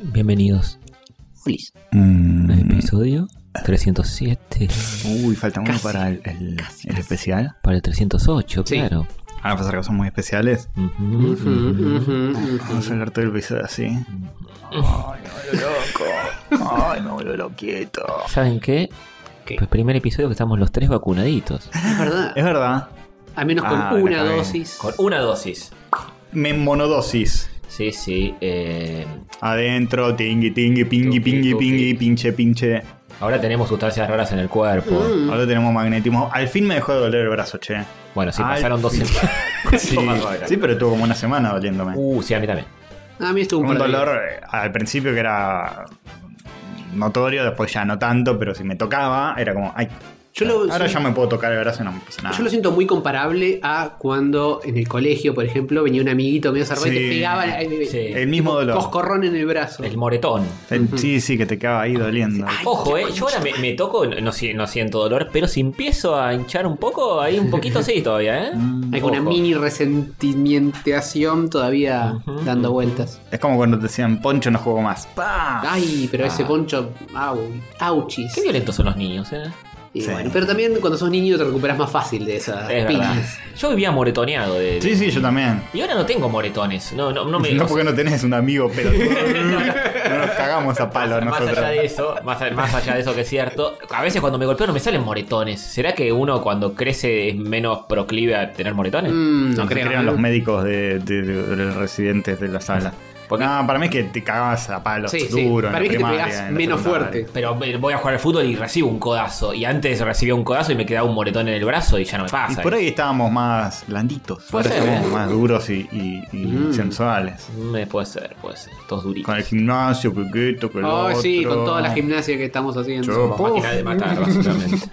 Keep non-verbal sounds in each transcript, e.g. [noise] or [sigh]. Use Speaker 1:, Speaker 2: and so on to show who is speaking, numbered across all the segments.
Speaker 1: Bienvenidos
Speaker 2: Julis.
Speaker 1: al
Speaker 3: Mm,
Speaker 1: episodio 307
Speaker 3: uy, falta uno
Speaker 2: Casi,
Speaker 3: para el, el-
Speaker 2: casi,
Speaker 3: el
Speaker 2: casi.
Speaker 3: especial. Ah,
Speaker 1: para el 308,
Speaker 4: Sí.
Speaker 1: claro.
Speaker 3: Van a pasar cosas muy especiales.
Speaker 1: Ujú,
Speaker 4: Ujú, ujú,
Speaker 3: Vamos a
Speaker 4: ujú.
Speaker 3: hablar todo el episodio así. Ay, me vuelvo loco. Ay, me vuelvo loquito.
Speaker 1: ¿Saben qué?
Speaker 4: ¿Qué?
Speaker 1: Pues primer episodio que estamos los tres vacunaditos.
Speaker 4: Es verdad.
Speaker 3: Es verdad.
Speaker 4: Al menos con
Speaker 3: Ah, la
Speaker 4: una
Speaker 3: cagué.
Speaker 4: dosis.
Speaker 1: Con una dosis.
Speaker 3: Me monodosis.
Speaker 1: Sí, sí. eh,
Speaker 3: Adentro, tingui, tingui, pingui,
Speaker 1: Toqui,
Speaker 3: pingui,
Speaker 1: toqui.
Speaker 3: pingui, pinche, pinche.
Speaker 1: ahora tenemos sustancias raras en el cuerpo.
Speaker 4: Mm.
Speaker 3: Ahora tenemos magnetismo. Al fin me dejó de doler el brazo, che.
Speaker 1: Bueno, sí,
Speaker 3: Ay,
Speaker 1: pasaron dos
Speaker 3: sí.
Speaker 4: [laughs]
Speaker 1: semanas.
Speaker 3: Sí, sí, pero tuvo como una semana doliéndome.
Speaker 1: Uh, sí, a mí también.
Speaker 4: A mí estuvo un,
Speaker 3: Un
Speaker 4: par de días.
Speaker 3: dolor eh, al principio que era notorio, después ya no tanto, pero si me tocaba era como, ay,
Speaker 4: Yo lo-
Speaker 3: ahora
Speaker 4: sí.
Speaker 3: ya me puedo tocar el brazo y no me pasa nada.
Speaker 4: Yo lo siento muy comparable a cuando en el colegio, por ejemplo, venía un amiguito medio zarpado y
Speaker 3: Sí.
Speaker 4: te pegaba eh,
Speaker 1: Sí.
Speaker 4: eh,
Speaker 3: El mismo dolor.
Speaker 4: coscorrón en el brazo.
Speaker 1: El moretón.
Speaker 3: El- Sí, sí, que te quedaba
Speaker 4: Ah,
Speaker 3: ahí doliendo.
Speaker 1: Ojo, eh, yo ahora me, me toco, no, si- no siento dolor, pero si empiezo a hinchar un poco, ahí un
Speaker 4: [laughs]
Speaker 1: poquito sí todavía, ¿eh?
Speaker 4: Mm. Hay como una
Speaker 1: Ojo.
Speaker 4: mini resentimientación todavía
Speaker 1: Ujú,
Speaker 4: dando vueltas.
Speaker 3: Es como cuando te decían, Poncho no juego más. ¡Pah!
Speaker 4: Ay, pero
Speaker 3: Ah.
Speaker 4: ese poncho, au, auchis.
Speaker 1: Qué violentos son los niños, ¿eh?
Speaker 4: Y
Speaker 3: Sí.
Speaker 4: bueno, pero también cuando sos niño te recuperas más fácil de esas
Speaker 1: Es verdad.
Speaker 4: piñas.
Speaker 1: Yo vivía moretoneado de...
Speaker 3: Sí, sí, yo también.
Speaker 1: Y ahora no tengo moretones. No, no, no me...
Speaker 3: [laughs] No porque no tenés un amigo,
Speaker 4: [laughs]
Speaker 3: pero no nos cagamos a
Speaker 1: Más-
Speaker 3: palo
Speaker 1: más,
Speaker 3: nosotros.
Speaker 1: allá de eso, más, a- más allá de eso que es cierto, a veces cuando me golpeo no me salen moretones. ¿Será que uno cuando crece es menos proclive a tener moretones?
Speaker 4: Mm, no
Speaker 3: No
Speaker 4: creo.
Speaker 3: crean los médicos de, de- de los residentes de la sala.
Speaker 1: Porque-
Speaker 3: No, para mí es que te cagabas a palos
Speaker 4: Sí, sí.
Speaker 3: duro. en
Speaker 4: Para mí
Speaker 3: la
Speaker 4: es que te
Speaker 3: primaria,
Speaker 4: pegás
Speaker 3: en la
Speaker 4: menos
Speaker 3: secundaria.
Speaker 4: fuerte.
Speaker 1: Pero me- voy a jugar al fútbol y recibo un codazo. Y antes recibía un codazo y me quedaba un moretón en el brazo y ya no me
Speaker 3: Y
Speaker 1: pasa.
Speaker 3: por ahí estábamos más blanditos.
Speaker 1: Puede
Speaker 3: Ahora
Speaker 1: ser,
Speaker 3: somos
Speaker 1: ¿eh?
Speaker 3: más duros y, y- y
Speaker 4: Mm.
Speaker 3: sensuales.
Speaker 1: Me puede ser, puede ser. Todos duritos.
Speaker 3: Con el gimnasio, que esto, que lo
Speaker 4: Oh, sí,
Speaker 3: otro.
Speaker 4: con toda la gimnasia que estamos haciendo.
Speaker 3: Yo,
Speaker 1: Somos máquinas de matar,
Speaker 3: [laughs]
Speaker 1: básicamente.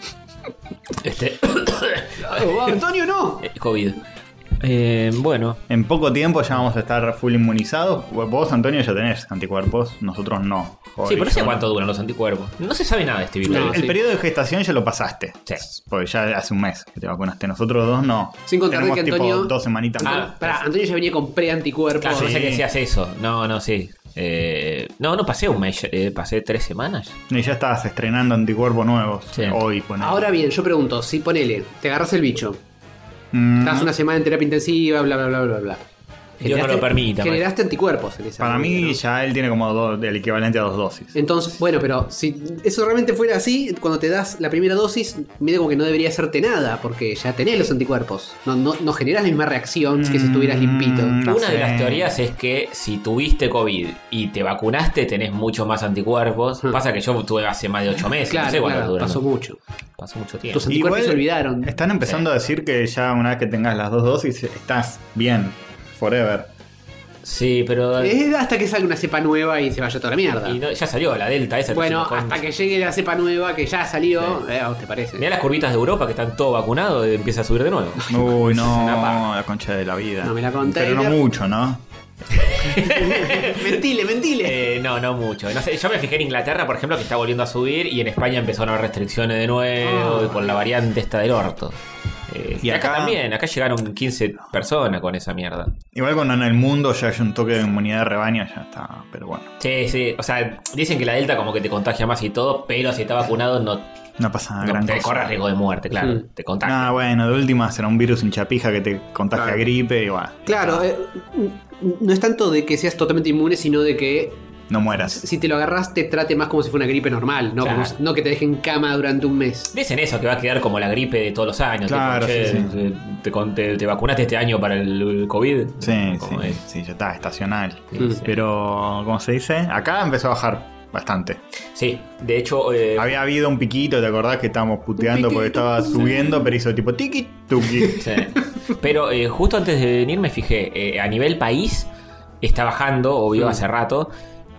Speaker 1: este.
Speaker 4: Oh, Antonio, no.
Speaker 1: eh, COVID. Eh, bueno,
Speaker 3: En poco tiempo ya vamos a estar full inmunizados. Vos, Antonio, ya tenés anticuerpos. Nosotros no. Joder,
Speaker 1: sí, pero no sé
Speaker 3: yo-
Speaker 1: cuánto duran los anticuerpos. No se sabe nada de este virus.
Speaker 4: No,
Speaker 3: El
Speaker 4: sí.
Speaker 3: periodo de gestación ya lo pasaste.
Speaker 1: Sí.
Speaker 3: Porque ya hace un mes que te vacunaste. Nosotros dos no.
Speaker 4: Sin contar
Speaker 3: Tenemos
Speaker 4: que
Speaker 3: tipo
Speaker 4: Antonio-
Speaker 3: dos semanitas.
Speaker 1: Ah,
Speaker 4: Pará, Antonio ya venía con preanticuerpos.
Speaker 1: Claro, no sé
Speaker 3: Sí.
Speaker 1: que decías eso. No, no, sí. Eh, no, no pasé un mes, eh, pasé tres semanas.
Speaker 3: Y ya estás estrenando anticuerpos nuevos.
Speaker 1: Sí.
Speaker 3: Hoy, ponele.
Speaker 4: Ahora bien, yo pregunto, si ponele, te agarras el bicho,
Speaker 3: Mm,
Speaker 4: estás una semana en terapia intensiva, bla, bla, bla, bla, bla.
Speaker 1: Dios no lo permita, pues. man.
Speaker 4: Generaste anticuerpos en esa
Speaker 3: para
Speaker 4: momento,
Speaker 3: mí
Speaker 4: ¿no?
Speaker 3: ya él tiene como dos- el equivalente a dos dosis.
Speaker 4: Entonces, bueno, pero si eso realmente fuera así, cuando te das la primera dosis, medio como que no debería hacerte nada, porque ya tenés los anticuerpos. No, no, no generás la misma reacción que si estuvieras limpito.
Speaker 3: No
Speaker 1: Una de
Speaker 3: sé.
Speaker 1: las teorías es que si tuviste COVID y te vacunaste, tenés mucho más anticuerpos.
Speaker 4: Hmm.
Speaker 1: Pasa que yo tuve hace más de ocho meses,
Speaker 4: Claro,
Speaker 1: no sé cuánto
Speaker 4: claro,
Speaker 1: duran.
Speaker 4: pasó mucho.
Speaker 1: Pasó mucho tiempo.
Speaker 4: Tus anticuerpos se olvidaron.
Speaker 3: Están empezando a decir que ya una vez que tengas las dos dosis, estás bien. Forever.
Speaker 1: Sí, pero.
Speaker 4: Es hasta que salga una cepa nueva y se vaya toda la mierda.
Speaker 1: y no- ya salió la Delta esa.
Speaker 4: Bueno,
Speaker 1: entonces,
Speaker 4: hasta que llegue la cepa nueva que ya salió, eh, ¿a vos te
Speaker 1: Mirá
Speaker 4: parece?
Speaker 1: las curvitas de Europa que están todo vacunado y empieza a subir de nuevo.
Speaker 3: Uy,
Speaker 1: una
Speaker 3: no,
Speaker 1: paja.
Speaker 3: la concha de la vida.
Speaker 4: No me la conté,
Speaker 3: Pero no
Speaker 4: Taylor.
Speaker 3: mucho, ¿no?
Speaker 4: mentile, mentile.
Speaker 1: Eh, no, no mucho. No sé, yo me fijé en Inglaterra, por ejemplo, que está volviendo a subir y en España empezaron a haber restricciones de nuevo
Speaker 4: Ah.
Speaker 1: y por la variante esta del orto. Eh,
Speaker 3: Y
Speaker 1: y acá,
Speaker 3: acá-
Speaker 1: también, acá llegaron 15 personas con esa mierda.
Speaker 3: Igual cuando en el mundo ya hay un toque de inmunidad de rebaño, ya está. Pero bueno,
Speaker 1: Sí, sí. O sea, dicen que la Delta como que te contagia más y todo, pero si está vacunado no,
Speaker 3: no pasa nada.
Speaker 1: no
Speaker 3: gran
Speaker 1: te
Speaker 3: cosa.
Speaker 1: corres riesgo de muerte, claro.
Speaker 4: Sí.
Speaker 1: Te contagia.
Speaker 3: Ah, bueno, de última será un virus sin chapija que te contagia
Speaker 4: Claro.
Speaker 3: gripe y bueno,
Speaker 1: ah.
Speaker 4: Claro, eh, no es tanto de que seas totalmente inmune, sino de que
Speaker 3: no mueras.
Speaker 4: si te lo agarras te trate más como si fuera una gripe normal, no,
Speaker 1: Claro.
Speaker 4: Como- no que te dejen cama durante un mes.
Speaker 1: Dicen eso, que va a quedar como la gripe de todos los años.
Speaker 3: Claro,
Speaker 1: tipo, che,
Speaker 3: sí,
Speaker 1: Te, te con- te- te vacunaste este año para el, el COVID.
Speaker 3: Sí,
Speaker 1: Como
Speaker 3: sí, Hmm.
Speaker 1: es.
Speaker 3: sí, ya está, estacional.
Speaker 1: Sí, sí.
Speaker 3: Pero, ¿cómo se dice? Acá empezó a bajar bastante.
Speaker 1: Sí, de hecho, eh,
Speaker 3: Había habido un piquito, ¿te acordás que estábamos puteando porque estaba subiendo, pero hizo tipo tiki
Speaker 1: [laughs]
Speaker 3: tuki?
Speaker 1: Sí. Pero eh, justo antes de venir me fijé, eh, a nivel país está bajando, obvio,
Speaker 4: Mm.
Speaker 1: hace rato,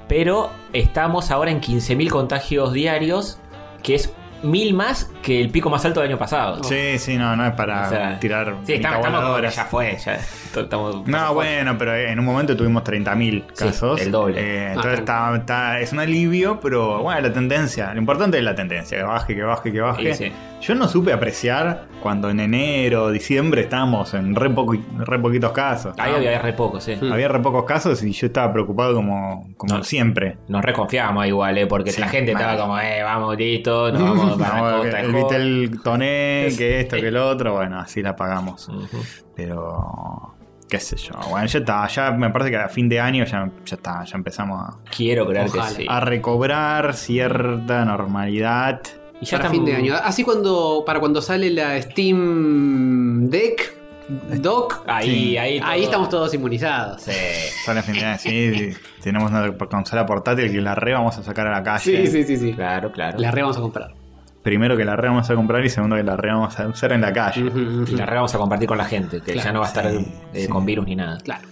Speaker 1: pero estamos ahora en 15.000 contagios diarios, que es mil más que el pico más alto del año pasado.
Speaker 3: Sí, sí, no, no es para
Speaker 1: O sea,
Speaker 3: tirar.
Speaker 1: Sí, estamos,
Speaker 3: canica
Speaker 1: estamos como que
Speaker 3: voladora.
Speaker 1: ya fue, ya to- estamos-
Speaker 3: No, bueno, pero en un momento tuvimos 30.000
Speaker 1: Sí,
Speaker 3: casos.
Speaker 1: el doble.
Speaker 3: Eh,
Speaker 4: Ah,
Speaker 3: entonces está, está- es un alivio, pero bueno, la tendencia. Lo importante es la tendencia, que baje, que baje, que baje.
Speaker 1: Y sí.
Speaker 3: Yo no supe apreciar cuando en enero, diciembre estábamos en re, poco- re poquitos casos.
Speaker 1: Ahí había re pocos, eh.
Speaker 3: Había re pocos casos y yo estaba preocupado como, como
Speaker 1: No.
Speaker 3: siempre.
Speaker 1: Nos reconfiábamos igual, eh, porque
Speaker 3: Sí,
Speaker 1: la gente
Speaker 3: mal.
Speaker 1: estaba como, eh, vamos, listo, nos vamos para la
Speaker 3: [laughs] No,
Speaker 1: costa de
Speaker 3: el
Speaker 1: Jorge.
Speaker 3: Vitel Toné,
Speaker 1: Es-
Speaker 3: que esto, que el otro, bueno, así la pagamos.
Speaker 1: Ujú.
Speaker 3: Pero, qué sé yo, bueno, ya está, ya me parece que a fin de año ya, ya está, ya empezamos a,
Speaker 1: Quiero creer
Speaker 4: Ojalá.
Speaker 1: que sí.
Speaker 3: a recobrar cierta normalidad.
Speaker 1: y ya
Speaker 4: Para
Speaker 1: están-
Speaker 4: fin de año. Así cuando para cuando sale la Steam Deck, Doc,
Speaker 1: Ahí,
Speaker 3: Sí.
Speaker 1: ahí, todo-
Speaker 4: ahí estamos todos inmunizados.
Speaker 1: Sí.
Speaker 3: Sale a fin de año,
Speaker 1: [laughs]
Speaker 3: sí, sí. tenemos una consola portátil que la re vamos a sacar a la
Speaker 4: Sí,
Speaker 3: calle.
Speaker 4: sí, sí, sí.
Speaker 1: Claro, claro.
Speaker 4: La re vamos a comprar.
Speaker 3: Primero que la re vamos a comprar y segundo que la re vamos a usar en la calle.
Speaker 1: Y la re vamos a compartir con la gente, que
Speaker 4: Claro,
Speaker 1: ya no va a estar
Speaker 3: sí,
Speaker 1: eh,
Speaker 3: sí. Este
Speaker 1: con virus ni nada.
Speaker 4: Claro.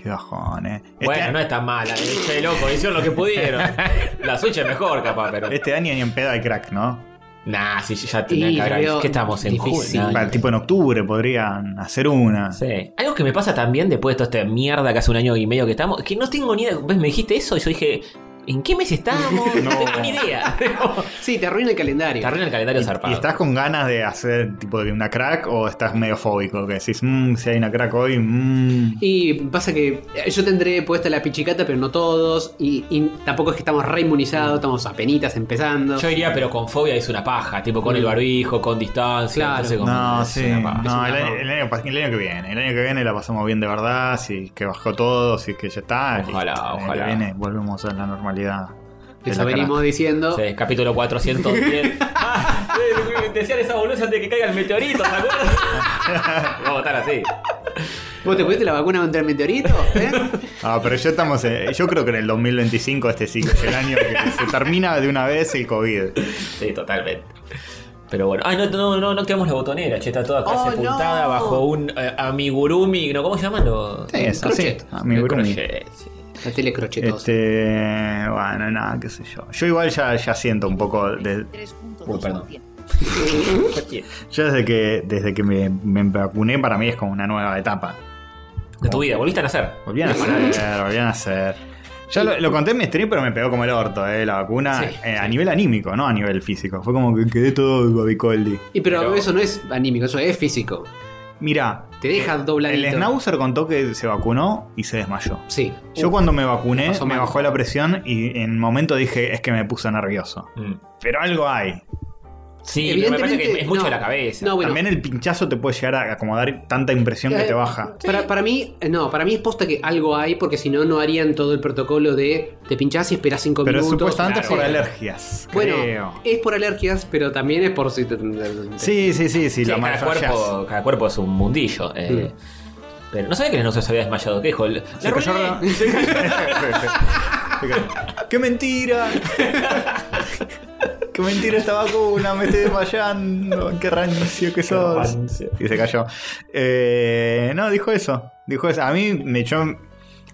Speaker 3: Qué bajón, eh. Este,
Speaker 1: Bueno, no es tan mala. eh, che, loco, hicieron lo que pudieron.
Speaker 3: [laughs]
Speaker 1: La Switch es mejor, capaz, pero.
Speaker 3: este año ni en pedo hay crack, ¿no?
Speaker 1: Nah, sí, ya tenía
Speaker 4: Y
Speaker 1: que haber.
Speaker 4: veo
Speaker 1: ¿Qué estamos en
Speaker 4: difícil.
Speaker 1: junio?
Speaker 3: Para, tipo en octubre podrían hacer una.
Speaker 1: Sí. Algo que me pasa también después de toda esta mierda que hace un año y medio que estamos, que no tengo ni idea. ¿Ves? Me dijiste eso y yo dije, ¿en qué mes
Speaker 3: [laughs]
Speaker 1: estamos? No,
Speaker 3: No.
Speaker 1: tengo ni
Speaker 3: [laughs]
Speaker 1: idea.
Speaker 4: Sí, te arruina el calendario.
Speaker 1: Te arruina el calendario
Speaker 3: ¿Y
Speaker 1: zarpado.
Speaker 3: estás con ganas de hacer tipo de una crack o estás medio fóbico? Que decís, mmm, si hay una crack hoy, mmm.
Speaker 4: Y pasa que eh, yo tendré puesta la pichicata, pero no todos. Y, y tampoco es que estamos re inmunizados, estamos apenitas empezando.
Speaker 1: Yo iría, pero con fobia es una paja, tipo con el barbijo, con distancia.
Speaker 4: Claro.
Speaker 1: entonces como
Speaker 3: Mm. No,
Speaker 1: es
Speaker 3: sí.
Speaker 1: una paja.
Speaker 3: No,
Speaker 4: "Mm, Es
Speaker 3: el,
Speaker 4: una
Speaker 3: año,
Speaker 4: paja.
Speaker 3: el año pas- el año que viene. El año que viene la pasamos bien de verdad. Si que bajó todo, si es que ya está. listo.
Speaker 1: Ojalá,
Speaker 3: El año que
Speaker 1: ojalá.
Speaker 3: viene volvemos a la normalidad. de
Speaker 4: Eso
Speaker 3: la
Speaker 4: venimos
Speaker 3: crack.
Speaker 4: diciendo.
Speaker 1: Sí, capítulo [laughs] 410. ah, eh, decían esa boluda antes de que caiga el meteorito, ¿te acuerdas? [laughs] Vamos a estar así.
Speaker 4: ¿Vos te pusiste la vacuna contra el
Speaker 3: [laughs]
Speaker 4: meteorito? ¿Eh?
Speaker 3: Ah, pero ya estamos. eh, yo creo que en el 2025 este sí que es el año que se termina de una vez el COVID.
Speaker 1: Sí, totalmente. Pero bueno. Ay, no, no, no, no quedamos la botonera, che, está toda casi
Speaker 4: Oh,
Speaker 1: apuntada
Speaker 4: no.
Speaker 1: bajo un eh, amigurumi. ¿no? ¿Cómo se llaman los?
Speaker 4: Sí,
Speaker 3: Eso, sí.
Speaker 4: crochet.
Speaker 3: Ah, mi
Speaker 1: El
Speaker 3: Brumi.
Speaker 1: crochet, sí.
Speaker 4: La tele crochetosa.
Speaker 3: Este. Bueno, nada, qué sé yo. Yo igual ya, ya siento un poco. de-
Speaker 1: Uy, perdón.
Speaker 3: yo desde que, desde que me, me vacuné, para mí es como una nueva etapa.
Speaker 1: [laughs] De tu vida, volviste a nacer.
Speaker 3: Volvían a hacer, volvían a hacer. Ya lo, lo conté en mi stream, pero me pegó como el orto, eh, la vacuna.
Speaker 4: Sí,
Speaker 3: eh, A nivel anímico, no a nivel físico. Fue como que quedé todo Gobicoldi.
Speaker 4: Y pero,
Speaker 1: Pero-
Speaker 4: eso no es anímico, eso es físico.
Speaker 3: Mirá,
Speaker 4: Te deja dobladito.
Speaker 3: Eh, el Snauzer contó que se vacunó y se desmayó.
Speaker 4: Sí.
Speaker 3: Yo cuando me vacuné,
Speaker 4: pasó
Speaker 3: me
Speaker 4: mal.
Speaker 3: bajó la presión y en un momento dije, es que me puso nervioso.
Speaker 1: Mm.
Speaker 3: Pero algo hay.
Speaker 1: Sí, pero me parece que es mucho
Speaker 4: no.
Speaker 1: de la cabeza.
Speaker 4: No, bueno.
Speaker 3: También el pinchazo te puede llegar a acomodar tanta impresión que
Speaker 4: Eh,
Speaker 3: te baja.
Speaker 4: Para, para mí, eh, no, para mí es posta que algo hay, porque si no, no harían todo el protocolo de te pinchás y esperás cinco
Speaker 3: Pero
Speaker 4: minutos.
Speaker 3: supuestamente
Speaker 4: Claro.
Speaker 3: por alergias,
Speaker 4: Bueno,
Speaker 3: creo.
Speaker 4: es por alergias, pero también es por si te-
Speaker 3: Sí, sí, sí, sí,
Speaker 1: Sí,
Speaker 3: la
Speaker 1: cada,
Speaker 3: malfrayás.
Speaker 1: cuerpo, cada cuerpo es un mundillo. eh. Pero no sabía que el Snowser se había desmayado. ¿Qué dijo? La
Speaker 3: Se cayó
Speaker 1: arruiné.
Speaker 3: la- [laughs] Se cayó. ¡Qué mentira! [laughs] ¡Qué mentira esta vacuna! ¡Me estoy desmayando! ¡Qué rancio que sos! Y se cayó. Eh, no, dijo eso. Dijo eso. A mí, de hecho,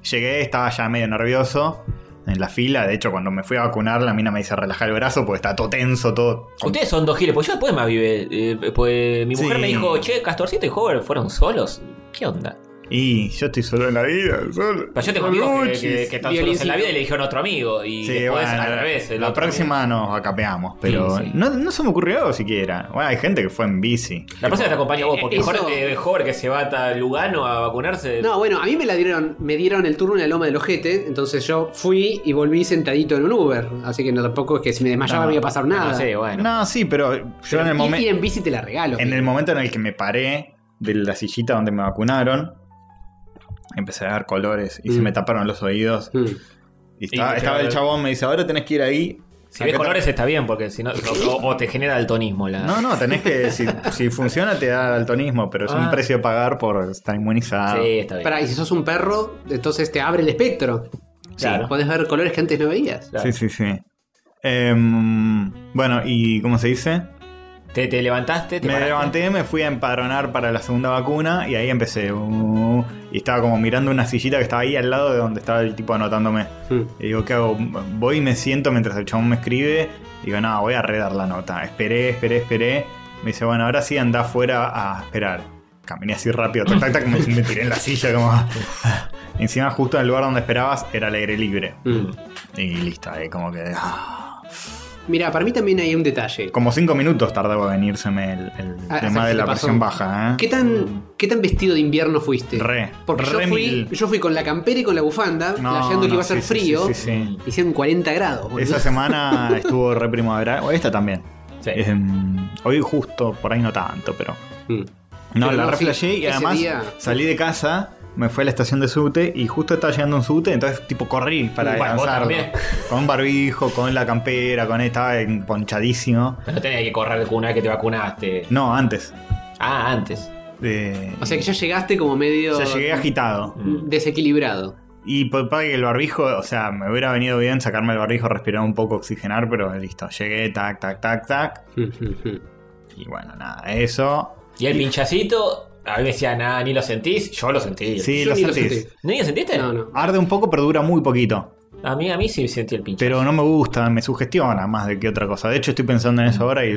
Speaker 3: llegué, estaba ya medio nervioso en la fila. De hecho, cuando me fui a vacunar, la mina me dice relajar el brazo porque está todo tenso, todo.
Speaker 1: Ustedes son dos giles, pues yo después me avivé. eh, pues mi mujer
Speaker 3: Sí.
Speaker 1: me dijo, che, Castorcito y Hover fueron solos. ¿Qué onda?
Speaker 3: Y yo estoy solo en la vida, solo.
Speaker 1: Pero yo tengo amigos que,
Speaker 3: Luchis.
Speaker 1: que- que están solos en la
Speaker 4: Violincito.
Speaker 1: vida y le dijeron a otro amigo. Y
Speaker 3: Sí,
Speaker 1: después
Speaker 3: bueno,
Speaker 1: al revés. el
Speaker 3: la
Speaker 1: otro
Speaker 3: próxima nos acapeamos, pero
Speaker 1: Sí, sí.
Speaker 3: No, no se me ocurrió siquiera. Bueno, hay gente que fue en bici.
Speaker 1: amigo. La próxima te acompaño a vos, porque
Speaker 4: Eso-
Speaker 1: Jorge, eh, Hover que se va a Lugano a vacunarse.
Speaker 4: No, bueno, a mí me la dieron, me dieron el turno en la loma del ojete, entonces yo fui y volví sentadito en un Uber. Así que no tampoco es que si me desmayaba
Speaker 3: No,
Speaker 4: me iba a pasar nada.
Speaker 1: No sé, bueno.
Speaker 3: No, sí, pero yo en el,
Speaker 4: Y-
Speaker 3: momen-
Speaker 4: y, en bici te la regalo.
Speaker 3: en el momento en el que me paré de la sillita donde me vacunaron, empecé a ver colores y se
Speaker 4: Mm.
Speaker 3: me taparon los oídos.
Speaker 4: Mm.
Speaker 3: Y estaba,
Speaker 1: te
Speaker 3: estaba el
Speaker 1: llevaron-
Speaker 3: chabón, me dice, ahora tenés que ir ahí.
Speaker 1: si ves
Speaker 3: Acá-
Speaker 1: colores eh. está bien, porque si no. O, o- o te genera daltonismo la.
Speaker 3: No, no, tenés que, si,
Speaker 1: [laughs]
Speaker 3: si funciona te da daltonismo, pero es
Speaker 1: Ah.
Speaker 3: un precio a pagar por estar inmunizado.
Speaker 1: Sí, está bien.
Speaker 4: Pará, y si sos un perro, entonces te abre el espectro.
Speaker 1: Claro.
Speaker 4: Podés ver colores que antes no veías.
Speaker 1: Claro.
Speaker 3: Sí, sí, sí. Em, bueno, ¿y cómo se dice?
Speaker 1: Te, te levantaste, te
Speaker 3: Me
Speaker 1: paraste.
Speaker 3: levanté, me fui a empadronar para la segunda vacuna y ahí empecé. uh, y estaba como mirando una sillita que estaba ahí al lado de donde estaba el tipo anotándome.
Speaker 4: Mm.
Speaker 3: Y digo, ¿qué hago? Voy y me siento mientras el chabón me escribe. Digo, no, voy a redar la nota. Esperé, esperé, esperé. Me dice, bueno, ahora sí anda afuera a esperar. Caminé así rápido, tac, tac, tac, me, me tiré en la silla como...
Speaker 4: [laughs]
Speaker 3: Encima justo en el lugar donde esperabas era el aire libre.
Speaker 4: Mm.
Speaker 3: Y listo, ahí como que... ah,
Speaker 4: Mira, para mí también hay un detalle.
Speaker 3: Como cinco minutos tardaba en venírseme el, el
Speaker 4: Ah, o sea,
Speaker 3: tema
Speaker 4: ¿qué
Speaker 3: de
Speaker 4: te
Speaker 3: la
Speaker 4: pasó?
Speaker 3: versión baja, ¿eh?
Speaker 4: ¿Qué tan, ¿Qué tan vestido de invierno fuiste?
Speaker 3: Re,
Speaker 4: Porque
Speaker 3: re
Speaker 4: yo, fui,
Speaker 3: mil.
Speaker 4: yo fui con la campera y con la bufanda,
Speaker 3: No,
Speaker 4: flasheando que
Speaker 3: no,
Speaker 4: iba a ser
Speaker 3: sí, sí,
Speaker 4: frío.
Speaker 3: sí, sí, sí.
Speaker 4: Hicieron 40 grados, boludo.
Speaker 3: Esa semana
Speaker 4: [laughs]
Speaker 3: estuvo re primavera. O Esta también.
Speaker 1: Sí.
Speaker 3: Em, hoy justo, por ahí no tanto, pero.
Speaker 4: Mm.
Speaker 3: No,
Speaker 4: Pero
Speaker 3: la
Speaker 4: no,
Speaker 3: re
Speaker 4: sí,
Speaker 3: flashé y
Speaker 4: ese
Speaker 3: además
Speaker 4: día-
Speaker 3: salí de casa, me fui a la estación de subte y justo estaba llegando un subte, entonces tipo corrí para
Speaker 1: Bueno, vos
Speaker 3: alcanzarlo.
Speaker 1: también.
Speaker 3: Con barbijo, con la campera, con estaba ponchadísimo.
Speaker 1: Pero no tenés que correr con una vez que te vacunaste.
Speaker 3: No, antes.
Speaker 1: Ah, antes.
Speaker 3: Eh,
Speaker 4: O sea que ya llegaste como medio
Speaker 3: ya llegué agitado.
Speaker 4: desequilibrado.
Speaker 3: Y por- para que el barbijo, o sea, me hubiera venido bien sacarme el barbijo, respirar un poco, oxigenar, pero listo, llegué, tac, tac, tac, tac. [laughs] Y bueno, nada, eso.
Speaker 1: Y el pinchacito, a mí me decían, ah, ni lo sentís. Yo lo sentí.
Speaker 3: Sí,
Speaker 4: Yo
Speaker 3: lo
Speaker 4: ni lo
Speaker 3: sentís.
Speaker 4: sentí.
Speaker 1: ¿No ni lo sentiste?
Speaker 4: no, no.
Speaker 3: Arde un poco, pero dura muy poquito.
Speaker 1: A mí, a mí sí sentí el pinchazo.
Speaker 3: Pero no me gusta, me sugestiona más de que otra cosa. De hecho, estoy pensando en eso
Speaker 4: Mm.
Speaker 3: ahora y.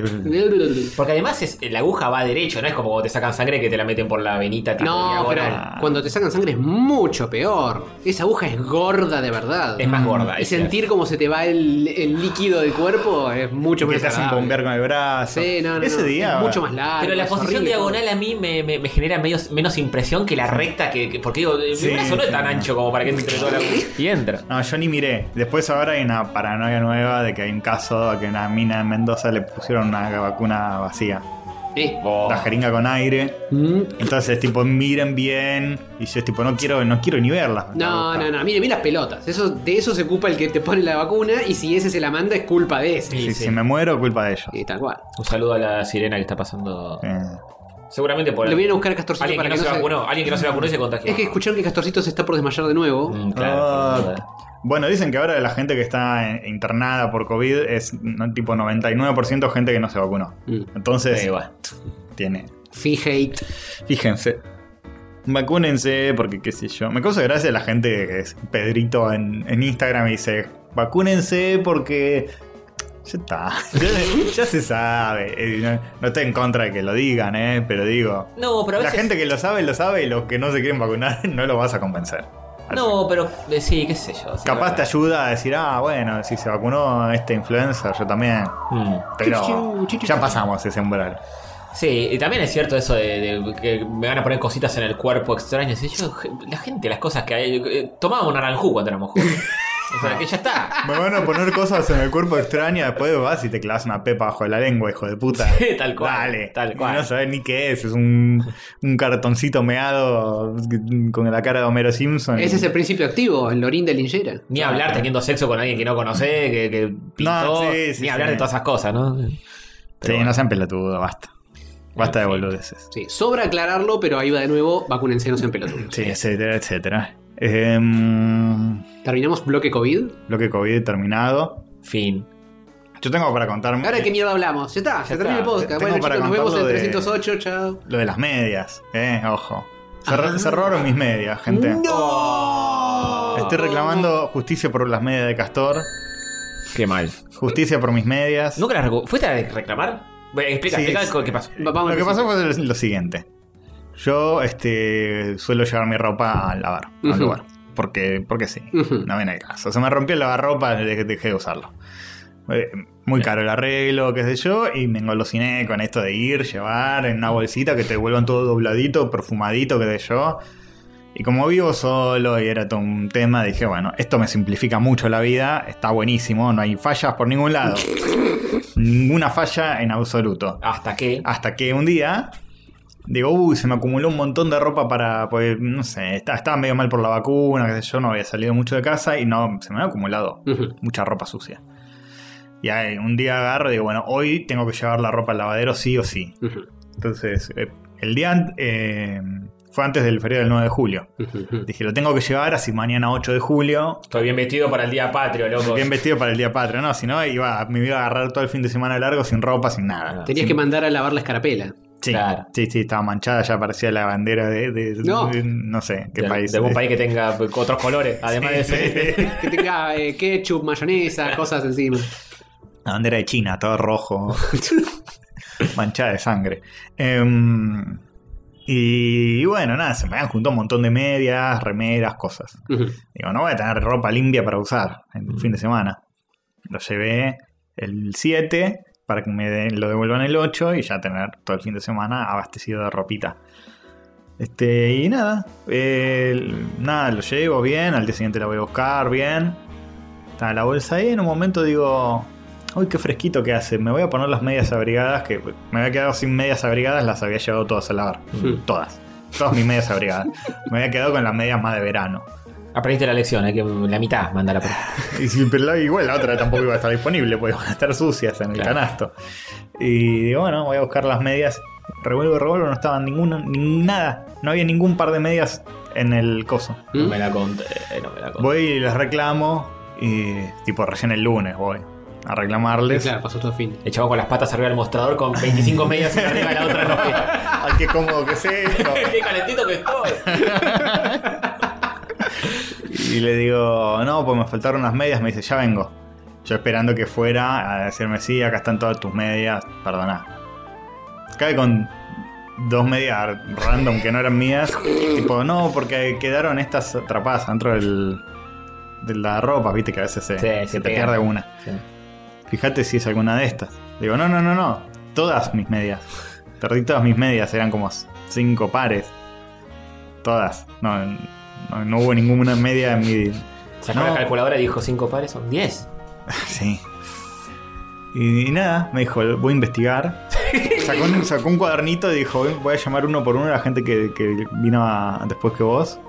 Speaker 1: Porque además es, la aguja va derecho, no es como cuando te sacan sangre que te la meten por la venita tipo
Speaker 4: No, pero
Speaker 1: diagonal.
Speaker 4: cuando te sacan sangre es mucho peor. Esa aguja es gorda de verdad.
Speaker 1: Es más gorda.
Speaker 4: Y
Speaker 1: esa.
Speaker 4: sentir como se te va el, el líquido del cuerpo es mucho
Speaker 3: que
Speaker 4: menos
Speaker 3: te hacen
Speaker 4: agradable.
Speaker 3: bombear con el brazo.
Speaker 4: Sí, no, no,
Speaker 3: Ese
Speaker 4: no.
Speaker 3: día.
Speaker 4: Es mucho más largo.
Speaker 1: Pero la
Speaker 4: es
Speaker 1: posición
Speaker 4: horrible.
Speaker 1: diagonal a mí me, me- me genera medio- menos impresión que la recta que. que- porque digo,
Speaker 3: Sí,
Speaker 1: mi brazo no es
Speaker 3: sí,
Speaker 1: tan
Speaker 3: no.
Speaker 1: ancho como para que entre toda la Y entra.
Speaker 3: No, yo ni miré. Después ahora hay una paranoia nueva de que hay un caso de que una mina en Mendoza le pusieron una vacuna vacía.
Speaker 4: Eh.
Speaker 3: La jeringa con aire.
Speaker 4: Mm.
Speaker 3: Entonces, tipo, miren bien. Y yo, tipo, no quiero, no quiero ni verlas.
Speaker 4: No, no, no. Mire, mire las pelotas. Eso, de eso se ocupa el que te pone la vacuna. Y si ese se la manda, es culpa de ese.
Speaker 1: Sí,
Speaker 3: Si,
Speaker 1: sí.
Speaker 3: si me muero, culpa de ellos.
Speaker 4: Y tal cual.
Speaker 1: Un saludo a la sirena que está pasando.
Speaker 3: Eh,
Speaker 1: Seguramente por
Speaker 4: Lo vienen a buscar a Castorcito
Speaker 1: alguien que
Speaker 4: para
Speaker 1: no
Speaker 4: que
Speaker 1: se
Speaker 4: no se-
Speaker 1: vacunó. Alguien que no se vacunó y se contagió.
Speaker 4: Es que escucharon que Castorcito se está por desmayar de nuevo.
Speaker 1: Mm, claro.
Speaker 3: Ah, bueno, dicen que ahora la gente que está en- internada por COVID es no, tipo 99% gente que no se vacunó.
Speaker 4: Mm.
Speaker 3: Entonces,
Speaker 1: Ahí va.
Speaker 3: tiene.
Speaker 4: Fijate.
Speaker 3: Fíjense. Vacúnense, porque qué sé yo. Me causa gracia la gente que es Pedrito en, en Instagram y dice: Vacúnense porque. Ya está. [laughs] Ya, ya se sabe. Eh, No, no estoy en contra de que lo digan, ¿eh? Pero digo.
Speaker 1: No, pero a
Speaker 3: La
Speaker 1: veces.
Speaker 3: gente que lo sabe, lo sabe y los que no se quieren vacunar [laughs] no lo vas a convencer. Así.
Speaker 1: No, pero eh, sí, qué sé yo. sí,
Speaker 3: Capaz te
Speaker 1: verdad.
Speaker 3: ayuda a decir, ah, bueno, si se vacunó este influenza, yo también.
Speaker 1: Mm.
Speaker 3: Pero ya pasamos ese umbral.
Speaker 1: Sí, y también es cierto eso de, de que me van a poner cositas en el cuerpo extrañas. Y yo, la gente, las cosas que hay. eh, Tomábamos naranjú cuando éramos jóvenes. o sea, que ya está. [laughs]
Speaker 3: Me van a poner cosas en el cuerpo extrañas, después vas y te clavas una pepa bajo la lengua, hijo de puta.
Speaker 1: Sí, tal cual.
Speaker 3: Dale.
Speaker 1: Tal
Speaker 3: Y no
Speaker 1: cual.
Speaker 3: sabes ni qué es, es un, un cartoncito meado con la cara de Homero Simpson.
Speaker 4: Ese es el principio activo, el Lorín de Lingera.
Speaker 1: Ni hablar teniendo sexo con alguien que no conocés, que, que pintó,
Speaker 3: No, sí, sí,
Speaker 1: ni
Speaker 3: sí.
Speaker 1: hablar de todas esas cosas, ¿no?
Speaker 3: Sí,
Speaker 1: Pero bueno.
Speaker 3: no sean pelotudos, basta. Basta de boludeces.
Speaker 4: Sí, sobra aclararlo, pero ahí va de nuevo, vacúnense, no sean pelotudos.
Speaker 3: Sí, etcétera, etcétera. Em,
Speaker 4: Terminamos bloque COVID.
Speaker 3: bloque COVID terminado.
Speaker 1: Fin.
Speaker 3: Yo tengo para contarme.
Speaker 4: Ahora de qué mierda hablamos. Ya está, se
Speaker 1: Ya
Speaker 4: termina el
Speaker 1: está.
Speaker 4: podcast.
Speaker 3: Tengo
Speaker 4: Bueno,
Speaker 3: para
Speaker 4: chicos, nos vemos en
Speaker 3: contarlo de-
Speaker 4: 308, chao.
Speaker 3: Lo de las medias, eh, ojo. Se,
Speaker 4: Ajá.
Speaker 3: se robaron mis medias, gente.
Speaker 4: ¡No!
Speaker 3: Estoy reclamando justicia por las medias de Castor,
Speaker 1: Qué mal.
Speaker 3: justicia por mis medias.
Speaker 1: ¿Nunca la recu- ¿Fuiste a reclamar? Bueno, explica,
Speaker 3: Sí,
Speaker 1: explica
Speaker 3: sí.
Speaker 1: co- qué pasó.
Speaker 4: Va- vamos
Speaker 3: Lo
Speaker 4: al
Speaker 3: que pasó
Speaker 4: principio.
Speaker 3: fue lo siguiente. Yo este, suelo llevar mi ropa a lavar,
Speaker 4: Ujú.
Speaker 3: al lugar. Porque, porque sí,
Speaker 4: Ujú.
Speaker 3: [laughs] no viene el caso. Se me rompió el lavarropa, de- dejé de usarlo. Eh, Muy caro el arreglo, qué sé yo, y me engolosiné con esto de ir, llevar en una bolsita que te vuelvan todo dobladito, perfumadito, qué sé yo. Y como vivo solo y era todo un tema, dije, bueno, esto me simplifica mucho la vida, está buenísimo, no hay fallas por ningún lado. Ninguna falla en absoluto.
Speaker 1: Hasta que.
Speaker 3: Hasta que un día digo, uy, se me acumuló un montón de ropa para, pues, no sé, está- estaba medio mal por la vacuna, qué sé yo, no había salido mucho de casa y no, se me había acumulado
Speaker 4: Ujú.
Speaker 3: mucha ropa sucia. Y ahí, un día agarro y digo, bueno, hoy tengo que llevar la ropa al lavadero sí o sí.
Speaker 4: Ujú.
Speaker 3: Entonces, eh, el día an- eh, fue antes del feriado del 9 de julio.
Speaker 4: Ujú.
Speaker 3: Dije, lo tengo que llevar así mañana 8 de julio.
Speaker 1: Estoy bien vestido para el día patrio, loco.
Speaker 3: Bien vestido para el día patrio, no, si no, iba, me iba a agarrar todo el fin de semana largo sin ropa, sin nada.
Speaker 4: Tenías que mandar a lavar la escarapela.
Speaker 3: Sí,
Speaker 1: Claro.
Speaker 3: sí, sí, estaba manchada, ya parecía la bandera de, de-
Speaker 4: No.
Speaker 3: de- no sé qué
Speaker 1: de,
Speaker 3: país.
Speaker 1: de algún país que tenga otros colores,
Speaker 3: [laughs]
Speaker 1: además de ese. [laughs]
Speaker 4: Que tenga eh, ketchup, mayonesa, cosas encima.
Speaker 3: La bandera de China,
Speaker 1: [laughs]
Speaker 3: todo rojo, manchada de sangre. Em, y, bueno, nada, se me han juntado un montón de medias, remeras, cosas.
Speaker 4: Ujú.
Speaker 3: Digo, no voy a tener ropa limpia para usar en el fin de semana. Lo llevé. eh, el 7 para que me den- lo devuelvan el 8 y ya tener todo el fin de semana abastecido de ropita. Este, y nada, eh, nada, lo llevo bien, al día siguiente la voy a buscar bien. Está la bolsa ahí, en un momento digo, uy, qué fresquito que hace, me voy a poner las medias abrigadas, que me había quedado sin medias abrigadas, las había llevado todas a lavar,
Speaker 4: Hmm.
Speaker 3: todas, todas mis medias abrigadas. Me había quedado con las medias más de verano.
Speaker 1: Aprendiste la lección, hay que la mitad mandar a
Speaker 3: Y si- pero la- igual la otra tampoco iba a estar disponible, porque iban a estar sucias en el
Speaker 1: Claro.
Speaker 3: canasto. Y digo, bueno, voy a buscar las medias. Revuelvo, revuelvo, no estaban ninguna, ni- nada. No había ningún par de medias en el coso.
Speaker 1: No me la conté, no me la conté.
Speaker 3: Voy y les reclamo. Y tipo, recién el lunes voy a
Speaker 4: Sí,
Speaker 3: reclamarles.
Speaker 4: claro, pasó todo el fin.
Speaker 1: El chavo con las patas arriba del mostrador con
Speaker 3: [laughs]
Speaker 1: 25 medias en arriba de la otra en los pies.
Speaker 3: Ay, qué cómodo que es esto.
Speaker 1: ¡Qué calentito que estoy!
Speaker 3: Y le digo, no, pues me faltaron unas medias. Me dice, ya vengo. Yo esperando que fuera a decirme, sí, acá están todas tus medias, perdoná. Cae con dos medias random que no eran mías. tipo, no, porque quedaron estas atrapadas dentro del, de la ropa, viste que a veces se,
Speaker 1: Sí,
Speaker 3: se
Speaker 1: se
Speaker 3: te
Speaker 1: pegan.
Speaker 3: pierde una.
Speaker 1: Sí.
Speaker 3: Fíjate si es alguna de estas. Digo, no, no, no, no. Todas mis medias. Perdí todas mis medias, eran como cinco pares. Todas. No, no, no hubo ninguna media en mi,
Speaker 1: Sacó
Speaker 3: No.
Speaker 1: la calculadora y dijo 5 pares son 10.
Speaker 3: Sí. Y, y nada, me dijo, voy
Speaker 1: [laughs]
Speaker 3: a investigar. Sacó un, sacó un cuadernito y dijo, voy a llamar uno por uno a la gente que, que vino a- después que vos.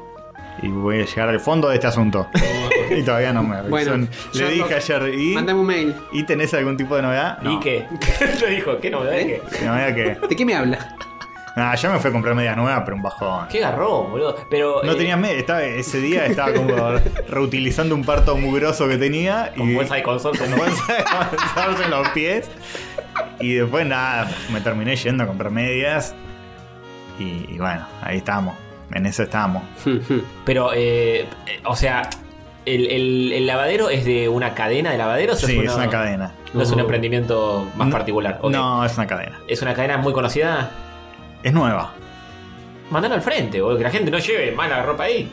Speaker 3: Y voy a llegar al fondo de
Speaker 1: [laughs]
Speaker 3: este asunto. y todavía no me avisó.
Speaker 4: Bueno,
Speaker 3: Le
Speaker 4: Sherlock,
Speaker 3: dije ayer, ¿y,
Speaker 4: Mandame un mail.
Speaker 3: ¿y tenés algún tipo de novedad?
Speaker 1: ¿Y qué? [laughs] Lo dijo, ¿qué novedad?
Speaker 4: ¿Eh?
Speaker 1: ¿Qué?
Speaker 3: De
Speaker 1: [laughs]
Speaker 3: novedad que...
Speaker 4: ¿De qué me habla?
Speaker 3: Nah, yo me fui a comprar media nueva, pero un bajón.
Speaker 1: ¿Qué garrón, boludo? Pero.
Speaker 3: No
Speaker 1: eh,
Speaker 3: tenía media, estaba- ese día
Speaker 1: [laughs]
Speaker 3: estaba como reutilizando un parto mugroso que tenía.
Speaker 1: Con
Speaker 3: y...
Speaker 1: bolsa de consorcio, ¿no?
Speaker 3: [laughs] en los pies. Y después nada, me terminé yendo a comprar medias. Y, y bueno, ahí estamos. En eso estamos.
Speaker 1: [laughs] Pero, eh, eh, o sea, el, el- el lavadero es de una cadena de lavaderos. o
Speaker 3: Sí, es una cadena.
Speaker 1: No es un
Speaker 4: Uh.
Speaker 1: emprendimiento más
Speaker 3: No,
Speaker 1: particular. ok.
Speaker 3: No, es una cadena.
Speaker 1: Es una cadena muy conocida.
Speaker 3: Es nueva.
Speaker 1: Mandalo al frente, boludo, que la gente no lleve mala ropa ahí.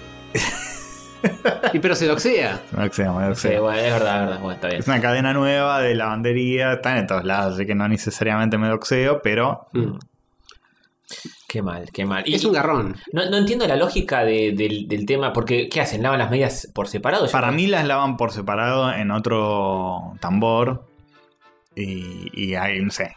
Speaker 4: y pero se doxea.
Speaker 3: No sé, no
Speaker 1: Sí,
Speaker 3: sé.
Speaker 1: bueno, es verdad, es verdad. Bueno, está bien.
Speaker 3: Es una cadena nueva de lavandería. Están en todos lados, así que no necesariamente me doxeo, pero
Speaker 1: Mm. Qué mal, qué mal. Y-
Speaker 4: Mm. Es un garrón.
Speaker 1: no, no entiendo la lógica de- del, del tema, porque ¿qué hacen? ¿Lavan las medias por separado? Yo
Speaker 3: para
Speaker 1: no-
Speaker 3: mí las lavan por separado en otro tambor. Y, y ahí, no sé,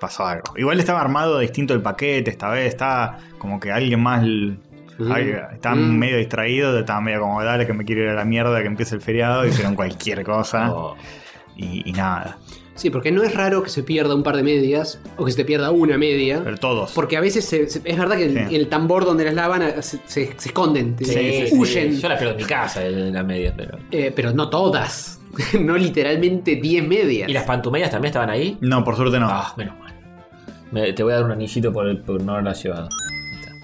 Speaker 3: pasó algo. Igual estaba armado distinto el paquete esta vez. Estaba como que alguien más l-
Speaker 4: Mm.
Speaker 3: Ay, estaba
Speaker 4: Mm.
Speaker 3: medio distraído, estaba medio como, dale que me quiero ir a la mierda, que empiece el feriado, hicieron cualquier cosa
Speaker 1: [laughs] Oh,
Speaker 3: y, y nada.
Speaker 4: Sí, porque no es raro que se pierda un par de medias o que se te pierda una media.
Speaker 3: Pero todos.
Speaker 4: Porque a veces se- se- es verdad que el,
Speaker 3: Sí.
Speaker 4: el tambor donde las lavan eh, se, se- se esconden,
Speaker 1: sí,
Speaker 4: se-
Speaker 1: sí,
Speaker 4: huyen.
Speaker 1: sí. Yo las pierdo en mi casa, eh, las medias, pero.
Speaker 4: Eh, pero no todas. [laughs] no literalmente 10 medias.
Speaker 1: ¿Y las pantumedias también estaban ahí?
Speaker 3: No, por suerte no.
Speaker 1: Ah, menos mal. Me- te voy a dar un anillito por, el- por no haberla llevado.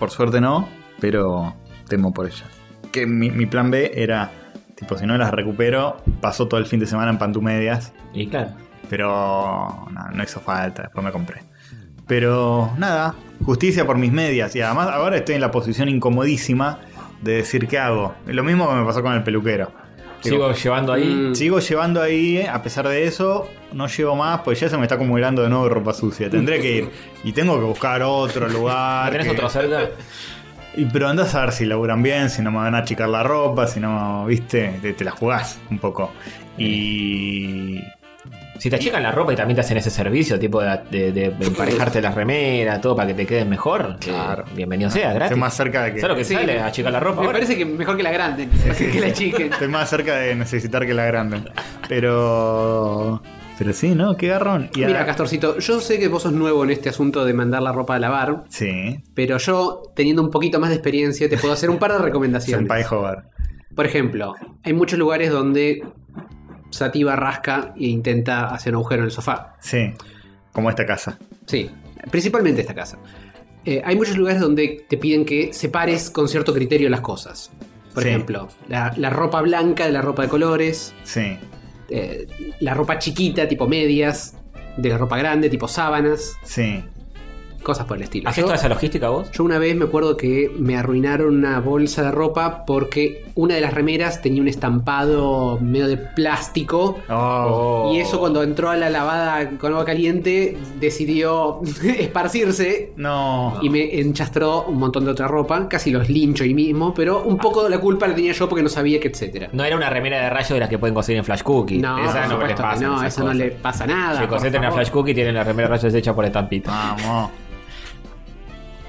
Speaker 3: Por suerte no, pero temo por ella. Que mi, mi plan B era, tipo, si no las recupero, paso todo el fin de semana en pantumedias.
Speaker 1: Y claro.
Speaker 3: Pero no, no hizo falta, después me compré. Pero nada, justicia por mis medias. Y además ahora estoy en la posición incomodísima de decir qué hago. Lo mismo que me pasó con el peluquero.
Speaker 1: Sigo
Speaker 3: Digo,
Speaker 1: llevando ahí.
Speaker 4: Mm.
Speaker 3: sigo llevando ahí, a pesar de eso, no llevo más, pues ya se me está acumulando de nuevo ropa sucia. Tendré que ir. Y tengo que
Speaker 1: [laughs]
Speaker 3: buscar otro
Speaker 1: ¿No
Speaker 3: lugar.
Speaker 1: ¿Tenés
Speaker 3: que-
Speaker 1: otro cerca?
Speaker 3: Y pero andás a ver si laburan bien, si no me van a achicar la ropa, si no, viste, te, te la jugás un poco. Y
Speaker 1: Si te achican la ropa y también te hacen ese servicio, tipo de, de- de emparejarte las remeras, todo para que te queden mejor, eh,
Speaker 3: Claro.
Speaker 1: bienvenido sea,
Speaker 3: estoy
Speaker 1: gratis.
Speaker 3: más cerca de que...
Speaker 1: ¿Sabes lo que
Speaker 4: Sí.
Speaker 1: sale? Achicar la ropa.
Speaker 4: Me
Speaker 1: ahora.
Speaker 4: parece que mejor que la grande, [laughs] que
Speaker 1: [laughs]
Speaker 4: la chiquen.
Speaker 3: Estoy más cerca de necesitar que la agranden. Pero. Pero sí, ¿no? Qué garrón. Y
Speaker 4: Mira,
Speaker 3: ahora-
Speaker 4: Castorcito, yo sé que vos sos nuevo en este asunto de mandar la ropa a lavar,
Speaker 3: Sí.
Speaker 4: pero yo, teniendo un poquito más de experiencia, te puedo hacer un
Speaker 1: [laughs]
Speaker 4: par de recomendaciones.
Speaker 3: Senpai Hover.
Speaker 4: Por ejemplo, hay muchos lugares donde Sativa rasca e intenta hacer un agujero en el sofá.
Speaker 3: Sí. Como esta casa.
Speaker 4: Sí, principalmente esta casa. Eh, hay muchos lugares donde te piden que separes con cierto criterio las cosas. Por
Speaker 3: Sí.
Speaker 4: ejemplo, la, la ropa blanca de la ropa de colores,
Speaker 3: Sí.
Speaker 4: eh, la ropa chiquita tipo medias, de la ropa grande tipo sábanas.
Speaker 3: Sí.
Speaker 4: cosas por el estilo.
Speaker 1: ¿Hacés
Speaker 4: Yo-
Speaker 1: toda esa logística vos?
Speaker 4: yo una vez me acuerdo que me arruinaron una bolsa de ropa porque una de las remeras tenía un estampado medio de plástico.
Speaker 3: Oh.
Speaker 4: Y eso cuando entró a la lavada con agua caliente decidió [laughs] esparcirse
Speaker 3: No.
Speaker 4: y me enchastró un montón de otra ropa. Casi los lincho ahí mismo, pero un poco la culpa la tenía yo porque no sabía que etcétera.
Speaker 1: No era una remera de rayo de las que pueden conseguir en Flash Cookie.
Speaker 4: No,
Speaker 1: esa
Speaker 4: por
Speaker 1: no les
Speaker 4: supuesto que
Speaker 1: pasa.
Speaker 4: no,
Speaker 1: esas
Speaker 4: eso no
Speaker 1: cosas.
Speaker 4: le pasa nada.
Speaker 1: Si
Speaker 4: por
Speaker 1: consiguen una
Speaker 4: favor.
Speaker 1: Flash Cookie, tienen la remera de rayos hecha por
Speaker 3: Ah.
Speaker 1: estampita.
Speaker 3: Vamos.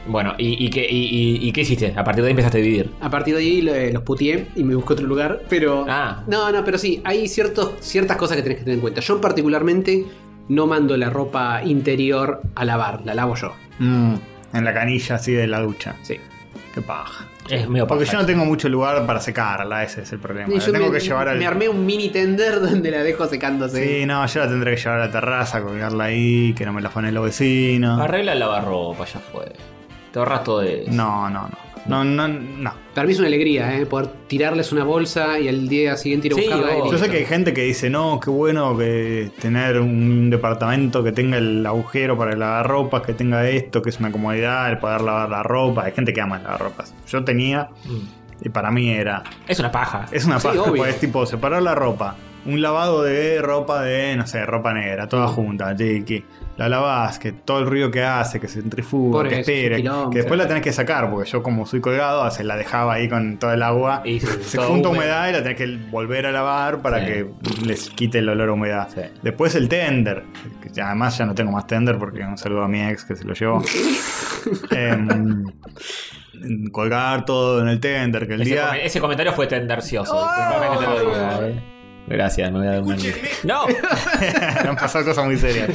Speaker 1: Bueno, ¿y, y qué, y- y- y qué hiciste? A partir de ahí empezaste a dividir.
Speaker 4: A partir de ahí lo- eh, los putié y me busqué otro lugar, pero...
Speaker 1: Ah.
Speaker 4: No, no, pero sí, hay ciertos, ciertas cosas que tenés que tener en cuenta. Yo particularmente no mando la ropa interior a lavar, la lavo yo.
Speaker 3: Mm, En la canilla así de la ducha.
Speaker 4: Sí.
Speaker 3: Qué paja.
Speaker 1: Es medio
Speaker 3: Porque
Speaker 1: paja.
Speaker 3: yo no tengo mucho lugar para secarla, ese es el problema.
Speaker 4: Y
Speaker 3: La
Speaker 4: yo
Speaker 3: tengo
Speaker 4: me,
Speaker 3: que llevar al.
Speaker 4: me armé un mini tender [laughs] donde la dejo secándose.
Speaker 3: Sí, no, yo la tendré que llevar a la terraza, colgarla ahí, que no me la ponen los vecinos.
Speaker 1: Arregla el lavarropa, ya fue. Te ahorras todo de.
Speaker 3: No, no, no. No, no, no.
Speaker 4: Para mí es una alegría, ¿eh? Poder tirarles una bolsa y al día siguiente ir a
Speaker 1: Sí,
Speaker 4: buscarla. y
Speaker 1: obvio.
Speaker 3: Yo
Speaker 4: listo.
Speaker 3: sé que hay gente que dice, no, qué bueno que tener un departamento que tenga el agujero para lavar ropas, que tenga esto, que es una comodidad, el poder lavar la ropa. Hay gente que ama lavar ropas. Yo tenía,
Speaker 1: Mm.
Speaker 3: y para mí era,
Speaker 1: Es una paja.
Speaker 3: es una
Speaker 4: Sí,
Speaker 3: paja,
Speaker 4: obvio.
Speaker 3: porque es tipo separar la ropa. Un lavado de ropa de, no sé, ropa negra, toda junta, tiki. La lavás, que todo el ruido que hace, que se centrifuga,
Speaker 4: Por
Speaker 3: que
Speaker 4: eso, es un
Speaker 3: espere.
Speaker 4: quilombo.
Speaker 3: Que después la tenés que sacar, porque yo como soy colgado, se la dejaba ahí con todo el agua.
Speaker 1: Y
Speaker 3: [laughs] Se
Speaker 1: todo
Speaker 3: junta
Speaker 1: húmedo.
Speaker 3: humedad y la tenés que volver a lavar para
Speaker 1: Sí.
Speaker 3: que les quite el olor a humedad.
Speaker 1: Sí.
Speaker 3: Después el tender. que ya- además ya no tengo más tender porque un saludo a mi ex que se
Speaker 1: [laughs]
Speaker 3: lo llevó. Em, colgar todo en el tender, que el
Speaker 1: Ese,
Speaker 3: día...
Speaker 1: come- ese comentario fue tendercioso. disculpame que te lo diga, eh. Gracias, me voy a dar una. ¡No!
Speaker 3: [laughs] han pasado cosas muy serias.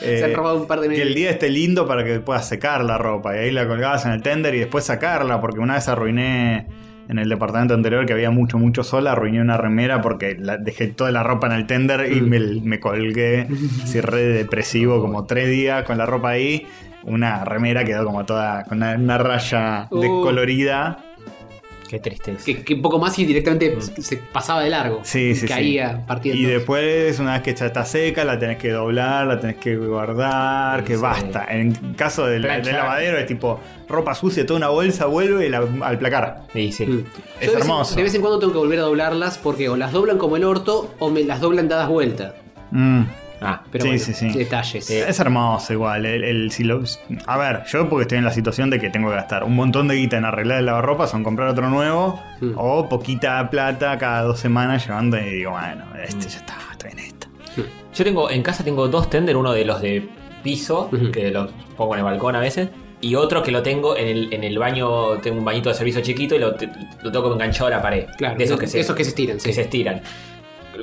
Speaker 3: Eh,
Speaker 4: [laughs] Se han robado un par de
Speaker 3: que el
Speaker 4: medias.
Speaker 3: día esté lindo para que puedas secar la ropa. Y ahí la colgabas en el tender y después sacarla. Porque una vez arruiné en el departamento anterior que había mucho, mucho sol. Arruiné una remera porque la- dejé toda la ropa en el tender y me,
Speaker 4: [laughs]
Speaker 3: me colgué. Así re depresivo, como tres días con la ropa ahí. Una remera quedó como toda con una, una raya
Speaker 4: Uh.
Speaker 3: descolorida.
Speaker 1: [laughs] Qué tristeza.
Speaker 4: Que, que un poco más y directamente se pasaba de largo.
Speaker 3: Mm. Sí, sí, sí.
Speaker 4: Caía partiendo.
Speaker 3: Y después, una vez que ya está seca, la tenés que doblar, la tenés que guardar, que
Speaker 1: Sí.
Speaker 3: basta. En caso del,
Speaker 1: Planchar.
Speaker 3: del lavadero es tipo ropa sucia, toda una bolsa, vuelve y la- al placar.
Speaker 1: Sí, sí.
Speaker 4: Mm. Yo de
Speaker 3: Es
Speaker 4: vez en-
Speaker 3: hermoso.
Speaker 4: de vez en cuando tengo que volver a doblarlas porque o las doblan como el orto o me las doblan dadas vueltas.
Speaker 3: Mm.
Speaker 1: Ah,
Speaker 4: Pero
Speaker 3: Sí,
Speaker 4: bueno,
Speaker 3: sí, sí.
Speaker 4: detalles.
Speaker 3: Es hermoso igual. El, el- si lo- a ver, yo porque estoy en la situación de que tengo que gastar un montón de guita en arreglar el lavarropa, son comprar otro nuevo,
Speaker 4: Mm.
Speaker 3: o poquita plata cada dos semanas llevando y digo, bueno, este ya está, estoy en esta.
Speaker 1: Yo tengo, en casa tengo dos tender, uno de los de piso,
Speaker 4: Ujú.
Speaker 1: que los pongo en el balcón a veces, y otro que lo tengo en el, en el baño, tengo un bañito de servicio chiquito y lo, te- lo tengo como enganchado a la pared.
Speaker 4: Claro,
Speaker 1: de esos que se,
Speaker 4: estiran, sí.
Speaker 1: que se estiran.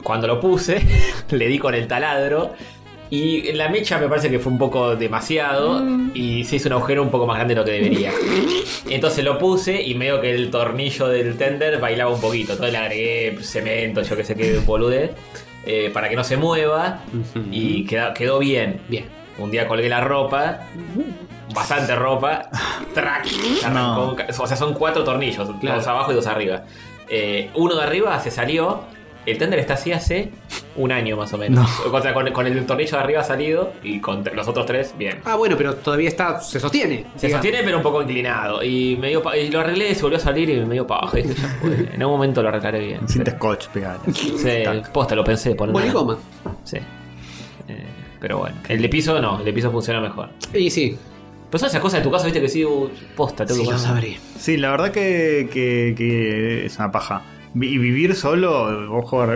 Speaker 1: Cuando lo puse, [laughs] le di con el taladro. Y la mecha me parece que fue un poco demasiado y se hizo un agujero un poco más grande de lo que debería. Entonces lo puse y medio que el tornillo del tender bailaba un poquito. Entonces le agregué cemento, yo que sé qué boludez, eh, para que no se mueva
Speaker 4: Ujú.
Speaker 1: y queda- quedó bien.
Speaker 4: Bien.
Speaker 1: Un día colgué la ropa, bastante ropa, track, arrancó un ca- o sea, son cuatro tornillos,
Speaker 4: Claro.
Speaker 1: dos abajo y dos arriba. Eh, uno de arriba se salió, el tender está así hace un año más o menos. O sea, con, con el tornillo de arriba salido y con t- los otros tres, bien.
Speaker 4: Ah, bueno, pero todavía está, se sostiene.
Speaker 1: Se
Speaker 4: digamos.
Speaker 1: sostiene pero un poco inclinado. Y, me dio pa- y lo arreglé y se volvió a salir y me dio para abajo. En algún momento lo arreglaré bien.
Speaker 3: Cinta scotch pegada.
Speaker 1: [laughs] Sí,
Speaker 3: Tac.
Speaker 1: posta, lo pensé poner. una-
Speaker 4: Boligoma.
Speaker 1: Sí. Eh, pero bueno. El de piso no, el de piso funciona mejor.
Speaker 4: Y sí,
Speaker 1: Pero son esas cosas de tu casa, viste, que sí, uh, posta, tengo
Speaker 4: sí
Speaker 1: que
Speaker 4: lo
Speaker 1: poner-
Speaker 4: sabré.
Speaker 3: Sí, la verdad que, que- que es una paja. Vi- Y vivir solo, ojo,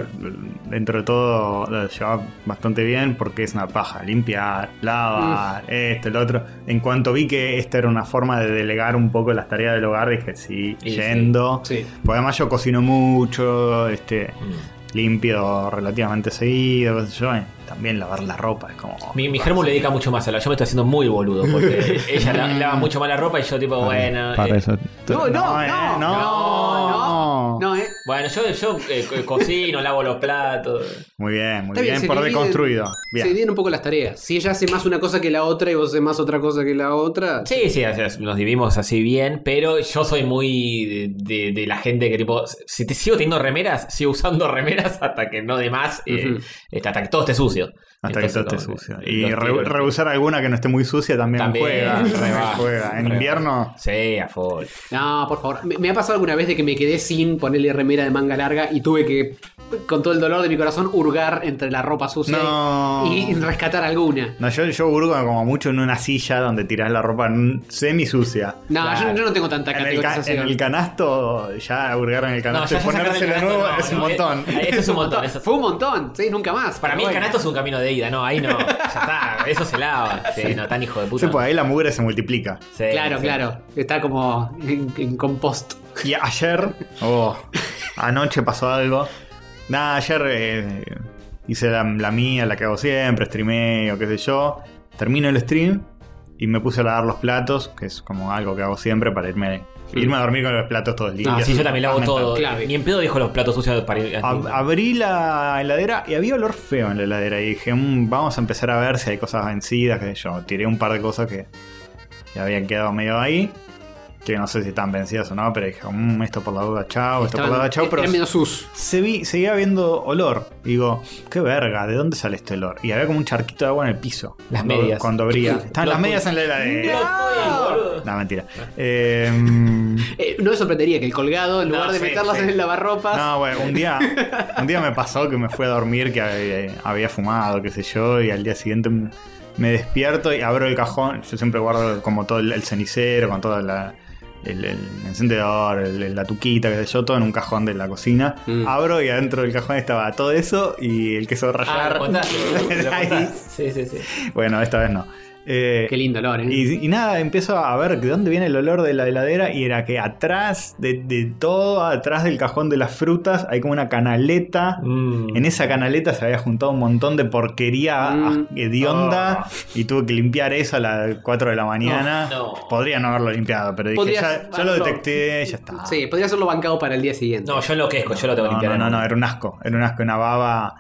Speaker 3: dentro de todo lo lleva bastante bien porque es una paja. Limpiar, lavar, esto, el otro. En cuanto vi que esta era una forma de delegar un poco las tareas del hogar, dije, sí,
Speaker 1: Y sí,
Speaker 3: yendo.
Speaker 4: Sí.
Speaker 3: Porque además yo cocino mucho, este,
Speaker 1: Mm.
Speaker 3: limpio relativamente seguido, qué sé yo. eh, También lavar la ropa, es como... ah,
Speaker 1: Mi, mi germo le dedica mucho más a la. Yo me estoy haciendo muy boludo
Speaker 3: [laughs]
Speaker 1: porque ella la- lava mucho más la ropa y yo, tipo, bueno. eh,
Speaker 3: Para eso-
Speaker 4: No, no,
Speaker 3: eh,
Speaker 4: no,
Speaker 3: no.
Speaker 4: no, no, no, eh.
Speaker 1: Bueno, yo, yo eh, co- cocino, lavo los platos.
Speaker 3: Muy bien, muy
Speaker 4: Está
Speaker 3: bien,
Speaker 4: se
Speaker 3: por
Speaker 4: dividen-
Speaker 3: deconstruido. Bien.
Speaker 4: Se dividen un poco las tareas. Si ella hace más una cosa que la otra y vos haces más otra cosa que la otra.
Speaker 1: Sí, sí, o sea, nos vivimos así bien, pero yo soy muy de, de- de la gente que tipo, si te sigo teniendo remeras, sigo usando remeras hasta que no de más, eh,
Speaker 4: Ujú.
Speaker 1: hasta, hasta que todo esté sucio.
Speaker 3: Hasta que
Speaker 1: Entonces,
Speaker 3: todo esté
Speaker 1: como que
Speaker 3: sucio.
Speaker 1: los
Speaker 3: Y
Speaker 1: tiro,
Speaker 3: re-
Speaker 1: los tiro.
Speaker 3: rehusar alguna que no esté muy sucia también,
Speaker 1: También,
Speaker 3: juega.
Speaker 1: re
Speaker 3: re-
Speaker 1: baja,
Speaker 3: juega. En
Speaker 1: re
Speaker 3: invierno.
Speaker 1: Sí, a full.
Speaker 4: No, por favor. Me, me ha pasado alguna vez de que me quedé sin ponerle remera de manga larga y tuve que, con todo el dolor de mi corazón, hurgar entre la ropa sucia
Speaker 3: No.
Speaker 4: y, y rescatar alguna.
Speaker 3: No, yo, yo hurgo como mucho en una silla donde tirás la ropa semi sucia.
Speaker 4: No,
Speaker 1: Claro.
Speaker 4: yo, yo no tengo tanta
Speaker 3: En el, ca-
Speaker 4: categorización.
Speaker 3: en el canasto, ya hurgar en el
Speaker 1: No,
Speaker 3: canasto
Speaker 1: ya-
Speaker 3: y
Speaker 1: ya sacar
Speaker 3: ponerse
Speaker 1: del
Speaker 3: de
Speaker 1: canasto,
Speaker 3: nuevo
Speaker 1: no,
Speaker 3: es un
Speaker 1: no,
Speaker 3: montón.
Speaker 1: eh, Eso es un montón. eso-
Speaker 3: [laughs]
Speaker 4: Fue un montón, sí, nunca más.
Speaker 1: Para mí el
Speaker 4: bueno.
Speaker 1: canasto es un camino de ida, no, ahí no. Ya está, eso se lava. Sí, no, tan hijo de puta.
Speaker 3: Sí, pues ahí la mugre se multiplica.
Speaker 1: Sí,
Speaker 4: Claro,
Speaker 1: sí.
Speaker 4: claro. Está como en, en compost.
Speaker 3: Y ayer, oh, anoche pasó algo. Nada, ayer eh, hice la, la mía, la que hago siempre, streamé o qué sé yo. Termino el stream y me puse a lavar los platos, que es como algo que hago siempre para irme, irme a dormir con los platos todos limpios.
Speaker 1: No, Ah, sí, yo también lo hago
Speaker 3: Fundamental. Ah,
Speaker 1: todo.
Speaker 4: Clave.
Speaker 1: Ni en pedo dejo los platos sucios para ir.
Speaker 3: Ab- abrí la heladera y había olor feo en la heladera. Y dije, "Mm, vamos a empezar a ver si hay cosas vencidas. Que yo tiré un par de cosas que, que habían quedado medio ahí. Que no sé si están vencidas o no, pero dije, "Mm, esto por la duda, chao, esto por la duda,
Speaker 1: e-
Speaker 3: chao. Pero
Speaker 4: Era medio sus.
Speaker 3: se vi- seguía habiendo olor. Y digo, qué verga, ¿de dónde sale este olor? Y había como un charquito de agua en el piso.
Speaker 1: Las
Speaker 3: Cuando-
Speaker 1: medias.
Speaker 3: Cuando
Speaker 1: [laughs]
Speaker 3: abría. Estaban
Speaker 1: Los
Speaker 3: las medias en la heladera.
Speaker 1: boludo. [laughs]
Speaker 3: No, mentira. Eh,
Speaker 4: Eh, no me sorprendería que el colgado, en
Speaker 3: No,
Speaker 4: lugar de
Speaker 3: sí,
Speaker 4: meterlas
Speaker 3: sí.
Speaker 4: en el lavarropas.
Speaker 3: No, bueno, un día, un día me pasó que me fui a dormir, que eh, había fumado, qué sé yo, y al día siguiente m- me despierto y abro el cajón. Yo siempre guardo como todo el, el cenicero, con todo la, el, el encendedor, el- la tuquita, qué sé yo, todo en un cajón de la cocina.
Speaker 4: Mm.
Speaker 3: Abro y adentro del cajón estaba todo eso y el queso
Speaker 1: Ah,
Speaker 3: rallar.
Speaker 1: lo contaste, lo
Speaker 3: [laughs] Ahí.
Speaker 1: contaste. Sí, sí, sí.
Speaker 3: bueno, esta vez no. Eh,
Speaker 4: Qué lindo olor, ¿eh?
Speaker 3: y, y nada, empiezo a ver de dónde viene el olor de la heladera y era que atrás de, de todo, atrás del cajón de las frutas, hay como una canaleta.
Speaker 1: Mm.
Speaker 3: En esa canaleta se había juntado un montón de porquería
Speaker 4: Mm.
Speaker 3: as-
Speaker 1: Ah.
Speaker 3: hedionda y tuve que limpiar eso a las 4 de la mañana.
Speaker 1: No, Oh, no.
Speaker 3: Podría no haberlo limpiado, pero dije,
Speaker 4: Podrías
Speaker 3: ya, ya lo
Speaker 4: haberlo-
Speaker 3: detecté, ya está.
Speaker 4: Sí, podría hacerlo bancado para el día siguiente.
Speaker 1: No, yo enloquezco, yo lo tengo
Speaker 3: no,
Speaker 1: que limpiar.
Speaker 3: no, no, no, era un asco, era un asco, una baba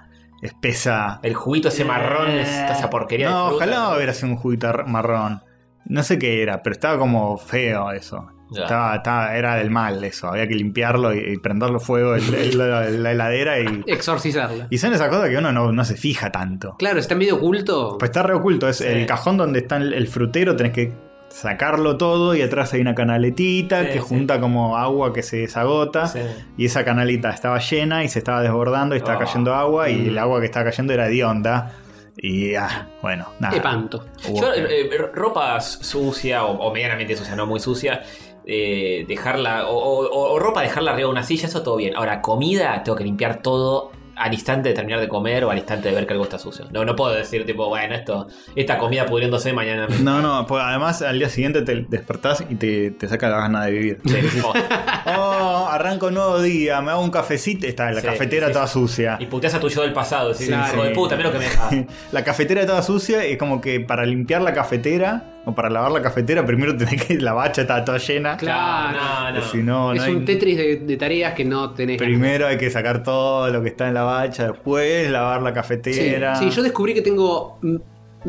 Speaker 3: espesa.
Speaker 1: El juguito ese marrón, esa esa porquería.
Speaker 3: Eh, No,
Speaker 1: de fruta.
Speaker 3: ojalá hubiera sido un juguito ar- marrón. No sé qué era, pero estaba como feo eso.
Speaker 1: Ya.
Speaker 3: Estaba, estaba- era del mal eso. Había que limpiarlo y, y prenderlo fuego en la- en la, en la heladera. Y,
Speaker 4: Exorcizarla.
Speaker 3: y son esas cosas que uno no, no se fija tanto.
Speaker 4: Claro, está medio oculto.
Speaker 3: Pues está re oculto. Es
Speaker 1: Sí.
Speaker 3: el cajón donde está el, el frutero. Tenés que sacarlo todo y atrás hay una canaletita
Speaker 1: Sí,
Speaker 3: que
Speaker 1: sí.
Speaker 3: junta como agua que se desagota.
Speaker 1: Sí.
Speaker 3: Y esa canalita estaba llena y se estaba desbordando y estaba
Speaker 1: Oh.
Speaker 3: cayendo agua. Y
Speaker 4: Mm.
Speaker 3: el agua que estaba cayendo era de onda. Y ah, bueno, nada.
Speaker 4: Qué panto.
Speaker 3: Hubo
Speaker 1: Yo,
Speaker 3: que-
Speaker 1: eh, eh, ropa sucia o, o medianamente sucia, no muy sucia, eh, dejarla, o, o- o ropa dejarla arriba de una silla, eso todo bien. Ahora, comida, tengo que limpiar todo al instante de terminar de comer o al instante de ver que algo está sucio. No, no puedo decir, tipo, bueno, esto, esta comida pudriéndose mañana. me-
Speaker 3: No, no, pues además al día siguiente te despertás y te, te saca la gana de vivir.
Speaker 1: Sí, oh.
Speaker 3: Oh, arranco un nuevo día, me hago un cafecito. Está la
Speaker 1: Sí,
Speaker 3: cafetera
Speaker 1: sí,
Speaker 3: toda
Speaker 1: sí.
Speaker 3: sucia.
Speaker 1: y puteas a tu yo del pasado, decís,
Speaker 4: Sí,
Speaker 1: hijo
Speaker 3: sí.
Speaker 1: de puta, mira lo que me dejas.
Speaker 3: [laughs] La cafetera toda sucia y como que para limpiar la cafetera o para lavar la cafetera, primero [laughs] tenés que. La bacha está toda llena.
Speaker 4: Claro.
Speaker 1: no, no.
Speaker 3: Si no, no
Speaker 4: es
Speaker 3: hay-
Speaker 4: un Tetris de, de tareas que no tenés.
Speaker 3: Primero hay que sacar todo lo que está en la bacha, después lavar la
Speaker 4: Sí,
Speaker 3: cafetera.
Speaker 4: sí, yo descubrí que tengo mm,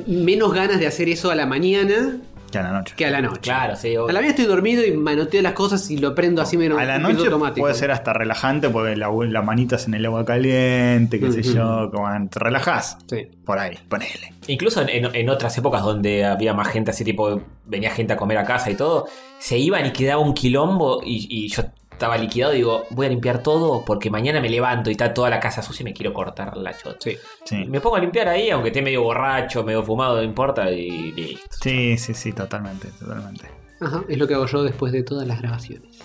Speaker 4: menos ganas de hacer eso a la mañana
Speaker 3: Ya en la noche.
Speaker 4: que a la noche.
Speaker 1: Claro, sí, obvio.
Speaker 4: A la mañana estoy dormido y manoteo las cosas y lo prendo así menos
Speaker 3: A la
Speaker 4: un piloto
Speaker 3: noche
Speaker 4: automático.
Speaker 3: puede ser hasta relajante porque la, la manitas en el agua caliente, qué sé
Speaker 4: Ujú.
Speaker 3: yo, como te relajás.
Speaker 4: Sí.
Speaker 3: Por ahí, ponele.
Speaker 1: Incluso en, en- en otras épocas donde había más gente así, tipo, venía gente a comer a casa y todo, se iban y quedaba un quilombo y, y yo estaba liquidado y digo, voy a limpiar todo porque mañana me levanto y está toda la casa sucia y me quiero cortar la chota.
Speaker 4: Sí.
Speaker 3: Sí.
Speaker 1: Me pongo a limpiar ahí, aunque esté medio borracho, medio fumado, no importa, y listo.
Speaker 3: Sí, sí, sí, totalmente, totalmente.
Speaker 4: Ajá, es lo que hago yo después de todas las grabaciones.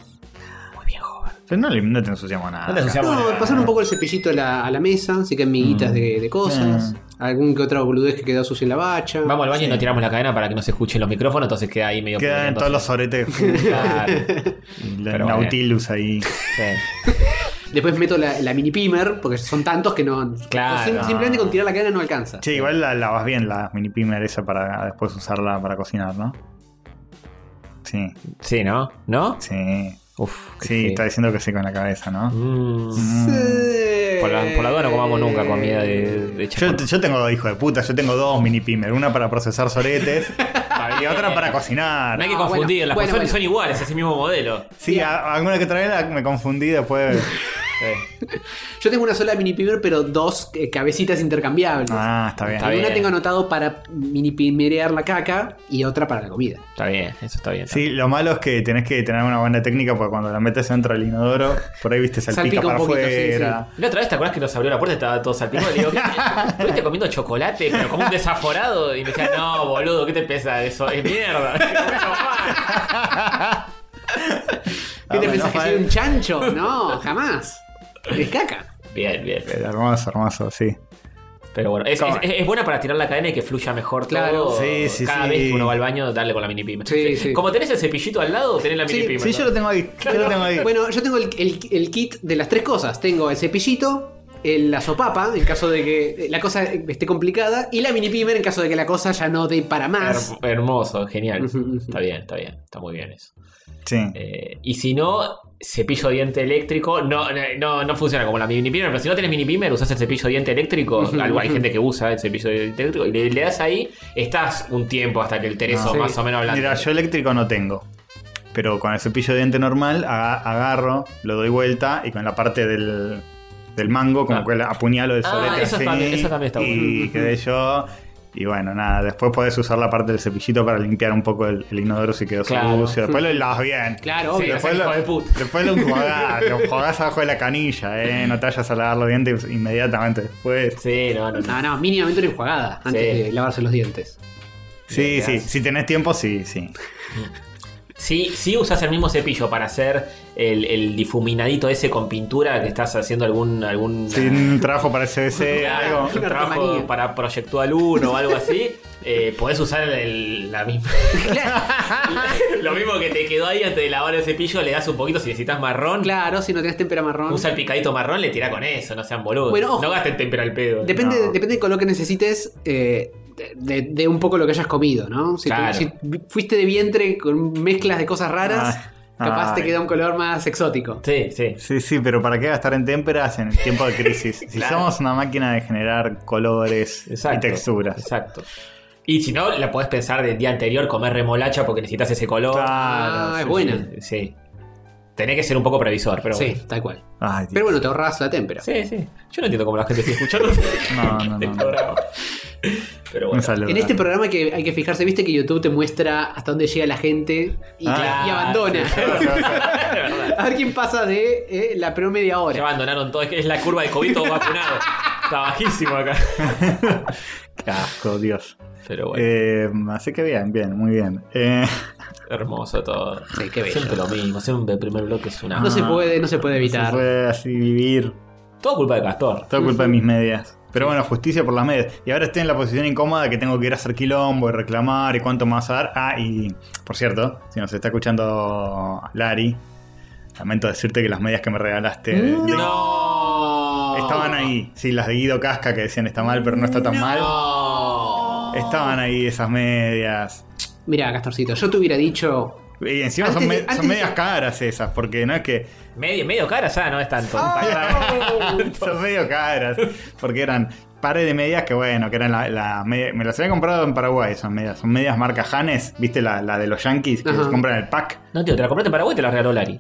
Speaker 1: Muy bien, joven.
Speaker 3: Pero no, le- no te ensuciamos nada.
Speaker 1: No te ensuciamos.
Speaker 4: No,
Speaker 1: Bueno.
Speaker 4: pasar un poco el cepillito a la, a la mesa, así que amiguitas
Speaker 3: Mm.
Speaker 4: de, de cosas.
Speaker 3: Mm.
Speaker 4: Algún que otra boludez que quedó sucio en la bacha.
Speaker 1: Vamos al baño
Speaker 3: Sí.
Speaker 1: y no tiramos la cadena para que no se escuchen los micrófonos, entonces queda ahí medio...
Speaker 3: Quedan en
Speaker 1: pudriéndose.
Speaker 3: todos los soretes
Speaker 1: [laughs]
Speaker 3: y [laughs]
Speaker 1: Claro,
Speaker 3: la-
Speaker 1: Pero bueno.
Speaker 3: Nautilus ahí.
Speaker 1: sí.
Speaker 4: Después meto la, la mini pimer, porque son tantos que no.
Speaker 1: Claro.
Speaker 4: sim- simplemente con tirar la cadena no alcanza.
Speaker 3: Che, igual la lavas bien la mini pimer esa para después usarla para cocinar, ¿no? Sí,
Speaker 1: Sí, ¿no? ¿No?
Speaker 3: sí.
Speaker 1: Uf, qué
Speaker 3: Sí,
Speaker 1: feo.
Speaker 3: está diciendo que sí con la cabeza, ¿no?
Speaker 1: Mm. Por la, por la duda no comamos nunca comida de, de
Speaker 3: Yo,
Speaker 1: chacón.
Speaker 3: yo tengo dos hijos de puta, yo tengo dos mini pimer, una para
Speaker 1: [laughs]
Speaker 3: procesar soretes y otra para
Speaker 1: No hay
Speaker 3: cocinar.
Speaker 1: que
Speaker 4: Ah, bueno,
Speaker 1: confundirlas, porque
Speaker 4: bueno,
Speaker 1: son,
Speaker 4: bueno.
Speaker 1: son iguales, es el mismo modelo.
Speaker 3: Sí, a- alguna que trae la- me
Speaker 1: [laughs]
Speaker 3: confundí después.
Speaker 1: Sí.
Speaker 4: Yo tengo una sola mini pimer, pero dos eh, cabecitas intercambiables.
Speaker 3: Ah, está bien.
Speaker 1: Está
Speaker 4: Y
Speaker 1: bien.
Speaker 4: Una tengo anotado para mini pimerear la caca y otra para la comida.
Speaker 1: Está bien, eso está bien.
Speaker 3: Sí, lo malo es que tenés que tener una buena técnica porque cuando la metes dentro del inodoro, por ahí viste salpica,
Speaker 4: Salpica un
Speaker 3: para
Speaker 4: poquito, sí,
Speaker 3: afuera.
Speaker 1: La otra vez te acordás que nos abrió la puerta y estaba todo salpicado. Le digo, ¿qué? ¿Estuviste comiendo chocolate? Pero como un desaforado. Y me decía, no, boludo, ¿qué te pesa eso? Es mierda.
Speaker 4: ¿Qué te
Speaker 3: Ah,
Speaker 4: pensás
Speaker 3: bueno,
Speaker 4: que soy
Speaker 3: Fabio.
Speaker 4: un chancho? No, jamás. Es caca.
Speaker 1: [laughs] bien, bien.
Speaker 3: Pero eh, hermoso, hermoso, sí.
Speaker 1: Pero bueno, es, es- es buena para tirar la cadena y que fluya mejor
Speaker 4: Claro.
Speaker 1: todo.
Speaker 3: Sí, sí,
Speaker 1: Cada
Speaker 3: sí.
Speaker 1: vez que uno va al baño, darle con la mini pima.
Speaker 4: Sí, sí.
Speaker 1: Como tenés el cepillito al lado, tenés la
Speaker 4: Sí,
Speaker 1: mini pima.
Speaker 3: Sí, yo lo tengo ahí. Yo lo tengo ahí.
Speaker 4: Bueno, yo tengo el, el- el kit de las tres cosas. Tengo el cepillito, el- la sopapa, en caso de que eh, la cosa esté complicada, y la mini pimer en caso de que la cosa ya no dé para más.
Speaker 1: Her- hermoso, genial.
Speaker 4: Ujú, ujú.
Speaker 1: Está bien, está bien. Está muy bien eso.
Speaker 3: Sí.
Speaker 1: Eh, y si no, cepillo de diente eléctrico. No, no, no funciona como la mini pimer, pero si no tenés mini pimer, usás el cepillo de diente eléctrico.
Speaker 3: [laughs]
Speaker 1: Algo, hay gente que usa el cepillo de diente eléctrico. Y le, le das ahí, estás un tiempo hasta que el tereso
Speaker 4: No.
Speaker 1: más
Speaker 4: Sí.
Speaker 1: o menos hablando.
Speaker 3: Mira, yo eléctrico no tengo. Pero con el cepillo de diente normal aga- agarro, lo doy vuelta y con la parte del, del mango, como
Speaker 1: Ah.
Speaker 3: que la apuñalo el
Speaker 1: Ah,
Speaker 3: solete
Speaker 1: eso
Speaker 3: así.
Speaker 1: también- eso también está
Speaker 3: Y
Speaker 1: bueno.
Speaker 3: quedé yo. Y bueno, nada, después podés usar la parte del cepillito para limpiar un poco el, el inodoro si quedó
Speaker 1: Claro.
Speaker 3: sucio. Después lo lavas bien.
Speaker 4: Claro,
Speaker 1: Sí,
Speaker 4: obvio.
Speaker 1: o sea, hijo de puta.
Speaker 3: Después lo enjuagás, lo enjuagás abajo de la canilla, eh. No te vayas a lavar los dientes inmediatamente después.
Speaker 1: Sí, no, no, no.
Speaker 4: No, no, mínimamente una enjuagada antes
Speaker 1: Sí.
Speaker 4: de lavarse los dientes.
Speaker 3: Sí,
Speaker 1: Bien,
Speaker 3: sí,
Speaker 1: gracias.
Speaker 3: si tenés tiempo, sí, sí.
Speaker 1: [laughs] Sí, sí usas el mismo cepillo para hacer el, el difuminadito ese con pintura que estás haciendo algún. algún
Speaker 3: Si un trabajo para el
Speaker 1: [laughs]
Speaker 3: CBC,
Speaker 1: Eh, algo,
Speaker 3: algo.
Speaker 1: un trabajo
Speaker 4: artemanía.
Speaker 1: para proyectual 1 o algo así. eh, podés usar el- la misma. [laughs] Lo mismo que te quedó ahí antes de lavar el cepillo, le das un poquito si necesitas marrón.
Speaker 4: Claro, si no tenés témpera marrón.
Speaker 1: Usa el picadito marrón, le tira con eso, no sean boludos.
Speaker 4: Bueno, ojo.
Speaker 1: no gasten tempera al pedo.
Speaker 4: Depende,
Speaker 3: No.
Speaker 4: depende con lo que necesites, eh, de, de- de un poco lo que hayas comido, ¿no? Si, tú-
Speaker 1: Claro.
Speaker 4: si fuiste de vientre con mezclas de cosas raras,
Speaker 3: Ah,
Speaker 4: capaz te
Speaker 3: ay.
Speaker 4: queda un color más exótico.
Speaker 1: Sí, sí.
Speaker 3: Sí, sí, pero ¿para qué gastar en témperas en el tiempo de crisis? Si
Speaker 1: Claro.
Speaker 3: somos una máquina de generar colores
Speaker 1: Exacto.
Speaker 3: y texturas.
Speaker 1: Exacto. Y si no, la podés pensar del día anterior, comer remolacha porque necesitas ese color.
Speaker 3: Claro.
Speaker 4: Ah, es
Speaker 3: sí.
Speaker 4: buena.
Speaker 1: Sí. Tenés que ser un poco previsor, pero.
Speaker 4: Sí,
Speaker 1: bueno.
Speaker 4: tal cual.
Speaker 3: Ay, Dios.
Speaker 4: Pero bueno, te ahorras la témpera.
Speaker 1: Sí, sí. Yo no entiendo cómo la gente está escuchando
Speaker 3: [laughs] No, no, no,
Speaker 1: este [laughs]
Speaker 3: no.
Speaker 1: programa. Pero
Speaker 3: Un
Speaker 1: bueno.
Speaker 3: saludo.
Speaker 4: En este programa que hay que fijarse, viste que YouTube te muestra hasta dónde llega la gente y,
Speaker 3: Ah,
Speaker 4: y
Speaker 3: [laughs]
Speaker 4: abandona. A ver quién pasa de eh, la pro media
Speaker 1: Ya
Speaker 4: hora.
Speaker 1: abandonaron todo. Es que es la curva de COVID todo vacunado. Está bajísimo acá.
Speaker 3: Qué asco, Dios.
Speaker 1: Pero bueno,
Speaker 3: Eh, así que bien, bien, muy bien. Eh,
Speaker 1: hermoso todo.
Speaker 4: Sí, qué bello.
Speaker 1: Siempre lo mismo, siempre el primer bloque es una.
Speaker 4: No se puede, no se puede
Speaker 3: Ah. [laughs] Se
Speaker 4: evitar.
Speaker 3: puede así vivir.
Speaker 1: Todo culpa de Castor.
Speaker 3: Toda culpa de mis medias. Pero bueno, justicia por las medias. Y ahora estoy en la posición incómoda que tengo que ir a hacer quilombo y reclamar y cuánto más a dar. Ah, y por cierto, si nos está escuchando Lari, lamento decirte que las medias que me regalaste de-
Speaker 1: ¡No!
Speaker 3: estaban ahí. Sí, las de Guido Casca que decían está mal, pero no está tan mal.
Speaker 1: ¡No!
Speaker 3: Estaban ahí esas medias.
Speaker 4: Mira, Castorcito, yo te hubiera dicho.
Speaker 3: [laughs] Y encima son,
Speaker 4: Antes
Speaker 3: me-
Speaker 4: de-
Speaker 3: son
Speaker 4: antes de-
Speaker 3: medias caras esas, porque no es que
Speaker 1: Medio, medio cara ya no es tanto.
Speaker 4: Ah.
Speaker 3: Son medio caras. Porque eran pares de medias que, bueno, que eran la, la media- Me las había comprado en Paraguay, esas medias. Son medias marca Hanes, ¿viste? La, la de los yankees que
Speaker 4: Ajá.
Speaker 3: se compran el pack.
Speaker 1: No, tío, te la compraste en Paraguay y te la regaló Lari.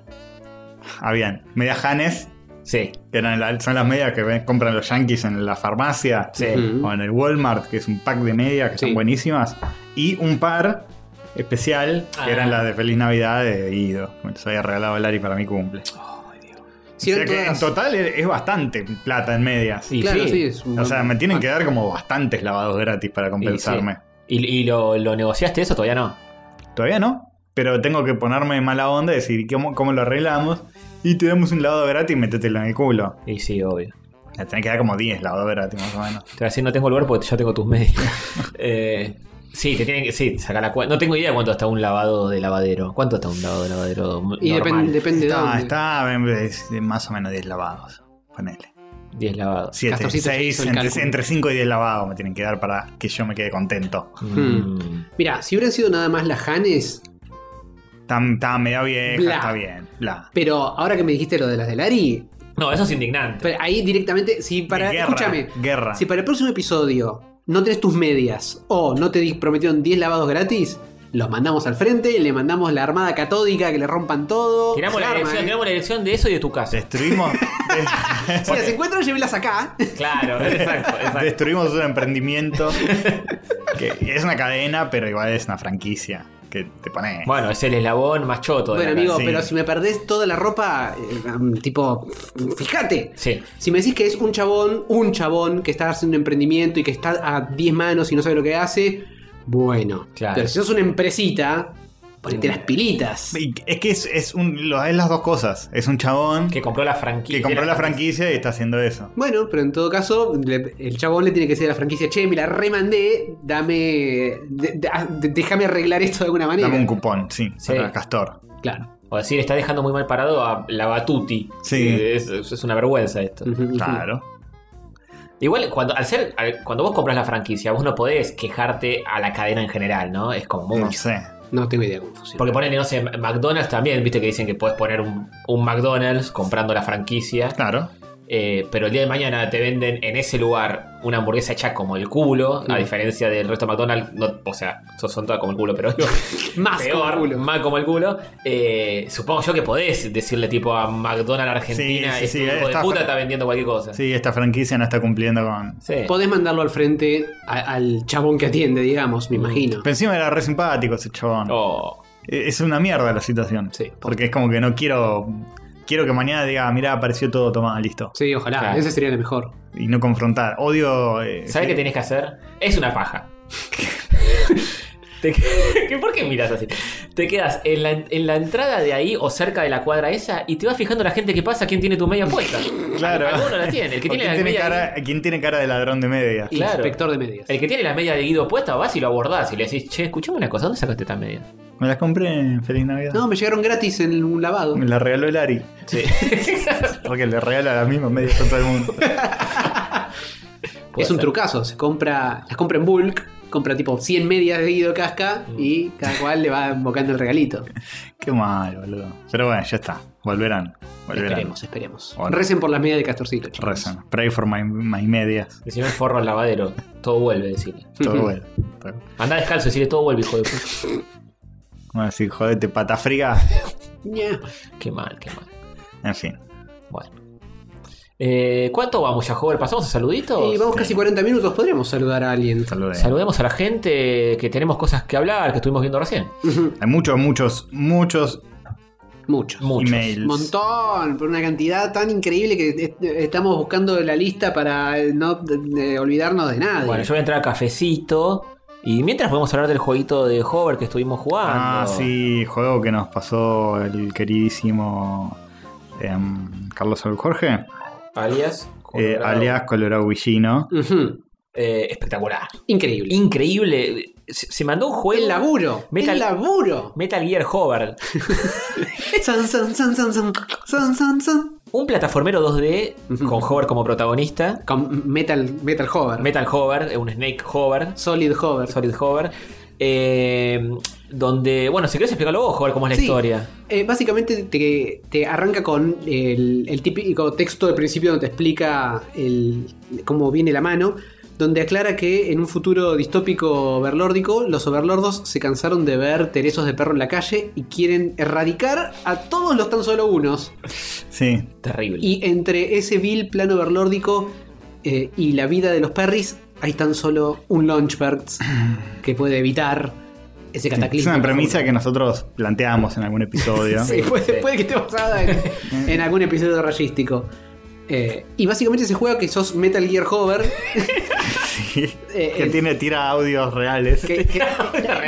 Speaker 3: Habían medias Hanes,
Speaker 1: Sí.
Speaker 3: que eran la- son las medias que ven- compran los yankees en la farmacia.
Speaker 1: Sí.
Speaker 4: Mm.
Speaker 3: O en el Walmart, que es un pack de medias que
Speaker 4: Sí.
Speaker 3: son buenísimas. Y un par especial, que
Speaker 1: Ah.
Speaker 3: eran las de Feliz Navidad de Guido. Me los había regalado Lari para mi cumple.
Speaker 4: Si
Speaker 3: O sea
Speaker 4: eran
Speaker 3: que en
Speaker 4: todas-
Speaker 3: total es es bastante plata en medias.
Speaker 1: Y
Speaker 4: Claro,
Speaker 1: sí.
Speaker 4: sí. es un-
Speaker 3: O sea, me tienen que dar como bastantes lavados gratis para compensarme.
Speaker 1: ¿Y, y lo, lo negociaste eso? Todavía no.
Speaker 3: Todavía no, pero tengo que ponerme en mala onda y decir cómo, cómo lo arreglamos. Y te damos un lavado gratis, métetelo en el culo.
Speaker 1: Y sí, obvio.
Speaker 3: Le tenés que dar como 10 lavados gratis, más o menos.
Speaker 1: Te voy a decir, no tengo lugar porque ya tengo tus medios.
Speaker 4: [laughs]
Speaker 1: eh, sí, te tienen que. Sí, sacar la cuenta. No tengo idea cuánto está un lavado de lavadero. ¿Cuánto está un lavado de lavadero?
Speaker 4: Ah, Y depende,
Speaker 1: normal?
Speaker 4: depende de
Speaker 3: Está,
Speaker 4: dónde.
Speaker 3: está en vez de más o menos 10 lavados. Ponele.
Speaker 1: 10 lavados.
Speaker 3: 7,
Speaker 4: Castorcito ya hizo
Speaker 3: 6,
Speaker 4: el
Speaker 3: entre,
Speaker 4: cálculo.
Speaker 3: entre 5 y 10 lavados me tienen que dar para
Speaker 4: Hmm.
Speaker 3: que yo me quede contento.
Speaker 1: Mm.
Speaker 4: Mira, si hubieran sido nada más las Hanes,
Speaker 3: Está, está medio vieja,
Speaker 4: Bla.
Speaker 3: está bien. Bla.
Speaker 4: Pero ahora que me dijiste lo de las de Lari,
Speaker 1: No, eso es indignante.
Speaker 4: pero ahí directamente, si para.
Speaker 3: Guerra,
Speaker 4: escúchame.
Speaker 3: Guerra.
Speaker 4: Si para el próximo episodio no tenés tus medias o no te di- prometieron 10 lavados gratis, los mandamos al frente, le mandamos la armada catódica que le rompan todo.
Speaker 1: Tiramos
Speaker 4: Se
Speaker 1: la,
Speaker 4: arma,
Speaker 1: dirección,
Speaker 4: ¿eh?
Speaker 1: tiramos la dirección de eso y de tu casa.
Speaker 4: [laughs]
Speaker 3: Destruimos, de-
Speaker 4: Si las encuentran, llévelas acá.
Speaker 1: Claro, [laughs] exacto, exacto.
Speaker 3: destruimos un emprendimiento que es una cadena, pero igual es una franquicia que te pone.
Speaker 1: Bueno, es el eslabón más choto. de
Speaker 4: Bueno,
Speaker 1: la
Speaker 4: amigo,
Speaker 3: sí.
Speaker 4: pero si me perdés toda la ropa, eh, um, tipo, f- fíjate.
Speaker 1: casa. Sí.
Speaker 4: Si me decís que es un chabón, un chabón que está haciendo un emprendimiento y que está a 10 manos y no sabe lo que hace, bueno.
Speaker 1: Claro.
Speaker 4: Pero si sos una empresita, ponete las pilitas.
Speaker 3: Y Es que es, es, un, lo- es las dos cosas. Es un chabón
Speaker 1: Que
Speaker 3: que,
Speaker 1: compró la franquicia.
Speaker 3: compró la franquicia y está haciendo eso.
Speaker 4: Bueno, pero en todo caso, le- el chabón le tiene que decir a la franquicia, che, me la remandé, dame, de- de- ah, de- déjame arreglar esto de alguna manera.
Speaker 3: Dame un cupón, sí,
Speaker 1: Sí.
Speaker 3: para Castor.
Speaker 4: Claro.
Speaker 1: O decir, está dejando muy mal parado a la Batuti. Eh,
Speaker 3: Sí.
Speaker 1: Es, es una vergüenza esto.
Speaker 4: Ujú, ujú.
Speaker 3: Claro.
Speaker 1: Igual, cuando, al ser, al- cuando vos compras la franquicia, vos no podés quejarte a la cadena en general, ¿no? Es como
Speaker 3: No
Speaker 1: mucho.
Speaker 3: sé.
Speaker 4: No tengo idea cómo funciona.
Speaker 1: Porque ponen, no sé, McDonald's también, viste que dicen que podés poner un, un McDonald's comprando la franquicia,
Speaker 3: Claro.
Speaker 1: eh, pero el día de mañana te venden en ese lugar una hamburguesa hecha como el culo, a
Speaker 4: Sí.
Speaker 1: diferencia del resto de McDonald's, no, o sea, son, son todas como el culo,
Speaker 3: [laughs]
Speaker 1: pero digo,
Speaker 4: Más
Speaker 1: peor,
Speaker 4: como culo.
Speaker 1: más como el culo. Eh, supongo yo que podés decirle tipo a McDonald's Argentina,
Speaker 3: Sí, sí,
Speaker 1: este
Speaker 3: sí,
Speaker 1: hijo
Speaker 3: está-
Speaker 1: de puta está vendiendo cualquier cosa.
Speaker 3: Sí, esta franquicia no está cumpliendo con.
Speaker 1: Sí.
Speaker 4: Podés mandarlo al frente a- al chabón que atiende, digamos, me imagino.
Speaker 3: Pero encima era re simpático ese chabón.
Speaker 1: Oh,
Speaker 3: E- Es una mierda la situación.
Speaker 4: Sí.
Speaker 3: Porque es como que no quiero. Quiero que mañana diga, "Ah, mirá, apareció todo, tomá, listo.
Speaker 4: Sí, ojalá,
Speaker 1: Claro.
Speaker 4: ese sería el mejor.
Speaker 3: Y no confrontar. Odio. eh,
Speaker 1: ¿Sabes qué
Speaker 3: sí.
Speaker 1: tenés que hacer? Es una
Speaker 3: [laughs]
Speaker 1: paja. Te- [laughs] ¿Qué- ¿Por qué miras así? Te quedas en la, en la entrada de ahí o cerca de la cuadra esa y te vas fijando la gente que pasa, quién tiene tu media
Speaker 3: [laughs]
Speaker 1: puesta.
Speaker 3: Claro.
Speaker 1: Alguno la tiene. El que
Speaker 3: ¿O
Speaker 1: tiene,
Speaker 3: ¿Quién,
Speaker 1: la
Speaker 3: tiene
Speaker 1: media,
Speaker 3: cara, ¿Quién tiene cara de ladrón de media?
Speaker 4: Y
Speaker 1: Claro. Eh,
Speaker 4: Inspector de medias.
Speaker 1: el que tiene la media de Guido puesta, vas y lo abordás y le decís, che, escuchame una cosa, ¿dónde sacaste esta media?
Speaker 3: Me las compré en Feliz Navidad.
Speaker 4: No, me llegaron gratis en un lavado.
Speaker 3: Me las regaló el Ari.
Speaker 1: [laughs] Sí.
Speaker 3: Porque le regala las mismas medias a todo
Speaker 4: [laughs]
Speaker 3: el mundo.
Speaker 4: es un trucazo, se compra, las compra en bulk, compra tipo 100 medias de Guido Casca y cada cual le va embocando el regalito.
Speaker 3: Qué mal, boludo. Pero bueno, ya está. Volverán. Volverán.
Speaker 4: Esperemos, esperemos.
Speaker 3: Bueno.
Speaker 4: Recen por las medias de Castorcito, chicos.
Speaker 3: Rezan. Pray for my, my medias.
Speaker 1: Y si no el forro al lavadero, todo vuelve, decirle.
Speaker 3: Todo
Speaker 4: Ujú.
Speaker 3: bueno. Todo-
Speaker 1: Andá descalzo, decirle todo vuelve, hijo de puta.
Speaker 3: Bueno, sí, jodete, pata fría.
Speaker 4: Ña.
Speaker 1: Qué mal, qué mal.
Speaker 3: En fin.
Speaker 1: Bueno. Eh, ¿Cuánto vamos ya, joven? ¿Pasamos a saluditos?
Speaker 4: Y vamos casi 40 minutos, podríamos saludar a alguien. [laughs]
Speaker 3: Saludé.
Speaker 1: Saludemos a la gente que tenemos cosas que hablar, que estuvimos viendo recién.
Speaker 4: Ujú.
Speaker 3: Hay muchos, muchos, muchos
Speaker 4: Muchos.
Speaker 1: Muchos.
Speaker 3: emails.
Speaker 4: Montón, por una cantidad tan increíble que est- estamos buscando la lista para eh, no eh, olvidarnos de nadie.
Speaker 1: Bueno, yo voy a entrar a cafecito. Y mientras podemos hablar del jueguito de Hover que estuvimos jugando.
Speaker 3: Ah, sí, juego que nos pasó el queridísimo em, Carlos Saúl Jorge,
Speaker 1: Alias.
Speaker 3: eh,
Speaker 1: Colorado.
Speaker 3: alias Colorado Villino.
Speaker 4: Ujú.
Speaker 1: Eh, espectacular.
Speaker 4: Increíble.
Speaker 1: Increíble. Se, se mandó un juego.
Speaker 4: el laburo.
Speaker 1: Metal-
Speaker 4: El laburo.
Speaker 1: Metal Gear Hover.
Speaker 4: San, san, san, san, san, san, san, san.
Speaker 1: Un plataformero 2D
Speaker 4: Ujú.
Speaker 1: con Hover como protagonista.
Speaker 4: Con metal, metal hover.
Speaker 1: Metal Hover, eh, un Snake Hover.
Speaker 4: Solid hover.
Speaker 1: Solid Hover. Eh, donde, bueno, si querés explicarlo vos, Hover, cómo es la
Speaker 4: Sí.
Speaker 1: historia.
Speaker 4: Eh, básicamente te, te arranca con el, el típico texto del principio donde te explica el, cómo viene la mano, donde aclara que en un futuro distópico overlórdico, los overlordos se cansaron de ver teresos de perro en la calle y quieren erradicar a todos los tan solo unos.
Speaker 3: Sí,
Speaker 1: Terrible.
Speaker 4: Y entre ese vil plano overlórdico eh, y la vida de los perris, hay tan solo un Launchbird que puede evitar ese
Speaker 3: es
Speaker 4: cataclismo.
Speaker 3: una premisa que nosotros planteamos en algún episodio.
Speaker 4: [laughs] Sí, puede,
Speaker 1: Sí.
Speaker 4: puede que esté basada en,
Speaker 3: [laughs]
Speaker 4: en algún episodio rayístico. Eh, y básicamente se juega que sos Metal Gear Hover.
Speaker 3: Sí.
Speaker 4: Eh,
Speaker 3: que
Speaker 4: el-
Speaker 3: tiene tira audios reales.
Speaker 4: que-
Speaker 1: [laughs]
Speaker 4: que-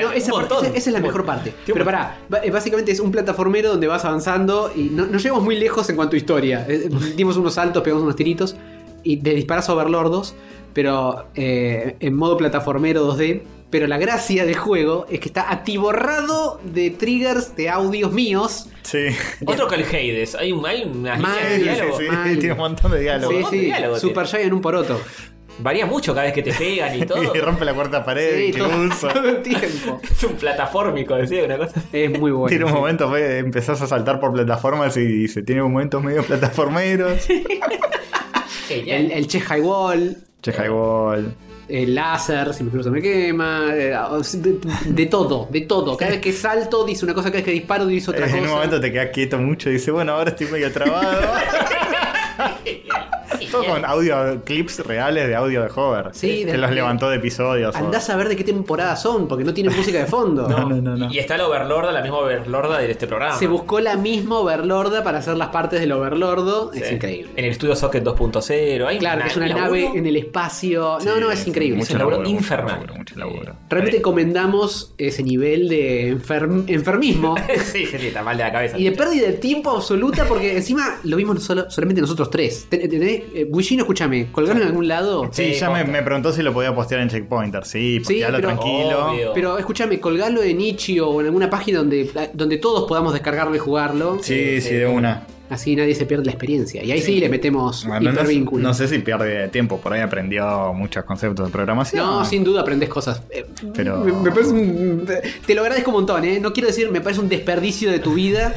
Speaker 4: no, esa,
Speaker 1: Un
Speaker 4: parte-
Speaker 1: montón.
Speaker 4: esa- esa es la
Speaker 1: Un
Speaker 4: mejor
Speaker 1: montón.
Speaker 4: parte.
Speaker 1: Tío,
Speaker 4: Pero pará, ba- eh, básicamente es un plataformero donde vas avanzando y no, no llegamos muy lejos en cuanto a historia. Eh, dimos unos saltos, pegamos unos tiritos y te disparas a overlordos, pero eh, en modo plataformero 2D. Pero la gracia del juego es que está atiborrado de triggers de audios míos.
Speaker 3: Sí,
Speaker 1: Otro que el Hades. Hay, un- hay una
Speaker 4: Mal,
Speaker 1: línea de
Speaker 4: sí,
Speaker 1: diálogo.
Speaker 3: sí,
Speaker 4: mal.
Speaker 3: tiene un montón de diálogos.
Speaker 4: Sí,
Speaker 1: montón de
Speaker 4: sí,
Speaker 1: diálogo
Speaker 4: Super Giant en un poroto.
Speaker 1: Varía mucho cada vez que te pegan
Speaker 3: [laughs]
Speaker 1: y todo.
Speaker 3: Y rompe la cuarta pared
Speaker 4: Sí,
Speaker 3: y [laughs]
Speaker 4: todo, [laughs]
Speaker 3: cruza.
Speaker 4: todo el tiempo.
Speaker 1: es un platafórmico, decía una cosa.
Speaker 4: Es muy bueno.
Speaker 3: tiene un
Speaker 4: sí.
Speaker 3: momento, fue- empezás a saltar por plataformas y, se tiene momentos medio plataformeros.
Speaker 1: Genial.
Speaker 4: El, el Che High Wall,
Speaker 3: che, highball.
Speaker 4: el láser, si me cruzo me quema, eh, o sea, de, de todo, de todo. Cada vez que salto dice una cosa, cada vez que disparo dice otra cosa.
Speaker 3: Eh, En un momento te quedas quieto mucho y dices, bueno, ahora estoy medio trabado.
Speaker 4: [laughs]
Speaker 3: Todo con audio clips reales de audio de Hover.
Speaker 4: Sí,
Speaker 3: que
Speaker 4: de-
Speaker 3: los levantó de episodios. o-
Speaker 4: Andás a ver de qué temporada son, porque no tiene música de fondo.
Speaker 3: [laughs] No, no, no, no.
Speaker 1: Y está la overlorda, la misma overlorda de este programa.
Speaker 4: Se buscó la misma overlorda para hacer las partes del overlordo.
Speaker 1: Sí.
Speaker 4: Es increíble.
Speaker 1: En el estudio Socket 2.0. hay
Speaker 4: Claro, que es
Speaker 1: [laughs]
Speaker 4: una nave en el espacio. No,
Speaker 3: Sí,
Speaker 4: no, es increíble.
Speaker 1: un
Speaker 3: Mucho
Speaker 1: laburo
Speaker 3: laburo, mucho
Speaker 1: infernal.
Speaker 3: laburo, Mucho laburo.
Speaker 4: Realmente comendamos ese nivel de enferm-
Speaker 3: [laughs]
Speaker 4: enfermismo
Speaker 1: sí, sí, sí, está mal de la cabeza.
Speaker 4: y de pérdida de tiempo absoluta
Speaker 3: [laughs]
Speaker 4: porque encima lo vimos solo, solamente nosotros tres. Ten- tenés- eh, Guillino, escúchame, colgaron en algún lado.
Speaker 3: Sí,
Speaker 1: Sí,
Speaker 3: ya me,
Speaker 1: posta.
Speaker 3: me preguntó si lo podía postear en Checkpointer. Sí,
Speaker 4: Sí,
Speaker 3: postealo
Speaker 4: pero-
Speaker 3: tranquilo.
Speaker 1: Obvio.
Speaker 4: Pero escúchame, colgalo en Ichi o en alguna página donde, ah, donde todos podamos descargarlo y jugarlo.
Speaker 3: Sí,
Speaker 1: Sí,
Speaker 3: sí,
Speaker 1: sí.
Speaker 3: de una.
Speaker 4: Así nadie se pierde la experiencia. Y ahí sí, le metemos
Speaker 3: Bueno, no,
Speaker 4: hipervínculo.
Speaker 3: no sé si pierde tiempo, por ahí aprendió muchos conceptos de programación.
Speaker 4: No, sin duda aprendes cosas. Eh,
Speaker 3: Pero-
Speaker 4: Me, me parece un- Te lo agradezco un montón, ¿eh? No quiero decir, me parece un desperdicio de tu
Speaker 3: [laughs]
Speaker 4: vida.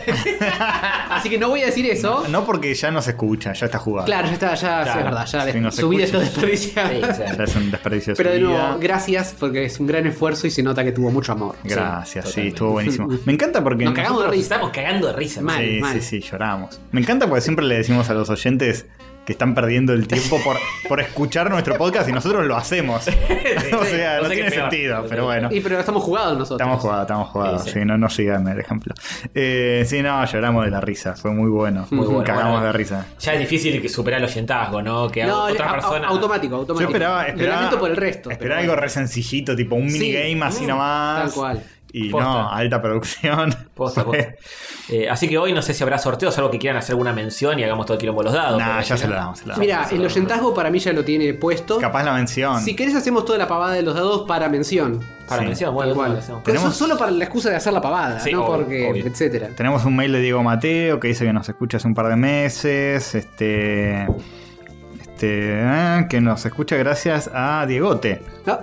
Speaker 4: Así que no voy a decir eso.
Speaker 3: No porque ya no se escucha, ya está jugando.
Speaker 4: Claro, ya está, ya
Speaker 1: Claro.
Speaker 4: es verdad. Ya
Speaker 3: Si
Speaker 4: de-
Speaker 3: no se
Speaker 4: su vida está
Speaker 3: escucha.
Speaker 4: desperdiciada.
Speaker 1: Sí, sí.
Speaker 4: [laughs]
Speaker 3: Ya es un desperdicio de
Speaker 4: Pero
Speaker 3: su
Speaker 4: de
Speaker 3: vida.
Speaker 4: nuevo, gracias porque es un gran esfuerzo y se nota que tuvo mucho amor.
Speaker 3: Gracias, sí,
Speaker 1: totalmente.
Speaker 3: estuvo buenísimo. Me encanta porque
Speaker 4: Nos cagamos de
Speaker 1: Nos
Speaker 4: risa.
Speaker 1: estamos cagando de risa.
Speaker 4: Mal,
Speaker 3: sí,
Speaker 4: mal.
Speaker 3: sí, sí, lloramos. Me encanta porque siempre le decimos a los oyentes que están perdiendo el tiempo por, por escuchar nuestro podcast y nosotros lo hacemos. [laughs] o sea,
Speaker 1: sí,
Speaker 3: no
Speaker 1: o sea que
Speaker 3: tiene
Speaker 1: es peor.
Speaker 3: sentido, pero bueno.
Speaker 4: Y pero estamos jugados nosotros.
Speaker 3: Estamos jugados, estamos jugados.
Speaker 1: Sí,
Speaker 3: Sí,
Speaker 1: sí.
Speaker 3: no, no sigan el ejemplo. Eh, sí, no, lloramos de la risa. Fue muy bueno.
Speaker 1: Muy bueno,
Speaker 3: Cagamos
Speaker 1: bueno.
Speaker 3: de risa.
Speaker 1: Ya es difícil que superar el oyentazgo, ¿no? Que
Speaker 4: No,
Speaker 1: otra
Speaker 4: a- a-
Speaker 1: persona.
Speaker 4: automático, automático.
Speaker 3: Yo esperaba,
Speaker 4: Lo
Speaker 3: esperaba,
Speaker 4: lamento por el resto.
Speaker 3: esperaba
Speaker 4: pero
Speaker 3: algo re sencillito, tipo un
Speaker 4: Sí,
Speaker 3: minigame así
Speaker 4: mm,
Speaker 3: nomás.
Speaker 4: tal cual.
Speaker 3: Y
Speaker 1: Posta.
Speaker 3: no, alta producción. [laughs]
Speaker 1: Posta, posta. Eh, así que hoy no sé si habrá sorteos, salvo que quieran hacer alguna mención y hagamos todo el quilombo de los dados.
Speaker 3: nah,
Speaker 1: porque
Speaker 3: ya
Speaker 1: al
Speaker 3: se lo
Speaker 1: final-
Speaker 3: damos. se lo
Speaker 4: bueno.
Speaker 3: damos.
Speaker 4: Mira, el oyentazgo para mí ya lo tiene puesto.
Speaker 3: Capaz la mención.
Speaker 4: Si querés hacemos toda la pavada de los dados para mención.
Speaker 1: Para
Speaker 3: Sí.
Speaker 1: mención, bueno,
Speaker 4: Igual.
Speaker 1: lo hacemos.
Speaker 4: Pero eso
Speaker 3: Tenemos-
Speaker 4: solo para la excusa de hacer la pavada,
Speaker 1: Sí,
Speaker 4: no
Speaker 1: obvio,
Speaker 4: porque,
Speaker 1: obvio.
Speaker 4: etcétera.
Speaker 3: Tenemos un mail de Diego Mateo que dice que nos escucha hace un par de meses. Este. Este. ah, que nos escucha gracias a Diegote.
Speaker 4: No,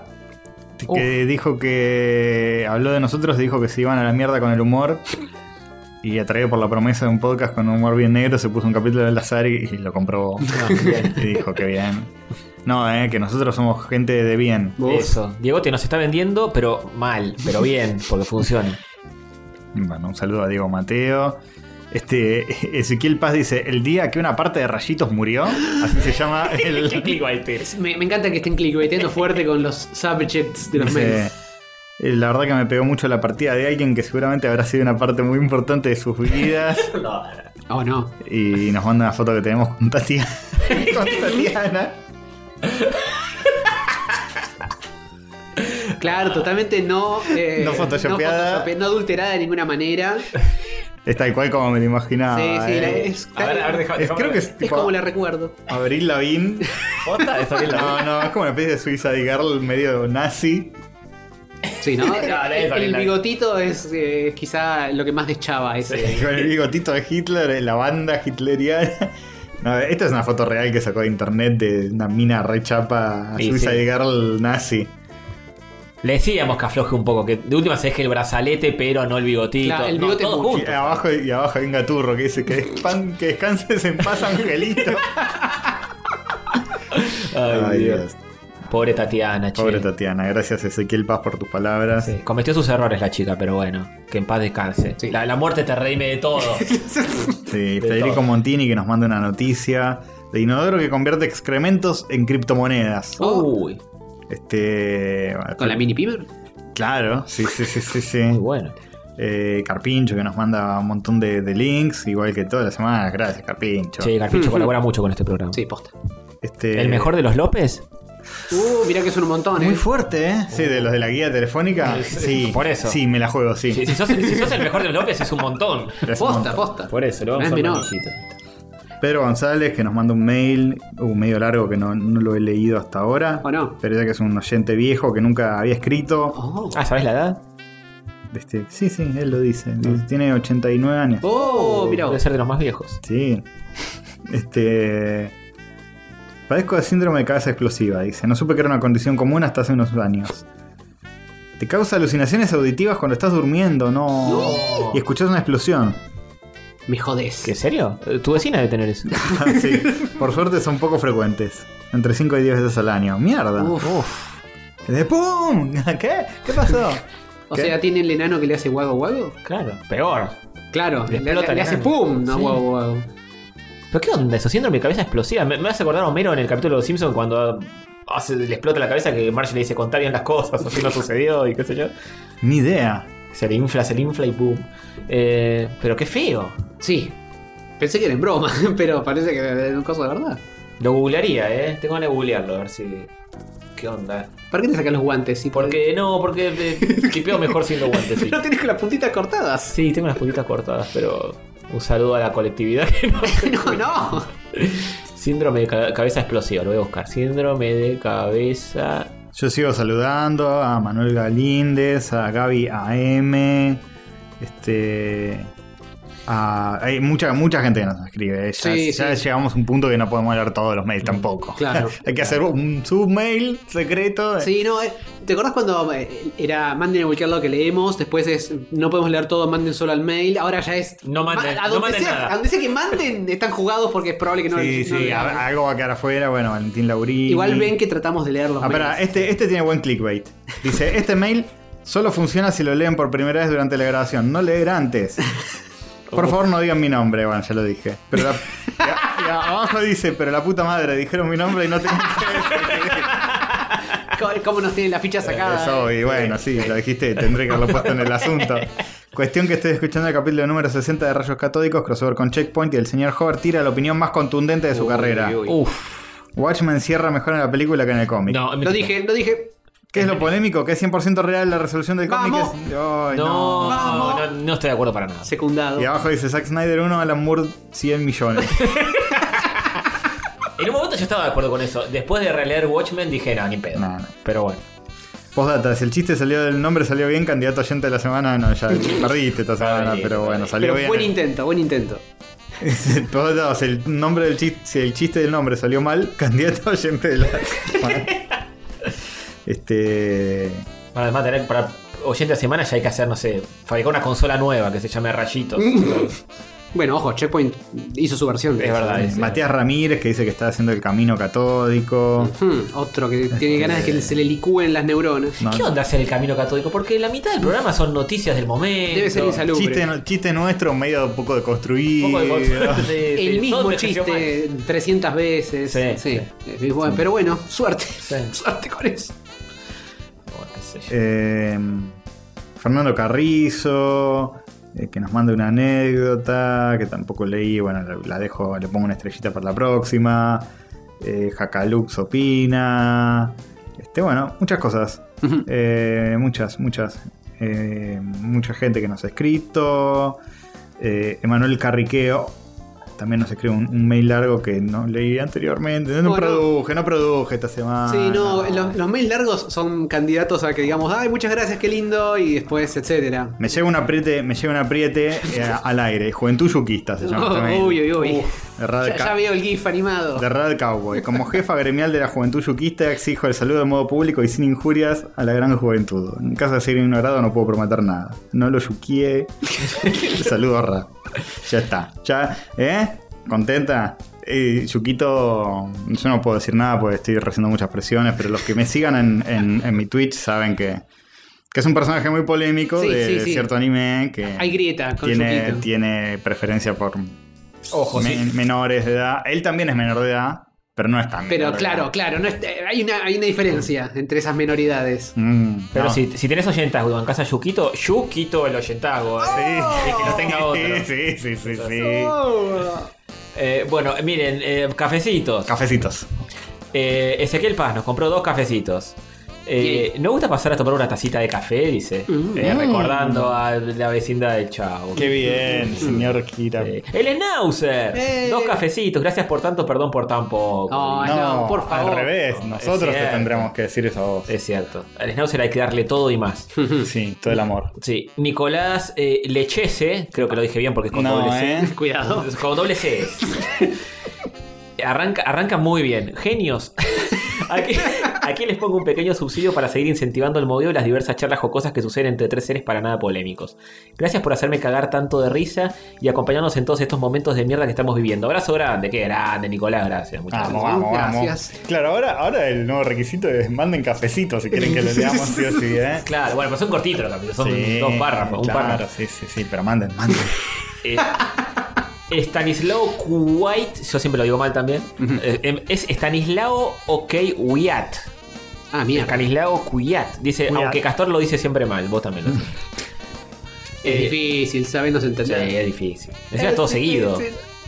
Speaker 3: Que dijo que. Habló de nosotros, dijo que se iban a la mierda con el humor. Y atraído por la promesa de un podcast con humor bien negro, se puso un capítulo del azar y, y lo comprobó. y dijo que bien. No, eh, que nosotros somos gente de bien.
Speaker 4: vos.
Speaker 1: Eso. Diegote nos está vendiendo, pero mal, pero bien, porque [laughs] funciona.
Speaker 3: Bueno, un saludo a Diego Mateo. Este, Ezequiel Paz dice, el día que una parte de Rayitos murió, así se llama el...
Speaker 1: [laughs]
Speaker 4: Es- Me, me encanta que estén clickbaiteando fuerte con los subjects de los
Speaker 3: dice,
Speaker 4: mails.
Speaker 3: "Eh, la verdad que me pegó mucho la partida de alguien que seguramente habrá sido una parte muy importante de sus vidas.
Speaker 4: Oh, no.
Speaker 3: y nos manda una foto que tenemos con Tatiana. con Tatiana.
Speaker 4: Claro, totalmente no. eh,
Speaker 3: No photoshopeada.
Speaker 4: No, photoshope- no adulterada de ninguna manera.
Speaker 3: Es tal cual como me lo imaginaba.
Speaker 4: sí, sí,
Speaker 3: eh.
Speaker 4: la- es,
Speaker 1: A ver, a ver, deja,
Speaker 3: Es- creo que es
Speaker 4: es
Speaker 3: tipo
Speaker 4: como la recuerdo.
Speaker 3: Abril Lavín.
Speaker 1: ¿Posta? ¿Está bien la-
Speaker 3: No, no, es como una especie de Suicide Girl medio nazi.
Speaker 4: Sí, [laughs] ¿no?
Speaker 1: No, no,
Speaker 4: el,
Speaker 1: no,
Speaker 4: el
Speaker 1: no.
Speaker 4: bigotito es eh, quizá lo que más eh, deschaba ese.
Speaker 3: [laughs] Con el bigotito de Hitler, eh, la banda hitleriana. No, esta es una foto real que sacó de internet de una mina rechapa
Speaker 1: Sí,
Speaker 3: Suicide
Speaker 1: sí.
Speaker 3: Girl nazi.
Speaker 1: Le decíamos que afloje un poco, que de última se deje el brazalete, pero no el bigotito.
Speaker 4: Claro, el
Speaker 1: No,
Speaker 4: bigote
Speaker 1: todo
Speaker 4: mucho.
Speaker 3: Y
Speaker 1: junto.
Speaker 3: abajo, y abajo hay un gaturro que dice que, despan- que descanses en paz, Angelito.
Speaker 1: Ay,
Speaker 3: Ay,
Speaker 1: Dios.
Speaker 3: Dios.
Speaker 1: Pobre Tatiana, che.
Speaker 3: Pobre Tatiana, gracias Ezequiel Paz por tus palabras.
Speaker 1: Sí, cometió sus errores la chica, pero bueno, que en paz descanse.
Speaker 4: Sí.
Speaker 1: La, la muerte te reíme de todo.
Speaker 3: Sí,
Speaker 1: De
Speaker 3: Federico
Speaker 1: todo.
Speaker 3: Montini que nos manda una noticia de inodoro que convierte excrementos en criptomonedas.
Speaker 1: Oh. Uy,
Speaker 3: Este. bueno,
Speaker 4: Con la mini pimer.
Speaker 3: Claro, sí, sí, sí, sí. sí.
Speaker 1: muy bueno.
Speaker 3: Eh, Carpincho que nos manda un montón de, de links, igual que todas las semanas. Gracias, Carpincho.
Speaker 1: Che, Garpicho colabora mucho con este programa.
Speaker 4: Sí, posta.
Speaker 3: Este,
Speaker 1: ¿El mejor de los López?
Speaker 4: Uh, mirá que son un montón, ¿eh?
Speaker 3: Muy fuerte, ¿eh? Sí, de los de la guía telefónica. Sí,
Speaker 1: Por eso.
Speaker 3: Sí, me la juego, sí.
Speaker 1: Si, si sos, si sos el mejor de los López es un [laughs] montón.
Speaker 3: Pero es un
Speaker 4: Posta,
Speaker 3: montón.
Speaker 4: posta.
Speaker 1: Por eso, lo
Speaker 4: No
Speaker 1: vamos
Speaker 4: es
Speaker 1: a
Speaker 4: menor.
Speaker 3: Pedro González que nos manda un mail, un medio largo que no, no lo he leído hasta ahora.
Speaker 4: ¿O no?
Speaker 3: Pero ya que es un oyente viejo que nunca había escrito.
Speaker 4: Oh.
Speaker 1: Ah, ¿sabés la edad?
Speaker 3: Este, sí, sí, él lo dice. Dice, Tiene 89 años.
Speaker 4: Ah. Oh, mirá
Speaker 1: Debe
Speaker 4: vos.
Speaker 1: ser de los más viejos.
Speaker 3: Sí. Este. Padezco de síndrome de cabeza explosiva, dice. No supe que era una condición común hasta hace unos años. Te causa alucinaciones auditivas cuando estás durmiendo, no. Y escuchás una explosión. [laughs]
Speaker 4: Me jodés.
Speaker 1: ¿En serio? Eh, Tu vecina debe tener
Speaker 4: [laughs]
Speaker 1: eso.
Speaker 3: Ah, Sí. Por suerte son poco frecuentes. Entre 5 y 10 veces al año. Mierda.
Speaker 4: Uf.
Speaker 3: De pum. [laughs] ¿Qué? ¿Qué pasó?
Speaker 4: O
Speaker 3: ¿Qué?
Speaker 4: sea, tiene el enano que le hace guago guago.
Speaker 1: Claro, peor.
Speaker 4: Claro,
Speaker 1: Le
Speaker 4: le,
Speaker 1: explota
Speaker 4: le-
Speaker 1: el
Speaker 4: le hace
Speaker 1: enano.
Speaker 4: pum, no
Speaker 1: Sí.
Speaker 4: guago guago.
Speaker 1: ¿Pero qué onda eso? Síndrome de cabeza explosiva. Me, me hace acordar a Homero en el capítulo de los Simpsons cuando hace- le explota la cabeza que Marge le dice contar bien las cosas, así no sucedió y qué sé yo.
Speaker 3: Ni idea.
Speaker 1: Se le infla, se le infla y pum. Eh, pero qué feo.
Speaker 4: Sí. Pensé que era en broma, [laughs] pero parece que era una cosa de verdad.
Speaker 1: Lo googlearía, ¿eh? Tengo ganas de googlearlo, a ver si... ¿Qué onda?
Speaker 4: ¿Para qué te sacan los guantes? Si
Speaker 1: Porque no, porque
Speaker 4: [laughs]
Speaker 1: eh, tipeo mejor siendo [laughs] guantes. Sí.
Speaker 4: No tienes con las puntitas cortadas.
Speaker 1: Sí, tengo las puntitas cortadas, pero un saludo a la colectividad que no
Speaker 4: [laughs] No, no.
Speaker 1: Síndrome de ca- cabeza explosiva, lo voy a buscar. Síndrome de cabeza.
Speaker 3: Yo sigo saludando a Manuel Galíndez, a Gaby AM, este. A, hay mucha, mucha gente que nos escribe. Ya,
Speaker 4: Sí,
Speaker 3: ya
Speaker 4: sí. Mm,
Speaker 3: llegamos a un punto que no podemos leer todos los mails tampoco.
Speaker 4: Claro.
Speaker 3: [laughs] hay que hacer un submail secreto.
Speaker 4: Sí, no, eh, ¿te acordás cuando eh, era manden a cualquier lado que leemos? Después es no podemos leer todo, manden solo al mail. Ahora ya es.
Speaker 1: No manden,
Speaker 4: ma-
Speaker 1: no
Speaker 4: a donde
Speaker 1: manden
Speaker 4: sea,
Speaker 1: nada.
Speaker 4: A donde sea
Speaker 1: [laughs]
Speaker 4: que manden, están jugados porque es probable que no
Speaker 3: sí,
Speaker 4: no-
Speaker 3: sí,
Speaker 4: no-
Speaker 3: a- algo va a quedar afuera. Bueno, Valentín Laurí.
Speaker 4: Igual ven que tratamos de leer los
Speaker 3: Ah,
Speaker 4: mails.
Speaker 3: pará, este, este tiene buen clickbait.
Speaker 4: [laughs]
Speaker 3: Dice: Este mail solo funciona si lo leen por primera vez durante la grabación, no leer antes.
Speaker 4: Oh.
Speaker 3: Por favor, no digan mi nombre, bueno, ya lo dije. Pero la- y a- y a- abajo dice: Pero la puta madre, dijeron mi nombre y no tenían que
Speaker 4: ¿Cómo, cómo nos tienen la ficha sacada?
Speaker 3: Eso,
Speaker 4: eh?
Speaker 3: y bueno, sí, lo dijiste, tendré que haberlo puesto en el asunto. Cuestión que estoy escuchando el capítulo número 60 de Rayos Catódicos, crossover con Checkpoint, y el señor Hover tira la opinión más contundente de su
Speaker 4: Uy,
Speaker 3: carrera.
Speaker 4: uy.
Speaker 1: Uf.
Speaker 3: Watchmen cierra mejor en la película que en el cómic.
Speaker 1: No,
Speaker 4: Lo dije, lo dije.
Speaker 3: ¿Qué es lo polémico? ¿Que es 100% real la resolución del cómic?
Speaker 4: Vamos.
Speaker 3: Es- Ay,
Speaker 1: No,
Speaker 4: Vamos.
Speaker 1: no, no estoy de acuerdo para nada.
Speaker 4: Secundado.
Speaker 3: Y abajo dice Zack Snyder 1, Alan Moore 100 millones.
Speaker 1: En un momento yo estaba de acuerdo con eso. Después de releer Watchmen dije, no, ni pedo.
Speaker 3: No, no.
Speaker 1: Pero bueno.
Speaker 3: Postdata, si el chiste salió del nombre salió bien, candidato oyente de la semana, no, ya perdiste esta semana,
Speaker 1: Ay,
Speaker 3: pero bueno, salió
Speaker 4: Pero
Speaker 3: bien. eh.
Speaker 4: buen intento, buen intento.
Speaker 3: [laughs] Todos lados, el nombre del chiste, si el chiste del nombre salió mal, [laughs] candidato a oyente de la. Bueno. este.
Speaker 1: Para además tener para oyente de semana ya hay que hacer, no sé, fabricar una consola nueva que se llame Rayitos.
Speaker 4: Bueno, ojo, Checkpoint hizo su versión. de
Speaker 1: Es
Speaker 4: eso.
Speaker 1: verdad.
Speaker 3: eh,
Speaker 1: ese.
Speaker 3: Matías Ramírez que dice que está haciendo el camino catódico.
Speaker 4: Hmm, otro que tiene ganas de que se le licúen las neuronas.
Speaker 3: No,
Speaker 1: ¿Qué onda hacer el camino catódico? Porque la mitad del programa son noticias del momento.
Speaker 4: Debe ser insalubre.
Speaker 3: chiste, chiste nuestro, medio un poco de construir.
Speaker 1: Un poco de
Speaker 3: [laughs]
Speaker 1: control de- de-
Speaker 4: El
Speaker 1: todo
Speaker 4: mismo
Speaker 1: envejeció mal.
Speaker 4: chiste 300 veces.
Speaker 1: Sí,
Speaker 4: Sí. Y bueno, Pero bueno, suerte.
Speaker 1: Sí.
Speaker 4: [laughs] Suerte con eso.
Speaker 1: Bueno, qué sé yo.
Speaker 3: Em, Fernando Carrizo. eh, que nos manda una anécdota que tampoco leí. Bueno, la, la dejo, le pongo una estrellita para la próxima. Eh, Jacalux opina. Este, bueno, muchas cosas.
Speaker 4: Ujú.
Speaker 3: Eh, muchas, muchas. Eh, mucha gente que nos ha escrito. Eh, Emanuel Carriqueo. También nos escribe un, un mail largo que no leí anteriormente. No,
Speaker 4: Bueno.
Speaker 3: produje, no produje esta semana.
Speaker 4: Sí, no, los, los mails largos son candidatos a que digamos, ay, muchas gracias, qué lindo, y después, etcétera.
Speaker 3: Me llega un apriete, me llega un apriete eh, al aire. Juventud yuquista se llama. este
Speaker 4: [laughs]
Speaker 3: mail.
Speaker 4: uy, uy, uy.
Speaker 3: de Rad
Speaker 4: Ya,
Speaker 3: Ca-
Speaker 4: ya veo el GIF animado.
Speaker 3: de Rad Cowboy. Como jefa gremial de la juventud yuquista, exijo el saludo de modo público y sin injurias a la gran juventud. En caso de ser ignorado, no puedo prometer nada. No
Speaker 4: [laughs]
Speaker 3: lo yuquié. saludo a Rad. Ya está. Ya, ¿eh? ¿Contenta? Eh, Yuquito, yo no puedo decir nada porque estoy recibiendo muchas presiones, pero los que me sigan en, en- en mi Twitch saben que, que es un personaje muy polémico
Speaker 4: Sí,
Speaker 3: de
Speaker 4: sí, sí.
Speaker 3: cierto anime que
Speaker 4: Hay grieta con
Speaker 3: tiene,
Speaker 4: Yuquito.
Speaker 3: tiene preferencia por
Speaker 1: Ojo,
Speaker 3: me-
Speaker 1: sí.
Speaker 3: menores de edad. Él también es menor de edad, pero no es tan
Speaker 4: Pero
Speaker 3: menor de
Speaker 4: claro,
Speaker 3: edad.
Speaker 4: claro, no es- eh, hay, una, hay una diferencia entre esas minoridades.
Speaker 3: Mm,
Speaker 1: Pero
Speaker 3: no.
Speaker 1: si, si tenés oyentazgo en casa Yuquito, yo quito el oyentazgo.
Speaker 3: Sí.
Speaker 1: eh. Y que lo tenga otro.
Speaker 3: Oh. Sí, sí, sí, sí.
Speaker 4: [laughs] Oh.
Speaker 1: Eh, bueno, miren, eh, cafecitos.
Speaker 3: Cafecitos.
Speaker 1: Eh, Ezequiel Paz nos compró dos cafecitos. Eh, ¿No gusta pasar a tomar una tacita de café? Dice.
Speaker 4: Mm.
Speaker 1: Eh, recordando a la vecindad del Chavo.
Speaker 3: bien, señor Kira.
Speaker 1: Eh, el Schnauzer.
Speaker 4: Eh.
Speaker 1: Dos cafecitos. Gracias por tanto, perdón por tan poco.
Speaker 4: Ay, no, por favor.
Speaker 3: Al revés,
Speaker 1: No, es
Speaker 3: nosotros te
Speaker 1: cierto.
Speaker 3: tendremos que decir eso a vos.
Speaker 1: Es cierto. Al Schnauzer hay que darle todo y más.
Speaker 3: Sí, todo el amor.
Speaker 1: Sí. Nicolás eh,
Speaker 3: ¿eh?
Speaker 1: Lechese. Creo que lo dije bien porque es con
Speaker 3: No,
Speaker 1: doble C.
Speaker 3: eh.
Speaker 4: Cuidado.
Speaker 1: Con doble C. Arranca, arranca muy bien. Genios. Aquí, aquí les pongo un pequeño subsidio para seguir incentivando el modelo y las diversas charlas jocosas que suceden entre tres seres para nada polémicos. Gracias por hacerme cagar tanto de risa y acompañarnos en todos estos momentos de mierda que estamos viviendo. Abrazo grande, qué grande, Nicolás, gracias. Muchas gracias.
Speaker 3: Vamos, vamos, vamos.
Speaker 4: Gracias.
Speaker 3: Claro, ahora, ahora el nuevo requisito es manden cafecito si quieren
Speaker 1: [laughs]
Speaker 3: que le leamos sí o sí, ¿eh?
Speaker 1: Claro, bueno, pero son cortitos los capítulos, son
Speaker 3: Sí,
Speaker 1: dos párrafos, un
Speaker 3: claro,
Speaker 1: párrafo.
Speaker 3: Sí, sí, sí, pero manden, manden.
Speaker 1: Eh, Stanislao Kuwait, yo siempre lo digo mal también. Eh, em, es Stanislao Okwiat.
Speaker 4: Ah, mierda.
Speaker 1: Stanislao Kuyat. Dice,
Speaker 3: Kuyat.
Speaker 1: aunque Castor lo dice siempre mal, vos también lo haces.
Speaker 4: Es
Speaker 1: Eh,
Speaker 4: difícil, sabéis
Speaker 1: Sí,
Speaker 4: entender.
Speaker 1: es difícil. Decías todo seguido.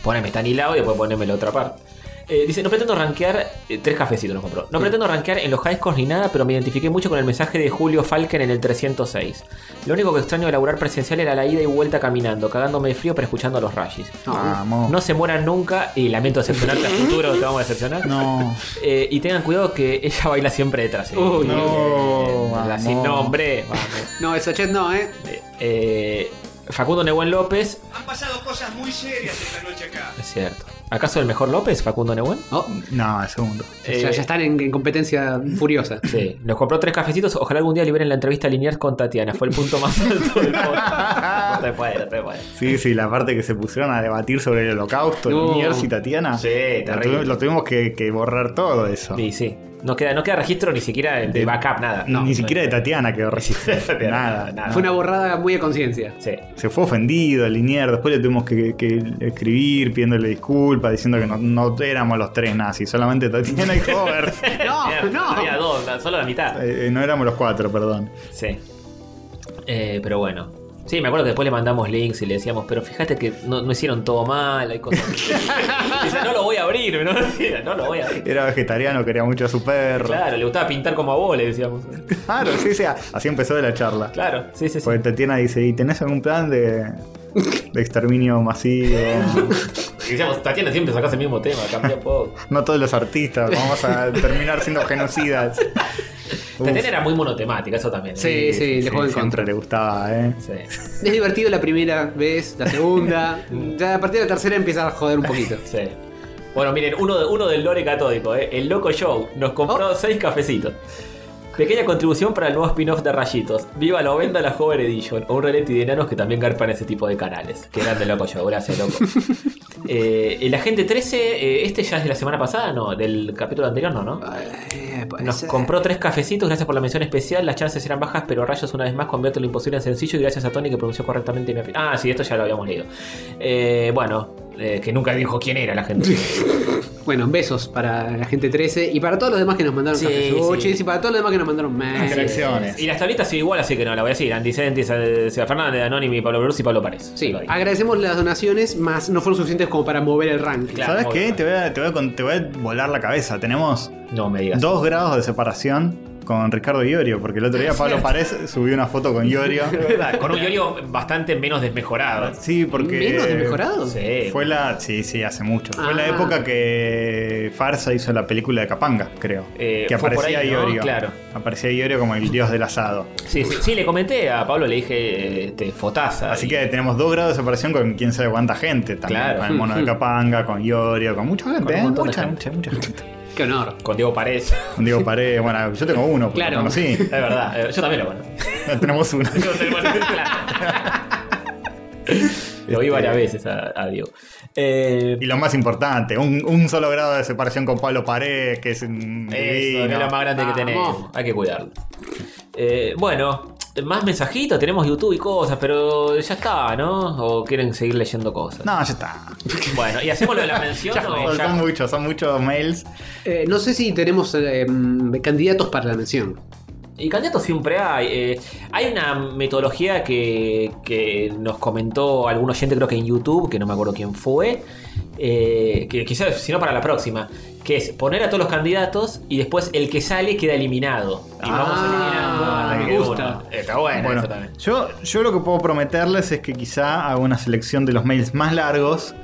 Speaker 1: Poneme Stanislao y después poneme la otra parte. Eh, dice, no pretendo rankear, eh, tres cafecitos nos compró. No pretendo rankear en los high scores ni nada, pero me identifiqué mucho con el mensaje de Julio Falken en el 306. Lo único que extraño de laburar presencial era la ida y vuelta caminando, cagándome de frío pero escuchando a los rayis.
Speaker 4: No,
Speaker 3: Vamos.
Speaker 1: No se mueran nunca y lamento decepcionarte a futuro, te vamos a decepcionar.
Speaker 3: No.
Speaker 1: Eh, y tengan cuidado que ella baila siempre detrás. ¿eh?
Speaker 4: Uy,
Speaker 3: no,
Speaker 1: Eh, la
Speaker 3: vamos.
Speaker 1: sin nombre. vamos.
Speaker 4: no, el sachet no, ¿eh?
Speaker 1: Eh, eh, Facundo Nehuen López.
Speaker 2: Han pasado cosas muy serias esta noche acá.
Speaker 1: Es cierto. ¿Acaso el mejor López, Facundo Nehuen?
Speaker 4: Oh,
Speaker 3: No, el segundo.
Speaker 1: Eh,
Speaker 4: ya, ya están en, en competencia
Speaker 1: [laughs]
Speaker 4: furiosa.
Speaker 1: Sí, nos compró tres cafecitos. Ojalá algún día liberen la entrevista lineal con Tatiana. Fue el punto más alto del
Speaker 4: [laughs]
Speaker 1: podcast. No te puede, no te puede.
Speaker 3: Sí, sí, la parte que se pusieron a debatir sobre el holocausto,
Speaker 4: No.
Speaker 3: el Miers y Tatiana.
Speaker 1: Sí,
Speaker 3: lo,
Speaker 1: terrible.
Speaker 3: tuvi- lo tuvimos que, que borrar todo eso.
Speaker 1: Sí, sí. No queda, no queda registro ni siquiera de, de backup, nada.
Speaker 3: Ni
Speaker 1: No, no.
Speaker 3: siquiera de Tatiana
Speaker 1: [laughs]
Speaker 3: quedó registrado.
Speaker 1: Tatiana,
Speaker 3: nada,
Speaker 1: nada.
Speaker 4: Fue
Speaker 3: Fue
Speaker 4: una borrada muy a conciencia.
Speaker 1: Sí.
Speaker 3: Se fue ofendido, Linier. Después le tuvimos que, que escribir pidiéndole disculpas, diciendo que no, no éramos los tres nazis, solamente Tatiana y
Speaker 1: [laughs]
Speaker 3: Hover.
Speaker 4: No,
Speaker 1: Había-
Speaker 4: no.
Speaker 1: Había dos, la- solo la mitad.
Speaker 3: Eh, eh, no éramos los cuatro, perdón.
Speaker 1: Sí. Eh, pero bueno. Sí, me acuerdo que después le mandamos links y le decíamos, pero fíjate que no, no hicieron todo mal, hay cosas.
Speaker 4: [laughs]
Speaker 1: Dice, no lo voy a abrir, no, [laughs] no lo voy a abrir.
Speaker 3: Era vegetariano, quería mucho a su perro. Claro,
Speaker 1: Claro, le gustaba pintar como a vos, le decíamos.
Speaker 3: sí, sí. Así empezó la charla.
Speaker 1: Claro, sí, sí, sí.
Speaker 3: Porque Tatiana dice, ¿y tenés algún plan de, de exterminio masivo?
Speaker 1: Y Decíamos, Tatiana siempre sacás el mismo tema, cambia poco.
Speaker 3: No todos los artistas, vamos a terminar siendo genocidas. Uf,
Speaker 1: Tatiana era muy monotemática, eso también. ¿eh?
Speaker 4: Sí, sí, le jugó en
Speaker 3: siempre
Speaker 4: contra.
Speaker 3: le gustaba, ¿eh?
Speaker 1: Sí,
Speaker 4: Es divertido la primera vez,
Speaker 1: [laughs]
Speaker 4: la segunda. ya a partir de la tercera empieza a joder un poquito.
Speaker 1: sí. Bueno, miren, uno, de- uno del lore catódico, ¿eh? el Loco Show, nos compró seis cafecitos. Pequeña contribución para el nuevo spin-off de Rayitos. Viva la venda la Hover Edition, o un reality de enanos que también garpan ese tipo de canales. Qué grande Loco Show, gracias, Loco. Eh, el Agente 13, eh, este ya es de la semana pasada, ¿no? Del capítulo anterior, ¿no? ¿no?
Speaker 4: Eh, puede
Speaker 1: Nos
Speaker 4: ser.
Speaker 1: compró tres cafecitos, gracias por la mención especial. Las chances eran bajas, pero Rayos una vez más convierte lo imposible en sencillo. Y gracias a Tony que pronunció correctamente mi apellido. Ah, sí, esto ya lo habíamos leído. Eh, bueno, eh, que nunca dijo quién era la
Speaker 3: [laughs]
Speaker 1: gente.
Speaker 4: Bueno, besos para la gente 13 y para todos los demás que nos mandaron
Speaker 1: Sí,
Speaker 4: cafesuchis
Speaker 1: sí.
Speaker 4: y para todos los demás que nos mandaron mails.
Speaker 3: Interacciones.
Speaker 1: y las tablitas siguen igual, así que no la voy a decir. Anticenti, Seba Fernández, Anónimo, Pablo Bruce y Pablo Párez.
Speaker 4: Sí,
Speaker 1: Lo digo.
Speaker 4: agradecemos las donaciones, más no fueron suficientes como para mover el ranking.
Speaker 1: Claro.
Speaker 3: ¿Sabes
Speaker 1: muy
Speaker 3: qué?
Speaker 1: bien.
Speaker 3: Te voy, a, te voy a con- te voy a volar la cabeza. Tenemos
Speaker 1: No me digas.
Speaker 3: dos grados de separación con Ricardo Iorio, porque el otro día Pablo Párez subió una foto con Iorio.
Speaker 1: Con un Iorio bastante menos desmejorado.
Speaker 3: Ah, Sí, porque.
Speaker 4: ¿Menos desmejorado?
Speaker 1: Sí.
Speaker 3: Fue la. Sí, sí, hace mucho. Fue
Speaker 4: Ah.
Speaker 3: la época que Farsa hizo la película de Capanga, creo.
Speaker 1: Eh,
Speaker 3: que
Speaker 1: fue por
Speaker 3: aparecía
Speaker 1: ahí, ¿no?
Speaker 3: Iorio.
Speaker 1: Claro.
Speaker 3: Aparecía Iorio
Speaker 1: [laughs]
Speaker 3: como el dios del asado.
Speaker 1: Sí, sí, sí, le comenté a Pablo, le dije, este, fotaza.
Speaker 3: Así
Speaker 1: Y-
Speaker 3: que tenemos dos grados de separación con quién sabe cuánta gente también.
Speaker 1: Claro.
Speaker 3: Con el
Speaker 1: [laughs]
Speaker 3: mono de Capanga, con Iorio, con mucha gente,
Speaker 1: Con un
Speaker 3: ¿eh?
Speaker 1: montón de
Speaker 3: Mucha,
Speaker 1: gente.
Speaker 3: mucha, mucha gente.
Speaker 4: Qué honor.
Speaker 1: Con Diego Párez.
Speaker 3: Con [laughs] Diego Paredes, bueno, yo tengo uno, porque
Speaker 4: Claro.
Speaker 3: lo
Speaker 1: [laughs]
Speaker 3: conocí.
Speaker 1: Es verdad, eh, yo también lo conozco.
Speaker 3: tenemos uno.
Speaker 1: No sé, bueno, claro. Lo vi varias veces a, a Diego. Eh,
Speaker 3: [laughs] Y lo más importante, un, un solo grado de separación con Pablo Paredes, que es un
Speaker 1: eso, que
Speaker 3: divino.
Speaker 1: es lo más grande que tenemos.
Speaker 4: Vamos.
Speaker 1: Hay que cuidarlo. Eh, bueno, más mensajitos, tenemos YouTube y cosas, pero ya está, ¿no? ¿O quieren seguir leyendo cosas?
Speaker 3: No, ya está.
Speaker 1: Bueno, y hacemos lo de la
Speaker 3: [laughs]
Speaker 1: mención. o ya-
Speaker 3: Son muchos, son muchos mails.
Speaker 4: Eh, no sé si tenemos eh, mm, candidatos para la mención.
Speaker 1: Y candidatos siempre hay. eh, hay una metodología que, que nos comentó algún oyente, creo que en YouTube, que no me acuerdo quién fue, eh, que quizás, si no para la próxima, que es poner a todos los candidatos y después el que sale queda eliminado. Y
Speaker 3: Ah,
Speaker 1: vamos eliminando.
Speaker 4: me
Speaker 1: de
Speaker 4: gusta.
Speaker 1: uno. Está bueno,
Speaker 3: Bueno,
Speaker 1: eso también.
Speaker 3: yo, yo lo que puedo prometerles es que quizá hago una selección de los mails más largos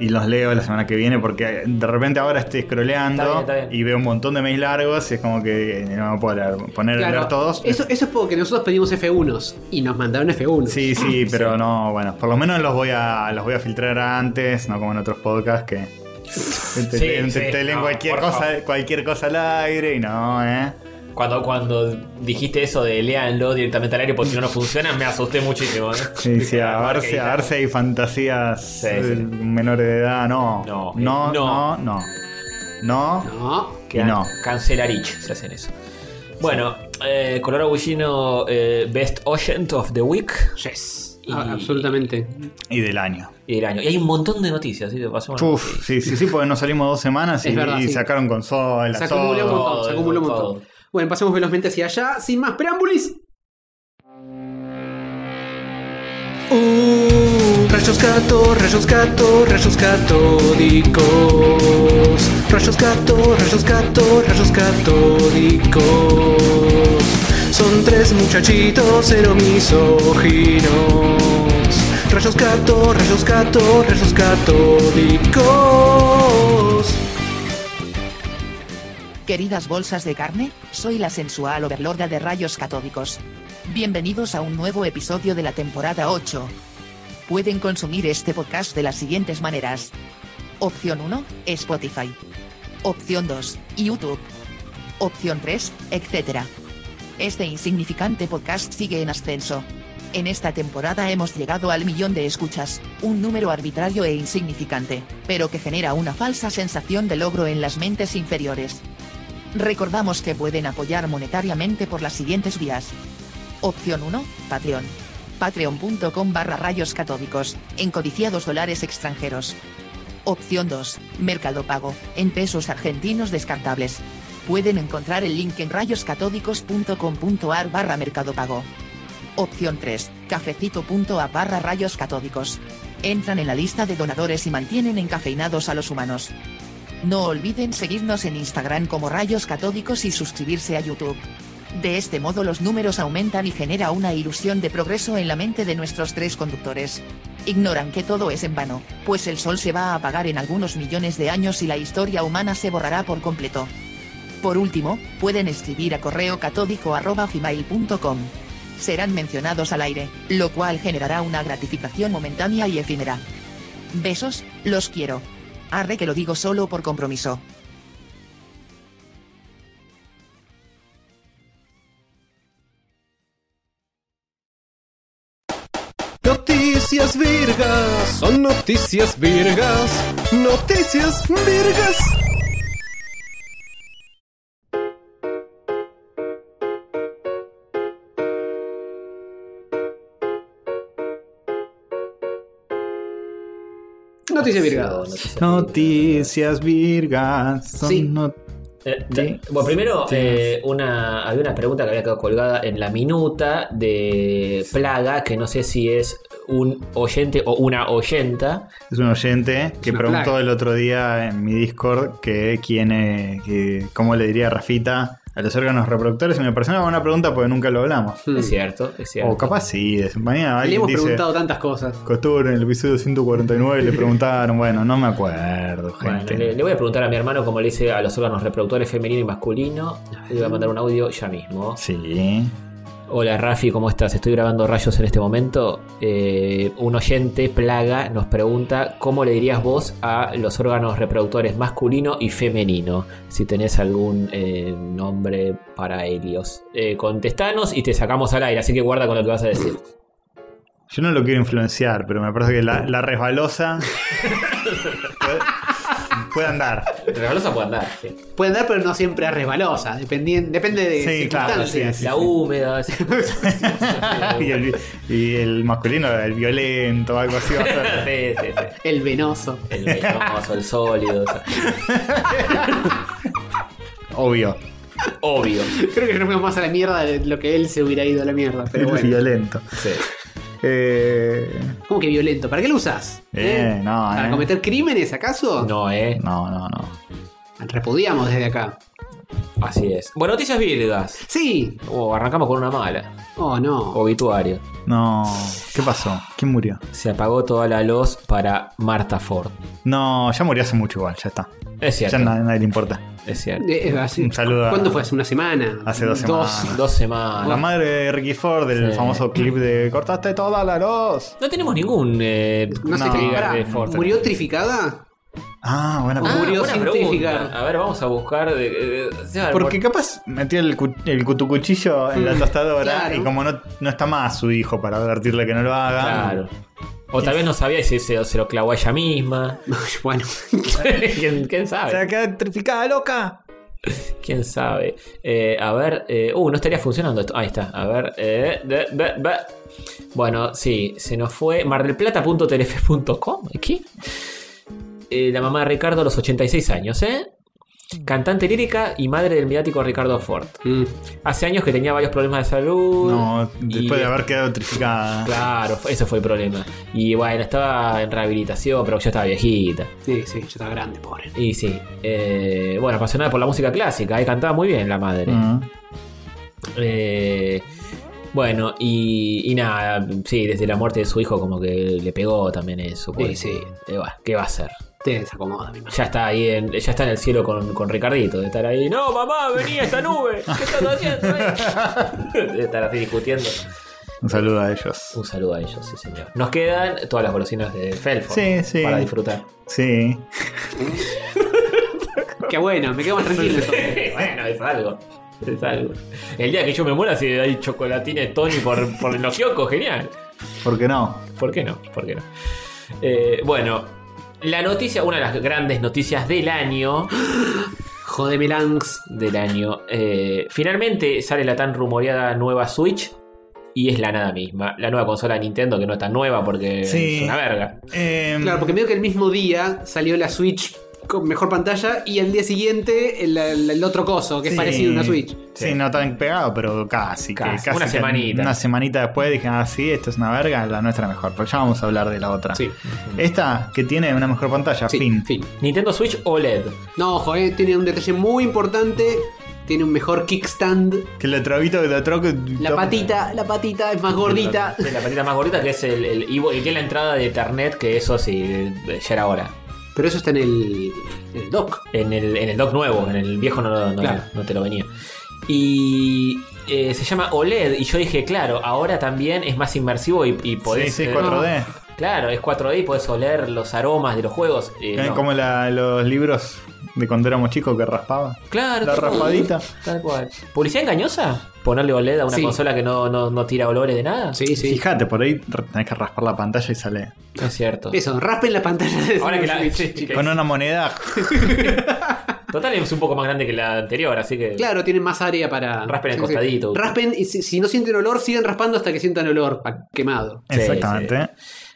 Speaker 3: y los leo la semana que viene porque de repente ahora estoy scrolleando
Speaker 1: Está bien, está bien.
Speaker 3: y veo un montón de mails largos y es como que no me puedo leer- poner a leer todos.
Speaker 4: Eso, eso es porque nosotros pedimos F1s y nos mandaron F1s.
Speaker 1: [coughs]
Speaker 3: Sí, sí, pero no, bueno, por lo menos los voy a los voy a filtrar antes, no como en otros podcasts que Te,
Speaker 1: Sí,
Speaker 3: te-
Speaker 1: sí,
Speaker 3: te leen
Speaker 1: no,
Speaker 3: cualquier,
Speaker 1: por
Speaker 3: cosa,
Speaker 1: favor.
Speaker 3: cualquier cosa al aire y no, ¿eh?
Speaker 1: Cuando, cuando dijiste eso de leanlo directamente al aire porque si no no funciona, me asusté muchísimo. ¿eh?
Speaker 3: Sí, sí, a
Speaker 1: Habrá
Speaker 3: ver
Speaker 1: que
Speaker 3: si- a
Speaker 1: editar.
Speaker 3: ver si hay fantasías
Speaker 1: sí.
Speaker 3: eh, menores de edad, no.
Speaker 1: No, eh,
Speaker 3: no, no,
Speaker 1: no.
Speaker 3: no. No,
Speaker 4: No.
Speaker 3: y no.
Speaker 1: Cancelarich se hacen eso. Bueno, eh, Colorado Gugino, eh, Best Ocean of the Week
Speaker 4: Yes.
Speaker 1: Y-
Speaker 4: A- Absolutamente.
Speaker 3: Y del año.
Speaker 1: y del año. Y hay un montón de noticias, así que pasemos.
Speaker 3: Uf, sí, sí, sí, porque nos salimos dos semanas y,
Speaker 4: Es verdad,
Speaker 3: y
Speaker 4: sí.
Speaker 3: sacaron consolas.
Speaker 4: Se acumuló un
Speaker 3: todo.
Speaker 4: montón, se acumuló un
Speaker 1: todo.
Speaker 4: montón. Bueno, pasemos velozmente hacia allá, sin más preámbulis. Uh, rayos gato, rayos gato, rayos catódicos. Rayos gato, rayos gato, rayos catódicos. Son tres muchachitos misóginos. Rayos gato, rayos gato, rayos catódicos.
Speaker 5: Queridas bolsas de carne, soy la sensual overlorda de rayos catódicos. Bienvenidos a un nuevo episodio de la temporada 8. Pueden consumir este podcast de las siguientes maneras. Opción 1, Spotify. Opción 2, YouTube. Opción 3, etc. Este insignificante podcast sigue en ascenso. En esta temporada hemos llegado al millón de escuchas, un número arbitrario e insignificante, pero que genera una falsa sensación de logro en las mentes inferiores. Recordamos que pueden apoyar monetariamente por las siguientes vías. Opción 1, Patreon. Patreon.com barra rayos catódicos, en codiciados dólares extranjeros. Opción 2, Mercado Pago, en pesos argentinos descartables. Pueden encontrar el link en rayoscatódicos.com.ar barra Mercado Pago. Opción 3, cafecito.a barra rayos catódicos. Entran en la lista de donadores y mantienen encafeinados a los humanos. No olviden seguirnos en Instagram como Rayos Catódicos y suscribirse a YouTube. De este modo los números aumentan y genera una ilusión de progreso en la mente de nuestros tres conductores. Ignoran que todo es en vano, pues el sol se va a apagar en algunos millones de años y la historia humana se borrará por completo. Por último, pueden escribir a correo catódico.gmail.com. Serán mencionados al aire, lo cual generará una gratificación momentánea y efímera. Besos, los quiero. Arre que lo digo solo por compromiso.
Speaker 6: Noticias virgas, son noticias virgas, noticias virgas.
Speaker 4: Noticias Virgado.
Speaker 3: Noticias virgas. Son
Speaker 4: Sí.
Speaker 3: no-
Speaker 1: Eh, te- bueno, primero, eh, una, había una pregunta que había quedado colgada en la minuta de Plaga, que no sé si es un oyente o una oyenta.
Speaker 3: Es un oyente que
Speaker 4: una
Speaker 3: preguntó
Speaker 4: plaga.
Speaker 3: el otro día en mi Discord que quién eh, que- cómo le diría Rafita a los órganos reproductores. Y me pareció una buena pregunta porque nunca lo hablamos.
Speaker 4: Hmm.
Speaker 1: Es cierto, es cierto.
Speaker 3: O capaz sí, es- mañana
Speaker 4: Le
Speaker 3: alguien
Speaker 4: hemos
Speaker 3: dice.
Speaker 4: preguntado tantas cosas.
Speaker 3: Costura en el episodio 149 le preguntaron, bueno, no me acuerdo,
Speaker 1: Bueno,
Speaker 3: gente.
Speaker 1: le, le voy a preguntar a mi hermano cómo le dice a los órganos reproductores femenino y masculino. Le voy a mandar un audio ya mismo.
Speaker 3: Sí.
Speaker 1: Hola Rafi, ¿cómo estás? Estoy grabando rayos en este momento. Eh, un oyente, Plaga, nos pregunta cómo le dirías vos a los órganos reproductores masculino y femenino, si tenés algún eh, nombre para ellos. Eh, contestanos y te sacamos al aire, así que guarda con lo que vas a decir.
Speaker 3: Yo no lo quiero influenciar, pero me parece que la, la resbalosa puede, puede andar.
Speaker 1: Regalosa puede andar, sí.
Speaker 4: Pueden dar, pero no siempre a resbalosa. dependien- Depende de
Speaker 3: Sí, claro,
Speaker 4: circunstancias.
Speaker 3: sí,
Speaker 1: La húmeda.
Speaker 3: [laughs]
Speaker 1: sí.
Speaker 3: Y el, y el masculino, el violento, algo así va a ser.
Speaker 1: Sí, sí, sí.
Speaker 4: El venoso.
Speaker 1: El venoso, el sólido. esas cosas.
Speaker 3: Obvio.
Speaker 1: Obvio.
Speaker 4: Creo que nos fuimos más a la mierda de lo que él se hubiera ido a la mierda. Pero
Speaker 3: el
Speaker 4: bueno.
Speaker 3: violento.
Speaker 1: Sí.
Speaker 3: Eh,
Speaker 4: ¿Cómo que violento? ¿Para qué lo usas?
Speaker 3: Eh, no,
Speaker 4: ¿Para
Speaker 3: eh.
Speaker 4: cometer crímenes acaso?
Speaker 1: No, ¿eh?
Speaker 3: no, no, no.
Speaker 4: Repudiamos desde acá.
Speaker 1: Así es. Bueno, noticias virgas.
Speaker 4: Sí.
Speaker 1: Oh, arrancamos con una mala.
Speaker 4: Oh, no.
Speaker 1: Obituario.
Speaker 3: No. ¿Qué pasó? ¿Quién murió?
Speaker 1: Se apagó toda la luz para Marta Ford.
Speaker 3: No, ya murió hace mucho igual, ya está.
Speaker 1: Es
Speaker 3: Ya
Speaker 1: cierto.
Speaker 3: na- nadie, le importa.
Speaker 1: Es cierto.
Speaker 4: Eh, eh, hace-
Speaker 3: Un saludo a-
Speaker 4: ¿Cuándo fue? ¿Hace una semana?
Speaker 3: Hace dos semanas.
Speaker 1: Dos
Speaker 3: Ah, La
Speaker 1: semanas.
Speaker 3: madre de Ricky Ford, del
Speaker 1: Sí.
Speaker 3: famoso clip de Cortaste toda la luz.
Speaker 1: No tenemos ningún eh,
Speaker 4: No, sé
Speaker 3: No,
Speaker 4: qué.
Speaker 1: trigger
Speaker 4: pará,
Speaker 1: de Ford.
Speaker 4: ¿Murió trificada? [laughs]
Speaker 3: Ah, buena
Speaker 1: Ah,
Speaker 3: pregunta.
Speaker 4: Murió
Speaker 1: buena
Speaker 4: sin
Speaker 1: pregunta.
Speaker 4: testificar.
Speaker 1: A ver, vamos a buscar. de- de- de- Seba,
Speaker 3: Porque
Speaker 1: por-
Speaker 3: capaz metió el, cu- el cutucuchillo en la tostadora
Speaker 4: claro.
Speaker 3: y como no, no está más su hijo para advertirle que no lo haga.
Speaker 1: Claro. O tal vez no sabía y se, se- se lo clavó a ella
Speaker 4: [laughs]
Speaker 1: misma.
Speaker 4: bueno,
Speaker 1: ¿Quién, quién
Speaker 3: Se va a
Speaker 1: sabe?
Speaker 3: quedar electrificada, loca.
Speaker 1: ¿Quién sabe? Eh, a ver. eh, uh, no estaría funcionando esto. Ahí está. A ver. eh, de- de- de. Bueno, sí, se nos fue. Mardelplata.telefe.com. ¿Qué? Eh, la mamá de Ricardo a los 86 años, ¿eh? Cantante lírica y madre del mediático Ricardo Ford.
Speaker 4: mm,
Speaker 1: Hace años que tenía varios problemas de salud.
Speaker 3: No, después
Speaker 1: Y-
Speaker 3: de haber quedado electrificada.
Speaker 1: Claro, ese fue el problema. Y bueno, estaba en rehabilitación, pero ya estaba viejita.
Speaker 4: sí, sí, yo estaba grande, pobre.
Speaker 1: Y sí, eh, bueno, apasionada por la música clásica, eh, cantaba muy bien la madre.
Speaker 3: Mm.
Speaker 1: Eh, bueno, y, y nada, sí, desde la muerte de su hijo como que le pegó también eso.
Speaker 4: Sí,
Speaker 1: porque,
Speaker 4: sí.
Speaker 1: eh, bueno, ¿Qué va a hacer?
Speaker 4: Te desacomoda, me imagino.
Speaker 1: Ya está ahí, en- ya está en el cielo con, con Ricardito, de estar ahí, no, mamá, vení a esta nube, ¿qué estás haciendo? eh?" De estar así discutiendo.
Speaker 3: Un saludo a ellos.
Speaker 1: Un saludo a ellos, sí señor. Nos quedan todas las golosinas de Felford
Speaker 3: Sí, sí.
Speaker 1: para disfrutar. [laughs]
Speaker 3: Sí.
Speaker 4: Qué bueno, me quedo más
Speaker 1: [laughs]
Speaker 4: tranquilo. entonces.
Speaker 1: bueno, es algo. Es algo. El día que yo me muera, si hay chocolatines Tony por, por los kioscos, genial.
Speaker 3: ¿Por qué no?
Speaker 1: ¿Por qué no? ¿Por qué no? Eh, bueno, la noticia, una de las grandes noticias del año,
Speaker 4: Jodeme, Langs.
Speaker 1: del año, eh, finalmente sale la tan rumoreada nueva Switch y es la nada misma. La nueva consola de Nintendo que no es tan nueva porque
Speaker 3: Sí.
Speaker 1: es una verga.
Speaker 3: Em,
Speaker 4: Claro, porque medio que el mismo día salió la Switch con mejor pantalla y al día siguiente el, el- el otro coso, que
Speaker 3: sí.
Speaker 4: es parecido a una Switch.
Speaker 3: Sí,
Speaker 1: Sí.
Speaker 3: no tan pegado, pero casi. que
Speaker 1: Casi,
Speaker 3: casi
Speaker 1: una
Speaker 3: que
Speaker 1: semanita.
Speaker 3: Una semanita después dije, ah, sí, esto es una verga, la nuestra mejor. Pero ya vamos a hablar de la otra.
Speaker 4: Sí.
Speaker 3: Esta que tiene una mejor pantalla,
Speaker 4: Sí,
Speaker 3: fin.
Speaker 4: fin.
Speaker 1: Nintendo Switch E OLED.
Speaker 4: No, ojo, eh, tiene un detalle muy importante. Tiene un mejor kickstand.
Speaker 3: Que lo trabito, que lo troco.
Speaker 4: La patita, la patita es más gordita.
Speaker 1: Sí, la patita más gordita que es el, el Evo- y tiene la entrada de Ethernet, que eso sí, eh, ya era hora.
Speaker 4: Pero eso está en el, en el dock.
Speaker 1: En el, en el dock nuevo, en el viejo no, no- no-
Speaker 4: Claro.
Speaker 1: no te lo venía. Y eh, se llama OLED. Y yo dije, claro, ahora también es más inmersivo y, y
Speaker 3: Sí,
Speaker 1: podés.
Speaker 3: sí,
Speaker 1: eh,
Speaker 3: 4D.
Speaker 1: Claro, es 4D y podés oler los aromas de los juegos. Eh,
Speaker 3: ¿Ven
Speaker 1: no.
Speaker 3: Como la- los libros de cuando éramos chicos que raspaba.
Speaker 1: Claro,
Speaker 3: La raspadita.
Speaker 1: tal cual. ¿Publicidad engañosa? ¿Ponerle OLED a una
Speaker 4: Sí.
Speaker 1: consola que no, no- no tira olores de nada?
Speaker 4: Sí, sí.
Speaker 3: Fíjate, por ahí tenés que raspar la pantalla y sale.
Speaker 1: Es cierto.
Speaker 4: Eso, raspen la pantalla de
Speaker 1: Ahora que la-
Speaker 4: Switch,
Speaker 1: sí,
Speaker 4: chicos.
Speaker 1: Es-
Speaker 3: Con una moneda.
Speaker 1: Total es un poco más grande que la anterior, así que.
Speaker 4: Claro, tienen más área para.
Speaker 1: Raspen el
Speaker 4: sí, sí.
Speaker 1: costadito.
Speaker 4: Raspen y si, si no sienten olor, sigan raspando hasta que sientan olor pa- quemado.
Speaker 1: Sí,
Speaker 3: [laughs] Exactamente.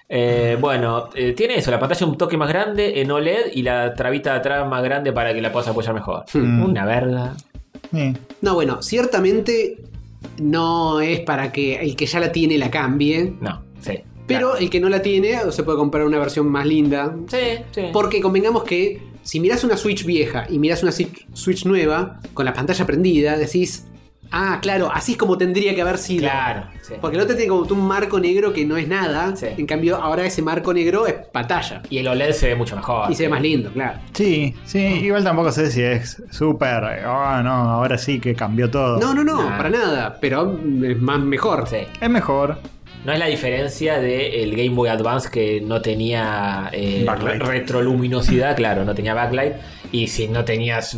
Speaker 1: Eh, bueno, eh, tiene eso, la pantalla un toque más grande en OLED y la trabita de atrás más grande para que la puedas apoyar mejor.
Speaker 4: Hmm.
Speaker 3: Mm.
Speaker 1: Una verga.
Speaker 3: Sí.
Speaker 4: No, bueno, ciertamente no es para que el que ya la tiene la cambie.
Speaker 1: No, sí.
Speaker 4: Pero
Speaker 1: Claro.
Speaker 4: el que no la tiene se puede comprar una versión más linda.
Speaker 1: Sí, sí.
Speaker 4: Porque convengamos que si mirás una Switch vieja y mirás una Switch Switch nueva, con la pantalla prendida, decís, ah, claro, así es como tendría que haber sido.
Speaker 1: Claro, sí.
Speaker 4: Porque el otro tiene como un marco negro que no es nada.
Speaker 1: Sí.
Speaker 4: En cambio, ahora ese marco negro es pantalla.
Speaker 1: Y el OLED se ve mucho mejor.
Speaker 4: Y se ve más lindo, claro.
Speaker 3: Sí, sí, igual tampoco sé si es súper. eh, Ah, no, ahora sí que cambió todo.
Speaker 4: No, no, no,
Speaker 1: Nah.
Speaker 4: para nada. Pero es más mejor.
Speaker 1: Sí.
Speaker 3: Es mejor.
Speaker 1: No es la diferencia del Game Boy Advance que no tenía eh,
Speaker 3: Backlight.
Speaker 1: re- retroluminosidad, claro, no tenía backlight. Y si no tenías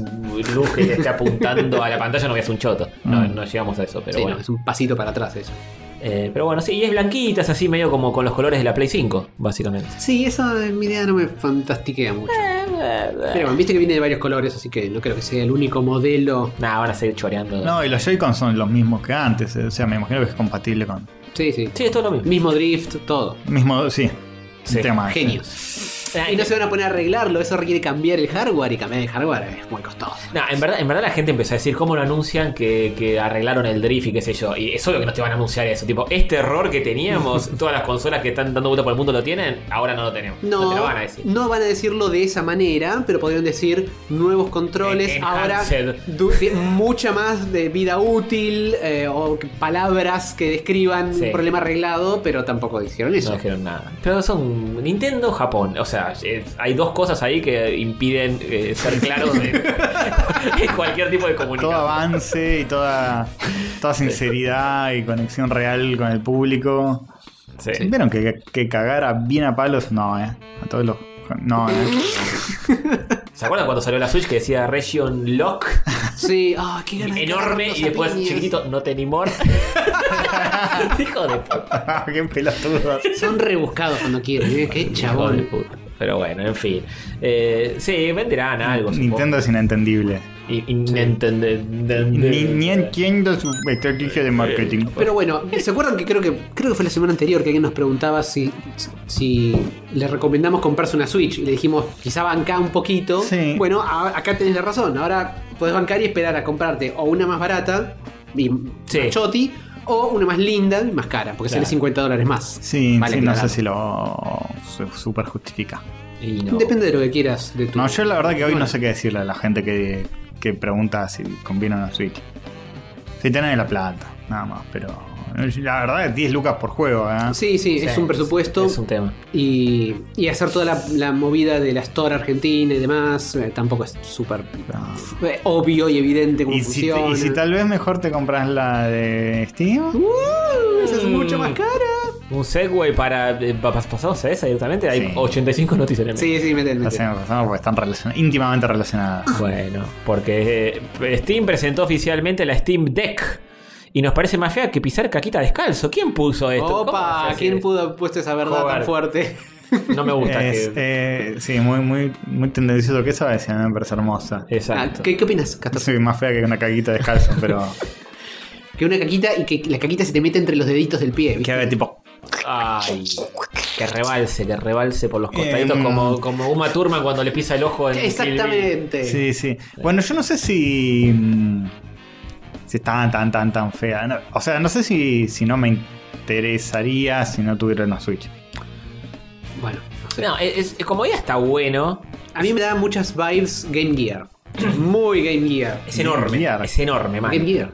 Speaker 1: luz que te esté apuntando a la pantalla, no veías un choto. No,
Speaker 3: Mm.
Speaker 1: no llegamos a eso, pero
Speaker 4: Hmm. Sí,
Speaker 1: bueno.
Speaker 4: no, es un pasito para atrás eso.
Speaker 1: Eh, pero bueno, sí, y es blanquita, es así medio como con los colores de la Play 5, básicamente.
Speaker 4: Sí, eso en mi idea no me fantastiquea mucho. Pero bueno, viste que viene de varios colores, así que no creo que sea el único modelo.
Speaker 1: Nah, van a seguir choreando.
Speaker 3: No, y los Joy-Con son los mismos que antes. eh, O sea, me imagino que es compatible con.
Speaker 4: Sí, sí.
Speaker 1: Sí, es todo lo mismo.
Speaker 4: Mismo drift, todo.
Speaker 3: Mismo, sí.
Speaker 1: Ah, Sí,
Speaker 3: tema. este. ese.
Speaker 4: Genios.
Speaker 1: Nah,
Speaker 4: Y no se van a poner a arreglarlo, eso requiere cambiar el hardware y cambiar el hardware es muy costoso.
Speaker 1: nah, en, verdad, en verdad la gente empezó a decir cómo lo anuncian que, que arreglaron el drift y qué sé yo. Y es obvio que no te van a anunciar eso. Tipo, este error que teníamos, todas las consolas que están dando vuelta por el mundo lo tienen, ahora no lo tenemos. No, te lo
Speaker 4: No,
Speaker 1: van a decir.
Speaker 4: no van a decirlo de esa manera, pero podrían decir nuevos controles,
Speaker 1: Eh,
Speaker 4: ahora
Speaker 1: enhanced.
Speaker 4: du- de- mucha más de vida útil eh, o que- palabras que describan
Speaker 1: Sí.
Speaker 4: un problema arreglado, pero tampoco dijeron
Speaker 1: No
Speaker 4: eso.
Speaker 1: dijeron nada. Pero son Nintendo, Japón. O sea, es- hay dos cosas ahí que impiden eh, ser claros en, [laughs] en cualquier tipo de
Speaker 3: Todo
Speaker 1: comunicación.
Speaker 3: avance y toda, toda sinceridad y conexión real con el público.
Speaker 1: Sí.
Speaker 4: [laughs]
Speaker 3: ¿Vieron que, que cagara bien a palos? No, eh. A todos los. No, eh.
Speaker 1: ¿Se acuerdan cuando salió la Switch que decía Region
Speaker 4: [laughs]
Speaker 1: Lock?
Speaker 4: Sí, ah, qué ganas de
Speaker 1: Enorme
Speaker 4: cagarlos
Speaker 1: y
Speaker 4: a
Speaker 1: después
Speaker 4: piñas.
Speaker 1: chiquitito, no te ni
Speaker 4: [laughs]
Speaker 1: mor. Hijo de puta.
Speaker 3: Qué pelotudo.
Speaker 4: Son rebuscados cuando quieren, ¿eh? qué
Speaker 1: Hijo de
Speaker 4: chabón.
Speaker 1: puta. Pero bueno, en fin. Eh, sí, venderán algo. supongo.
Speaker 3: Nintendo es inentendible.
Speaker 1: Y- y- entende- de- de-
Speaker 3: Ni, ni entiendo su estrategia de marketing.
Speaker 4: Pero bueno, ¿se acuerdan que creo que creo que fue la semana anterior que alguien nos preguntaba si, si le recomendamos comprarse una Switch? Y le dijimos, quizá banca un poquito.
Speaker 3: Sí.
Speaker 4: Bueno, a- acá tenés la razón. Ahora podés bancar y esperar a comprarte o una más barata, y
Speaker 1: Sí.
Speaker 4: más choti, o una más linda y más cara, porque
Speaker 1: Claro.
Speaker 4: sale 50 dólares más.
Speaker 3: Sí,
Speaker 4: Vale,
Speaker 3: sí, no sé
Speaker 4: aclarar.
Speaker 3: si lo su- super justifica.
Speaker 1: y no.
Speaker 4: Depende de lo que quieras de tu.
Speaker 3: No, yo la verdad que hoy
Speaker 4: Bueno.
Speaker 3: no sé qué decirle a la gente que, que pregunta si conviene una Switch. Si tenés la plata, nada más, pero. La verdad es 10 lucas por juego, ¿eh?
Speaker 4: Sí, sí, es
Speaker 1: Sí,
Speaker 4: un presupuesto.
Speaker 1: Es un tema.
Speaker 4: Y, y hacer toda la, la movida de la Store Argentina y demás eh, tampoco es súper
Speaker 3: No.
Speaker 4: eh, obvio y evidente cómo
Speaker 3: Y si,
Speaker 4: funciona.
Speaker 3: te- y si tal vez mejor te compras la de Steam.
Speaker 4: ¡Uh! esa es
Speaker 3: Mm.
Speaker 4: mucho más cara.
Speaker 1: Un Segway para. eh, pa- pas- Pasamos a esa directamente. Hay
Speaker 3: Sí.
Speaker 1: 85 noticias en el medio.
Speaker 4: Sí, sí, meten,
Speaker 3: Lo
Speaker 4: meten.
Speaker 3: hacemos, lo hacemos porque están relaciona- íntimamente relacionadas.
Speaker 1: Bueno, porque eh, Steam presentó oficialmente la Steam Deck. Y nos parece más fea que pisar caquita descalzo. ¿Quién puso esto? ¿Cómo vas a
Speaker 4: Opa,
Speaker 1: hacer
Speaker 4: ¿quién
Speaker 1: esto?
Speaker 4: pudo haber puesto esa verdad
Speaker 1: Joder.
Speaker 4: tan fuerte?
Speaker 1: No me gusta
Speaker 3: Es,
Speaker 1: que.
Speaker 3: eh, sí, muy, muy, muy tendencioso que esa vez, a mí me parece hermosa.
Speaker 1: Exacto.
Speaker 4: Ah, ¿Qué, qué opinas, Castor?
Speaker 3: Soy más fea que una caguita descalzo, pero
Speaker 4: Que una caquita y que la caquita se te mete entre los deditos del pie. ¿viste?
Speaker 3: que haga tipo.
Speaker 4: Ah,
Speaker 1: Ay, que rebalse, que rebalse por los costaditos
Speaker 3: Em.
Speaker 1: como, como Uma Thurman cuando le pisa el ojo en Kill Bill.
Speaker 4: Exactamente.
Speaker 3: Sí, sí. Bueno, yo no sé si. mm, Si es tan, tan, tan, tan fea. No, o sea, no sé si, si no me interesaría si no tuviera una Switch.
Speaker 4: Bueno, no sé.
Speaker 1: No, es, es- como ella está bueno,
Speaker 4: A mí me da muchas vibes Game Gear. Muy Game Gear.
Speaker 1: es enorme.
Speaker 3: Gear.
Speaker 1: Es enorme, man.
Speaker 4: Game Gear.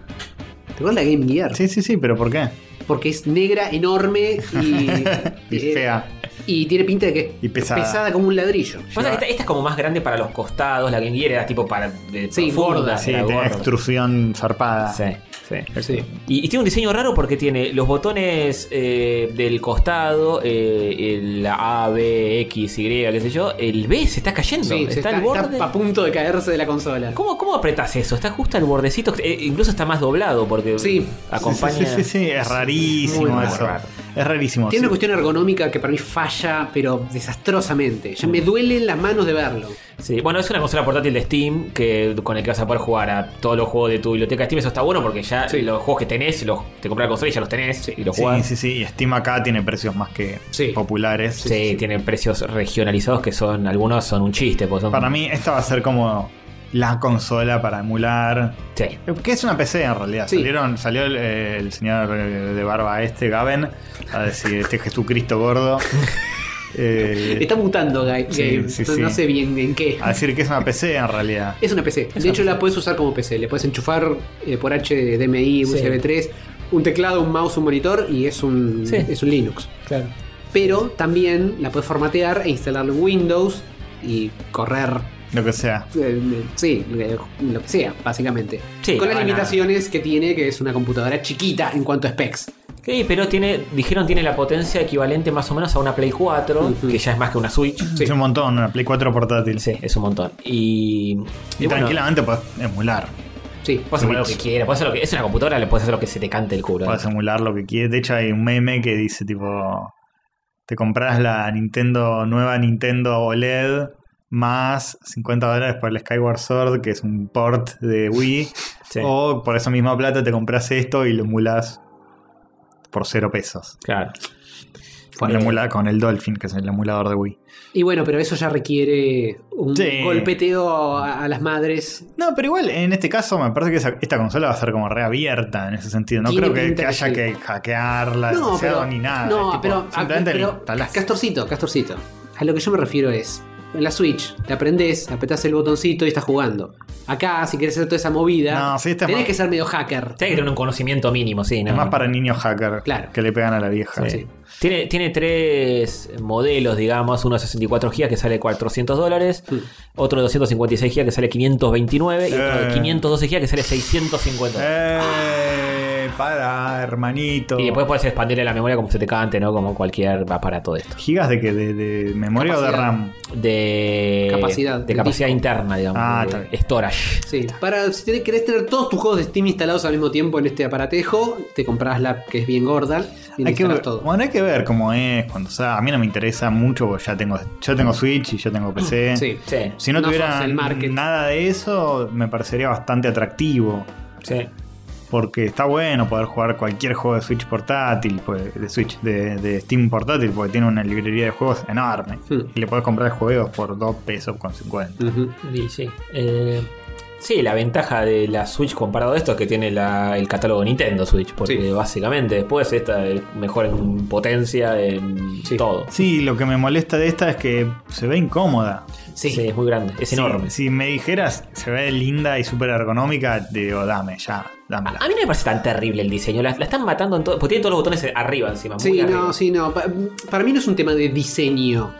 Speaker 4: ¿Te acuerdas la Game Gear?
Speaker 3: Sí, sí, sí, pero ¿por qué?
Speaker 4: Porque es negra, enorme y.
Speaker 3: [laughs] Y
Speaker 4: eh,
Speaker 3: fea.
Speaker 4: Y tiene pinta de que
Speaker 3: Y pesada.
Speaker 4: como un ladrillo.
Speaker 1: Pasa que esta, esta es como más grande para los costados, la que quiere era tipo para. de
Speaker 4: Sí,
Speaker 1: profunda,
Speaker 4: gorda,
Speaker 1: era
Speaker 3: Sí, tiene extrusión zarpada.
Speaker 1: Sí, sí.
Speaker 4: Sí.
Speaker 1: Y, y tiene un diseño raro porque tiene los botones eh, del costado, eh, el A, B, X, Y, qué sé yo. El B se está cayendo,
Speaker 4: Sí,
Speaker 1: está,
Speaker 4: se está,
Speaker 1: al borde.
Speaker 4: está a punto de caerse de la consola.
Speaker 1: ¿Cómo, ¿Cómo apretás eso? Está justo al bordecito, eh, incluso está más doblado porque
Speaker 4: Sí.
Speaker 1: acompaña.
Speaker 3: Sí, sí, sí, sí, es
Speaker 4: Muy
Speaker 3: rarísimo
Speaker 4: raro.
Speaker 3: eso. Es rarísimo.
Speaker 4: Tiene una
Speaker 3: sí.
Speaker 4: cuestión ergonómica que para mí falla, pero desastrosamente. Ya me duelen las manos de verlo.
Speaker 3: Eh.
Speaker 1: Sí, Bueno, es una consola portátil de Steam que, con el que vas a poder jugar a todos los juegos de tu biblioteca de Steam. Eso está bueno porque ya
Speaker 4: Sí.
Speaker 1: los juegos que tenés, los, te compras la consola y ya los tenés y los jugás.
Speaker 3: Sí, sí, sí. Y Steam acá tiene precios más que
Speaker 4: Sí.
Speaker 3: populares.
Speaker 1: Sí, tiene precios regionalizados que son, algunos son un chiste. porque son-
Speaker 3: Para mí, esta va a ser como la consola para emular.
Speaker 1: Sí.
Speaker 3: Que es una PC en realidad.
Speaker 4: Sí.
Speaker 3: Salieron, salió el, eh, el señor eh, de barba este, Gaben, a decir, este es
Speaker 4: [laughs]
Speaker 3: Jesucristo gordo. eh,
Speaker 4: Está mutando, Guy.
Speaker 3: Sí,
Speaker 4: Gabe.
Speaker 3: sí,
Speaker 4: no,
Speaker 3: sí.
Speaker 4: no sé bien en qué.
Speaker 3: a decir que es una PC en realidad.
Speaker 4: Es una PC. De hecho, la puedes usar como PC. Le puedes enchufar eh, por
Speaker 1: Sí.
Speaker 4: HDMI, USB 3, un teclado, un mouse, un monitor y es un,
Speaker 1: Sí.
Speaker 4: es un Linux.
Speaker 1: Claro.
Speaker 4: Pero también la puedes formatear e instalar Windows y correr
Speaker 3: Lo que sea.
Speaker 4: Eh, sí, eh, lo que sea, básicamente.
Speaker 1: Sí,
Speaker 4: Con
Speaker 1: la
Speaker 4: las
Speaker 1: van a-
Speaker 4: limitaciones que tiene, que es una computadora chiquita en cuanto a specs.
Speaker 1: Sí, pero tiene, dijeron tiene la potencia equivalente más o menos a una Play 4,
Speaker 4: Ujú.
Speaker 1: que ya es más que una Switch.
Speaker 4: Sí.
Speaker 3: Es un montón, una Play 4 portátil.
Speaker 1: Sí, es un montón. Y,
Speaker 3: Y,
Speaker 1: y bueno,
Speaker 3: tranquilamente podés emular.
Speaker 4: Sí.
Speaker 1: puedes hacer lo que quieras, puedes hacer lo que es una computadora, le puedes hacer lo que se te cante el culo.
Speaker 3: Podés emular lo que quieras. De hecho, hay un meme que dice tipo. Te compras la Nintendo, nueva Nintendo OLED más 50 dólares por el Skyward Sword, que es un port de Wii.
Speaker 1: Sí.
Speaker 3: O por esa misma plata te compras esto y lo emulas por cero pesos.
Speaker 1: Claro.
Speaker 3: Con, el emula- con el Dolphin, que es el emulador de Wii.
Speaker 4: Y bueno, pero eso ya requiere un
Speaker 3: Sí.
Speaker 4: golpeteo a, a las madres.
Speaker 3: No, pero igual, en este caso me parece que esa- esta consola va a ser como reabierta en ese sentido. No
Speaker 4: Tiene
Speaker 3: creo que,
Speaker 4: pinta
Speaker 3: que
Speaker 4: que
Speaker 3: haya
Speaker 4: sí.
Speaker 3: que hackearla
Speaker 4: No,
Speaker 3: demasiado
Speaker 4: pero.
Speaker 3: ni nada.
Speaker 4: no,
Speaker 3: Es tipo,
Speaker 4: pero, ah,
Speaker 3: simplemente
Speaker 4: pero-
Speaker 3: la instalás.
Speaker 4: Castorcito, Castorcito. A lo que yo me refiero es. En la Switch, te aprendés, apretás el botoncito y estás jugando. Acá, si quieres hacer toda esa movida,
Speaker 3: No, sí, esta es
Speaker 4: tenés
Speaker 3: más-
Speaker 4: que ser medio hacker.
Speaker 1: Tiene que tener un conocimiento mínimo, sí. ¿no?
Speaker 3: Es más para niños hacker
Speaker 4: Ah. Claro.
Speaker 3: que le pegan a la vieja.
Speaker 1: Sí. Tiene, tiene tres modelos, digamos. Uno de 64 GB que sale 400 dólares.
Speaker 4: Sí.
Speaker 1: Otro de 256 GB que sale 529. Y otro de
Speaker 3: Eh.
Speaker 1: 512 GB que sale 650.
Speaker 3: Eh, Pará, hermanito.
Speaker 1: Y después puedes expandirle la memoria como se te cante, ¿no? Como cualquier aparato de esto.
Speaker 3: ¿Gigas de qué? ¿De, de memoria o de
Speaker 4: Capacidad.
Speaker 3: RAM?
Speaker 1: De
Speaker 4: Capacidad,
Speaker 1: De
Speaker 4: del
Speaker 1: capacidad
Speaker 4: disco.
Speaker 1: interna, digamos.
Speaker 3: Ah,
Speaker 1: de
Speaker 3: está bien.
Speaker 1: storage.
Speaker 4: Sí, para si tenés, querés tener todos tus juegos de Steam instalados al mismo tiempo en este aparatejo, te compras la app que es bien gorda y
Speaker 3: Hay que
Speaker 4: instalas
Speaker 3: ver,
Speaker 4: todo.
Speaker 3: bueno, hay que ver cómo es, cuando sea. A mí no me interesa mucho, porque ya tengo, yo tengo Switch y yo tengo PC.
Speaker 4: Mm. [clears throat] Sí.
Speaker 1: Sí,
Speaker 3: Si no,
Speaker 4: No
Speaker 3: tuviera
Speaker 4: sos el market.
Speaker 3: nada de eso, me parecería bastante atractivo.
Speaker 1: sí.
Speaker 3: Porque está bueno poder jugar cualquier juego de Switch portátil, pues, de Switch, de, de Steam portátil, porque tiene una librería de juegos enorme.
Speaker 4: Hmm.
Speaker 3: Y le podés comprar juegos por 2 pesos con 50.
Speaker 4: Ujú.
Speaker 1: Y sí. Eh, sí, la ventaja de la Switch comparado a esto es que tiene la- el catálogo Nintendo Switch, porque
Speaker 4: Sí.
Speaker 1: básicamente después esta es mejor en potencia, en
Speaker 4: Sí.
Speaker 1: todo.
Speaker 3: Sí, lo que me molesta de esta es que se ve incómoda.
Speaker 1: Sí. es muy grande, es enorme.
Speaker 3: Si, si me dijeras, se ve linda y súper ergonómica, te digo, dame, ya, dámela.
Speaker 1: A mí no me parece tan terrible el diseño, la, la están matando en todo, porque tiene todos los botones arriba encima. muy
Speaker 4: Sí,
Speaker 1: arriba.
Speaker 4: no, sí, no. Pa- para mí no es un tema de diseño.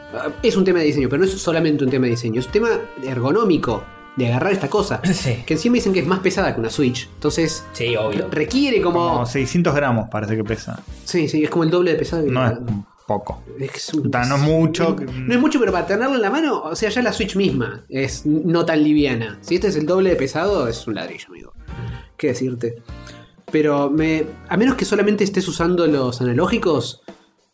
Speaker 4: Es un tema de diseño, pero no es solamente un tema de diseño. Es un tema ergonómico de agarrar esta
Speaker 3: [laughs]
Speaker 4: cosa.
Speaker 1: Sí.
Speaker 4: Que encima dicen que es más pesada que una Switch. Entonces,
Speaker 1: Sí, obvio.
Speaker 4: requiere como.
Speaker 3: Como 600 gramos parece que pesa.
Speaker 4: Sí, sí, es como el doble de pesado. que
Speaker 3: No
Speaker 4: la-
Speaker 3: es poco.
Speaker 4: es que es un-
Speaker 3: Ta, no es mucho.
Speaker 4: No, no es mucho, pero para tenerla en la mano, o sea, ya la Switch misma es no tan liviana. Si este es el doble de pesado, es un ladrillo, amigo. ¿Qué decirte? Pero me, a menos que solamente estés usando los analógicos,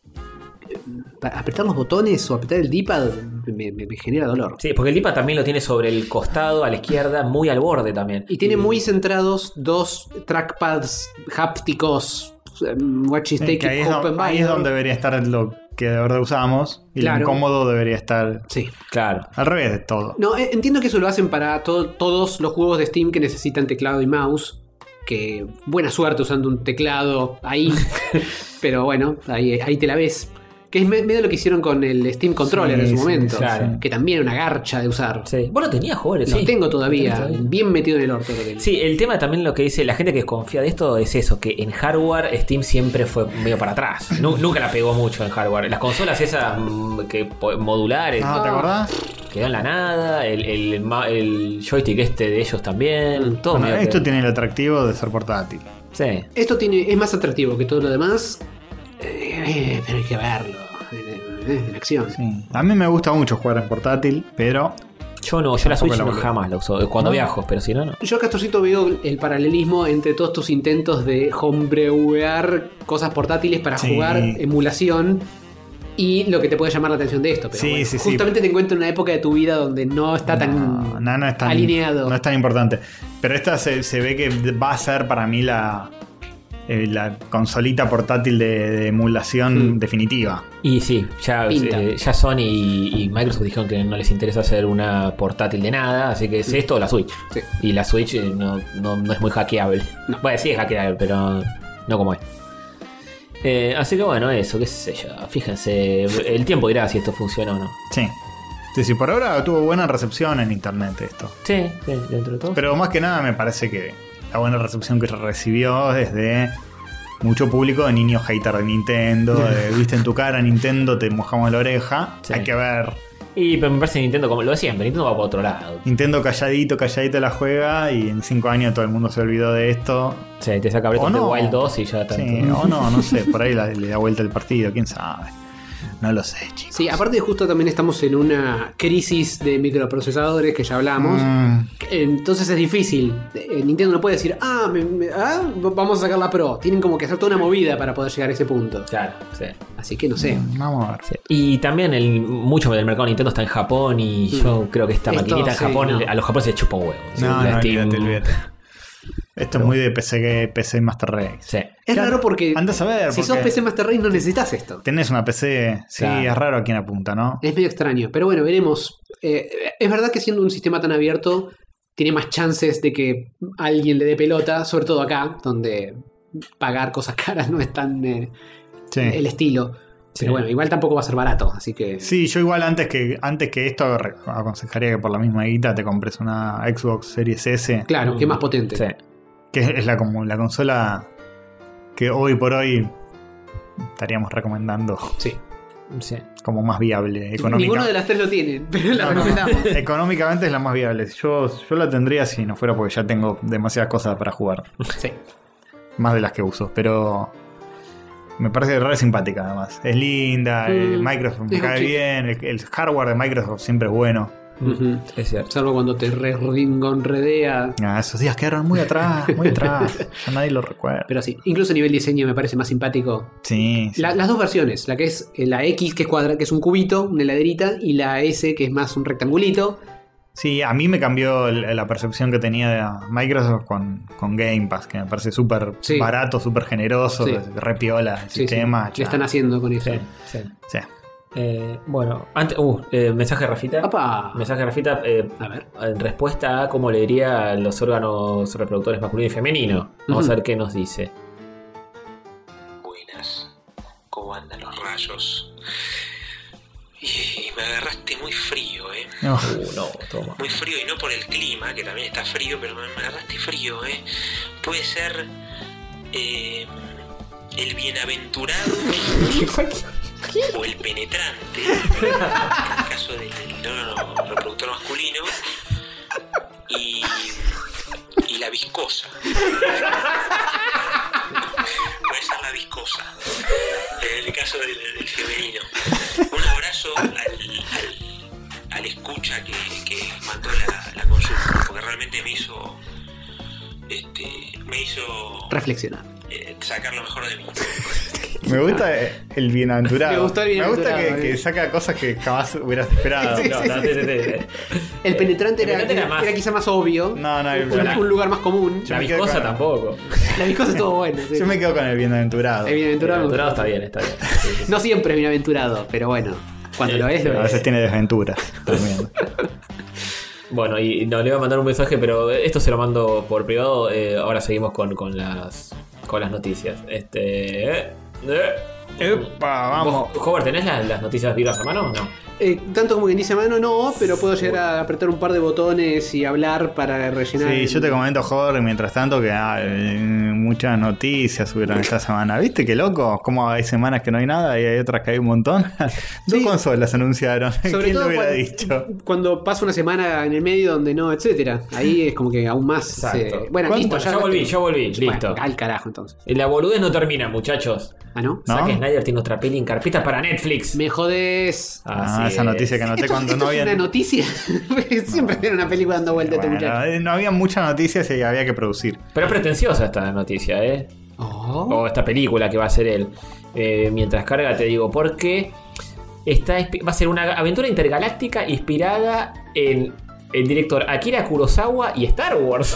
Speaker 4: eh, para apretar los botones o apretar el D-pad me, me- me genera dolor.
Speaker 1: Sí, porque el DIPA también lo tiene sobre el costado, a la izquierda, muy al borde también.
Speaker 4: Y tiene muy centrados dos trackpads hápticos. eh, Watches
Speaker 3: Eh,
Speaker 4: Take
Speaker 3: que ahí, es
Speaker 4: It,
Speaker 3: don-
Speaker 4: Open
Speaker 3: ahí es
Speaker 4: Binder.
Speaker 3: donde debería estar lo que de verdad usamos. Y
Speaker 4: Claro.
Speaker 3: lo incómodo debería estar
Speaker 4: Sí.
Speaker 1: Claro.
Speaker 3: al revés de todo.
Speaker 4: No, eh, entiendo que eso lo hacen para to- todos los juegos de Steam que necesitan teclado y mouse. Que buena suerte usando un teclado
Speaker 1: [laughs]
Speaker 4: ahí. Pero bueno, ahí, ahí te la ves. Que es me- medio lo que hicieron con el Steam Controller
Speaker 3: Sí,
Speaker 4: en su
Speaker 3: sí,
Speaker 4: momento.
Speaker 1: claro.
Speaker 4: Que también era una garcha de usar.
Speaker 1: Sí. Vos lo tenías, joder,
Speaker 4: Lo
Speaker 1: sí.
Speaker 4: tengo todavía,
Speaker 1: Lo tenés
Speaker 4: bien metido en el orto. lo tengo.
Speaker 1: Sí, el tema también lo que dice la gente que desconfía de esto es eso, que en hardware Steam siempre fue medio para atrás. Nu- nunca la pegó mucho en hardware. Las consolas esas mm, que po- modulares
Speaker 3: Ah, ¿te
Speaker 4: Ah.
Speaker 3: acordás?
Speaker 1: quedó en la nada, el, el ma- el joystick este de ellos también, todo
Speaker 3: Bueno,
Speaker 1: medio
Speaker 3: esto
Speaker 1: que-
Speaker 3: tiene el atractivo de ser portátil.
Speaker 1: Sí.
Speaker 4: Esto tiene, es más atractivo que todo lo demás. eh, pero hay que verlo. eh, eh, en acción.
Speaker 3: Sí. A mí me gusta mucho jugar en portátil, pero
Speaker 1: Yo no, yo la
Speaker 3: Tampoco
Speaker 1: Switch no
Speaker 3: la volví.
Speaker 1: jamás la uso. eh, Cuando
Speaker 3: ¿No?
Speaker 1: viajo, pero si no, no.
Speaker 4: Yo, Castorcito, veo el paralelismo entre todos tus intentos de homebrewear cosas portátiles para
Speaker 3: Sí.
Speaker 4: jugar emulación y lo que te puede llamar la atención de esto. Pero
Speaker 3: Sí,
Speaker 4: bueno,
Speaker 3: sí, sí.
Speaker 4: justamente te encuentro en una época de tu vida donde no está
Speaker 3: no,
Speaker 4: tan
Speaker 3: no, no es tan
Speaker 4: alineado.
Speaker 3: No es tan importante. Pero esta se, se ve que va a ser para mí la, eh, la consolita portátil de, de emulación
Speaker 4: Mm.
Speaker 3: definitiva.
Speaker 1: Y sí, ya,
Speaker 4: Pinta.
Speaker 1: eh, ya Sony y, y Microsoft dijeron que no les interesa hacer una portátil de nada, así que es esto o la Switch.
Speaker 4: Sí.
Speaker 1: Y la Switch eh, no, no- no es muy hackeable.
Speaker 4: No.
Speaker 1: Bueno, sí es hackeable, pero no como es. Eh, así que bueno, eso, qué sé yo. Fíjense, el tiempo dirá si esto funciona o no.
Speaker 3: Sí. Sí, sí, por ahora tuvo buena recepción en internet esto.
Speaker 1: Sí, sí, dentro de todo.
Speaker 3: Pero más que nada me parece que la buena recepción que recibió desde mucho público de niños hater de Nintendo,
Speaker 4: [laughs]
Speaker 3: de, viste en tu cara Nintendo, te mojamos la oreja.
Speaker 1: Sí.
Speaker 3: Hay que ver.
Speaker 1: y pero me parece Nintendo como lo de siempre, Nintendo va para otro lado.
Speaker 3: Nintendo calladito, calladito la juega y en cinco años todo el mundo se olvidó de esto.
Speaker 1: Sí, te saca Breath
Speaker 3: O
Speaker 1: of the
Speaker 3: no.
Speaker 1: Wild 2 y ya tanto.
Speaker 3: Sí, o no, no sé, por ahí la- le da vuelta el partido, quién sabe. No lo sé, chicos.
Speaker 4: Sí, aparte justo también estamos en una crisis de microprocesadores que ya hablamos.
Speaker 3: Mm,
Speaker 4: Entonces es difícil. Eh, Nintendo no puede decir, ah, me- me- ah, vamos a sacar la Pro. Tienen como que hacer toda una movida para poder llegar a ese punto.
Speaker 1: Claro, sí.
Speaker 4: Así que no sé.
Speaker 3: vamos a ver.
Speaker 1: Sí. Y también el, mucho del mercado de Nintendo está en Japón y yo creo que esta
Speaker 4: Esto,
Speaker 1: maquinita en
Speaker 4: Mm. sí,
Speaker 1: Japón
Speaker 4: no.
Speaker 1: a los japoneses les chupa un huevo. Sí,
Speaker 3: No,
Speaker 1: la
Speaker 3: no,
Speaker 1: Steam-
Speaker 3: olvídate, olvídate. Esto es muy de PC, que- PC Master Race.
Speaker 1: Sí.
Speaker 4: Es
Speaker 3: Claro,
Speaker 4: raro porque
Speaker 3: anda a saber,
Speaker 4: si sos
Speaker 3: porque-
Speaker 4: PC Master Race no necesitas esto.
Speaker 3: Tenés una PC, sí,
Speaker 1: Claro.
Speaker 3: es raro a quién apunta, ¿no?
Speaker 4: Es medio extraño, pero bueno, veremos. Eh, es verdad que siendo un sistema tan abierto, tiene más chances de que alguien le dé pelota, sobre todo acá, donde pagar cosas [laughs] caras no es tan eh, el
Speaker 3: Sí.
Speaker 4: estilo. Pero bueno, igual tampoco va a ser barato, así que...
Speaker 3: Sí, yo igual antes que antes que esto re- aconsejaría que por la misma guita te compres una Xbox Series S,
Speaker 4: Claro, que es más potente.
Speaker 1: Sí.
Speaker 3: que es la como la consola que hoy por hoy estaríamos recomendando
Speaker 4: Sí.
Speaker 1: Sí.
Speaker 3: como más viable económica.
Speaker 4: Ninguno de las tres lo tiene, [laughs] pero la
Speaker 3: No, no, no.
Speaker 4: recomendamos.
Speaker 3: [laughs] Económicamente es la más viable. Yo, yo la tendría si no fuera porque ya tengo demasiadas cosas para jugar.
Speaker 4: Sí.
Speaker 3: más de las que uso, pero me parece re simpática además. Es linda, el
Speaker 4: Mm.
Speaker 3: Microsoft me
Speaker 4: Es un
Speaker 3: cae
Speaker 4: chip.
Speaker 3: bien, el, el hardware de Microsoft siempre es bueno.
Speaker 4: Ujú.
Speaker 1: Es cierto.
Speaker 4: Salvo cuando te re ringonredea.
Speaker 3: Ah, esos días quedaron muy atrás, muy atrás.
Speaker 4: [laughs]
Speaker 3: Ya nadie lo recuerda.
Speaker 4: Pero sí, incluso a nivel diseño me parece más simpático.
Speaker 3: sí, sí.
Speaker 4: La- las dos versiones, la que es eh, la X, que es cuadra, que es un cubito, una heladerita, y la S, que es más un rectangulito.
Speaker 3: Sí, a mí me cambió el- la percepción que tenía de Microsoft con, con Game Pass, que me parece súper
Speaker 4: Sí.
Speaker 3: barato, súper generoso,
Speaker 4: Sí.
Speaker 3: re piola el
Speaker 4: Sí,
Speaker 3: sistema.
Speaker 4: sí,
Speaker 3: ya.
Speaker 4: le están haciendo con eso.
Speaker 1: Sí, sí.
Speaker 3: Sí.
Speaker 1: Eh, bueno, antes, uh, eh, mensaje de Rafita.
Speaker 4: ¡Apa!
Speaker 1: Mensaje de Rafita eh,
Speaker 4: A ver.
Speaker 1: en respuesta a cómo leería los órganos reproductores masculino y femenino. Vamos a ver qué nos
Speaker 3: [laughs]
Speaker 1: dice.
Speaker 7: Buenas, ¿cómo andan los rayos? Y me agarraste muy frío, ¿eh?
Speaker 3: No,
Speaker 1: Uh, no, toma.
Speaker 7: Muy frío y no por el clima, que también está frío, pero me me agarraste frío, ¿eh? Puede ser eh, el bienaventurado o el penetrante. pero En el caso del órgano reproductor masculino y, y la viscosa. Puede ser la viscosa. En el caso del, del femenino. Un abrazo al, al- al escucha que, que mandó la, la consulta, porque realmente me hizo. Este, me hizo
Speaker 4: Reflexiona.
Speaker 7: eh, sacar lo mejor de mí.
Speaker 3: me gusta el
Speaker 4: [laughs]
Speaker 3: bienaventurado.
Speaker 4: Me gustó el bienaventurado,
Speaker 3: Me gusta que,
Speaker 4: eh.
Speaker 3: que saca cosas que jamás hubieras esperado.
Speaker 1: No, no, te- te- te-
Speaker 4: El penetrante,
Speaker 1: el
Speaker 4: era,
Speaker 1: penetrante era
Speaker 4: era
Speaker 1: más-
Speaker 4: quizá más obvio.
Speaker 3: No, no, el-
Speaker 4: un, un lugar más común.
Speaker 3: Yo
Speaker 1: La
Speaker 3: me quedo
Speaker 1: viscosa
Speaker 3: con-
Speaker 1: tampoco.
Speaker 4: La viscosa es todo bueno. sí.
Speaker 3: [laughs] Yo me quedo con el bienaventurado.
Speaker 4: El bienaventurado.
Speaker 1: El dorado está bien, está bien. Sí, sí, sí.
Speaker 4: No siempre es bienaventurado, pero bueno. Cuando
Speaker 1: Sí,
Speaker 4: lo es,
Speaker 3: Pero
Speaker 4: lo
Speaker 3: a veces
Speaker 4: es.
Speaker 3: tiene desventuras también.
Speaker 1: Bueno, y no le iba a mandar un mensaje, pero esto se lo mando por privado. eh, ahora seguimos con, con las con las noticias. Este. eh, eh.
Speaker 3: ¡Epa! Vamos.
Speaker 1: ¿Vos, Howard, ¿tenés las, las noticias vivas a mano? No.
Speaker 4: Eh, tanto como quien dice a mano, no, pero puedo llegar a apretar un par de botones y hablar para rellenar.
Speaker 3: Sí,
Speaker 4: el-
Speaker 3: yo te comento, Jorge, mientras tanto, que ah, eh, muchas noticias subieron esta semana. ¿Viste qué loco? Como hay semanas que no hay nada y hay otras que hay un montón. [laughs] Dos
Speaker 4: Sí.
Speaker 3: consolas anunciaron.
Speaker 4: Sobre
Speaker 3: ¿Quién
Speaker 4: todo
Speaker 3: lo hubiera
Speaker 4: cuando, [laughs]
Speaker 3: dicho?
Speaker 4: cuando pasa una semana en el medio donde no, etcétera. Ahí es como que aún más.
Speaker 1: Exacto.
Speaker 4: se- Bueno,
Speaker 3: ¿Cuánto?
Speaker 4: listo,
Speaker 1: Ya volví, ya volví.
Speaker 4: Bueno,
Speaker 1: Listo.
Speaker 4: al carajo entonces.
Speaker 1: La boludez no termina, muchachos.
Speaker 4: Ah, ¿no?
Speaker 3: ¿No?
Speaker 1: Zack Snyder tiene otra peli en carpeta para Netflix.
Speaker 4: Me jodes.
Speaker 1: Así
Speaker 3: ah, esa
Speaker 1: es.
Speaker 3: noticia que anoté
Speaker 4: Esto-
Speaker 3: cuando
Speaker 4: esto
Speaker 3: no
Speaker 4: es
Speaker 3: había.
Speaker 4: una noticia. [laughs] Siempre tiene una película dando vuelta a este
Speaker 3: Bueno,
Speaker 4: muchacho.
Speaker 3: eh, no había muchas noticias y había que producir.
Speaker 1: Pero es pretenciosa esta noticia, ¿eh?
Speaker 4: Oh.
Speaker 1: o esta película que va a ser él. Eh, mientras carga, te digo, porque está, inspi- va a ser una aventura intergaláctica inspirada en el director Akira Kurosawa y Star
Speaker 4: [laughs]
Speaker 1: Wars.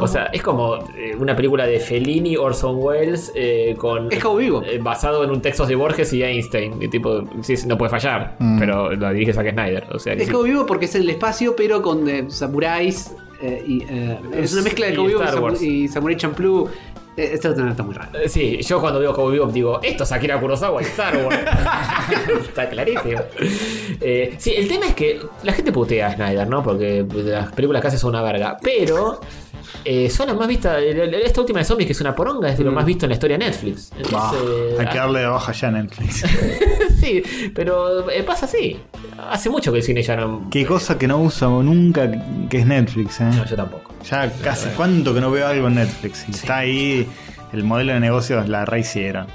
Speaker 1: o sea, es como eh, una película de Fellini, Orson Welles, eh,
Speaker 3: Oh,
Speaker 1: con,
Speaker 4: Es como vivo.
Speaker 1: eh, basado en un texto de Borges y Einstein. Y tipo, sí, sí, no puede fallar,
Speaker 3: Mm.
Speaker 1: pero lo dirige Zack Snyder. O sea, que
Speaker 4: Es
Speaker 1: sí.
Speaker 4: como vivo porque es en el espacio, pero con eh, samuráis. eh, y, eh, es una mezcla de
Speaker 1: Y
Speaker 4: como vivo y,
Speaker 1: Star
Speaker 4: samu-
Speaker 1: Wars.
Speaker 4: y Samurai Champloo. Eh, Esto está muy raro.
Speaker 1: Eh, Sí, yo cuando veo Cowboy Bebop digo, esto es Akira Kurosawa y Star Wars. [laughs] Está clarísimo. Eh, sí, el tema es que la gente putea a Snyder, ¿no? Porque las películas que hace son una verga. Pero eh, son las más vistas. el- el- Esta última de zombies, que es una poronga, es de lo más visto en la historia de Netflix.
Speaker 3: Mm. Bah,
Speaker 1: Entonces,
Speaker 3: hay que darle de baja ya en Netflix. [laughs]
Speaker 1: [laughs] Sí, pero eh, pasa así. Hace mucho que el cine ya no.
Speaker 3: Qué cosa que no uso nunca que es Netflix, ¿eh?
Speaker 1: No, yo tampoco.
Speaker 3: Ya casi cuánto que no veo algo en Netflix. Y Está ahí el modelo de negocios, la rehicieron.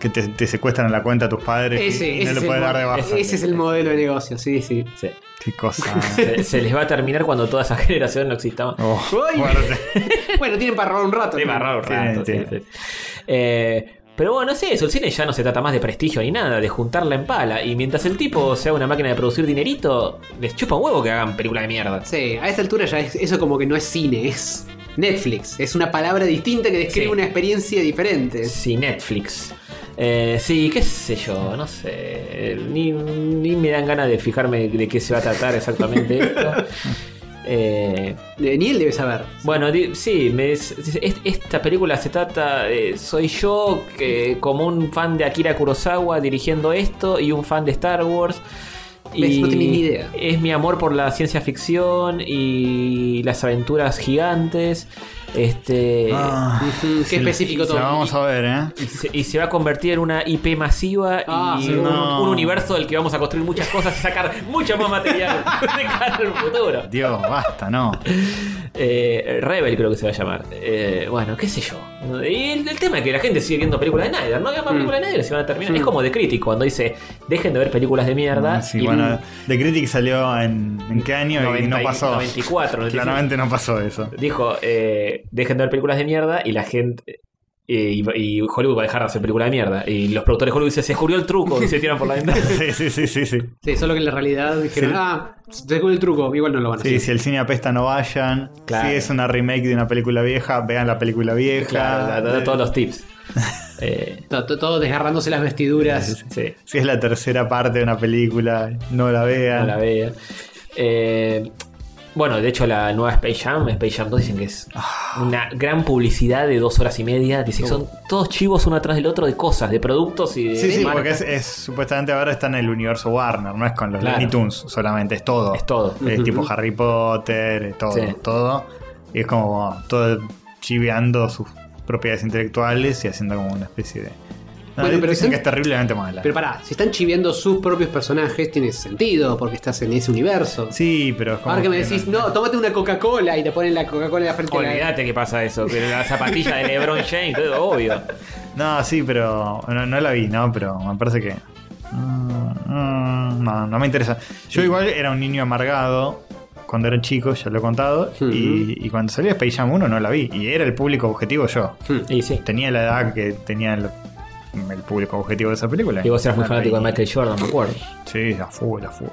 Speaker 3: Que te, te secuestran la cuenta a tus padres
Speaker 4: Ese,
Speaker 3: y no
Speaker 4: ese
Speaker 3: le
Speaker 4: es el
Speaker 3: puedes dar de
Speaker 4: mo-
Speaker 3: baja.
Speaker 4: ese es el modelo de negocio, sí,
Speaker 3: [laughs]
Speaker 4: sí.
Speaker 1: Sí.
Speaker 3: Qué cosa.
Speaker 1: Se, se les va a terminar cuando toda esa [laughs] generación no exista. más.
Speaker 3: Oh,
Speaker 4: Uy.
Speaker 3: fuerte.
Speaker 4: bueno, tienen para robar un rato.
Speaker 1: Sí,
Speaker 4: ¿no?
Speaker 1: más raro,
Speaker 3: Sí,
Speaker 1: rato, sí,
Speaker 3: entiendo.
Speaker 1: sí. Eh, pero bueno, es eso. El cine ya no se trata más de prestigio ni nada, de juntarla en pala. Y mientras el tipo sea una máquina de producir dinerito, les chupa un huevo que hagan película de mierda.
Speaker 4: Sí, a esta altura ya es, eso como que no es cine, es Netflix. Es una palabra distinta que describe
Speaker 1: Sí.
Speaker 4: una experiencia diferente.
Speaker 1: Sí, Netflix. Eh, sí, qué sé yo, no sé. Ni, ni me dan ganas de fijarme de qué se va a tratar exactamente esto. [laughs] Eh,
Speaker 4: Eh, Ni él debe saber.
Speaker 1: Bueno, di- sí, me es- dice, "Est- esta película se trata de- soy yo que, como un fan de Akira Kurosawa dirigiendo esto y un fan de Star Wars.
Speaker 4: ¿Ves? No tenía ni idea.
Speaker 1: Es mi amor por la ciencia ficción y las aventuras gigantes. Este.
Speaker 3: Ah,
Speaker 4: Ujú, Qué específico
Speaker 3: la
Speaker 4: todo.
Speaker 3: vamos a ver, ¿eh?
Speaker 1: Y se, y se va a convertir en una IP masiva
Speaker 4: Ah,
Speaker 1: y
Speaker 4: sí.
Speaker 1: un,
Speaker 3: No.
Speaker 1: un universo del que vamos a construir muchas cosas y sacar mucho más
Speaker 4: [laughs]
Speaker 1: material de cara al futuro.
Speaker 3: Dios, basta, no.
Speaker 1: Eh, Rebel creo que se va a llamar. Eh, bueno, qué sé yo. Y el, el tema es que la gente sigue viendo películas de Snyder. No vean
Speaker 3: Mm.
Speaker 1: más películas de Snyder, se van a terminar. Es como de Critic cuando dice, dejen de ver películas de mierda.
Speaker 3: Mm, Sí,
Speaker 1: y
Speaker 3: bueno, The Critic salió en, en qué año y
Speaker 1: 90
Speaker 3: no pasó.
Speaker 1: 94, 95.
Speaker 3: Claramente no pasó eso. [laughs]
Speaker 1: Dijo, eh, dejen de ver películas de mierda y la gente... eh, Y, y Hollywood va a dejar de hacer películas de mierda. Y los productores de Hollywood dicen, se descubrió el truco [laughs] y se tiran por la
Speaker 3: [laughs]
Speaker 1: ventana.
Speaker 3: Sí, sí, sí, sí. Sí,
Speaker 4: Sí, solo que en la realidad dijeron,
Speaker 3: Sí.
Speaker 4: ah, te con el truco, igual no lo van a
Speaker 3: Sí,
Speaker 4: hacer.
Speaker 3: si el cine apesta, no vayan.
Speaker 1: Claro.
Speaker 3: Si es una remake de una película vieja, vean la película vieja.
Speaker 1: Claro, da- da- da todos los tips.
Speaker 3: [laughs]
Speaker 1: Eh,
Speaker 4: To- to- Todos desgarrándose las vestiduras.
Speaker 1: sí,
Speaker 3: Si es la tercera parte de una película, no la vean.
Speaker 1: no la vea. Eh, bueno, de hecho, la nueva Space Jam, Space Jam 2, dicen que es una gran publicidad de dos horas y media. Dicen que son todos chivos uno atrás del otro de cosas, de productos y de.
Speaker 3: Sí, sí,
Speaker 1: marcas.
Speaker 3: porque es, es- supuestamente ahora está en el universo Warner, no es con los
Speaker 1: Claro.
Speaker 3: Looney Tunes solamente, es todo.
Speaker 1: Es todo.
Speaker 3: Es tipo Harry Potter, es todo,
Speaker 1: Sí.
Speaker 3: todo. Y es como todo chiveando sus propiedades intelectuales y haciendo como una especie de. No,
Speaker 4: Bueno, pero
Speaker 3: dicen
Speaker 4: están-
Speaker 3: que es terriblemente mala.
Speaker 4: Pero pará, si están chiviando sus propios personajes, tiene sentido, porque estás en ese universo.
Speaker 3: Sí, pero es como.
Speaker 4: Ahora que me decís, no, tómate una Coca-Cola y te ponen la Coca-Cola en la frente. de la-
Speaker 1: Olvídate que pasa eso, que la zapatilla de LeBron James, todo obvio.
Speaker 3: No, sí, pero. No, no la vi, ¿no? Pero me parece que. mm, mm, No, no me interesa. Yo igual era un niño amargado cuando era chico, ya lo he contado.
Speaker 4: Ujú.
Speaker 3: Y, y cuando salía Space Jam 1 no la vi. Y era el público objetivo yo.
Speaker 1: Y sí.
Speaker 3: Tenía la edad que tenía el, el público objetivo de esa película.
Speaker 1: Y vos eras muy
Speaker 3: No la
Speaker 1: fanático de
Speaker 3: vi.
Speaker 1: Michael Jordan, me acuerdo.
Speaker 3: Sí, la full, la full.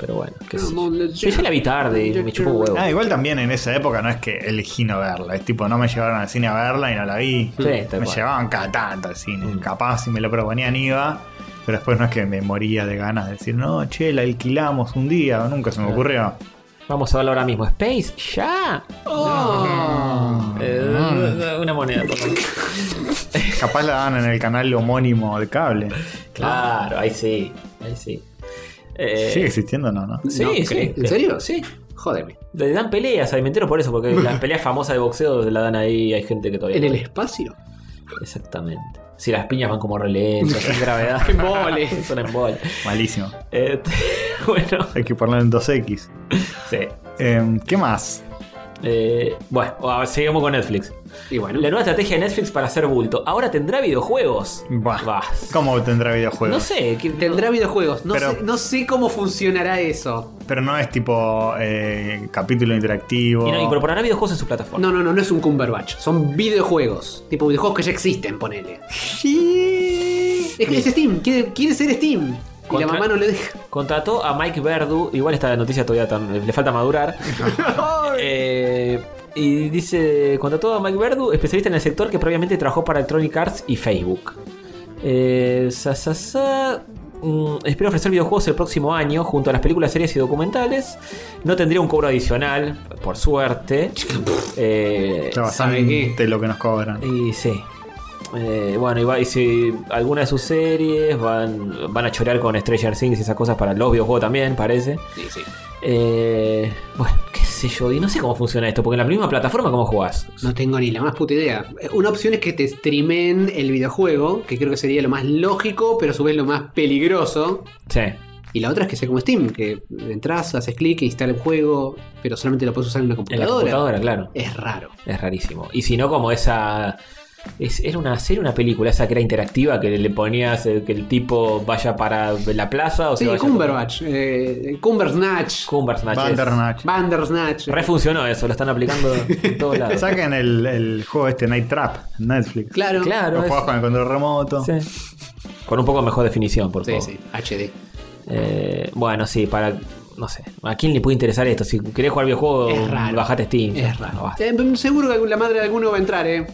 Speaker 1: Pero bueno, qué sé yo. Yo ya la vi tarde y me chupó un huevo.
Speaker 3: Ah, igual también en esa época no es que elegí no verla. Es tipo, no me llevaron al cine a verla y no la vi.
Speaker 1: Sí,
Speaker 3: me
Speaker 1: tal cual.
Speaker 3: llevaban cada tanto al cine. Capaz si me lo proponían iba. Pero después no es que me moría de ganas de decir, no, che, la alquilamos un día. Nunca se me ocurrió.
Speaker 1: Vamos a verlo ahora mismo. Space, ya.
Speaker 4: Oh.
Speaker 1: Eh, una moneda, por [laughs] favor.
Speaker 3: Capaz la daban en el canal homónimo de cable.
Speaker 1: Claro, ahí sí. Ahí sí. Eh,
Speaker 3: ¿Sigue existiendo o no? [laughs] no?
Speaker 1: Sí,
Speaker 4: No,
Speaker 1: sí.
Speaker 4: ¿cree? ¿En serio? Sí. Jódeme.
Speaker 1: Le dan peleas, ahí me entero por eso, porque las peleas famosas de boxeo la dan ahí, hay gente que todavía.
Speaker 4: ¿En el espacio?
Speaker 1: Exactamente. Si las piñas van como re lentas, sin gravedad.
Speaker 4: ¡Qué embole!
Speaker 1: [laughs] Son embole.
Speaker 3: Malísimo.
Speaker 1: Eh, [laughs] bueno,
Speaker 3: Hay que ponerlo en 2X.
Speaker 1: sí.
Speaker 3: Em, ¿Qué más?
Speaker 1: Eh, bueno, a ver, seguimos con Netflix.
Speaker 4: Y bueno.
Speaker 1: La nueva estrategia de Netflix para hacer bulto. Ahora tendrá videojuegos.
Speaker 3: Buah.
Speaker 1: Bah.
Speaker 3: ¿Cómo tendrá videojuegos?
Speaker 1: No sé, ¿quién
Speaker 4: Tendrá videojuegos. No,
Speaker 3: Pero-
Speaker 4: sé, no sé cómo funcionará eso.
Speaker 3: Pero no es tipo eh, capítulo interactivo.
Speaker 1: Y no, incorporará videojuegos en su plataforma.
Speaker 4: No, no, no, no es un Cumberbatch. Son videojuegos. Tipo videojuegos que ya existen, ponele. Es que es Steam. Quiere, quiere ser Steam. Y la
Speaker 1: Contra-
Speaker 4: mamá no le deja.
Speaker 1: Contrató a Mike Verdu, igual esta noticia todavía tan- le falta madurar. Eh, y dice, contrató a Mike Verdu, especialista en el sector que previamente trabajó para Electronic Arts y Facebook. Eh, sa, sa, sa. Mm, espero ofrecer videojuegos el próximo año junto a las películas, series y documentales. No tendría un cobro adicional, por suerte. Eh,
Speaker 3: Está
Speaker 4: ¿Sabe qué?
Speaker 3: bastante lo que nos cobran.
Speaker 1: y sí. Eh, bueno, y, va- y si alguna de sus series van, van a chorear con Stranger Things y esas cosas para los videojuegos también, parece.
Speaker 4: Sí, sí.
Speaker 1: Eh, bueno, qué sé yo, y no sé cómo funciona esto, porque en la misma plataforma, ¿cómo jugás?
Speaker 4: No tengo ni la más puta idea. Eh, Una opción es que te streamen el videojuego, que creo que sería lo más lógico, pero a su vez lo más peligroso.
Speaker 1: Sí.
Speaker 4: Y la otra es que sea como Steam, que entras, haces clic, instala el juego, pero solamente lo puedes usar en una
Speaker 1: En la
Speaker 4: computadora.
Speaker 1: computadora, claro.
Speaker 4: Es raro.
Speaker 1: Es rarísimo. Y si no, como esa. Es, era una serie, una película, esa que era interactiva, que le ponías eh, que el tipo vaya para la plaza o se
Speaker 4: sí,
Speaker 1: vaya-
Speaker 4: Cumberbatch, eh, Cumbersnatch,
Speaker 1: Cumbersnatch. es-
Speaker 3: Bandersnatch.
Speaker 4: Bandersnatch.
Speaker 1: Refuncionó eso, lo están aplicando en todos
Speaker 4: [laughs]
Speaker 1: lados.
Speaker 3: Saquen el, el juego este Night Trap en Netflix.
Speaker 4: Claro.
Speaker 1: Claro,
Speaker 3: Lo
Speaker 1: es-
Speaker 3: jugás con el control remoto.
Speaker 1: Sí. Con un poco mejor definición, por
Speaker 4: Sí,
Speaker 1: favor.
Speaker 4: sí, HD.
Speaker 1: Eh, bueno, sí, para. No sé. ¿A quién le puede interesar esto? Si querés jugar videojuego,
Speaker 4: Es raro.
Speaker 1: bajate Steam.
Speaker 4: Es raro.
Speaker 1: Basta.
Speaker 4: Eh, Seguro que la madre de alguno va a entrar, ¿eh?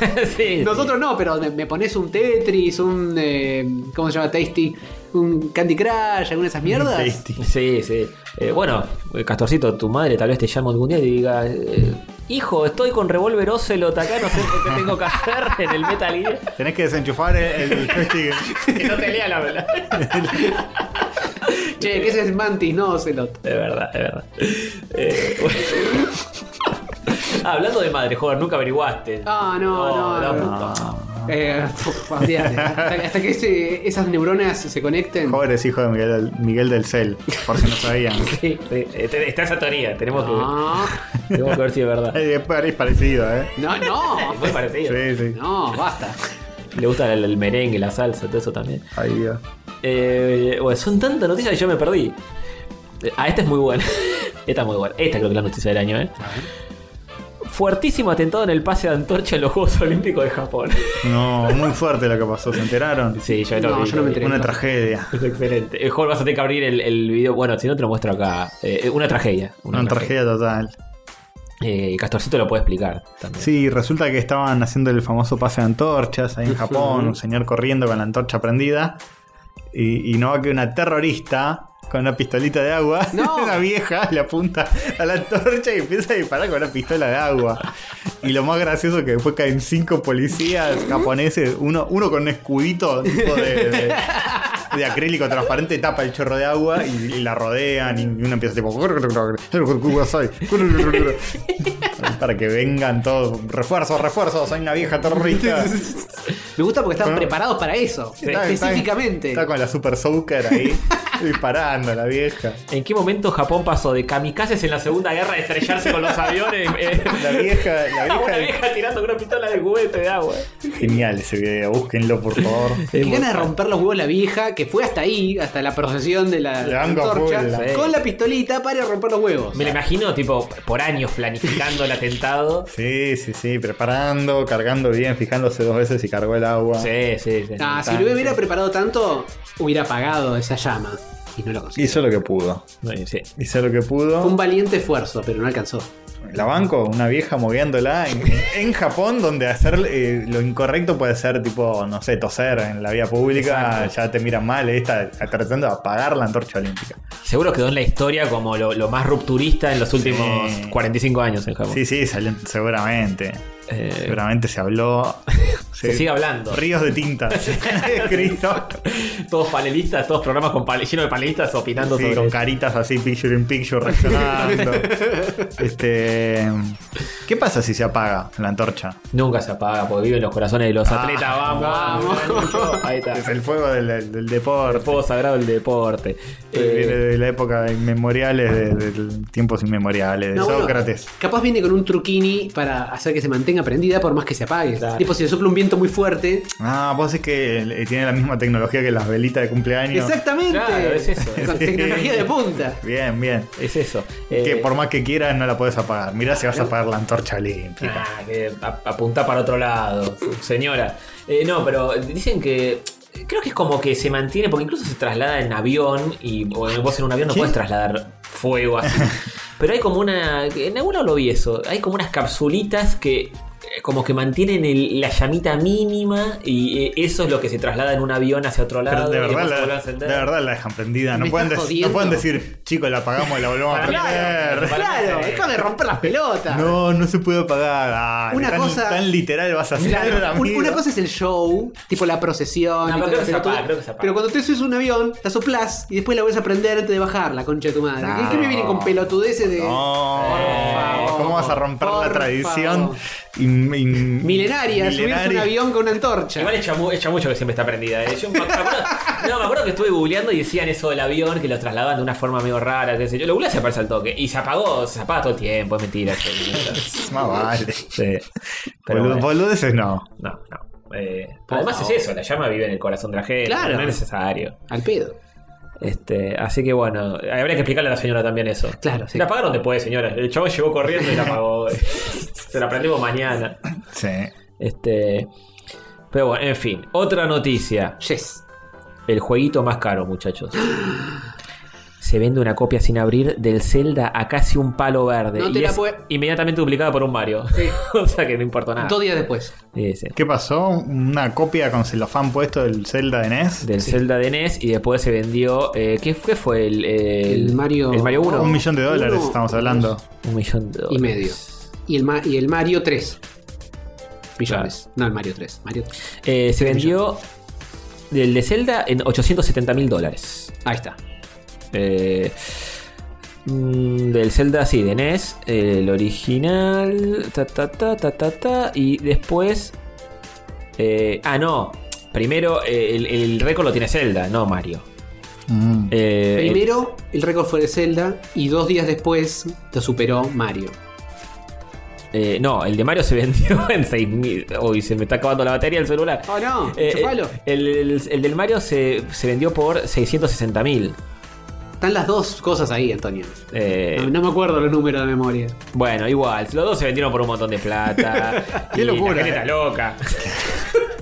Speaker 1: [laughs] Sí, sí.
Speaker 4: Nosotros no, pero me, me pones un Tetris, un. eh, ¿Cómo se llama? Tasty. Un Candy Crush, alguna de esas mierdas.
Speaker 3: Tasty.
Speaker 1: Sí, sí. Eh, bueno, eh, Castorcito, tu madre tal vez te llame algún día y diga: eh, Hijo, estoy con revólver Ocelot acá, no sé qué tengo que hacer [laughs] en el Metal Gear.
Speaker 3: Tenés que desenchufar el, el joystick.
Speaker 1: Que no te lea la verdad.
Speaker 4: Che, que ese es Mantis, no Ocelot.
Speaker 1: Es verdad, es verdad. Eh, bueno. Ah, [laughs] hablando de madre, joder, nunca averiguaste.
Speaker 4: Ah, no, no,
Speaker 1: la
Speaker 4: no.
Speaker 1: puta.
Speaker 4: Eh, puf, olvídate. hasta, hasta que ese- esas neuronas se conecten.
Speaker 3: Pobres hijos de Miguel, Miguel del Cel, por si no sabían.
Speaker 4: Sí.
Speaker 1: Eh, eh, te- Está esa teoría, tenemos que,
Speaker 4: No,
Speaker 1: tenemos que ver si es
Speaker 4: [laughs]
Speaker 1: verdad.
Speaker 3: Eh, Es parecido, ¿eh?
Speaker 4: no, no.
Speaker 1: Es Muy parecido.
Speaker 3: Sí, sí.
Speaker 4: No, basta.
Speaker 1: Le gusta el, el merengue, la salsa, todo eso también.
Speaker 3: Ay, Dios.
Speaker 1: Eh, bueno, son tantas noticias que yo me perdí. Eh, Ah, esta es muy buena. [laughs] Esta es muy buena. Esta creo que es la noticia del año, ¿eh? Fuertísimo atentado en el pase de antorcha en los Juegos [laughs] Olímpicos de Japón.
Speaker 3: No, muy fuerte lo que pasó, ¿se enteraron?
Speaker 1: Sí, yo, lo
Speaker 4: No,
Speaker 1: vi,
Speaker 4: yo
Speaker 1: lo
Speaker 4: no me
Speaker 1: vi.
Speaker 4: enteré.
Speaker 3: Una tragedia.
Speaker 1: Es excelente. El juego vas a tener que abrir el, el video. Bueno, si no te lo muestro acá. Eh, una tragedia.
Speaker 3: Una, tragedia total.
Speaker 1: Eh, Castorcito lo puede explicar también.
Speaker 3: Sí, resulta que estaban haciendo el famoso pase de antorchas ahí en Japón, un señor corriendo con la antorcha prendida. Y, y no va que una terrorista con una pistolita de agua, [laughs]
Speaker 4: No.
Speaker 3: una vieja, le apunta a la antorcha y empieza a disparar con una pistola de agua. Y lo más gracioso es que después caen cinco policías japoneses, uno, uno con un escudito tipo de, de- de acrílico transparente, tapa el chorro de agua y, y la rodean y uno empieza tipo... [laughs] Para que vengan todos, refuerzos, refuerzos, soy una vieja [laughs] terrorista.
Speaker 4: Me gusta porque están
Speaker 3: No.
Speaker 4: preparados para eso.
Speaker 3: Está- está-
Speaker 4: específicamente.
Speaker 3: Está, con la super soaker ahí, disparando a la vieja.
Speaker 1: ¿En qué momento Japón pasó de kamikazes en la Segunda Guerra de estrellarse con los aviones
Speaker 4: [laughs]
Speaker 1: eh,
Speaker 3: La vieja, [laughs] la
Speaker 1: a una
Speaker 3: Ah, vieja.
Speaker 1: vieja tirando con una pistola de juguete de agua?
Speaker 3: Genial ese video, búsquenlo por favor.
Speaker 4: Qué
Speaker 1: Es
Speaker 4: gana de
Speaker 1: muy-
Speaker 4: romper los huevos la vieja que fue hasta ahí, hasta la procesión de la
Speaker 3: Le banco
Speaker 4: antorcha,
Speaker 3: full,
Speaker 1: la-
Speaker 4: con la pistolita para romper los huevos.
Speaker 1: Me lo imagino, tipo, por años planificando el atentado.
Speaker 3: Sí, sí, sí, preparando, cargando bien, fijándose dos veces si cargó el agua.
Speaker 1: Sí, sí, sí.
Speaker 4: Ah, si
Speaker 3: Tanto.
Speaker 4: lo hubiera preparado tanto, hubiera apagado esa llama. Y no lo consiguió.
Speaker 3: Hizo lo que pudo.
Speaker 1: Sí.
Speaker 3: Hizo lo que
Speaker 4: Fue un
Speaker 3: pudo.
Speaker 4: valiente esfuerzo, pero no alcanzó.
Speaker 3: La banco, una vieja moviéndola en, en Japón, donde hacer eh, lo incorrecto puede ser tipo, no sé, toser en la vía pública, ya te miran mal, esta está tratando de apagar la antorcha olímpica.
Speaker 1: Seguro quedó en la historia como lo, lo más rupturista en los últimos 45 años en Japón.
Speaker 3: Sí, sí, salió- seguramente.
Speaker 1: Eh,
Speaker 3: [laughs] Seguramente se habló.
Speaker 1: [laughs] se sigue hablando.
Speaker 3: Ríos de
Speaker 1: [laughs]
Speaker 3: tinta. [laughs] se han escrito.
Speaker 1: Todos panelistas, todos programas con pale- llenos de panelistas opinando
Speaker 3: Sí,
Speaker 1: sobre
Speaker 3: con
Speaker 1: eso.
Speaker 3: caritas así, picture in
Speaker 1: [laughs]
Speaker 3: picture, reaccionando. este. ¿Qué pasa si se apaga la antorcha?
Speaker 1: Nunca se apaga porque vive en los corazones de los
Speaker 3: Ah,
Speaker 1: atletas. Vamos,
Speaker 4: vamos.
Speaker 1: vamos. Ahí está.
Speaker 3: Es el fuego del, del
Speaker 1: El
Speaker 3: deporte.
Speaker 1: fuego sagrado del deporte.
Speaker 3: Viene
Speaker 1: Eh,
Speaker 3: de la época de inmemoriales, de, de tiempos inmemoriales, de
Speaker 4: No, bueno,
Speaker 3: Sócrates.
Speaker 4: capaz viene con un truquini para hacer que se mantenga prendida por más que se apague.
Speaker 1: Claro.
Speaker 4: Tipo, si le sopla un viento muy fuerte.
Speaker 3: Ah, vos es que eh, tiene la misma tecnología que las velitas de cumpleaños.
Speaker 4: Exactamente.
Speaker 1: Claro, es eso.
Speaker 4: Con tecnología de
Speaker 3: [laughs]
Speaker 4: punta.
Speaker 3: Bien, bien.
Speaker 1: es eso.
Speaker 3: que
Speaker 1: Eh,
Speaker 3: por más que quieras no la puedes apagar. Mirá si vas
Speaker 4: eh,
Speaker 3: a apagar la antorcha olímpica.
Speaker 1: Ah, que ap- apuntá para otro lado, señora. Eh, no, pero dicen que. Creo que es como que se mantiene, porque incluso se traslada en avión y o en- vos en un avión no
Speaker 3: ¿Qué?
Speaker 1: puedes trasladar fuego así.
Speaker 3: [laughs]
Speaker 1: pero hay como una. En algún lado lo vi eso. Hay como unas capsulitas que. eh, Como que mantienen el- la llamita mínima y eh, eso es lo que se traslada en un avión hacia otro lado.
Speaker 3: Pero de
Speaker 1: y después
Speaker 3: verdad,
Speaker 1: se
Speaker 3: la,
Speaker 1: vuelve a encender.
Speaker 3: de verdad la dejan prendida. No
Speaker 4: Me
Speaker 3: pueden,
Speaker 4: estás
Speaker 3: dec-
Speaker 4: jodiendo.
Speaker 3: no pueden decir, chicos, la apagamos y la volvemos a
Speaker 1: Claro,
Speaker 3: prender.
Speaker 1: para
Speaker 4: Claro,
Speaker 1: mí se-
Speaker 4: deja de romper las pelotas.
Speaker 3: No, no se puede apagar. Dale,
Speaker 4: Una
Speaker 3: tan,
Speaker 4: cosa-
Speaker 3: tan literal vas a hacer.
Speaker 4: Claro, un-
Speaker 3: amigo.
Speaker 4: una cosa es el show, tipo la procesión.
Speaker 1: No,
Speaker 4: y
Speaker 1: pero
Speaker 4: todo
Speaker 1: creo
Speaker 4: eso,
Speaker 1: que se apaga,
Speaker 4: todo-
Speaker 1: creo que se apaga.
Speaker 4: pero cuando te subes un avión, la soplás y después la vuelves a prender antes de bajar, la concha de tu madre.
Speaker 3: No.
Speaker 4: ¿Qué- ¿Qué me viene con pelotudeces de.?
Speaker 3: No, eh,
Speaker 4: Por favor,
Speaker 3: ¿cómo vas a romper la
Speaker 4: por
Speaker 3: tradición
Speaker 4: favor.
Speaker 3: in- in-
Speaker 4: Milenaria, subirse a un
Speaker 3: milenaria?
Speaker 4: avión con una antorcha.
Speaker 1: Igual echa, mu- echa mucho que siempre está prendida. ¿eh? Yo me acuerdo- no, me acuerdo que estuve googleando y decían eso del avión, que lo trasladaban de una forma medio rara, qué sé yo. Lo googleé y se aparece al toque. Y se apagó, se apaga todo el tiempo, es mentira. eso, es mentira.
Speaker 3: Más vale.
Speaker 1: Sí. Pero
Speaker 3: Bolu-
Speaker 1: bueno,
Speaker 3: Boludeces no.
Speaker 1: no, no. Eh, pero además es eso, la llama vive en el corazón de la gente.
Speaker 4: Claro.
Speaker 1: No es necesario.
Speaker 4: Al pedo.
Speaker 1: Este, así que bueno, habría que explicarle a la señora también eso.
Speaker 4: Claro, sí.
Speaker 1: La apagaron después, señora. El chabón llegó corriendo y la [laughs] apagó. se la prendemos mañana.
Speaker 3: Sí.
Speaker 1: Este. Pero bueno, en fin. Otra noticia.
Speaker 4: Yes.
Speaker 1: El jueguito más caro, muchachos. Se vende una copia sin abrir del Zelda a casi un palo verde.
Speaker 4: No te
Speaker 1: y
Speaker 4: la
Speaker 1: es
Speaker 4: pue-
Speaker 1: inmediatamente duplicada por un Mario. [laughs]
Speaker 4: Sí.
Speaker 1: o sea que no importa nada.
Speaker 4: Dos días después.
Speaker 1: Sí, sí.
Speaker 3: ¿Qué pasó? Una copia con celofán puesto del Zelda de E NES.
Speaker 1: Del Zelda de NES y después se vendió. eh, ¿qué, qué fue el,
Speaker 4: El Mario-
Speaker 1: El Mario 1.
Speaker 3: Un millón de dólares
Speaker 4: Uno,
Speaker 3: estamos hablando.
Speaker 1: Un millón de dólares.
Speaker 4: Y medio. Y el, Ma- y el Mario 3. Millones. No, el Mario 3. Mario 3.
Speaker 1: Eh, se vendió del de Zelda en 870 mil dólares.
Speaker 4: Ahí está.
Speaker 1: Eh, Mm, Del Zelda, sí, de NES, eh, el original, ta ta ta ta ta ta, y después... eh, ah, no, primero eh, el, el récord lo tiene Zelda, no Mario.
Speaker 3: Mm.
Speaker 1: Eh, el-
Speaker 4: Primero, el récord fue de Zelda y dos días después lo superó Mario.
Speaker 1: eh, no, el de Mario se vendió [laughs] en 6.000... Uy, se me está acabando la batería del celular.
Speaker 4: Oh no,
Speaker 1: Eh,
Speaker 4: chupalo.
Speaker 1: el, el- el del Mario se, se vendió por 660.000.
Speaker 4: Están las dos cosas ahí, Antonio.
Speaker 1: Eh,
Speaker 4: No, no me acuerdo los números de memoria.
Speaker 1: Bueno, igual, los dos se vendieron por un montón de plata.
Speaker 3: [laughs] Qué
Speaker 1: y
Speaker 3: locura,
Speaker 1: La gente está
Speaker 3: eh.
Speaker 1: loca. [laughs]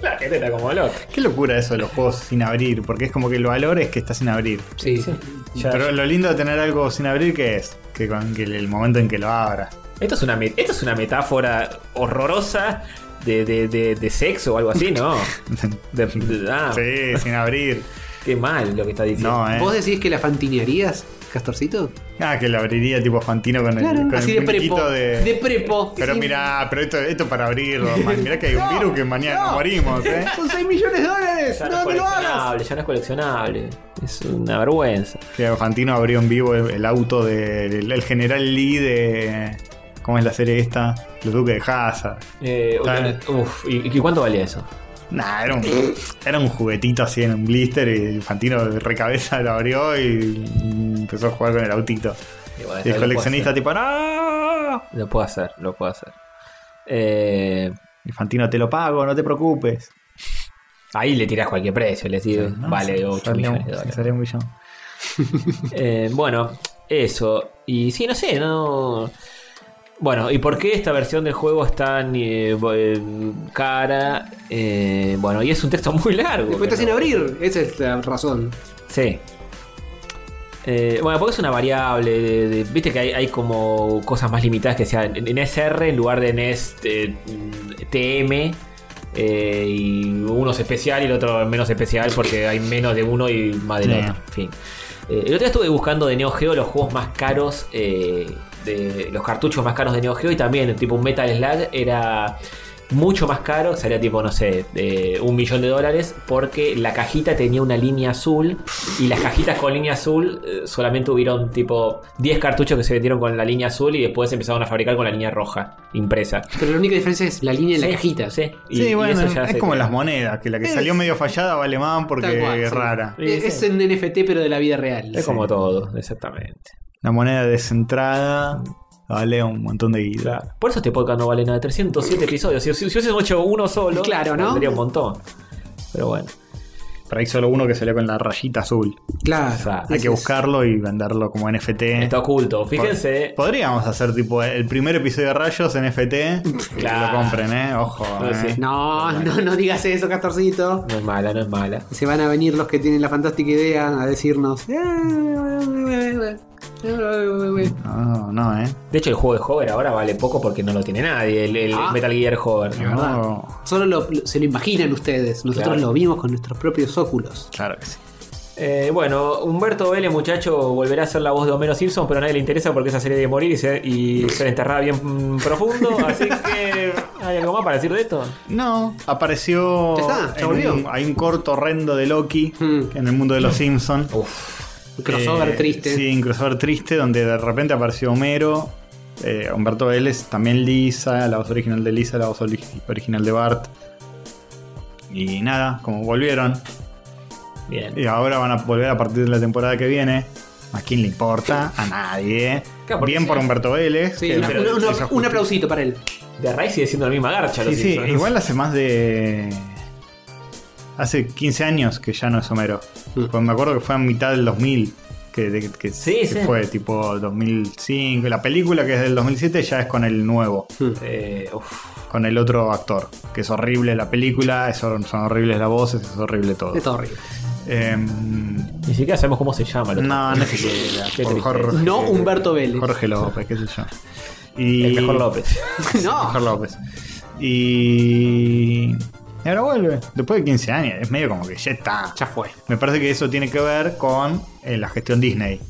Speaker 1: la gente está como loca.
Speaker 3: Qué locura eso de los juegos sin abrir, porque es como que el valor es que está sin abrir.
Speaker 4: Sí.
Speaker 1: Ya-
Speaker 3: Pero lo lindo de tener algo sin abrir que es que con que el momento en que lo abras.
Speaker 1: Esto es una, met- esto es una metáfora horrorosa de, de- de- de sexo o algo así, ¿no? De-
Speaker 3: [laughs]
Speaker 1: de- ah,
Speaker 3: [laughs] Sí, sin abrir.
Speaker 1: qué mal lo que está diciendo.
Speaker 3: No, eh.
Speaker 4: ¿Vos decís que la fantinearías, Castorcito?
Speaker 3: Ah, que lo abriría tipo Fantino con el, con el
Speaker 4: así de
Speaker 3: muñequito
Speaker 4: prepo.
Speaker 3: de-
Speaker 4: De, prepo.
Speaker 3: Pero
Speaker 4: Sí.
Speaker 3: mirá, pero esto, esto para abrirlo. man. Mirá que hay un virus que mañana nos
Speaker 4: [laughs]
Speaker 3: morimos, eh.
Speaker 4: Son 6 millones de dólares.
Speaker 1: Ya no,
Speaker 4: No
Speaker 1: es
Speaker 4: me lo hagas.
Speaker 1: coleccionable, ya no es coleccionable. Es una vergüenza.
Speaker 3: Que Fantino abrió en vivo el, el auto del el general Lee de. ¿Cómo es la serie esta? Los Duques de Hazard.
Speaker 1: Eh,
Speaker 3: Claro.
Speaker 1: uf, ¿y, y cuánto valía eso?
Speaker 3: Nah, era un, era un juguetito así en un blister y Fantino de recabeza lo abrió y empezó a jugar con el autito.
Speaker 1: Y bueno,
Speaker 3: Y
Speaker 1: lo
Speaker 3: el
Speaker 1: puedo
Speaker 3: coleccionista tipo, ¡no!
Speaker 1: hacer. Lo puedo hacer, lo puedo hacer. Eh,
Speaker 3: Y Fantino, te lo pago, no te preocupes.
Speaker 1: ahí le tirás cualquier precio, le digo,
Speaker 3: No,
Speaker 1: vale
Speaker 3: se-
Speaker 1: 8
Speaker 3: salió-
Speaker 1: millones de
Speaker 3: se
Speaker 1: dólares.
Speaker 3: salió un millón.
Speaker 1: Eh, bueno, eso. Y sí, no sé, no. Bueno, ¿y por qué esta versión del juego es tan eh, bo- eh, cara? Eh, bueno, y es un texto muy largo.
Speaker 4: Después está sin
Speaker 1: pero-
Speaker 4: abrir. Esa es la razón.
Speaker 1: Sí. Eh, bueno, porque es una variable. de- de- Viste que hay, hay como cosas más limitadas que sean en, en SR en lugar de en S, eh, TM. eh, y uno es especial y el otro es menos especial porque hay menos de uno y más del
Speaker 3: Sí.
Speaker 1: otro. En fin. Eh, el otro día estuve buscando de Neo Geo los juegos más caros, eh, de, los cartuchos más caros de Neo Geo y también tipo un Metal Slug era mucho más caro, salía tipo, no sé, eh, un millón de dólares, porque la cajita tenía una línea azul y las cajitas con línea azul eh, solamente hubieron tipo 10 cartuchos que se vendieron con la línea azul y después empezaron a fabricar con la línea roja impresa.
Speaker 4: Pero la única diferencia es la línea en
Speaker 1: Sí,
Speaker 4: la cajita.
Speaker 1: sí. Y-
Speaker 3: sí,
Speaker 1: y
Speaker 3: bueno,
Speaker 1: eso ya
Speaker 3: es
Speaker 1: se-
Speaker 3: como las monedas, que la que
Speaker 4: Es-
Speaker 3: salió medio fallada vale más
Speaker 4: Tal
Speaker 3: porque
Speaker 4: cual,
Speaker 3: es
Speaker 4: sí. E-
Speaker 3: rara.
Speaker 1: Sí,
Speaker 4: Es,
Speaker 1: sí.
Speaker 4: es en NFT, pero de la vida real.
Speaker 1: Es como todo, exactamente.
Speaker 3: La moneda descentrada vale un montón de guita.
Speaker 1: Por eso este podcast no vale nada. 307 episodios. Si, si, si hubiésemos hecho uno solo,
Speaker 4: Claro, ¿no?
Speaker 1: valdría un montón. Pero bueno,
Speaker 3: Pero hay solo uno que salió con la rayita azul.
Speaker 4: Claro.
Speaker 1: Exacto.
Speaker 3: Hay
Speaker 4: Ese
Speaker 3: que
Speaker 4: es-
Speaker 3: buscarlo y venderlo como NFT.
Speaker 4: Eh,
Speaker 1: está oculto. Fíjense.
Speaker 3: Podríamos hacer tipo el primer episodio de Rayos NFT.
Speaker 1: Claro.
Speaker 3: Que lo compren, eh. Ojo.
Speaker 1: No,
Speaker 3: eh.
Speaker 1: sí.
Speaker 4: No, no, no digas eso, Castorcito.
Speaker 1: No es mala, no es mala.
Speaker 4: Se van a venir los que tienen la fantástica idea a decirnos. "Eh,
Speaker 3: No, no, eh.
Speaker 1: De hecho, el juego de Hover ahora vale poco porque no lo tiene nadie. El, el
Speaker 4: Ah.
Speaker 1: Metal Gear Hover.
Speaker 3: No.
Speaker 4: Solo lo- lo- se lo imaginan ustedes. Nosotros
Speaker 1: Claro.
Speaker 4: lo vimos con nuestros propios óculos.
Speaker 3: Claro que sí.
Speaker 1: Eh, bueno, Humberto Vélez, muchacho, volverá a ser la voz de Homero Simpson, pero a nadie le interesa porque esa serie de morir y ser, y ser enterrada bien mm,
Speaker 3: [laughs]
Speaker 1: profundo. Así que, ¿hay algo más para decir de esto?
Speaker 3: No, apareció.
Speaker 4: Ya está, ya
Speaker 3: en
Speaker 4: volvió.
Speaker 3: un- hay un corto horrendo de Loki
Speaker 4: Hmm.
Speaker 3: en el mundo de los Simpsons.
Speaker 4: Un crossover
Speaker 3: Eh,
Speaker 4: triste.
Speaker 3: Sí, un crossover triste donde de repente apareció Homero, eh, Humberto Vélez, también Lisa, la voz original de Lisa, la voz ori- original de Bart. Y nada, como volvieron.
Speaker 1: Bien.
Speaker 3: Y ahora van a volver a partir de la temporada que viene. ¿A quién le importa? A nadie.
Speaker 1: Claro, porque
Speaker 3: Bien
Speaker 1: sí.
Speaker 3: por Humberto Vélez.
Speaker 4: Sí,
Speaker 3: que
Speaker 4: una-
Speaker 3: pero
Speaker 4: una-
Speaker 3: hizo
Speaker 4: un
Speaker 3: justi-
Speaker 4: aplausito para él.
Speaker 1: De Ray sigue siendo la misma garcha.
Speaker 3: Sí,
Speaker 1: los
Speaker 3: sí,
Speaker 1: Simpsons.
Speaker 3: igual hace más de. Hace 15 años que ya no es Homero.
Speaker 4: Mm.
Speaker 3: Pues me acuerdo que fue a mitad del 2000. Que, de- que-
Speaker 1: Sí,
Speaker 3: que
Speaker 1: sí.
Speaker 3: fue tipo 2005. La película que es del 2007 ya es con el nuevo,
Speaker 1: Eh, uf.
Speaker 3: con el otro actor. Que es horrible la película, es hor- son horribles las voces, es horrible todo.
Speaker 4: Es Eh, horrible.
Speaker 3: Em,
Speaker 1: Ni siquiera sabemos cómo se llama. el otro.
Speaker 3: No, no siquiera.
Speaker 1: Qué
Speaker 3: Por
Speaker 1: triste.
Speaker 3: Jorge-
Speaker 4: No Humberto Vélez.
Speaker 3: Jorge López, qué sé yo. Y...
Speaker 1: El mejor López.
Speaker 4: [laughs] no.
Speaker 3: Jorge López. Y... y ahora vuelve. Después de 15 años. Es medio como que ya está.
Speaker 4: Ya fue.
Speaker 3: Me parece que eso tiene que ver con eh, la gestión Disney.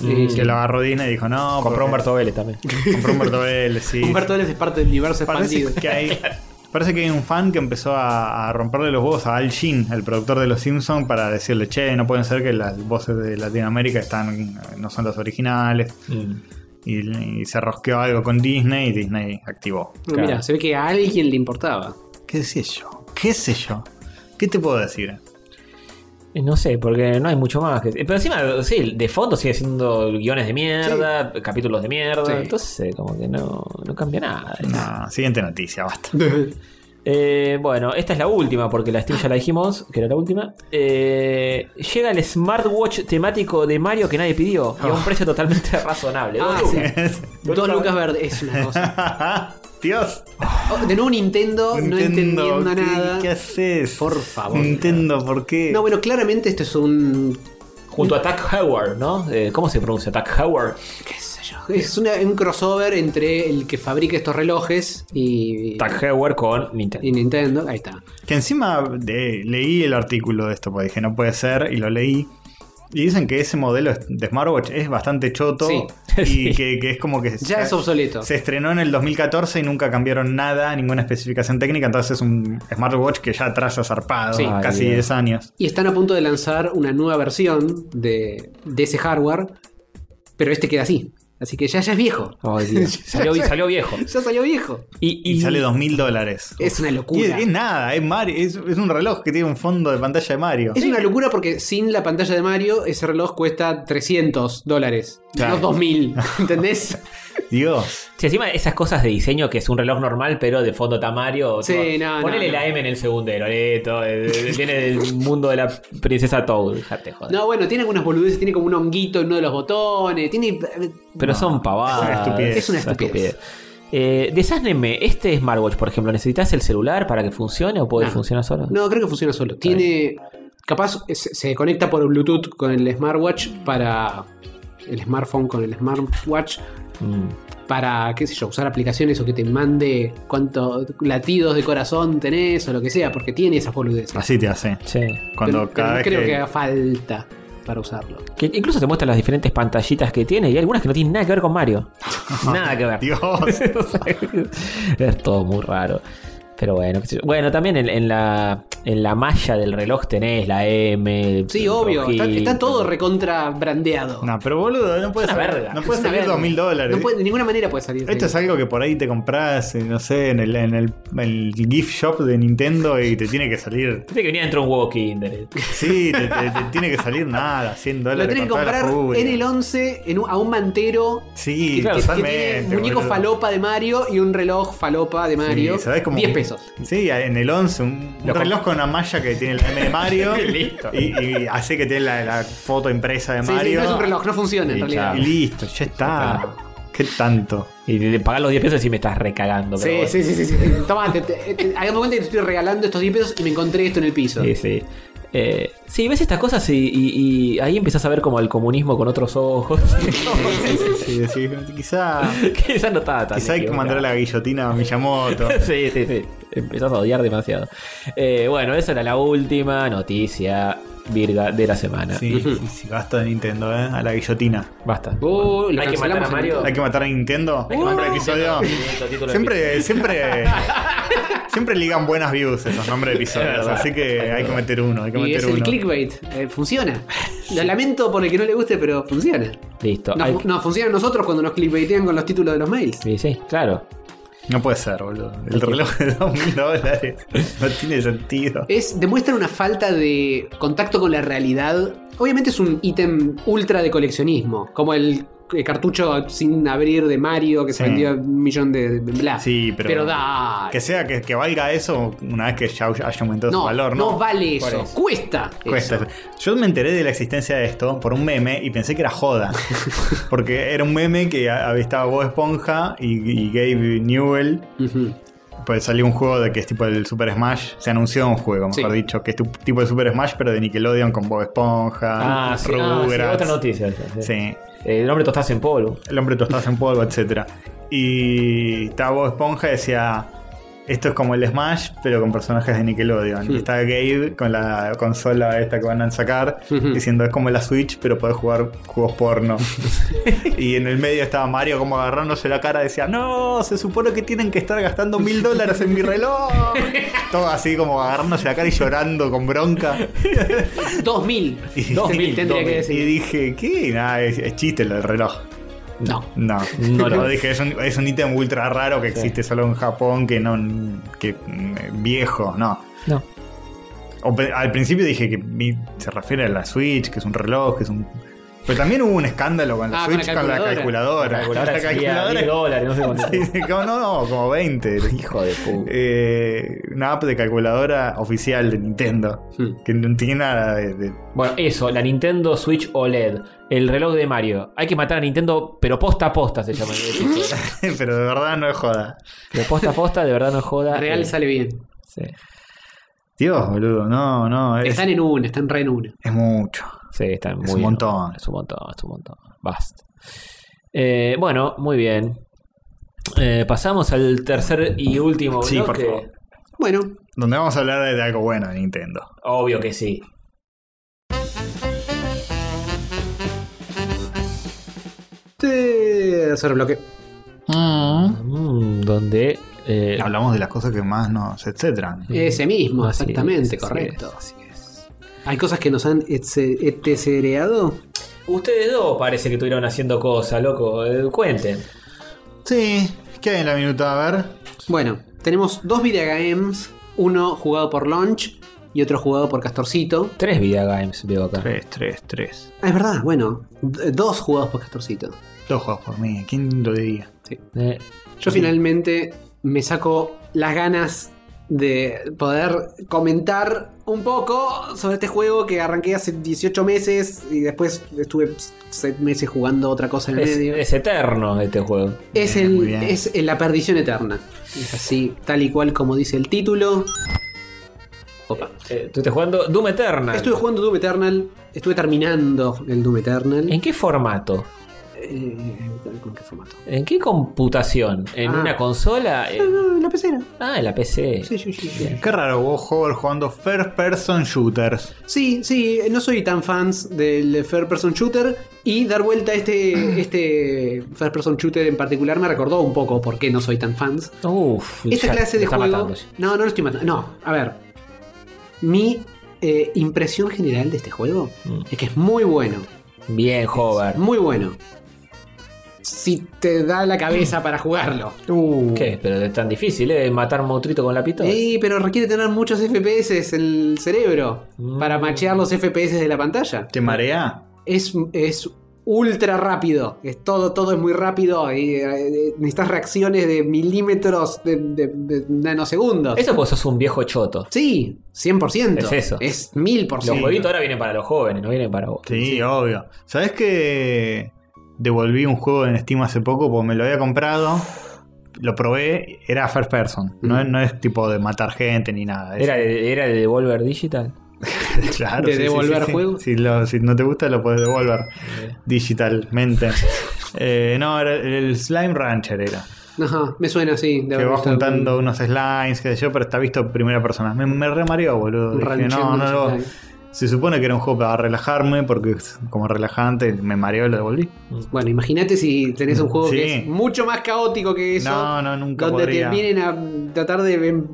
Speaker 4: Sí, sí.
Speaker 3: Que lo agarró Disney y dijo, no,
Speaker 1: Compró
Speaker 3: porque-
Speaker 1: Humberto Vélez también.
Speaker 3: Compró Humberto Vélez, sí.
Speaker 4: Humberto Vélez es parte del universo [laughs]
Speaker 3: Parece
Speaker 4: expandido.
Speaker 3: que hay Parece que hay un fan que empezó a, a romperle los huevos a Al Jean, el productor de Los Simpsons, para decirle, che, no pueden ser que las voces de Latinoamérica están eh, no son las originales.
Speaker 1: Mm.
Speaker 3: Y, y se rosqueó algo con Disney y Disney activó.
Speaker 4: Mira,
Speaker 1: Claro.
Speaker 4: se ve que a alguien le importaba.
Speaker 3: ¿Qué sé yo? ¿Qué sé yo? ¿Qué te puedo decir?
Speaker 1: Eh, No sé, porque no hay mucho más. que- eh, Pero encima, sí, de fondo sigue siendo guiones de mierda, capítulos de mierda.
Speaker 4: Sí.
Speaker 1: Entonces, eh, como que no, no cambia nada.
Speaker 3: No, siguiente noticia, basta. [laughs]
Speaker 1: Eh, bueno, esta es la última, porque la Steam ya la dijimos, que era la última. Eh, llega el smartwatch temático de Mario que nadie pidió, y a un precio
Speaker 4: [laughs]
Speaker 1: totalmente razonable.
Speaker 4: Ah,
Speaker 1: Dos
Speaker 3: [laughs]
Speaker 4: sí.
Speaker 1: lucas.
Speaker 4: Dos lucas verdes es una cosa.
Speaker 3: Dios.
Speaker 4: Oh, de nuevo Nintendo, no entendiendo
Speaker 3: ¿qué,
Speaker 4: nada.
Speaker 3: ¿Qué haces?
Speaker 4: Por favor.
Speaker 3: Nintendo, ¿por qué?
Speaker 4: No, bueno, claramente esto es un.
Speaker 1: Junto a Tack Howard, ¿no? Eh, ¿Cómo se pronuncia? Tack Howard.
Speaker 4: qué sé yo. Es una- un crossover entre el que fabrica estos relojes y.
Speaker 1: Tack Howard con
Speaker 4: y
Speaker 1: Nintendo.
Speaker 4: Nintendo. Ahí está.
Speaker 3: Que encima de- leí el artículo de esto, porque dije, no puede ser, y lo leí. Y dicen que ese modelo de smartwatch es bastante choto
Speaker 4: Sí.
Speaker 3: [laughs] y
Speaker 1: Sí.
Speaker 3: Que, que es como que
Speaker 4: Ya es obsoleto.
Speaker 3: se estrenó en el 2014 y nunca cambiaron nada, ninguna especificación técnica, entonces es un smartwatch que ya atrasa zarpado,
Speaker 4: Sí.
Speaker 3: casi
Speaker 1: Ay,
Speaker 3: 10 años.
Speaker 4: Y están a punto de lanzar una nueva versión de, de ese hardware. Pero este queda así. Así que ya, ya es viejo.
Speaker 1: Ay,
Speaker 4: [laughs]
Speaker 1: Dios. salió, salió viejo.
Speaker 4: Ya salió viejo.
Speaker 1: Y,
Speaker 3: Y,
Speaker 1: y-
Speaker 3: sale 2.000 mil dólares.
Speaker 4: Es una
Speaker 3: Y es,
Speaker 4: locura.
Speaker 3: es nada, es, Mario, es, es un reloj que tiene un fondo de pantalla de Mario.
Speaker 4: Es una locura porque sin la pantalla de Mario, ese reloj cuesta 300 dólares.
Speaker 3: Claro.
Speaker 4: No 2000. ¿Entendés?
Speaker 3: Dios.
Speaker 1: Sí, encima esas cosas de diseño que es un reloj normal, pero de fondo tamario.
Speaker 4: Sí, no, no,
Speaker 1: Ponele
Speaker 4: no.
Speaker 1: la M en el segundero, Leto. eh, eh, Viene del mundo de la princesa Toad, dejate joder.
Speaker 4: No, bueno, tiene algunas boludeces, tiene como un honguito en uno de los botones, tiene... eh,
Speaker 1: pero
Speaker 3: no,
Speaker 1: son pavadas.
Speaker 3: es una estupidez.
Speaker 4: Es una estupidez.
Speaker 1: Eh, desháznenme, este smartwatch, por ejemplo, ¿necesitas el celular para que funcione o puede
Speaker 4: No.
Speaker 1: funcionar solo?
Speaker 4: No, creo que funciona solo. Tiene... Capaz eh, se, se conecta por Bluetooth con el smartwatch para... El smartphone con el smartwatch
Speaker 1: Mm.
Speaker 4: para, qué sé yo, usar aplicaciones o que te mande cuántos latidos de corazón tenés o lo que sea, porque tiene esas boludeces.
Speaker 3: Así te hace.
Speaker 1: Sí.
Speaker 3: Cuando
Speaker 4: Pero-
Speaker 3: cada
Speaker 4: pero no
Speaker 3: vez
Speaker 4: creo que...
Speaker 3: que-
Speaker 4: haga falta para usarlo.
Speaker 1: Que incluso te muestran las diferentes pantallitas que tiene y algunas que no tienen nada que ver con
Speaker 4: [laughs]
Speaker 1: Mario. nada que ver.
Speaker 3: Dios.
Speaker 1: es todo muy raro. Pero bueno, qué sé yo. bueno, también en, en la en la malla del reloj tenés la M. el
Speaker 4: Sí, obvio, está,
Speaker 1: rojito.
Speaker 4: está todo recontra brandeado.
Speaker 3: No, pero boludo, no puede
Speaker 1: Es una
Speaker 3: salir,
Speaker 1: verga.
Speaker 3: no
Speaker 4: Es
Speaker 3: puede
Speaker 4: una
Speaker 3: salir
Speaker 4: verga.
Speaker 3: dos mil dólares.
Speaker 4: No puede- de ninguna manera puede salir. de
Speaker 3: Esto
Speaker 4: ahí.
Speaker 3: es algo que por ahí te compras, eh, no sé, en el, en el, en el gift shop de Nintendo y te tiene que salir.
Speaker 1: Viste que venía dentro un huevo Kinder.
Speaker 3: Sí, te, te- te tiene que salir nada, 100
Speaker 4: Lo
Speaker 3: dólares.
Speaker 4: tenés que
Speaker 3: con toda la
Speaker 4: comprar
Speaker 3: furia.
Speaker 4: en el 11 en un- a un mantero
Speaker 3: Sí,
Speaker 1: Claro,
Speaker 4: que tiene
Speaker 3: totalmente.
Speaker 4: un muñeco
Speaker 3: boludo.
Speaker 4: falopa de Mario y un reloj falopa de Mario.
Speaker 3: Sí, ¿sabés cómo?
Speaker 4: 10 pesos.
Speaker 3: Sí, en el 11, un, un
Speaker 1: Lo
Speaker 3: reloj con una malla que tiene la M de Mario
Speaker 1: Listo.
Speaker 3: y, y hace que tiene la, la foto impresa de
Speaker 4: Sí, sí,
Speaker 3: Mario.
Speaker 4: no es un reloj, no funciona en
Speaker 1: Sí,
Speaker 4: realidad.
Speaker 3: Y listo, ya está. ¿Qué tanto?
Speaker 1: Y de pagar los 10 pesos y me estás recagando. pero
Speaker 4: Sí,
Speaker 1: bueno.
Speaker 4: sí, sí, sí, sí. Toma, te, te- te- hagamos cuenta que te estoy regalando estos 10 pesos y me encontré esto en el piso.
Speaker 1: Sí, sí. Eh, sí, ves estas cosas y, y- y ahí empiezas a ver como el comunismo con otros ojos. [laughs]
Speaker 3: Sí, sí, quizá,
Speaker 1: que esa no estaba tan
Speaker 3: quizá hay que
Speaker 1: equivocada.
Speaker 3: mandar la guillotina a Miyamoto.
Speaker 1: [laughs] Sí, sí, sí. Empezás a odiar demasiado. Eh, bueno, esa era la última noticia virga de la semana.
Speaker 4: [laughs]
Speaker 3: Sí, sí, sí, basta de Nintendo, ¿eh? A la guillotina.
Speaker 1: Basta.
Speaker 4: Uh, lo
Speaker 1: hay que matar a
Speaker 4: cancelamos
Speaker 1: Mario.
Speaker 3: Hay que matar a Nintendo.
Speaker 1: Hay que matar a
Speaker 3: Nombre de
Speaker 1: Nintendo.
Speaker 3: episodio.
Speaker 1: Título de episodio.
Speaker 3: Siempre, siempre. Siempre ligan buenas views esos nombres de episodios. Así que hay que meter uno, hay que
Speaker 4: Y
Speaker 3: meter
Speaker 4: es
Speaker 3: uno.
Speaker 4: el clickbait. Eh,
Speaker 3: [laughs]
Speaker 4: funciona. Lo lamento por el que no le guste, pero funciona.
Speaker 1: Listo.
Speaker 4: Nos,
Speaker 1: Hay-
Speaker 4: nos funciona a nosotros cuando nos clickbaitean con los títulos de los mails.
Speaker 1: Sí, sí, claro.
Speaker 3: No puede ser, boludo. El reloj de 2000
Speaker 1: [laughs]
Speaker 3: dólares. No tiene sentido.
Speaker 1: Eh,
Speaker 4: es demuestra una falta de contacto con la realidad. Obviamente es un ítem ultra de coleccionismo, como el eh, cartucho sin abrir de Mario que se
Speaker 3: Sí.
Speaker 4: vendió a un millón de, de- bla.
Speaker 3: Sí, pero-
Speaker 4: da.
Speaker 3: Que sea que, que valga eso una vez que ya haya aumentado
Speaker 4: no,
Speaker 3: su valor, ¿no?
Speaker 4: no vale
Speaker 3: Por
Speaker 4: eso. Cuesta.
Speaker 3: Cuesta.
Speaker 4: eso.
Speaker 3: Yo me enteré de la existencia de esto por un meme y pensé que
Speaker 1: [laughs]
Speaker 3: era joda. Porque era un meme que a- a- estaba Bob Esponja y, y Gabe Newell.
Speaker 4: Ujú.
Speaker 3: Pues salió un juego de que es tipo el Super Smash. Se anunció un juego, mejor
Speaker 4: Sí.
Speaker 3: dicho, que es tu- tipo el Super Smash, pero de Nickelodeon con Bob Esponja,
Speaker 1: Ah, sí, ah, sí,
Speaker 3: Rugrats.
Speaker 1: otra noticia. sí, sí.
Speaker 3: Sí.
Speaker 1: El hombre tostás en polvo.
Speaker 3: El hombre tostado en polvo, etc. Y estaba Bob Esponja y decía: Esto es como el Smash, pero con personajes de Nickelodeon. Y Está Gabe con la consola esta que van a sacar,
Speaker 4: Ujú.
Speaker 3: diciendo es como la Switch, pero podés jugar juegos
Speaker 4: [laughs]
Speaker 3: porno. y en el medio estaba Mario como agarrándose la cara, decía, no, se supone que tienen que estar gastando mil dólares en mi reloj.
Speaker 4: [laughs]
Speaker 3: Todo así como agarrándose la cara y llorando con bronca.
Speaker 4: 2000.
Speaker 3: [laughs] Y,
Speaker 1: 2000,
Speaker 4: tendría
Speaker 1: 2000.
Speaker 4: que
Speaker 3: y
Speaker 4: decir.
Speaker 3: dije, ¿qué? Nada, es, es chiste lo del reloj.
Speaker 4: No.
Speaker 3: No,
Speaker 1: No lo
Speaker 3: lo
Speaker 1: es.
Speaker 3: dije, es un, es un ítem ultra raro que existe solo en Japón, que no. que mm, viejo, no.
Speaker 1: No.
Speaker 3: O pe- al principio dije que mi- se refiere a la Switch, que es un reloj, que es un. Pero también hubo un escándalo con
Speaker 4: Ah,
Speaker 3: la
Speaker 4: con la
Speaker 3: Switch con la calculadora.
Speaker 1: La calculadora salía 10 dólares, no sé cuánto.
Speaker 3: [laughs] Sí, como, no, no, como 20.
Speaker 1: [laughs] Hijo de puta.
Speaker 3: Eh, una app de calculadora oficial de Nintendo.
Speaker 4: Hmm.
Speaker 3: Que no tiene nada de. [laughs] de-
Speaker 1: Bueno, eso, la Nintendo Switch OLED, el reloj de Mario. Hay que matar a Nintendo, pero posta a posta se llama.
Speaker 3: [laughs] pero de verdad no es joda.
Speaker 1: pero posta a posta, de verdad no joda.
Speaker 4: Real
Speaker 1: Eh,
Speaker 4: sale bien.
Speaker 1: sí,
Speaker 3: Dios, boludo, no, no. Es,
Speaker 4: Están en una, están re en una.
Speaker 3: es mucho.
Speaker 1: sí, está muy
Speaker 3: un montón.
Speaker 1: Es un montón, es un montón. Basta. Eh, bueno, muy bien. Eh, pasamos al tercer y último
Speaker 3: Sí, por
Speaker 1: bloque.
Speaker 3: favor.
Speaker 4: Bueno,
Speaker 3: Donde vamos a hablar de, de algo bueno de Nintendo.
Speaker 1: Obvio que sí.
Speaker 4: tercer bloque.
Speaker 1: Mm, donde. eh,
Speaker 3: Hablamos de las cosas que más nos etcétera.
Speaker 4: Ese mismo,
Speaker 1: así es,
Speaker 4: exactamente,
Speaker 1: así
Speaker 4: correcto.
Speaker 1: es, así es.
Speaker 4: Hay cosas que nos han etce- etcereado.
Speaker 1: Ustedes dos parece que estuvieron haciendo cosas, loco. Eh, cuenten.
Speaker 3: Sí, ¿qué hay en la minuta? A ver.
Speaker 4: Bueno, tenemos dos videogames, uno jugado por Launch y otro jugado por Castorcito.
Speaker 1: Tres videogames veo acá.
Speaker 3: 3, 3, 3.
Speaker 4: Ah, es verdad, bueno, d- dos jugados por Castorcito.
Speaker 3: Dos juegos por mí, ¿quién lo diría?
Speaker 1: Eh,
Speaker 4: Yo finalmente me saco las ganas de poder comentar un poco sobre este juego que arranqué hace 18 meses y después estuve 6 meses jugando otra cosa en el
Speaker 1: es,
Speaker 4: medio.
Speaker 1: es eterno este juego.
Speaker 4: Es,
Speaker 3: Bien,
Speaker 4: el-
Speaker 3: muy bien.
Speaker 4: es el- la perdición eterna. Es así, tal y cual como dice el título. Opa.
Speaker 1: Eh, tú estás jugando Doom Eternal.
Speaker 4: Estuve jugando Doom Eternal, estuve terminando el Doom Eternal.
Speaker 1: ¿En qué formato?
Speaker 4: Eh, ¿Con qué formato?
Speaker 1: ¿En qué computación? ¿En
Speaker 4: Ah.
Speaker 1: una consola? Eh,
Speaker 4: Ah, no, en la pecera.
Speaker 1: ah, en la PC.
Speaker 4: Sí, sí, sí, sí.
Speaker 3: Qué raro, vos jugador jugando first person shooters.
Speaker 4: Sí, sí, no soy tan fans del First Person Shooter y dar vuelta
Speaker 1: [clears throat]
Speaker 4: a este, este First Person Shooter en particular me recordó un poco por qué no soy tan fans.
Speaker 1: Uf,
Speaker 4: Esta
Speaker 1: ya
Speaker 4: clase
Speaker 1: me
Speaker 4: de
Speaker 1: está
Speaker 4: juego...
Speaker 1: matando ya.
Speaker 4: No, no lo estoy matando. No, a ver. Mi eh, impresión general de este juego
Speaker 1: Mm.
Speaker 4: es que es muy bueno,
Speaker 1: Bien, Hover.
Speaker 4: muy bueno. Si te da la
Speaker 1: [clears throat]
Speaker 4: cabeza para jugarlo.
Speaker 1: ¿Qué? Pero es tan difícil, ¿eh? Matar motrito con la pistola.
Speaker 4: Sí, pero requiere tener muchos FPS en el cerebro
Speaker 1: Mm.
Speaker 4: para machear los FPS de la pantalla.
Speaker 3: ¿Te marea?
Speaker 4: es, es ultra rápido. Es todo, todo es muy rápido. Y, eh, necesitas reacciones de milímetros de, de- de nanosegundos.
Speaker 1: Eso pues sos un viejo choto.
Speaker 4: sí, 100%.
Speaker 1: Es eso.
Speaker 4: Es
Speaker 1: Los
Speaker 4: 1000%.
Speaker 1: jueguitos ahora vienen para los jóvenes, no vienen para vos.
Speaker 3: Sí, obvio. ¿Sabés que devolví un juego en Steam hace poco? Porque me lo había comprado, lo probé, era first person. No,
Speaker 4: Mm.
Speaker 3: no es tipo de matar gente ni nada. es-
Speaker 1: ¿Era de, ¿Era de Devolver Digital?
Speaker 3: Claro,
Speaker 4: ¿De devolver juegos? Eh.
Speaker 3: Si, lo- si no te gusta, lo puedes devolver
Speaker 4: [laughs]
Speaker 3: digitalmente. Eh, no, era el, el Slime Rancher era.
Speaker 4: Ajá, me suena así. de
Speaker 3: que
Speaker 4: haber
Speaker 3: vas
Speaker 4: visto
Speaker 3: juntando
Speaker 4: algún-
Speaker 3: unos slimes, qué sé yo, pero está visto en primera persona. Me, me re mareó, boludo.
Speaker 4: un
Speaker 3: Dije,
Speaker 4: ranchero
Speaker 3: no, no lo-
Speaker 4: musical.
Speaker 3: Se supone que era un juego para relajarme, porque es como relajante me mareó, lo devolví.
Speaker 4: Bueno, imagínate si tenés un juego
Speaker 3: Sí.
Speaker 4: que es mucho más caótico que eso.
Speaker 3: no, no, nunca
Speaker 4: donde
Speaker 3: podría.
Speaker 4: te vienen a tratar de em-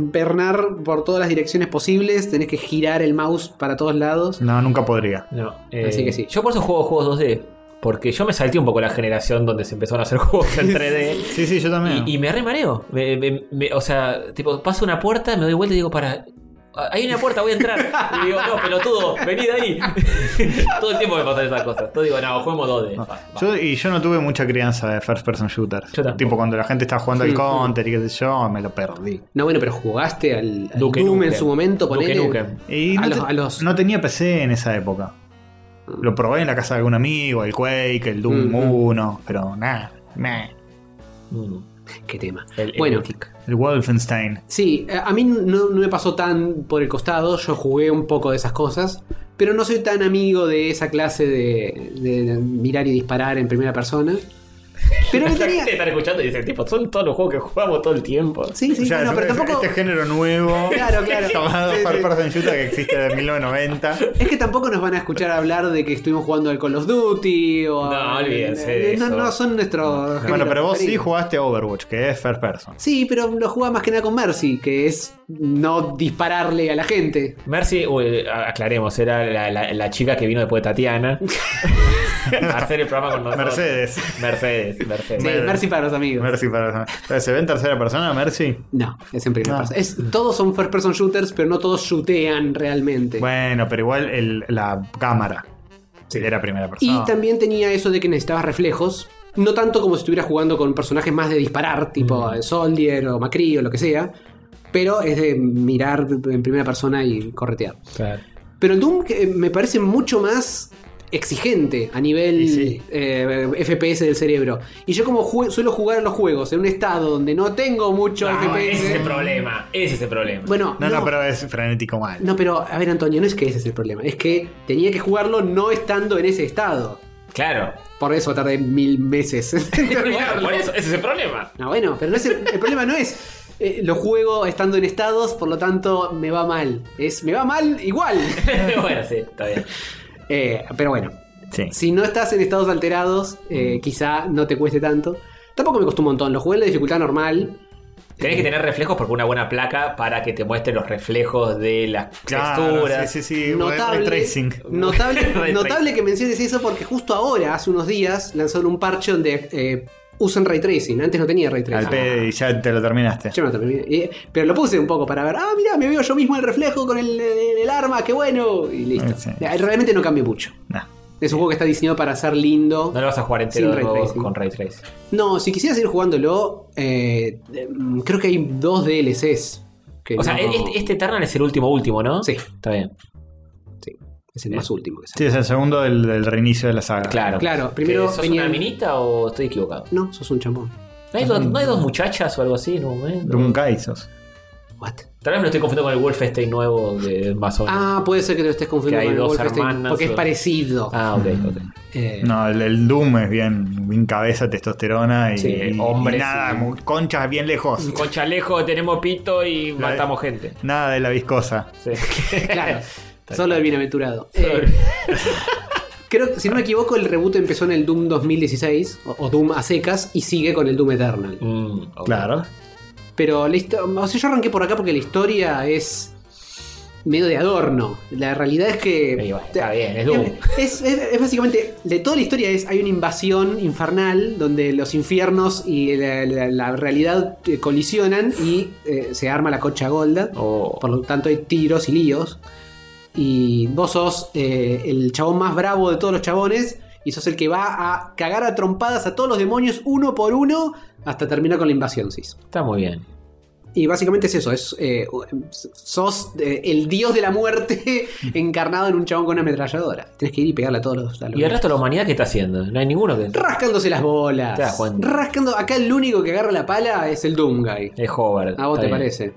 Speaker 4: empernar por todas las direcciones posibles. Tenés que girar el mouse para todos lados.
Speaker 3: No,
Speaker 4: [laughs]
Speaker 3: nunca podría.
Speaker 1: No,
Speaker 4: Así que sí.
Speaker 1: Yo por eso juego juegos 2D. Porque yo me salté un poco la generación donde se empezaron a hacer [laughs] juegos en 3D.
Speaker 3: Sí, sí, yo también.
Speaker 1: Y, y me remareo. Me- me- me- o sea, tipo, paso una puerta, me doy vuelta y digo, para. ah, Hay una puerta, voy a entrar. Y digo, no, pelotudo, venid ahí. [laughs] todo el tiempo me pasan esas cosas. Todo digo, no, juguemos 2D. Va, va.
Speaker 3: Yo, y yo no tuve mucha crianza de first person shooters.
Speaker 1: Yo tampoco.
Speaker 3: Tipo cuando la gente estaba jugando al
Speaker 4: Sí.
Speaker 3: counter y qué sé yo, me lo perdí.
Speaker 4: No, bueno, pero jugaste al, al
Speaker 1: Duke
Speaker 4: Doom en
Speaker 1: Nukem.
Speaker 4: su momento,
Speaker 1: Duke
Speaker 4: ponele.
Speaker 1: Nukem.
Speaker 3: Eh, Y
Speaker 4: A
Speaker 3: no,
Speaker 4: los-
Speaker 3: te-
Speaker 4: a los-
Speaker 3: no tenía PC en esa época. Lo probé en la casa de algún amigo, el Quake, el Doom
Speaker 4: Mm, mm.
Speaker 3: 1, pero nada, meh.
Speaker 1: Mm.
Speaker 4: Qué tema.
Speaker 1: El- el
Speaker 4: bueno,
Speaker 1: Gothic.
Speaker 3: El Wolfenstein.
Speaker 4: sí, a a mí no, no me pasó tan por el costado. Yo jugué un poco de esas cosas. Pero no soy tan amigo de esa clase de, de mirar y disparar en primera persona.
Speaker 1: [laughs]
Speaker 4: Pero le tenía.
Speaker 1: Te están escuchando y dicen, tipo, son todos los juegos que jugamos todo el tiempo.
Speaker 4: Sí, sí,
Speaker 3: O sea,
Speaker 4: bueno, pero
Speaker 3: es-
Speaker 4: tampoco.
Speaker 3: Este género nuevo.
Speaker 4: [laughs] Claro, claro.
Speaker 3: [laughs] Llamado
Speaker 4: Sí, sí.
Speaker 3: First Person Shooter que existe
Speaker 4: [laughs]
Speaker 3: desde 1990.
Speaker 4: Es que tampoco nos van a escuchar hablar de que estuvimos jugando al Call of Duty o.
Speaker 1: No,
Speaker 4: al- eh,
Speaker 1: olvídense de
Speaker 4: No,
Speaker 1: eso.
Speaker 4: no, son nuestros.
Speaker 3: Bueno,
Speaker 4: géneros
Speaker 3: pero vos sí
Speaker 4: preferidos.
Speaker 3: jugaste Overwatch, que es First Person.
Speaker 4: Sí, pero lo jugaba más que nada con Mercy, que es no dispararle a la gente.
Speaker 1: Mercy, uy, a- aclaremos, era la, la- la chica que vino después de Tatiana [laughs] a hacer el programa con nosotros.
Speaker 3: Mercedes.
Speaker 1: Mercedes, Mercedes.
Speaker 4: Sí,
Speaker 3: Mer-
Speaker 4: Mercy para los amigos.
Speaker 3: Mercy para. Pero, ¿Se ve en tercera persona, Mercy?
Speaker 4: No, es en primera
Speaker 3: Ah.
Speaker 4: persona. Es, todos son first person shooters, pero no todos shootean realmente.
Speaker 3: Bueno, pero igual el- la cámara. Sí, era primera
Speaker 4: y
Speaker 3: persona.
Speaker 4: también tenía eso de que necesitabas reflejos. No tanto como si estuvieras jugando con personajes más de disparar, tipo eh, Soldier o Macri o lo que sea. Pero es de mirar en primera persona y corretear.
Speaker 1: Claro.
Speaker 4: Pero el Doom eh, me parece mucho más exigente a nivel
Speaker 3: Y sí.
Speaker 4: eh, FPS del cerebro. Y yo como jue- suelo jugar a los juegos en un estado donde no tengo mucho
Speaker 1: No,
Speaker 4: FPS.
Speaker 1: ese es el problema, ese es el problema.
Speaker 4: Bueno,
Speaker 3: No, no, pero es frenético mal.
Speaker 4: No, pero a ver, Antonio, no es que ese es el problema. Es que tenía que jugarlo no estando en ese estado.
Speaker 1: claro.
Speaker 4: Por eso tardé mil meses. en
Speaker 1: Claro,
Speaker 4: terminarlo.
Speaker 1: por eso, ese es el problema.
Speaker 4: no, bueno, pero no es el, el problema no es. eh, lo juego estando en estados, por lo tanto me va mal. Es me va mal igual.
Speaker 1: [laughs] bueno, sí, está bien.
Speaker 4: Eh, pero bueno,
Speaker 3: Sí.
Speaker 4: si no estás en estados alterados, eh, quizá no te cueste tanto. Tampoco me costó un montón. Lo jugué en la dificultad normal.
Speaker 1: Tenés que tener reflejos porque una buena placa para que te muestre los reflejos de las
Speaker 3: Claro,
Speaker 1: texturas.
Speaker 3: sí, sí, sí.
Speaker 4: Notable,
Speaker 3: Eh, Ray Tracing. [laughs]
Speaker 1: Ray
Speaker 4: Notable,
Speaker 1: tracing.
Speaker 4: notable que menciones eso porque justo ahora, hace unos días, lanzaron un parche donde eh, usan ray tracing. Antes no tenía ray
Speaker 3: Al
Speaker 4: tracing.
Speaker 3: pedo y ya te lo terminaste.
Speaker 4: Yo no terminé. Eh, pero lo puse un poco para ver, ah, mira, me veo yo mismo el reflejo con el, el- el arma, qué bueno. Y listo.
Speaker 3: Sí.
Speaker 4: Eh, Realmente no cambió mucho.
Speaker 3: Nah.
Speaker 4: Es un juego que está diseñado para ser lindo.
Speaker 1: No lo vas a jugar entero
Speaker 4: Sin
Speaker 1: de
Speaker 4: ray
Speaker 1: nuevo
Speaker 4: tracing.
Speaker 1: con Ray Trace.
Speaker 4: No, si quisieras ir jugándolo, eh, eh, creo que hay dos DLCs. que
Speaker 1: O sea,
Speaker 4: no-
Speaker 1: este, este Eternal es el último último, ¿no?
Speaker 4: Sí.
Speaker 1: Está bien.
Speaker 4: es el más último que sale.
Speaker 3: Sí, es el segundo del, del reinicio de la saga.
Speaker 1: Eh, Claro.
Speaker 4: Claro, primero
Speaker 1: ¿Que ¿Sos
Speaker 4: venía-
Speaker 1: una minita o estoy equivocado?
Speaker 4: No, sos un champón.
Speaker 1: ¿No hay, dos, no hay dos muchachas o algo así en un momento?
Speaker 3: Doom Kaisos.
Speaker 4: What?
Speaker 1: Tal vez me lo estoy confundiendo con el Wolfenstein nuevo de más o menos.
Speaker 4: Ah, puede ser que lo estés confundiendo
Speaker 1: Que hay
Speaker 4: con el
Speaker 1: dos
Speaker 4: Wolfenstein,
Speaker 1: hermanas
Speaker 4: porque
Speaker 1: o-
Speaker 4: es parecido.
Speaker 1: Ah, ok,
Speaker 4: [laughs]
Speaker 1: ok.
Speaker 4: Eh,
Speaker 3: No, el, el Doom es bien, bien cabeza, testosterona y,
Speaker 1: Sí,
Speaker 3: y-
Speaker 1: hombres
Speaker 3: y nada,
Speaker 1: y-
Speaker 3: mu- conchas bien lejos.
Speaker 1: Con chalejo tenemos pito y
Speaker 3: La-
Speaker 1: matamos gente.
Speaker 3: Nada de la viscosa.
Speaker 1: Sí. [laughs]
Speaker 4: [laughs] Claro, solo el bienaventurado. Eh, creo que, si no me equivoco, el reboot empezó en el Doom 2016, o, o Doom a secas, y sigue con el Doom Eternal.
Speaker 1: Mm, ok.
Speaker 3: Claro.
Speaker 4: Pero la histo- o sea, yo arranqué por acá porque la historia es medio de adorno. La realidad es que.
Speaker 1: Sí, bueno, está bien, es Doom.
Speaker 4: Es, es- es básicamente. De toda la historia es. Hay una invasión infernal donde los infiernos y la, la- la realidad eh, colisionan y eh, se arma la cocha golda.
Speaker 1: O-
Speaker 4: Por lo tanto, hay tiros y líos. Y vos sos eh, el chabón más bravo de todos los chabones. Y sos el que va a cagar a trompadas a todos los demonios uno por uno hasta terminar con la invasión, sis.
Speaker 1: Está muy bien.
Speaker 4: Y básicamente es eso, es eh, sos eh, el dios de
Speaker 1: [laughs]
Speaker 4: la muerte encarnado en un chabón con una ametralladora. Tienes que ir y pegarle a todos los... a los-
Speaker 1: ¿Y el resto de la humanidad qué está haciendo? No hay ninguno que.
Speaker 4: Rascándose las bolas.
Speaker 1: Claro, Juan.
Speaker 4: Rascando... Acá el único que agarra la pala es el Doom Guy.
Speaker 1: Es Hobart.
Speaker 4: ¿A vos
Speaker 1: Está
Speaker 4: te
Speaker 1: bien.
Speaker 4: parece?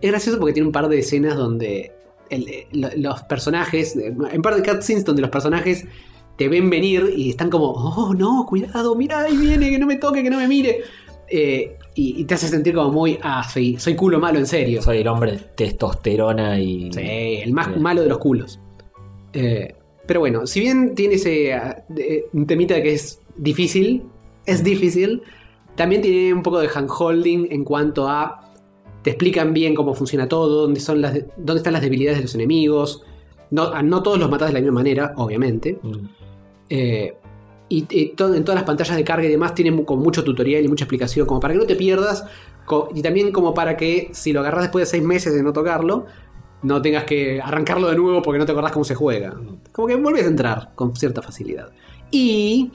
Speaker 4: Es gracioso porque tiene un par de escenas donde el- eh, lo- los personajes, eh, un par de cutscenes donde los personajes te ven venir y están como, oh no, cuidado, mira, ahí viene, que no me toque, que no me mire. Eh, y, y te hace sentir como muy, ah, soy, soy culo malo, en serio.
Speaker 1: Soy el hombre testosterona y.
Speaker 4: Sí, Eh, el más
Speaker 1: Bien.
Speaker 4: malo de los culos. Eh, pero bueno, si bien tiene ese ah, de- un temita que es difícil, es difícil, también tiene un poco de handholding en cuanto a te explican bien cómo funciona todo, dónde, son las, de- dónde están las debilidades de los enemigos. No, a no todos los matás de la misma manera, obviamente.
Speaker 1: Mm.
Speaker 4: Eh, y y to- en todas las pantallas de carga y demás tiene mu- con mucho tutorial y mucha explicación, como para que no te pierdas, co- y también como para que si lo agarras después de seis meses de no tocarlo, no tengas que arrancarlo de nuevo porque no te acordás cómo se juega. Como que volvés a entrar con cierta facilidad. Y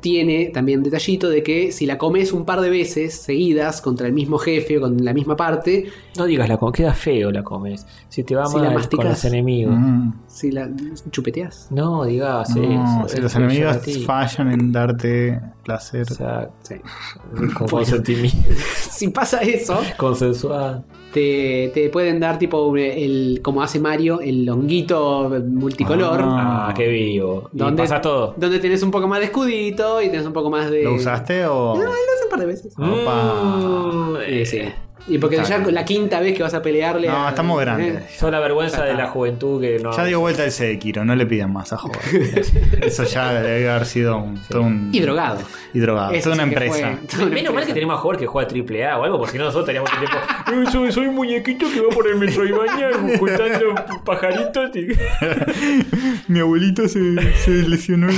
Speaker 4: tiene también detallito de que si la comes un par de veces seguidas contra el mismo jefe o con la misma parte,
Speaker 1: No digas la com- queda feo la comes. Si te va
Speaker 4: Si la
Speaker 1: mal
Speaker 4: masticas.
Speaker 1: con los enemigos.
Speaker 3: Mm.
Speaker 4: si la chupeteas.
Speaker 1: No digas
Speaker 3: No,
Speaker 1: eso.
Speaker 3: si los
Speaker 1: Es
Speaker 3: enemigos
Speaker 1: peor a ti.
Speaker 3: fallan en darte placer.
Speaker 1: Exacto.
Speaker 4: Sí.
Speaker 1: Con
Speaker 4: [laughs] Bueno.
Speaker 1: consentimiento.
Speaker 4: [laughs]
Speaker 1: [laughs]
Speaker 4: si pasa eso,
Speaker 1: Consensuado.
Speaker 4: te, te pueden dar tipo eh, el como hace Mario el longuito multicolor
Speaker 3: Ah.
Speaker 1: Ah, qué vivo. ¿Y
Speaker 4: ¿Dónde?
Speaker 1: pasa todo?
Speaker 4: donde tenés un poco más de escudito usándolo y tenés un poco más de.
Speaker 3: ¿Lo usaste o.?
Speaker 4: No, lo usé un par de veces.
Speaker 3: Opa.
Speaker 1: Mm,
Speaker 4: Sí,
Speaker 1: eh,
Speaker 4: sí. Y porque
Speaker 3: Está
Speaker 4: ya
Speaker 3: bien.
Speaker 4: la quinta vez que vas a pelearle.
Speaker 3: No,
Speaker 4: a-
Speaker 3: estamos grandes.
Speaker 4: ¿eh?
Speaker 1: Son la vergüenza de la juventud que no.
Speaker 3: Ya dio vuelta el Sekiro, no le pidan más
Speaker 4: [laughs]
Speaker 3: a joder. Eso ya debe haber sido un, todo un.
Speaker 4: Y drogado.
Speaker 3: y drogado.
Speaker 4: Eso
Speaker 3: Toda una
Speaker 4: sí que
Speaker 3: Ah, empresa.
Speaker 4: fue- [laughs] toda una
Speaker 1: Menos mal que
Speaker 4: empresa.
Speaker 1: tenemos a jugador que juega triple A o algo, porque si no nosotros teníamos el tiempo. "Eh, Soy, soy un muñequito que va por el Metroidvania juntando pajaritos y hay
Speaker 3: Mi abuelito se, se lesionó el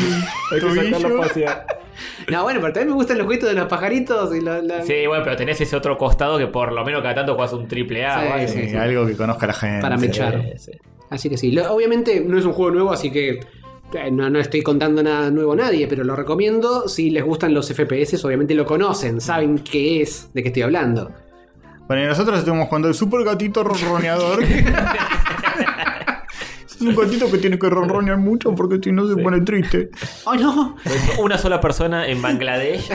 Speaker 1: que sacarlo a
Speaker 3: tobillo.
Speaker 1: pasear.
Speaker 4: No, bueno, pero también me gustan los juguetes de los pajaritos y los. la-
Speaker 1: Sí, bueno, pero tenés ese otro costado que por lo menos cada tanto juegas un triple A
Speaker 4: Sí,
Speaker 1: o algo.
Speaker 4: sí.
Speaker 3: Sí, Algo que conozca la gente.
Speaker 4: Para mechar.
Speaker 1: Sí, sí.
Speaker 4: Así que sí. Lo- obviamente no es un juego nuevo, así que eh, no, no estoy contando nada nuevo a nadie, pero lo recomiendo. Si les gustan los FPS, obviamente lo conocen, saben qué es, de qué estoy hablando.
Speaker 3: Bueno, y nosotros estuvimos jugando el super gatito
Speaker 4: [laughs]
Speaker 3: ronroneador. es un gatito que tiene que ronronear mucho porque si no se pone triste.
Speaker 4: ¡Oh, no!
Speaker 1: Pues Una sola persona en Bangladesh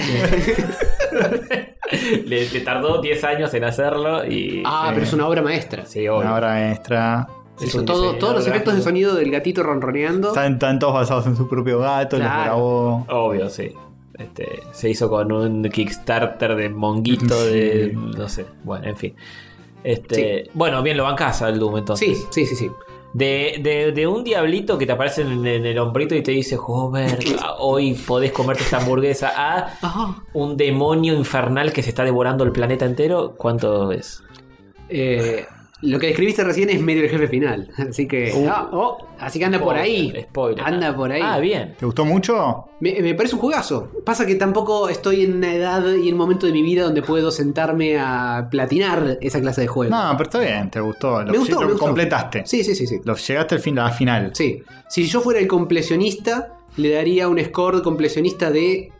Speaker 1: le, le tardó 10 años en hacerlo y.
Speaker 4: Ah,
Speaker 3: Sí.
Speaker 4: pero es una obra maestra.
Speaker 1: Sí, obvio.
Speaker 3: Una hora extra.
Speaker 1: Es
Speaker 4: Eso,
Speaker 1: un
Speaker 4: todo,
Speaker 1: diseñador
Speaker 4: todos los efectos de
Speaker 1: gráfico.
Speaker 4: sonido del gatito ronroneando.
Speaker 3: Están, están todos basados en su propio gato,
Speaker 4: Claro.
Speaker 3: los grabó.
Speaker 1: Obvio, sí. Este, se hizo con un Kickstarter de monguito
Speaker 3: Sí.
Speaker 1: de. no sé. Bueno, en fin. Este, Bueno, bien, lo bancas al Doom
Speaker 4: Sí,
Speaker 1: entonces.
Speaker 4: sí, sí, sí.
Speaker 1: De, de, de un diablito que te aparece en, en el hombrito y te dice,
Speaker 4: [laughs]
Speaker 1: Joder, hoy podés comerte esta hamburguesa. A
Speaker 4: Ah.
Speaker 1: un demonio infernal que se está devorando el planeta entero. ¿Cuánto es?
Speaker 4: Eh, lo que describiste recién es medio el jefe final. [laughs] Así que.
Speaker 1: Uh.
Speaker 4: ah, oh, así que anda por ahí.
Speaker 1: Spoiler, spoiler.
Speaker 4: Anda por ahí.
Speaker 1: Ah, bien.
Speaker 3: ¿Te gustó mucho?
Speaker 4: Me, me parece un jugazo. Pasa que tampoco estoy en una edad y en un momento de mi vida donde puedo sentarme a platinar esa clase de juego.
Speaker 3: No, pero está bien, te gustó. Lo,
Speaker 4: me gustó,
Speaker 3: lo
Speaker 4: me gustó.
Speaker 3: completaste.
Speaker 4: Sí, sí, sí, sí.
Speaker 3: Lo llegaste al fin, a la final.
Speaker 4: Sí. Si yo fuera el completionista, le daría un score completionista de.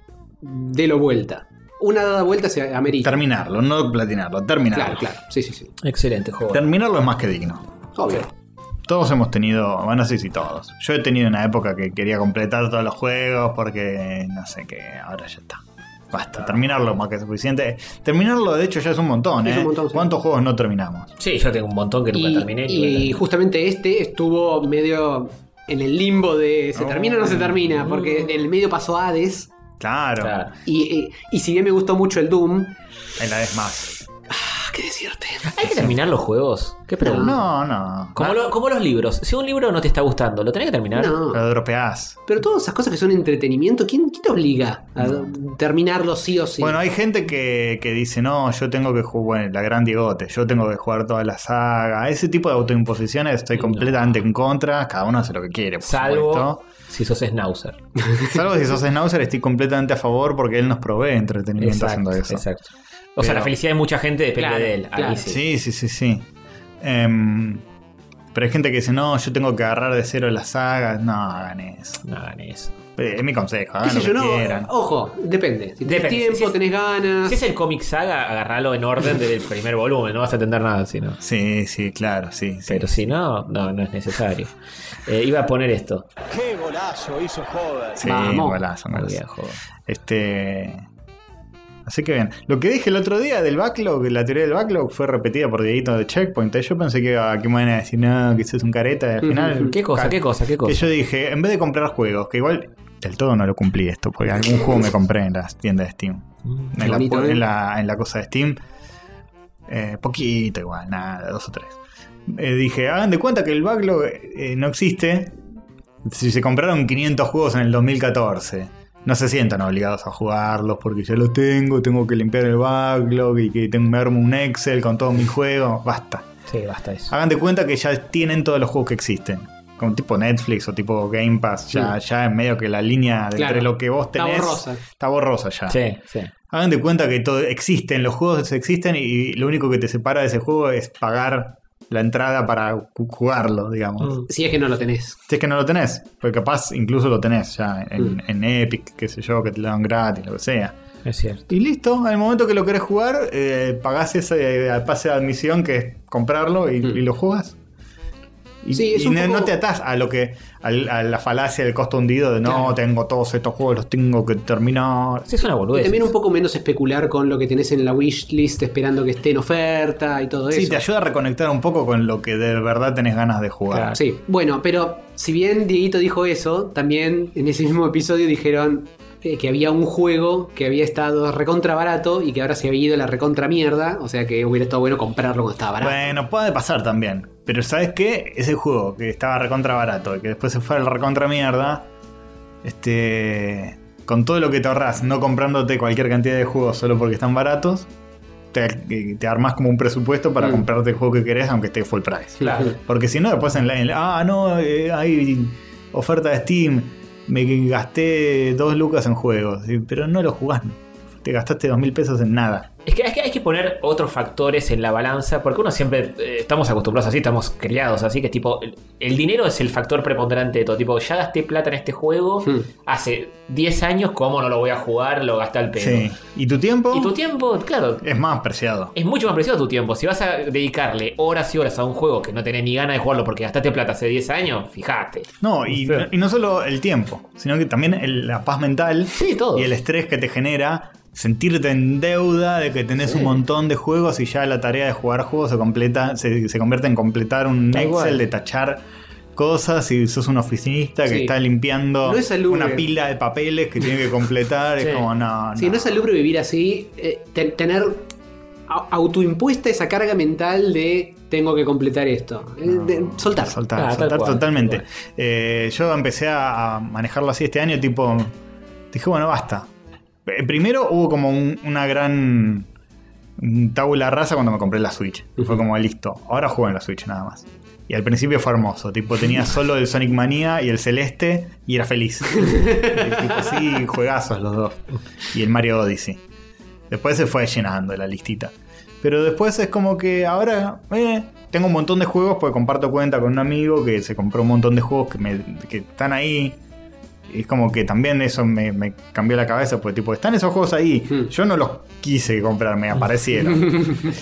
Speaker 4: de lo vuelta. Una dada vuelta se amerita.
Speaker 3: Terminarlo, no platinarlo, terminarlo.
Speaker 4: Claro, claro. Sí, sí, sí.
Speaker 1: Excelente juego.
Speaker 3: Terminarlo es más que digno.
Speaker 4: Obvio.
Speaker 3: Todos hemos tenido, bueno, no sé si todos. Yo he tenido una época que quería completar todos los juegos porque no sé qué, ahora ya está. Basta, terminarlo es más que suficiente. Terminarlo, de hecho, ya es un montón,
Speaker 4: Es un
Speaker 3: ¿eh?
Speaker 4: montón, sí.
Speaker 3: ¿Cuántos juegos no terminamos?
Speaker 1: Sí, yo tengo un montón que nunca
Speaker 4: y,
Speaker 1: terminé.
Speaker 4: y justamente este estuvo medio en el limbo de se
Speaker 3: Oh.
Speaker 4: termina o no se termina, porque en el medio pasó Hades.
Speaker 3: Claro,
Speaker 1: Claro.
Speaker 4: Y, y- y si bien me gustó mucho el Doom,
Speaker 3: en la vez más.
Speaker 4: ah, qué decirte.
Speaker 1: Hay que terminar los juegos. ¿Qué
Speaker 3: Pero
Speaker 1: pregunta?
Speaker 3: no, no.
Speaker 1: Como, lo- como los libros. Si un libro no te está gustando, ¿lo tenés que terminar?
Speaker 4: No,
Speaker 3: Lo dropeás.
Speaker 4: pero todas esas cosas que son entretenimiento, ¿quién, quién te obliga a terminarlo sí o sí?
Speaker 3: Bueno, hay gente que, que dice, no, yo tengo que jugar, bueno, la gran Diegote, yo tengo que jugar toda la saga. Ese tipo de autoimposiciones estoy completamente en contra, cada uno hace lo que quiere, por
Speaker 1: Salvo
Speaker 3: supuesto.
Speaker 1: si sos Snauzer.
Speaker 3: Salvo si sos Snauzer, estoy completamente a favor porque él nos provee entretenimiento haciendo eso.
Speaker 1: exacto. O sea,
Speaker 3: Pero-
Speaker 1: la felicidad de mucha gente depende
Speaker 4: Claro,
Speaker 1: de él. A mí
Speaker 4: claro.
Speaker 1: sí.
Speaker 3: Sí, sí, sí, sí. Em, pero hay gente que dice, no, yo tengo que agarrar de cero las sagas. No, hagan eso.
Speaker 1: No hagan eso.
Speaker 3: Eh, Es mi consejo,
Speaker 4: ¿Qué
Speaker 3: hagan
Speaker 4: sé
Speaker 3: lo
Speaker 4: yo?
Speaker 3: que
Speaker 4: No,
Speaker 3: quieran.
Speaker 4: ojo, depende. Si tenés
Speaker 1: Depende,
Speaker 4: tiempo,
Speaker 1: si es-
Speaker 4: tenés ganas.
Speaker 1: Si es el cómic saga, agarralo en orden desde el primer volumen. No vas a entender nada si no.
Speaker 3: Sí, sí, claro, sí. sí.
Speaker 1: Pero si no, no, no es necesario. Eh, iba a poner esto.
Speaker 8: ¡Qué golazo hizo joven!
Speaker 3: Sí,
Speaker 4: Vamos.
Speaker 3: golazo,
Speaker 1: Muy
Speaker 3: golazo.
Speaker 1: bien, joder.
Speaker 3: Este. Así que bien. Lo que dije el otro día del backlog, la teoría del backlog, fue repetida por Dieguito de Checkpoint. Yo pensé que iba a que me iban a decir, no, que eso es un careta. Y al
Speaker 4: Ujú,
Speaker 3: final.
Speaker 4: ujú.
Speaker 1: ¿Qué cosa?
Speaker 3: ca-
Speaker 1: ¿Qué cosa? ¿Qué cosa?
Speaker 3: Que yo dije, en vez de comprar juegos, que igual del todo no lo cumplí esto, porque algún juego me compré en la tienda de Steam.
Speaker 1: Mm.
Speaker 3: En la,
Speaker 4: bonito,
Speaker 3: pu-
Speaker 4: ¿eh?
Speaker 3: en la- en la cosa de Steam. Eh, poquito igual, nada, dos o tres. Eh, dije, hagan de cuenta que el backlog eh, no existe. Si se compraron 500 juegos en el 2014, no se sientan obligados a jugarlos porque ya los tengo, tengo que limpiar el backlog y que tengo, me armo un Excel con todos mis juegos. Basta.
Speaker 1: Sí, basta eso.
Speaker 3: Hagan de cuenta que ya tienen todos los juegos que existen. Como tipo Netflix o tipo Game Pass, ya, ya en medio que la línea de
Speaker 4: Claro.
Speaker 3: entre lo que vos
Speaker 4: Está
Speaker 3: tenés.
Speaker 4: borrosa.
Speaker 3: Está borrosa ya.
Speaker 1: Sí, sí.
Speaker 3: Hagan de cuenta que todo existen, los juegos existen y lo único que te separa de ese juego es pagar la entrada para ju- jugarlo, digamos.
Speaker 1: Mm.
Speaker 4: Si es que no lo tenés.
Speaker 3: Si es que no lo tenés, porque capaz incluso lo tenés ya
Speaker 4: Mm.
Speaker 3: en, en Epic, qué sé yo, que te lo dan gratis, lo que sea.
Speaker 1: Es cierto.
Speaker 3: Y listo, al momento que lo querés jugar, eh, pagás ese eh, pase de admisión que es comprarlo y,
Speaker 4: Mm.
Speaker 3: y lo jugás. Y,
Speaker 4: Sí, es
Speaker 3: y
Speaker 4: un
Speaker 3: no,
Speaker 4: poco-
Speaker 3: no te atás a lo que al- a la falacia del costo hundido de no, tengo todos estos juegos, los tengo que terminar.
Speaker 1: Pues Sí, es una
Speaker 4: Y
Speaker 1: boludez.
Speaker 4: también un poco menos especular con lo que tenés en la wishlist esperando que esté en oferta y todo eso.
Speaker 3: Sí, te ayuda a reconectar un poco con lo que de verdad tenés ganas de jugar.
Speaker 1: Claro.
Speaker 4: Sí, bueno, pero si bien Dieguito dijo eso, también en ese mismo episodio dijeron eh, que había un juego que había estado recontra barato y que ahora se había ido a la recontra mierda, o sea que hubiera estado bueno comprarlo cuando estaba barato.
Speaker 3: Bueno, puede pasar también. Pero ¿sabes qué? Ese juego que estaba recontra barato y que después se fue al recontra mierda, este, con todo lo que te ahorras, no comprándote cualquier cantidad de juegos solo porque están baratos, te, te armás como un presupuesto para
Speaker 4: Mm.
Speaker 3: comprarte el juego que querés aunque esté full price.
Speaker 4: [laughs]
Speaker 3: Porque si no, después en la, en la- Ah, no, eh, hay oferta de Steam, me gasté dos lucas en juegos, Y- pero no lo jugás. Te gastaste dos mil pesos en nada.
Speaker 1: Es que, es que hay que poner otros factores en la balanza, porque uno siempre eh, estamos acostumbrados así, estamos criados así, que es tipo, el, el dinero es el factor preponderante de todo. Tipo, ya gasté plata en este juego
Speaker 4: Hmm.
Speaker 1: hace 10 años, ¿cómo no lo voy a jugar? Lo gasté al pedo.
Speaker 3: Sí. ¿Y tu tiempo?
Speaker 1: Y tu tiempo, claro,
Speaker 3: es más preciado.
Speaker 1: es mucho más precioso tu tiempo. Si vas a dedicarle horas y horas a un juego que no tenés ni ganas de jugarlo porque gastaste plata hace 10 años, fijate.
Speaker 3: No, y,
Speaker 1: Sí.
Speaker 3: y no solo el tiempo, sino que también el- la paz mental
Speaker 1: Sí, todo.
Speaker 3: y el estrés que te genera sentirte en deuda de que tenés un montón de juegos y ya la tarea de jugar juegos se completa, se, se convierte en completar un
Speaker 1: Tal
Speaker 3: Excel
Speaker 1: cual.
Speaker 3: de tachar cosas y sos un oficinista que
Speaker 4: Sí.
Speaker 3: está limpiando
Speaker 4: No es salubre.
Speaker 3: una pila de papeles que tiene que completar,
Speaker 1: Sí.
Speaker 3: es como no,
Speaker 4: Si no es salubre vivir así, eh, te- tener au- autoimpuesta esa carga mental de tengo que completar esto. Eh, de- soltar.
Speaker 3: Soltar,
Speaker 1: Ah, tal
Speaker 3: soltar
Speaker 1: cual,
Speaker 3: totalmente.
Speaker 1: tal
Speaker 3: Eh, yo empecé a a manejarlo así este año, tipo. Dije, bueno, basta. Eh, Primero hubo como un- una gran mm, tabula rasa cuando me compré la Switch. Y Fue como listo. Ahora juego en la Switch nada más. Y al principio fue hermoso.
Speaker 4: [laughs]
Speaker 3: Tipo, tenía solo el Sonic Mania y el Celeste y era feliz. Y, tipo, sí, juegazos los dos. Y el Mario Odyssey. Después se fue llenando la listita. Pero después es como que ahora eh, tengo un montón de juegos porque comparto cuenta con un amigo que se compró un montón de juegos que, me, que están ahí. Y es como que también eso me, me cambió la cabeza, porque tipo, están esos juegos ahí.
Speaker 4: Hmm.
Speaker 3: Yo no los quise comprar, me aparecieron.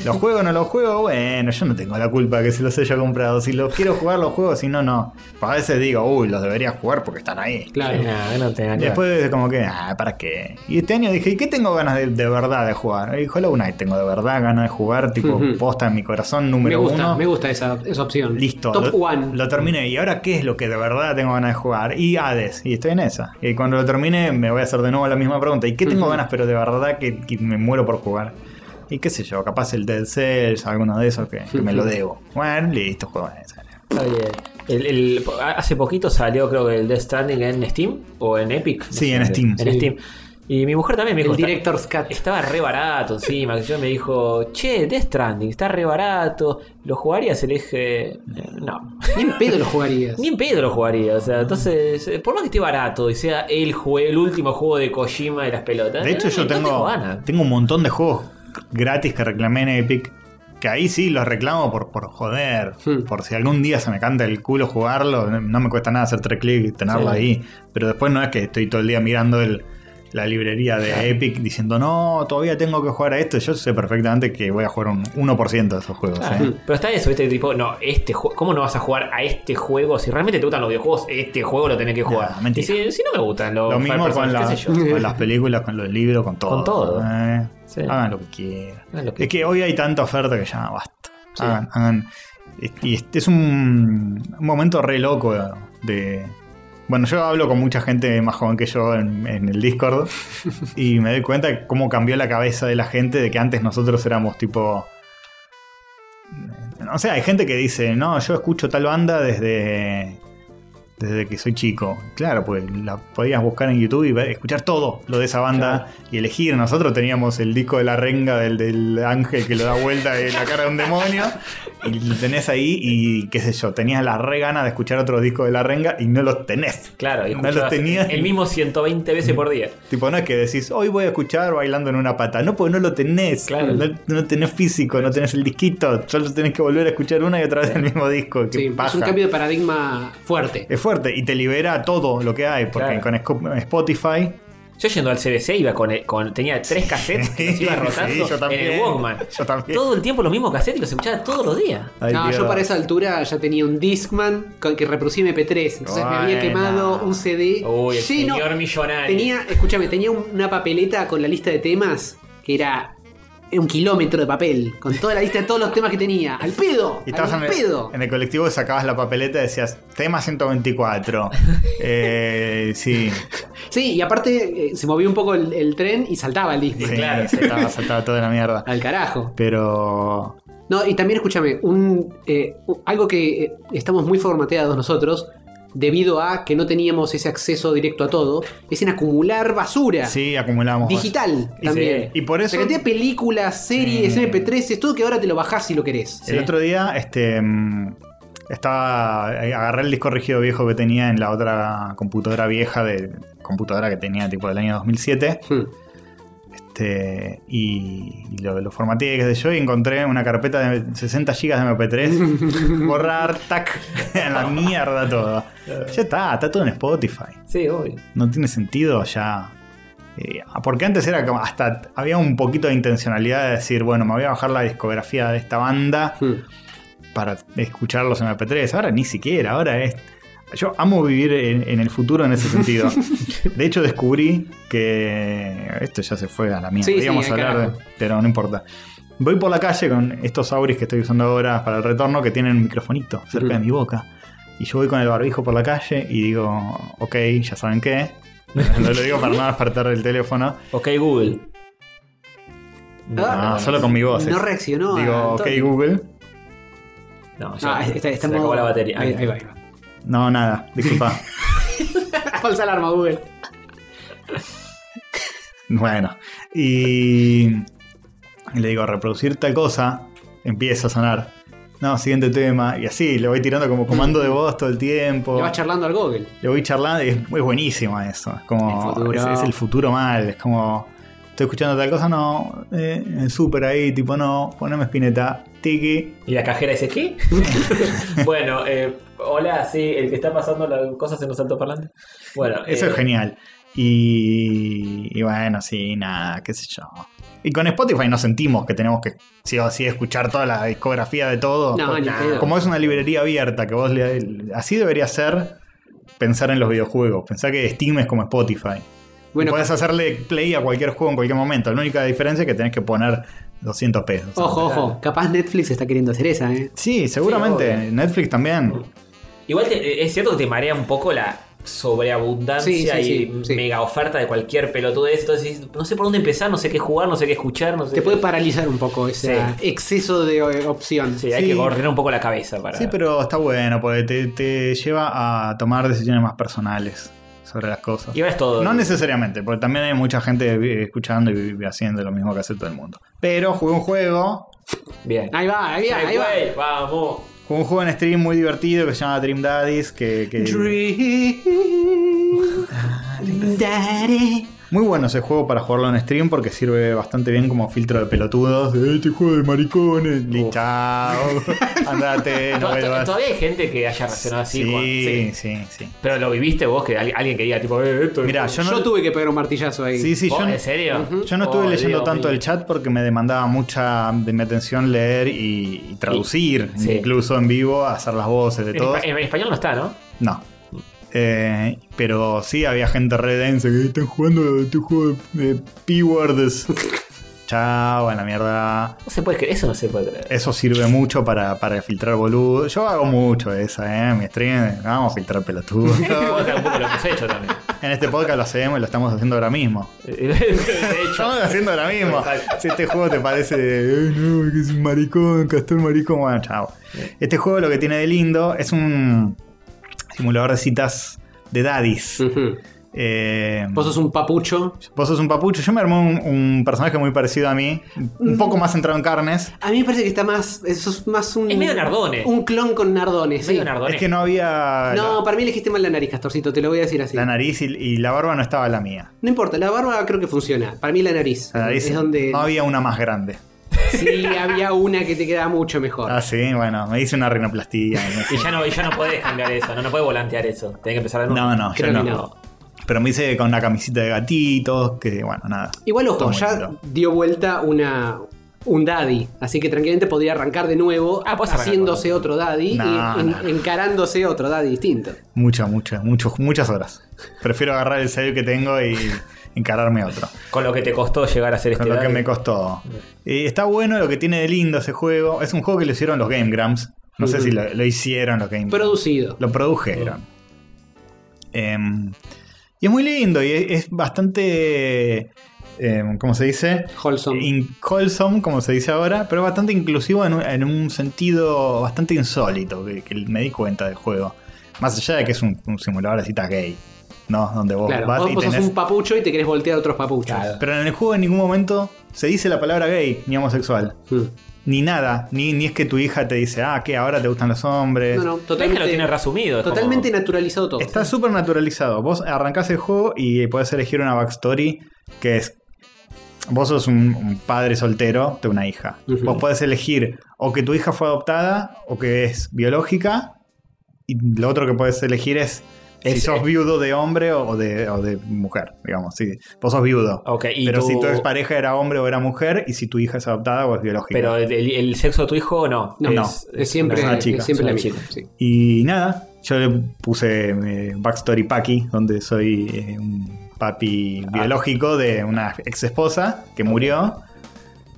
Speaker 3: los juego, no los juego, bueno, yo no tengo la culpa que se los haya comprado. Si los quiero jugar, los juego, si no, no. Pues a veces digo, uy, los debería jugar porque están ahí.
Speaker 4: Claro.
Speaker 1: Nah, no te
Speaker 3: Y Después como que, ah, ¿para qué? Y este año dije, ¿y qué tengo ganas de, de verdad de jugar? Y Hollow Knight tengo de verdad ganas de jugar, tipo,
Speaker 4: Ujú.
Speaker 3: posta en mi corazón número
Speaker 4: Me gusta,
Speaker 3: uno.
Speaker 4: me gusta esa, esa opción.
Speaker 3: Listo,
Speaker 4: Top
Speaker 3: lo,
Speaker 4: one.
Speaker 3: lo terminé. ¿Y ahora qué es lo que de verdad tengo ganas de jugar? Y Hades, y estoy en esa. Y cuando lo termine me voy a hacer de nuevo la misma pregunta. ¿Y qué tengo
Speaker 4: Ujú.
Speaker 3: ganas, pero de verdad que, que me muero por jugar? Y qué sé yo, capaz el Dead Cells, alguno de esos que, que me lo
Speaker 4: Ujú.
Speaker 3: debo. Bueno, listo, juego en esa.
Speaker 1: Está bien. El- el- hace poquito salió, creo que el Death Stranding en Steam o en Epic.
Speaker 3: Sí, en Steam.
Speaker 1: En
Speaker 4: Sí.
Speaker 1: Steam. Y mi mujer también me dijo.
Speaker 4: el
Speaker 1: "Está-
Speaker 4: director's cut.
Speaker 1: Estaba re barato encima. que Yo me dijo, che, Death Stranding, está re barato. ¿Lo jugarías? Y le dije, "Eh, no.
Speaker 4: Ni en pedo lo jugarías.
Speaker 1: Ni en pedo lo jugaría. O sea, entonces, eh, por más que esté barato y sea el, jue- el último juego de Kojima de las pelotas.
Speaker 3: De hecho,
Speaker 1: eh,
Speaker 3: yo
Speaker 1: no
Speaker 3: tengo,
Speaker 1: ganas.
Speaker 3: tengo un montón de juegos gratis que reclamé en Epic. Que ahí sí los reclamo por, por joder.
Speaker 4: Hmm.
Speaker 3: Por si algún día se me canta el culo jugarlo. no- No me cuesta nada hacer tres clics y tenerlo
Speaker 1: Sí.
Speaker 3: ahí. Pero después no es que estoy todo el día mirando el- la librería de Epic diciendo, no, todavía tengo que jugar a esto. Yo sé perfectamente que voy a jugar un 1% de esos juegos.
Speaker 1: Ah,
Speaker 4: mm.
Speaker 3: ¿eh?
Speaker 1: Pero está eso, ¿viste? Tipo, no, este juego. ¿Cómo no vas a jugar a este juego? Si realmente te gustan los videojuegos, este juego lo tenés que jugar.
Speaker 3: mentira.
Speaker 1: Y si, si no me gustan los
Speaker 3: Lo
Speaker 1: first
Speaker 3: mismo
Speaker 1: person,
Speaker 3: con, la-
Speaker 1: qué sé yo.
Speaker 3: [laughs] con las películas, con los libros, con todo.
Speaker 1: Con todo.
Speaker 3: ¿eh?
Speaker 1: Sí.
Speaker 3: Hagan lo que quieran.
Speaker 1: Hagan lo que-
Speaker 3: Es que hoy hay tanta oferta que ya basta. Hagan, hagan. Y es, es un, un momento re loco de. Bueno, yo hablo con mucha gente más joven que yo en, en el Discord y me doy cuenta de cómo cambió la cabeza de la gente de que antes nosotros éramos tipo. No sé, hay gente que dice, no, yo escucho tal banda desde desde que soy chico. Claro, pues la podías buscar en YouTube y ver- escuchar todo lo de esa banda y elegir. Nosotros teníamos el disco de la renga del, del ángel que lo da vuelta de la cara de un demonio y lo tenés ahí y qué sé yo, tenías la re gana de escuchar otro disco de la renga y no los tenés.
Speaker 1: Claro, y
Speaker 3: no los
Speaker 1: escuchabas
Speaker 3: tenías.
Speaker 1: El mismo 120 veces por día.
Speaker 3: Tipo, no es que decís, hoy voy a escuchar bailando en una pata. No, pues no lo tenés.
Speaker 1: Claro.
Speaker 3: No, no tenés físico, no tenés el disquito. Solo tenés que volver a escuchar una y otra vez el mismo disco. Qué
Speaker 4: Sí, es
Speaker 3: paja.
Speaker 4: un cambio de paradigma fuerte.
Speaker 3: Es fuerte y te libera todo lo que hay, porque
Speaker 1: Claro.
Speaker 3: con Sco- Spotify
Speaker 1: Yo yendo al CBC iba con, el- con- tenía tres cassettes que los iba
Speaker 3: [laughs] Sí,
Speaker 1: rotando
Speaker 3: yo también.
Speaker 1: en el Walkman.
Speaker 3: Yo también.
Speaker 1: Todo el tiempo los mismos cassettes y los escuchaba todos los días.
Speaker 3: Ay,
Speaker 4: no,
Speaker 3: Dios.
Speaker 4: yo para esa altura ya tenía un Discman con- que reproducía MP3. Entonces me había
Speaker 3: Buena.
Speaker 4: quemado un CD
Speaker 1: Uy, el
Speaker 4: lleno.
Speaker 1: señor millonario.
Speaker 4: Tenía, escúchame, tenía una papeleta con la lista de temas que era un kilómetro de papel. Con toda la lista de todos los temas que tenía. ¡Al pedo!
Speaker 3: [laughs] Y estabas en
Speaker 4: ¡Al pedo!
Speaker 3: el, en el colectivo, sacabas la papeleta y decías, tema
Speaker 4: [laughs]
Speaker 3: 124. eh, sí,
Speaker 4: Sí, y aparte eh, se movió un poco el, el tren y saltaba el Discman.
Speaker 3: sí,
Speaker 1: claro.
Speaker 3: saltaba, saltaba toda la mierda.
Speaker 4: Al carajo.
Speaker 3: Pero
Speaker 4: No, y también escúchame, un, eh, u- algo que eh, estamos muy formateados nosotros, debido a que no teníamos ese acceso directo a todo, es en acumular basura.
Speaker 3: sí, acumulamos.
Speaker 4: Ah. Digital
Speaker 3: Y
Speaker 4: también.
Speaker 3: sí, y por eso-
Speaker 4: La cantidad de películas, series,
Speaker 3: Sí.
Speaker 4: MP3, es todo que ahora te lo bajás si lo querés.
Speaker 3: El otro día, este. mm, Estaba. eh, Agarré el disco rígido viejo que tenía en la otra computadora vieja de. Computadora que tenía tipo del año 2007.
Speaker 4: Hmm.
Speaker 3: Este, y y lo, lo formateé, qué sé yo, y encontré una carpeta de 60 GB de MP3. borrar, tac, [laughs] a la mierda todo. Ya está, está todo en Spotify.
Speaker 1: Sí, obvio.
Speaker 3: No tiene sentido ya. Eh, porque antes era como hasta había un poquito de intencionalidad de decir, bueno, me voy a bajar la discografía de esta banda
Speaker 4: Hmm.
Speaker 3: para escuchar los MP3. Ahora ni siquiera, ahora es. Yo amo vivir en, en el futuro en ese
Speaker 4: [laughs]
Speaker 3: sentido. De hecho, descubrí que. Esto ya se fue a la mierda.
Speaker 4: Sí, sí,
Speaker 3: Íbamos a
Speaker 4: al
Speaker 3: hablar de-
Speaker 4: carajo.
Speaker 3: Pero no importa. Voy por la calle con estos auris que estoy usando ahora para el retorno que tienen un microfonito cerca de
Speaker 4: Ujú.
Speaker 3: mi boca. Y yo voy con el barbijo por la calle y digo, ok, ya saben qué. No lo digo para no despertar el teléfono.
Speaker 1: Ok, Google.
Speaker 4: Ah,
Speaker 3: No, solo con mi voz.
Speaker 4: No
Speaker 3: es.
Speaker 4: reaccionó. a
Speaker 3: Digo, ok,
Speaker 4: Antonio.
Speaker 3: Google.
Speaker 1: No, ya.
Speaker 4: Ah, está, está
Speaker 1: se
Speaker 4: en
Speaker 1: acabó
Speaker 4: modo-
Speaker 1: la batería.
Speaker 4: Ahí,
Speaker 1: Ahí,
Speaker 4: ahí va, [laughs] ahí
Speaker 3: No, nada, disculpa.
Speaker 4: va. Falsa alarma, Google.
Speaker 3: Bueno, y le digo, reproducir tal cosa, empieza a sonar. No, siguiente tema, y así, le voy tirando como comando de voz todo el tiempo.
Speaker 4: Le vas charlando al Google.
Speaker 3: Le voy charlando y es, es buenísimo eso. Es
Speaker 4: El
Speaker 3: como,
Speaker 4: futuro.
Speaker 3: es, es el futuro mal, es como, estoy escuchando tal cosa, no, eh, en súper ahí, tipo, no, poneme espineta, tiki.
Speaker 1: Y la cajera dice, ¿qué? [laughs] bueno, eh, hola, sí, el que está pasando las cosas en los altoparlantes. Bueno,
Speaker 3: Eso
Speaker 1: eh,
Speaker 3: es genial. Y, y bueno, sí, nada, qué sé yo. Y con Spotify no sentimos que tenemos que sí o sí escuchar toda la discografía de todo.
Speaker 4: No, ni pedo.
Speaker 3: Como es una librería abierta, que vos le, así debería ser pensar en los videojuegos. Pensar que Steam es como Spotify.
Speaker 4: Bueno,
Speaker 3: Puedes hacerle play a cualquier juego en cualquier momento. La única diferencia es que tenés que poner 200 pesos.
Speaker 4: ojo, ojo. Capaz Netflix está queriendo hacer esa, ¿eh?
Speaker 3: Sí, seguramente.
Speaker 1: obvio.
Speaker 3: Netflix también.
Speaker 1: Igual te- eh, es cierto que te marea un poco la sobreabundancia
Speaker 4: Sí, sí,
Speaker 1: y
Speaker 4: sí, sí.
Speaker 1: mega oferta de cualquier pelotudez. Entonces, dices, no sé por dónde empezar, no sé qué jugar, no sé qué escuchar, no sé.
Speaker 4: Te puede paralizar un poco ese
Speaker 1: Sí.
Speaker 4: exceso de eh,
Speaker 1: [laughs]
Speaker 4: opción.
Speaker 1: Sí, hay
Speaker 3: Sí.
Speaker 1: que ordenar un poco la cabeza para.
Speaker 3: Sí, pero está bueno, porque te, te lleva a tomar decisiones más personales sobre las cosas.
Speaker 1: Y ahora es todo.
Speaker 3: No necesariamente, porque también hay mucha gente vi- escuchando y vi- haciendo lo mismo que hace todo el mundo. Pero jugué un juego,
Speaker 1: Bien.
Speaker 4: Ahí va, ahí va,
Speaker 1: Ay,
Speaker 4: ahí va.
Speaker 1: güey, Vamos.
Speaker 3: jugué un juego en stream muy divertido que se llama Dream Daddies, que, que-
Speaker 4: Dream Daddy.
Speaker 3: muy bueno ese juego para jugarlo en stream porque sirve bastante bien como filtro de pelotudos. de, Este juego de maricones. Y
Speaker 1: Uf. [laughs]
Speaker 3: chao. Andate, no
Speaker 1: To- to-
Speaker 3: vuelvas.
Speaker 1: Todavía hay gente que haya reaccionado así. Juan.
Speaker 3: sí, sí, sí.
Speaker 1: Pero lo viviste vos, que al- alguien que diga, tipo, eh, esto.
Speaker 3: Mira, yo
Speaker 4: Yo,
Speaker 3: no.
Speaker 4: tuve que pegar un martillazo ahí.
Speaker 3: Sí, sí, yo
Speaker 1: ¿Vos?
Speaker 3: no-
Speaker 1: ¿En serio?
Speaker 3: Yo no estuve
Speaker 1: Oh,
Speaker 3: leyendo
Speaker 1: Dios
Speaker 3: tanto
Speaker 1: mío.
Speaker 3: el chat porque me demandaba mucha de mi atención leer y, y traducir,
Speaker 1: Sí.
Speaker 3: incluso en vivo, hacer las voces de
Speaker 1: En,
Speaker 3: todos.
Speaker 1: espa- en español no está, ¿no?
Speaker 3: No. Eh, pero sí había gente re densa que están jugando este juego de, de
Speaker 1: [laughs]
Speaker 3: P-Words. Chao, a la mierda.
Speaker 1: No se puede creer, eso no se puede creer.
Speaker 3: Eso sirve mucho para, para filtrar boludo. Yo hago mucho de esa, ¿eh? Mi stream, vamos a filtrar
Speaker 1: [laughs]
Speaker 3: pelotudo.
Speaker 1: Vos tampoco lo hemos hecho
Speaker 3: [laughs]
Speaker 1: también.
Speaker 3: en este podcast lo hacemos y lo estamos haciendo ahora mismo.
Speaker 1: De hecho,
Speaker 3: Estamos haciendo ahora mismo.
Speaker 1: Exacto.
Speaker 3: Si este juego te parece de, "Eh, no, que es un maricón, castor maricón, bueno, chao. Este juego lo que tiene de lindo es un simulador de citas de daddies.
Speaker 4: Ujú.
Speaker 3: Eh,
Speaker 4: Vos sos un papucho.
Speaker 3: vos sos un papucho. Yo me armé un, un personaje muy parecido a mí, un poco más centrado en carnes.
Speaker 4: A mí me parece que está más. eh, Sos más un.
Speaker 1: Es medio Nardone.
Speaker 4: Un clon con nardones.
Speaker 1: medio
Speaker 4: sí.
Speaker 1: Nardone.
Speaker 3: Es que no había
Speaker 4: No,
Speaker 3: la,
Speaker 4: para mí elegiste mal la nariz, Castorcito, te lo voy a decir así.
Speaker 3: la nariz y, y la barba no estaba la mía.
Speaker 4: No importa, la barba creo que funciona. Para mí la nariz.
Speaker 3: La nariz
Speaker 4: es donde.
Speaker 3: no había una más grande.
Speaker 4: Sí, había una que te quedaba mucho mejor.
Speaker 3: Ah, sí, bueno, me hice una rinoplastía. y no sé.
Speaker 1: Y ya no, y ya no podés cambiar eso, no, no podés volantear eso. Tenés que empezar de nuevo.
Speaker 3: No, no, yo
Speaker 4: Creo
Speaker 3: no.
Speaker 4: que no.
Speaker 3: Pero me hice con una camisita de gatitos, que bueno, nada.
Speaker 4: Igual,
Speaker 3: Todo
Speaker 4: ojo,
Speaker 3: muy
Speaker 4: ya
Speaker 3: lindo.
Speaker 4: dio vuelta una un daddy, así que tranquilamente podría arrancar de nuevo
Speaker 1: Ah, podés arrancar
Speaker 4: haciéndose otro daddy
Speaker 3: No,
Speaker 4: y en-
Speaker 3: no, no.
Speaker 4: encarándose otro daddy distinto.
Speaker 3: Muchas, muchas, muchas, muchas horas. Prefiero agarrar el sello que tengo y encararme a otro.
Speaker 1: Con lo que te costó llegar a ser este
Speaker 3: Con lo que
Speaker 1: Daddy.
Speaker 3: me costó. Eh, está bueno lo que tiene de lindo ese juego. Es un juego que lo hicieron los Game Grumps. No sé
Speaker 4: Ujú.
Speaker 3: si lo, lo hicieron los Game Grumps.
Speaker 4: Producido.
Speaker 3: Lo produjeron. Em, y es muy lindo y es, es bastante. em, ¿Cómo se dice?
Speaker 4: Wholesome.
Speaker 3: Eh, In- wholesome, como se dice ahora, pero bastante inclusivo en un, en un sentido bastante insólito que, que me di cuenta del juego. Más allá de que es un, un simulador de citas gay, ¿no? Donde vos
Speaker 4: claro,
Speaker 3: vas
Speaker 4: vos,
Speaker 3: y
Speaker 4: vos sos
Speaker 3: tenés.
Speaker 4: un papucho y te querés voltear a otros papuchos.
Speaker 1: Claro.
Speaker 3: Pero en el juego en ningún momento se dice la palabra gay ni homosexual.
Speaker 4: Mm.
Speaker 3: Ni nada. Ni, ni es que tu hija te dice, ah, que ahora te gustan los hombres.
Speaker 4: No, no,
Speaker 1: Totalmente
Speaker 4: totalmente,
Speaker 1: lo tiene resumido. es como-
Speaker 4: totalmente naturalizado todo.
Speaker 3: Está súper naturalizado. Vos arrancás el juego y podés elegir una backstory que es. Vos sos un, un padre soltero de una hija.
Speaker 4: Ujú.
Speaker 3: Vos podés elegir o que tu hija fue adoptada o que es biológica. Y lo otro que podés elegir es, si
Speaker 1: Es-
Speaker 3: sos
Speaker 1: es-
Speaker 3: viudo de hombre o o de, o de mujer, digamos. Sí. Vos sos viudo.
Speaker 1: Ok, y
Speaker 3: Pero
Speaker 1: tu-
Speaker 3: si tu expareja era hombre o era mujer y si tu hija es adoptada o es biológica.
Speaker 1: Pero el, el- el sexo de tu hijo no.
Speaker 4: No,
Speaker 3: no.
Speaker 4: es, siempre,
Speaker 3: una chica,
Speaker 4: es siempre
Speaker 1: es
Speaker 4: la
Speaker 1: una
Speaker 4: misma. sí.
Speaker 3: Y nada, yo le puse eh, Backstory Paki, donde soy eh, un papi biológico de una ex esposa que murió.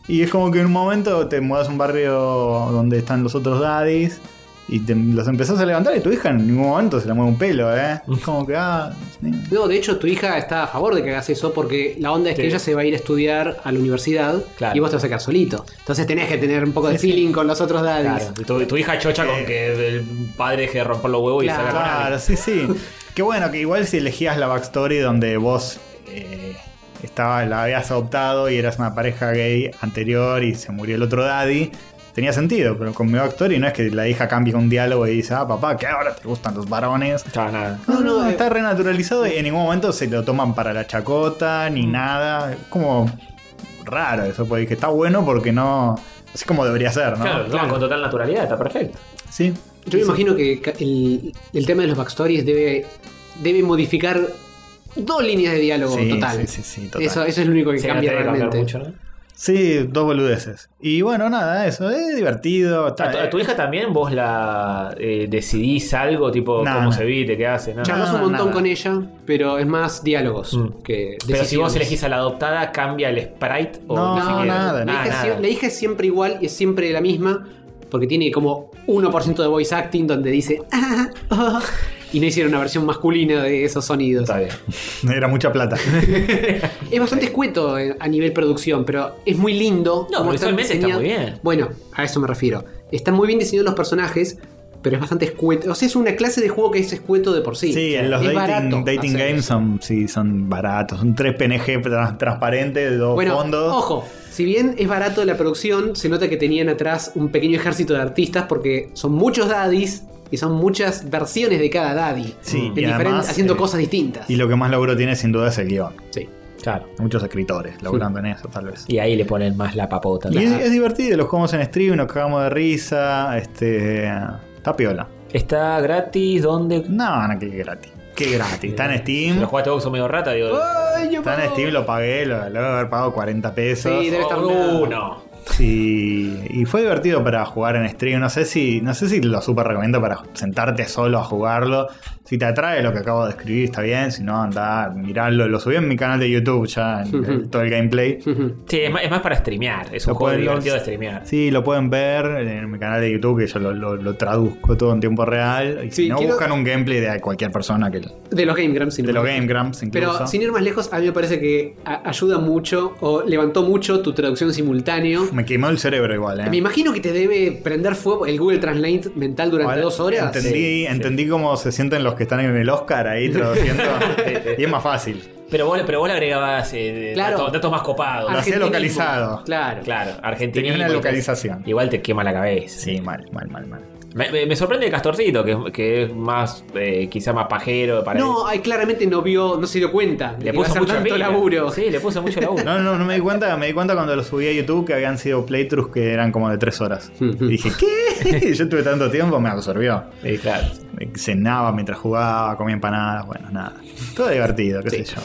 Speaker 3: Y es como que en un momento te mudas a un barrio donde están los otros daddies y te- los empezás a levantar y tu hija en ningún momento se le mueve un pelo, ¿eh? Es como que, ah, sí.
Speaker 4: No, de hecho, tu hija está a favor de que hagas eso porque la onda es que
Speaker 1: Sí.
Speaker 4: ella se va a ir a estudiar a la universidad
Speaker 1: Claro.
Speaker 4: y vos te vas a quedar solito. Entonces tenés que tener un poco de feeling con los otros daddies.
Speaker 1: Claro, tu, tu hija chocha con
Speaker 3: Eh,
Speaker 1: que el padre deje de romper los huevos y
Speaker 5: Claro.
Speaker 1: salga con alguien.
Speaker 3: Claro, sí, sí. Qué bueno, que igual si elegías la backstory donde vos eh, estaba, la habías adoptado y eras una pareja gay anterior y se murió el otro daddy, tenía sentido, pero con mi backstory no es que la hija cambie un diálogo y dice, ah, papá, que ahora te gustan los varones.
Speaker 1: Claro, nada.
Speaker 3: No, no, eh.
Speaker 4: no,
Speaker 3: está renaturalizado y en ningún momento se lo toman para la chacota ni nada. Es como raro eso, porque dije, está bueno porque no. Así como debería ser, ¿no?
Speaker 1: Claro, lo toman con total naturalidad, está perfecto.
Speaker 3: Sí.
Speaker 4: Yo me imagino que ca- el, el tema de los backstories debe, debe modificar dos líneas de diálogo
Speaker 3: Sí,
Speaker 4: total.
Speaker 3: sí, sí, sí, total.
Speaker 4: Eso, eso es lo único que
Speaker 1: Sí, no
Speaker 4: cambia
Speaker 1: tiene que cambiar
Speaker 4: realmente.
Speaker 1: mucho, ¿no?
Speaker 3: Sí, dos boludeces. Y bueno, nada, eso, es divertido.
Speaker 1: ¿A
Speaker 3: está-
Speaker 1: tu, a tu hija también vos la eh, decidís algo, tipo
Speaker 3: No,
Speaker 1: cómo
Speaker 3: no.
Speaker 1: se viste, qué hace? ¿no?
Speaker 3: Ya.
Speaker 4: Charlas
Speaker 3: No,
Speaker 4: un montón
Speaker 3: Ah, nada.
Speaker 4: con ella, pero es más diálogos
Speaker 1: Mm.
Speaker 4: que
Speaker 1: Pero si vos
Speaker 4: decisiones.
Speaker 1: elegís a la adoptada, ¿cambia el sprite? o
Speaker 3: No,
Speaker 1: ni siquiera?
Speaker 3: nada,
Speaker 4: La,
Speaker 1: Ah,
Speaker 4: hija es sie-
Speaker 1: nada.
Speaker 4: la hija es siempre igual y es siempre la misma, porque tiene como 1% de voice acting donde dice. [laughs] "Ah, oh", y no hicieron una versión masculina de esos sonidos.
Speaker 1: Está bien.
Speaker 3: eh, Era
Speaker 1: [laughs]
Speaker 3: mucha plata.
Speaker 4: Es bastante escueto eh, a nivel producción, pero es muy lindo.
Speaker 1: No,
Speaker 4: cómo están
Speaker 1: visualmente está
Speaker 4: diseñados.
Speaker 1: muy bien.
Speaker 4: Bueno, a eso me refiero. Están muy bien diseñados los personajes, pero es bastante escueto. O sea, es una clase de juego que es escueto de por sí.
Speaker 3: Sí, los
Speaker 4: es barato
Speaker 3: dating, dating
Speaker 4: hacer
Speaker 3: games
Speaker 4: eso.
Speaker 3: son, sí, son baratos. Son tres PNG tra- transparentes de dos
Speaker 4: Bueno,
Speaker 3: fondos.
Speaker 4: ojo, si bien es barato la producción, se nota que tenían atrás un pequeño ejército de artistas porque son muchos daddies y son muchas versiones de cada daddy.
Speaker 3: Sí,
Speaker 4: En
Speaker 3: y
Speaker 4: diferen-
Speaker 3: además,
Speaker 4: haciendo
Speaker 3: eh,
Speaker 4: cosas distintas.
Speaker 3: Y lo que más logro tiene sin duda es el guión.
Speaker 4: Sí.
Speaker 1: Claro.
Speaker 3: Muchos escritores logrando en eso, tal vez.
Speaker 1: Y ahí le ponen más la papota.
Speaker 3: Y es,
Speaker 1: Claro.
Speaker 3: es divertido, los jugamos en stream, nos cagamos de risa. Este. Está piola.
Speaker 1: Está gratis, ¿dónde?
Speaker 3: No, no, que gratis. Qué gratis. Está en
Speaker 1: Si
Speaker 3: Steam.
Speaker 1: lo jugaste vos, sos medio rata, digo.
Speaker 4: Ay, yo
Speaker 3: Está en
Speaker 4: puedo-
Speaker 3: Steam, lo pagué, lo, lo debo haber pagado 40 pesos.
Speaker 4: Sí, debe estar
Speaker 1: Oh,
Speaker 4: mal.
Speaker 1: no.
Speaker 3: Sí, y fue divertido para jugar en stream. No sé si, no sé si lo super recomiendo para sentarte solo a jugarlo. Si te atrae lo que acabo de escribir, está bien. Si no, anda, mirarlo. Lo subí en mi canal de YouTube ya,
Speaker 4: [laughs]
Speaker 3: en
Speaker 4: Ujú.
Speaker 3: todo el gameplay.
Speaker 4: Ujú.
Speaker 1: Sí, es más, es más para streamear. Es un
Speaker 3: Lo
Speaker 1: juego
Speaker 3: pueden-
Speaker 1: divertido de streamear.
Speaker 3: Sí, lo pueden ver en mi canal de YouTube, que yo lo, lo- lo traduzco todo en tiempo real. Y
Speaker 4: Sí,
Speaker 3: si no,
Speaker 4: quiero-
Speaker 3: buscan un gameplay de cualquier persona que de
Speaker 4: De los Game Grumps, sin
Speaker 3: los
Speaker 4: embargo.
Speaker 3: Game Grumps incluso.
Speaker 4: Pero sin ir más lejos, a mí me parece que a- ayuda mucho o levantó mucho tu traducción simultáneo.
Speaker 3: Me quemó el cerebro igual, eh.
Speaker 4: Me imagino que te debe prender fuego el Google Translate mental durante
Speaker 3: Ahora
Speaker 4: dos horas.
Speaker 3: Entendí, entendí cómo se sienten los que están en el Oscar ahí
Speaker 4: [laughs]
Speaker 3: traduciendo. y es más fácil.
Speaker 1: Pero vos, pero vos le agregabas eh,
Speaker 4: Claro.
Speaker 1: datos, datos más copados.
Speaker 3: Lo hacía
Speaker 4: Argentinismo.
Speaker 3: localizado.
Speaker 4: Claro.
Speaker 1: Claro,
Speaker 3: Ah, Tenía
Speaker 1: argentino.
Speaker 3: una localización.
Speaker 1: Igual te quema la cabeza.
Speaker 3: Sí, mal, mal, mal, mal.
Speaker 1: Me, me- me sorprende el Castorcito, que, es- que es más, eh, quizá más pajero. Para
Speaker 4: No, ay, claramente no vio, no se dio cuenta. de
Speaker 1: le
Speaker 4: que iba a
Speaker 1: puso
Speaker 4: ser
Speaker 1: mucho
Speaker 4: tanto
Speaker 1: pila.
Speaker 4: laburo.
Speaker 1: Sí, le puso mucho
Speaker 4: [laughs]
Speaker 1: laburo.
Speaker 3: No, no, no me di cuenta, me di cuenta cuando lo subí a YouTube que habían
Speaker 4: [laughs]
Speaker 3: sido [laughs] playthroughs que eran como de tres horas. Y dije, ¿qué? Yo tuve tanto tiempo, me absorbió.
Speaker 1: Sí, claro.
Speaker 3: Cenaba mientras jugaba, comía empanadas, bueno, nada. Todo divertido, qué sé yo.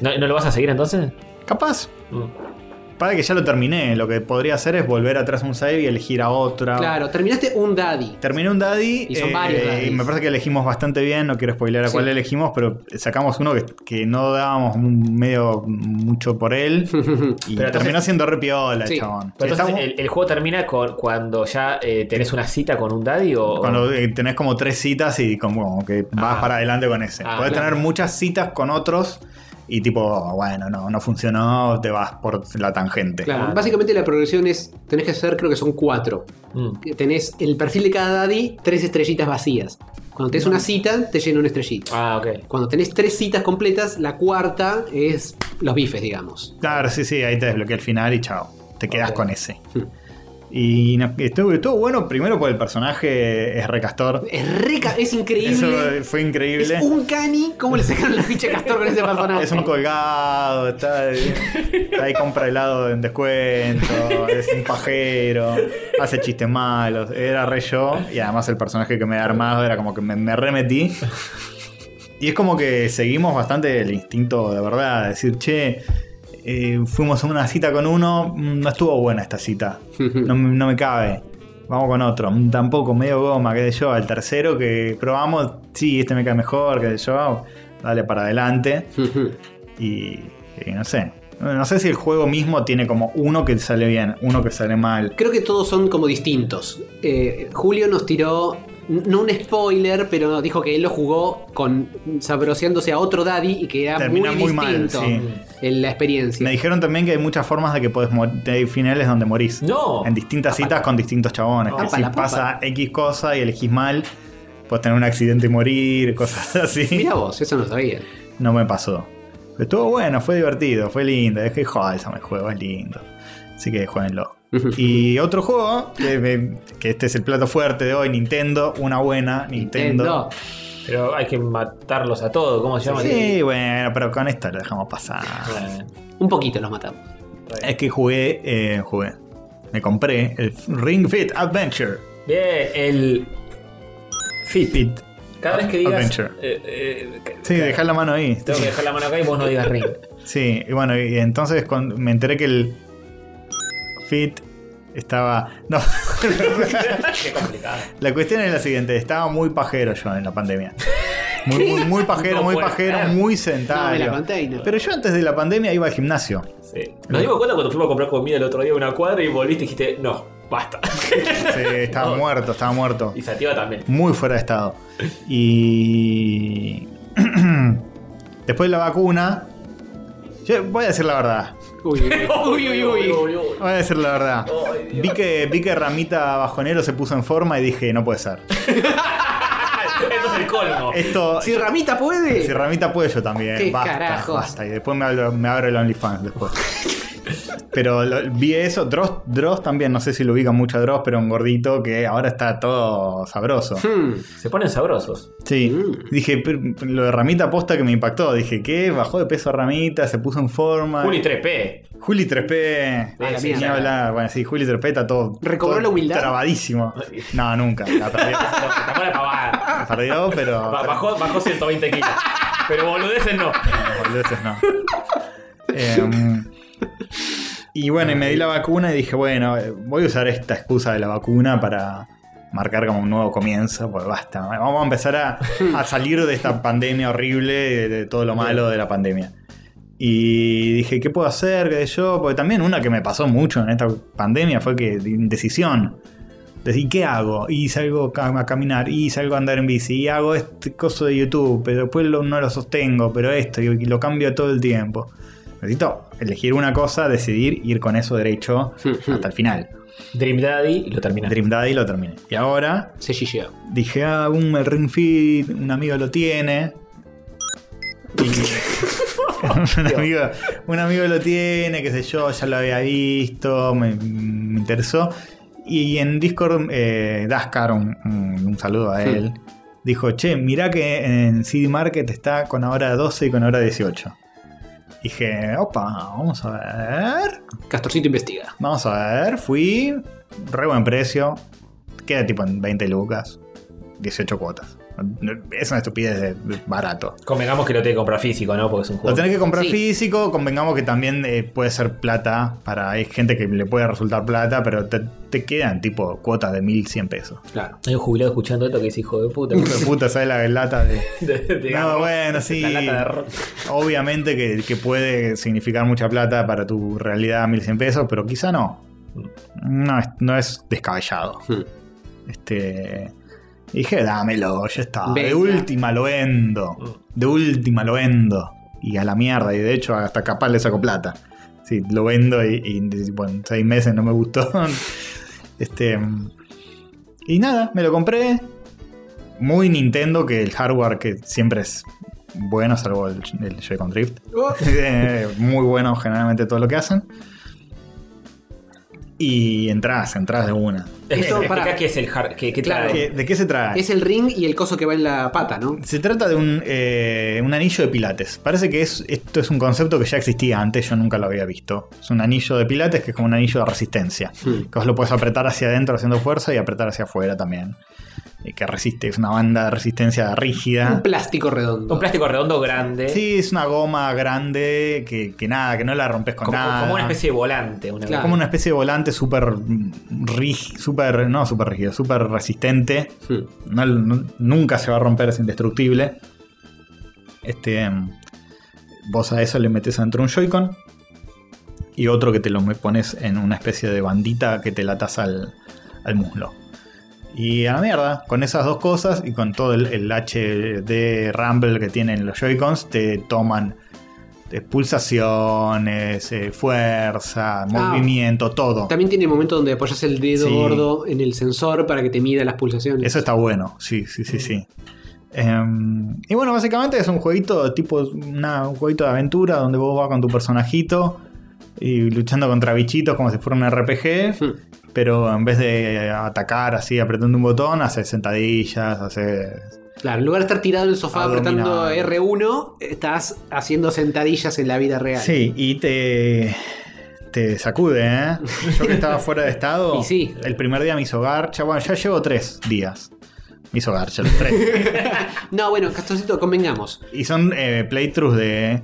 Speaker 1: ¿No, no lo vas a seguir entonces?
Speaker 3: Capaz,
Speaker 1: Mm.
Speaker 3: para que ya lo terminé, lo que podría hacer es volver atrás a un save y elegir a otra.
Speaker 4: Claro, terminaste un
Speaker 3: [laughs]
Speaker 4: daddy.
Speaker 3: Terminé un daddy eh,
Speaker 4: Y son varios daddies.
Speaker 3: y me parece que elegimos bastante bien, no quiero spoilear a
Speaker 4: Sí.
Speaker 3: cuál elegimos, pero sacamos uno que, que no dábamos un- medio mucho
Speaker 4: [laughs]
Speaker 3: por él y
Speaker 1: Pero
Speaker 3: terminó
Speaker 1: entonces-
Speaker 3: siendo re piola,
Speaker 4: Sí.
Speaker 3: chabón.
Speaker 1: Pero
Speaker 3: Está
Speaker 1: entonces,
Speaker 3: bu-
Speaker 1: el, el juego termina con- cuando ya eh, tenés una cita con un daddy o.
Speaker 3: Cuando eh, tenés como tres citas y como, como que vas
Speaker 1: Ah.
Speaker 3: para adelante con ese.
Speaker 1: Ah,
Speaker 3: Podés
Speaker 1: claro.
Speaker 3: tener muchas citas con otros y tipo, bueno, no, no funcionó, te vas por la tangente.
Speaker 4: Claro, básicamente la progresión es, tenés que hacer, creo que son cuatro.
Speaker 1: Mm.
Speaker 4: Tenés el perfil de cada daddy, tres estrellitas vacías. Cuando tenés una cita, te llena una estrellita.
Speaker 1: Ah, ok.
Speaker 4: Cuando tenés tres citas completas, la cuarta es los bifes, digamos.
Speaker 3: Claro, sí, sí, ahí te desbloquea el final y chao. Te quedas
Speaker 1: Ok. [laughs]
Speaker 3: con ese.
Speaker 4: Hmm.
Speaker 3: Y no- estuvo, estuvo bueno primero porque el personaje es recastor.
Speaker 4: Es rica, es increíble.
Speaker 3: Eso fue
Speaker 4: Es
Speaker 3: increíble.
Speaker 4: un cani, ¿cómo le sacaron la ficha a Castor con ese personaje?
Speaker 3: Es un colgado, está, está ahí compra helado en descuento, es un pajero, hace chistes malos, era re yo, y además el personaje que me había armado era como que me, me remetí. Y es como que seguimos bastante el instinto de verdad, decir, che, eh, fuimos a una cita con uno, mm, no estuvo buena esta cita,
Speaker 4: [laughs]
Speaker 3: no, me- no me cabe. Vamos con otro, Mm, tampoco, medio goma, qué sé yo, al tercero que probamos, sí, este me cae mejor, qué sé yo, dale para adelante. Y, y no sé. No sé si el juego mismo tiene como uno que sale bien, uno que sale mal.
Speaker 4: Creo que todos son como distintos. Eh, Julio nos tiró, n- no un spoiler, pero dijo que él lo jugó con sabroseándose a otro daddy y que era
Speaker 3: Termina
Speaker 4: muy,
Speaker 3: muy mal,
Speaker 4: distinto
Speaker 3: sí.
Speaker 4: en la experiencia.
Speaker 3: Me dijeron también que hay muchas formas de que podés morir. Hay finales donde morís.
Speaker 1: No.
Speaker 3: En distintas citas con distintos chabones.
Speaker 4: Apa,
Speaker 3: que si
Speaker 4: la pupa.
Speaker 3: pasa X cosa y elegís mal, puedes tener un accidente y morir, cosas [laughs] así.
Speaker 4: Mira vos, eso no
Speaker 3: [laughs]
Speaker 4: sabía.
Speaker 3: No me pasó. Pero Estuvo bueno, fue divertido, fue lindo. Es que joder, ese juego es lindo. Así que jueguenlo. Y otro juego, que, me- que este es el plato fuerte de hoy, Nintendo, una buena Nintendo.
Speaker 4: Nintendo.
Speaker 1: Pero hay que matarlos a todos. ¿Cómo se llama?
Speaker 3: Sí, bueno, pero con esto lo dejamos pasar.
Speaker 1: Eh,
Speaker 4: Un poquito los matamos.
Speaker 3: Es que jugué, eh, jugué. Me compré el Ring Fit Adventure.
Speaker 1: Bien, el. Fit.
Speaker 3: Fit.
Speaker 1: Cada vez que digas.
Speaker 3: Adventure.
Speaker 1: eh, eh, ca-
Speaker 3: Sí,
Speaker 1: ca-
Speaker 3: dejá la mano ahí.
Speaker 1: Tengo que dejar la mano acá y vos no digas
Speaker 4: [laughs]
Speaker 1: ring.
Speaker 3: Sí, y bueno, y entonces cuando me enteré que el Fit estaba. No. [laughs]
Speaker 1: Qué complicado.
Speaker 3: La cuestión es la siguiente, estaba muy pajero yo en la pandemia. Muy, muy, muy
Speaker 1: [laughs]
Speaker 3: pajero,
Speaker 1: No
Speaker 3: muy
Speaker 1: puede
Speaker 3: pajero,
Speaker 1: ser.
Speaker 3: muy
Speaker 4: No, me la
Speaker 3: sentario.
Speaker 4: container.
Speaker 3: Pero yo antes de la pandemia iba
Speaker 1: [laughs]
Speaker 3: al gimnasio.
Speaker 1: Sí. Nos dimos cuenta cuando fuimos a comprar comida el otro día a una cuadra y volviste y dijiste, no, basta. [laughs]
Speaker 3: Sí, estaba
Speaker 1: No.
Speaker 3: muerto, estaba muerto.
Speaker 1: Y Sativa
Speaker 3: [laughs]
Speaker 1: también.
Speaker 3: Muy fuera de estado. Y. [clears throat] Después de la vacuna. Yo voy a decir la verdad.
Speaker 4: Uy, uy, uy, uy, uy.
Speaker 3: [laughs]
Speaker 1: uy.
Speaker 3: Voy a decir la verdad.
Speaker 1: Oh, Ay, Dios.
Speaker 3: Vi que, vi que Ramita Bajonero se puso en forma y dije, no puede ser.
Speaker 1: Esto es el colmo.
Speaker 3: Esto.
Speaker 4: Si Ramita puede.
Speaker 3: Si Ramita puede, yo también.
Speaker 4: Qué
Speaker 3: basta,
Speaker 4: carajos.
Speaker 3: basta. Y después me, hablo- me abro el OnlyFans después. pero lo- vi eso. Dross, Dross también, no sé si lo ubican mucho a Dross, pero un gordito que ahora está todo sabroso.
Speaker 4: Hmm.
Speaker 1: Se ponen sabrosos.
Speaker 3: Sí.
Speaker 1: Mm.
Speaker 3: Dije, pero lo de Ramita posta que me impactó. Dije, ¿qué? Bajó de peso Ramita, se puso en forma.
Speaker 1: Juli Ah, 3P.
Speaker 3: Juli 3P.
Speaker 4: A la
Speaker 3: Sí,
Speaker 4: mierda.
Speaker 3: ni hablar. Bueno, sí, Juli 3P está todo.
Speaker 4: ¿Recobró
Speaker 3: todo
Speaker 4: la humildad?
Speaker 3: Trabadísimo. No, nunca.
Speaker 1: [laughs]
Speaker 3: La perdió.
Speaker 1: Tapó la
Speaker 3: [laughs]
Speaker 1: pavada.
Speaker 3: La perdió, pero.
Speaker 1: Ba- Bajó, bajó 120 kilos. Pero boludeces no.
Speaker 3: No, boludeces no. Em, y bueno, y me di la vacuna y dije, bueno, eh, voy a usar esta excusa de la vacuna para marcar como un nuevo comienzo, pues basta. Vamos a empezar a, a salir
Speaker 1: [laughs]
Speaker 3: de esta pandemia horrible, de, de todo lo malo de la pandemia. Y dije, ¿qué puedo hacer? ¿Qué sé yo? Porque también una que me pasó mucho en esta pandemia fue que de indecisión. Decir, ¿qué hago? Y salgo ca- a caminar, y salgo a andar en bici, y hago este coso de YouTube, pero después lo- no lo sostengo, pero esto, y, y lo cambio todo el tiempo. Necesito elegir una cosa, decidir, ir con
Speaker 1: [laughs]
Speaker 3: eso derecho hasta el final.
Speaker 1: Dream Daddy y lo termina.
Speaker 3: Dream Daddy lo terminé. Y ahora
Speaker 4: Se chilleó.
Speaker 3: dije, ah, un el Ring Fit, un amigo lo tiene. Y- [laughs] un, amigo, un amigo lo tiene, qué sé yo, ya lo había visto, me, me interesó. Y en Discord, eh, Daskar, un, un- un saludo a él, dijo, che, mirá que en CD Market está con ahora 12 y con ahora 18. Dije, opa, vamos a ver.
Speaker 4: Castorcito investiga.
Speaker 3: Vamos a ver, fui. Re buen precio. Queda tipo en 20 lucas. 18 cuotas. Es una estupidez de- de barato.
Speaker 1: Convengamos que lo tiene que comprar físico, ¿no? Porque es un
Speaker 3: Lo
Speaker 1: juego.
Speaker 3: tenés que comprar
Speaker 4: Sí.
Speaker 3: físico, convengamos que también eh, puede ser plata para. Hay gente que le puede resultar plata, pero te, te quedan tipo cuotas de 1100 pesos.
Speaker 4: Claro.
Speaker 1: Hay un jubilado escuchando esto que es hijo de puta.
Speaker 3: Hijo [laughs] de puta, ¿sabes la lata de.?
Speaker 1: De- de
Speaker 3: No,
Speaker 1: garro.
Speaker 3: bueno, sí.
Speaker 1: La lata de ro-
Speaker 3: Obviamente que, que puede significar mucha plata para tu realidad 1100 pesos, pero quizá no. No es, no es descabellado.
Speaker 4: Hmm.
Speaker 3: Este. Dije, dámelo, ya está. De
Speaker 4: Venga.
Speaker 3: última lo vendo. De última lo vendo. Y a la mierda. Y de hecho, hasta capaz le saco plata. Sí, lo vendo y, y, tipo, en seis meses no me gustó. [laughs] este. Y nada, me lo compré. Muy Nintendo, que el hardware que siempre es bueno, salvo el, el Joy-Con Drift. [laughs] Eh, muy bueno generalmente todo lo que hacen. Y entras, entras de una.
Speaker 4: Esto,
Speaker 1: Explicá
Speaker 4: pará.
Speaker 1: qué es el hard. qué- qué
Speaker 4: Claro.
Speaker 1: trae.
Speaker 3: ¿Qué- ¿De qué se trata?
Speaker 4: Es el ring y el coso que va en la pata, ¿no?
Speaker 3: Se trata de un, eh, un anillo de pilates. Parece que es, esto es un concepto que ya existía antes, yo nunca lo había visto. Es un anillo de pilates que es como un anillo de resistencia.
Speaker 4: Hmm.
Speaker 3: Que vos lo puedes apretar hacia adentro haciendo fuerza y apretar hacia afuera también. Y que resiste, es una banda de resistencia rígida.
Speaker 4: Un plástico redondo.
Speaker 1: Un plástico redondo grande.
Speaker 3: Sí, es una goma grande que, que nada, que no la rompes con
Speaker 1: Como,
Speaker 3: nada.
Speaker 1: como una especie de volante. Una
Speaker 4: Claro.
Speaker 3: Como una especie de volante súper rígido, súper, no súper rígido, súper resistente.
Speaker 4: Hmm.
Speaker 3: No- no- nunca se va a romper, es indestructible. Este, em, vos a eso le metes adentro un Joy-Con y otro que te lo me- pones en una especie de bandita que te la atas al, al muslo. Y a la mierda, con esas dos cosas y con todo el, el HD Rumble que tienen los Joy-Cons, te toman eh, pulsaciones, eh, fuerza, movimiento, todo.
Speaker 4: También tiene momentos donde apoyas el dedo
Speaker 3: Sí.
Speaker 4: gordo en el sensor para que te mida las pulsaciones.
Speaker 3: Eso está bueno, sí, sí, sí, sí. Em, y bueno, básicamente es un jueguito tipo una- un jueguito de aventura donde vos vas con tu personajito y luchando contra bichitos como si fuera un RPG,
Speaker 4: Hmm.
Speaker 3: pero en vez de atacar así apretando un botón, haces sentadillas, haces...
Speaker 4: Claro, en lugar de estar tirado en el sofá
Speaker 3: Abdominal.
Speaker 4: apretando R1, estás haciendo sentadillas en la vida real.
Speaker 3: Sí, y te... Te sacude, ¿eh? Yo que estaba fuera de estado,
Speaker 4: [laughs] Y sí.
Speaker 3: el primer día me hizo garcha. Bueno, ya llevo tres días. Me hizo garcha, los tres.
Speaker 4: No, bueno, Castorcito, convengamos.
Speaker 3: Y son eh, playthroughs de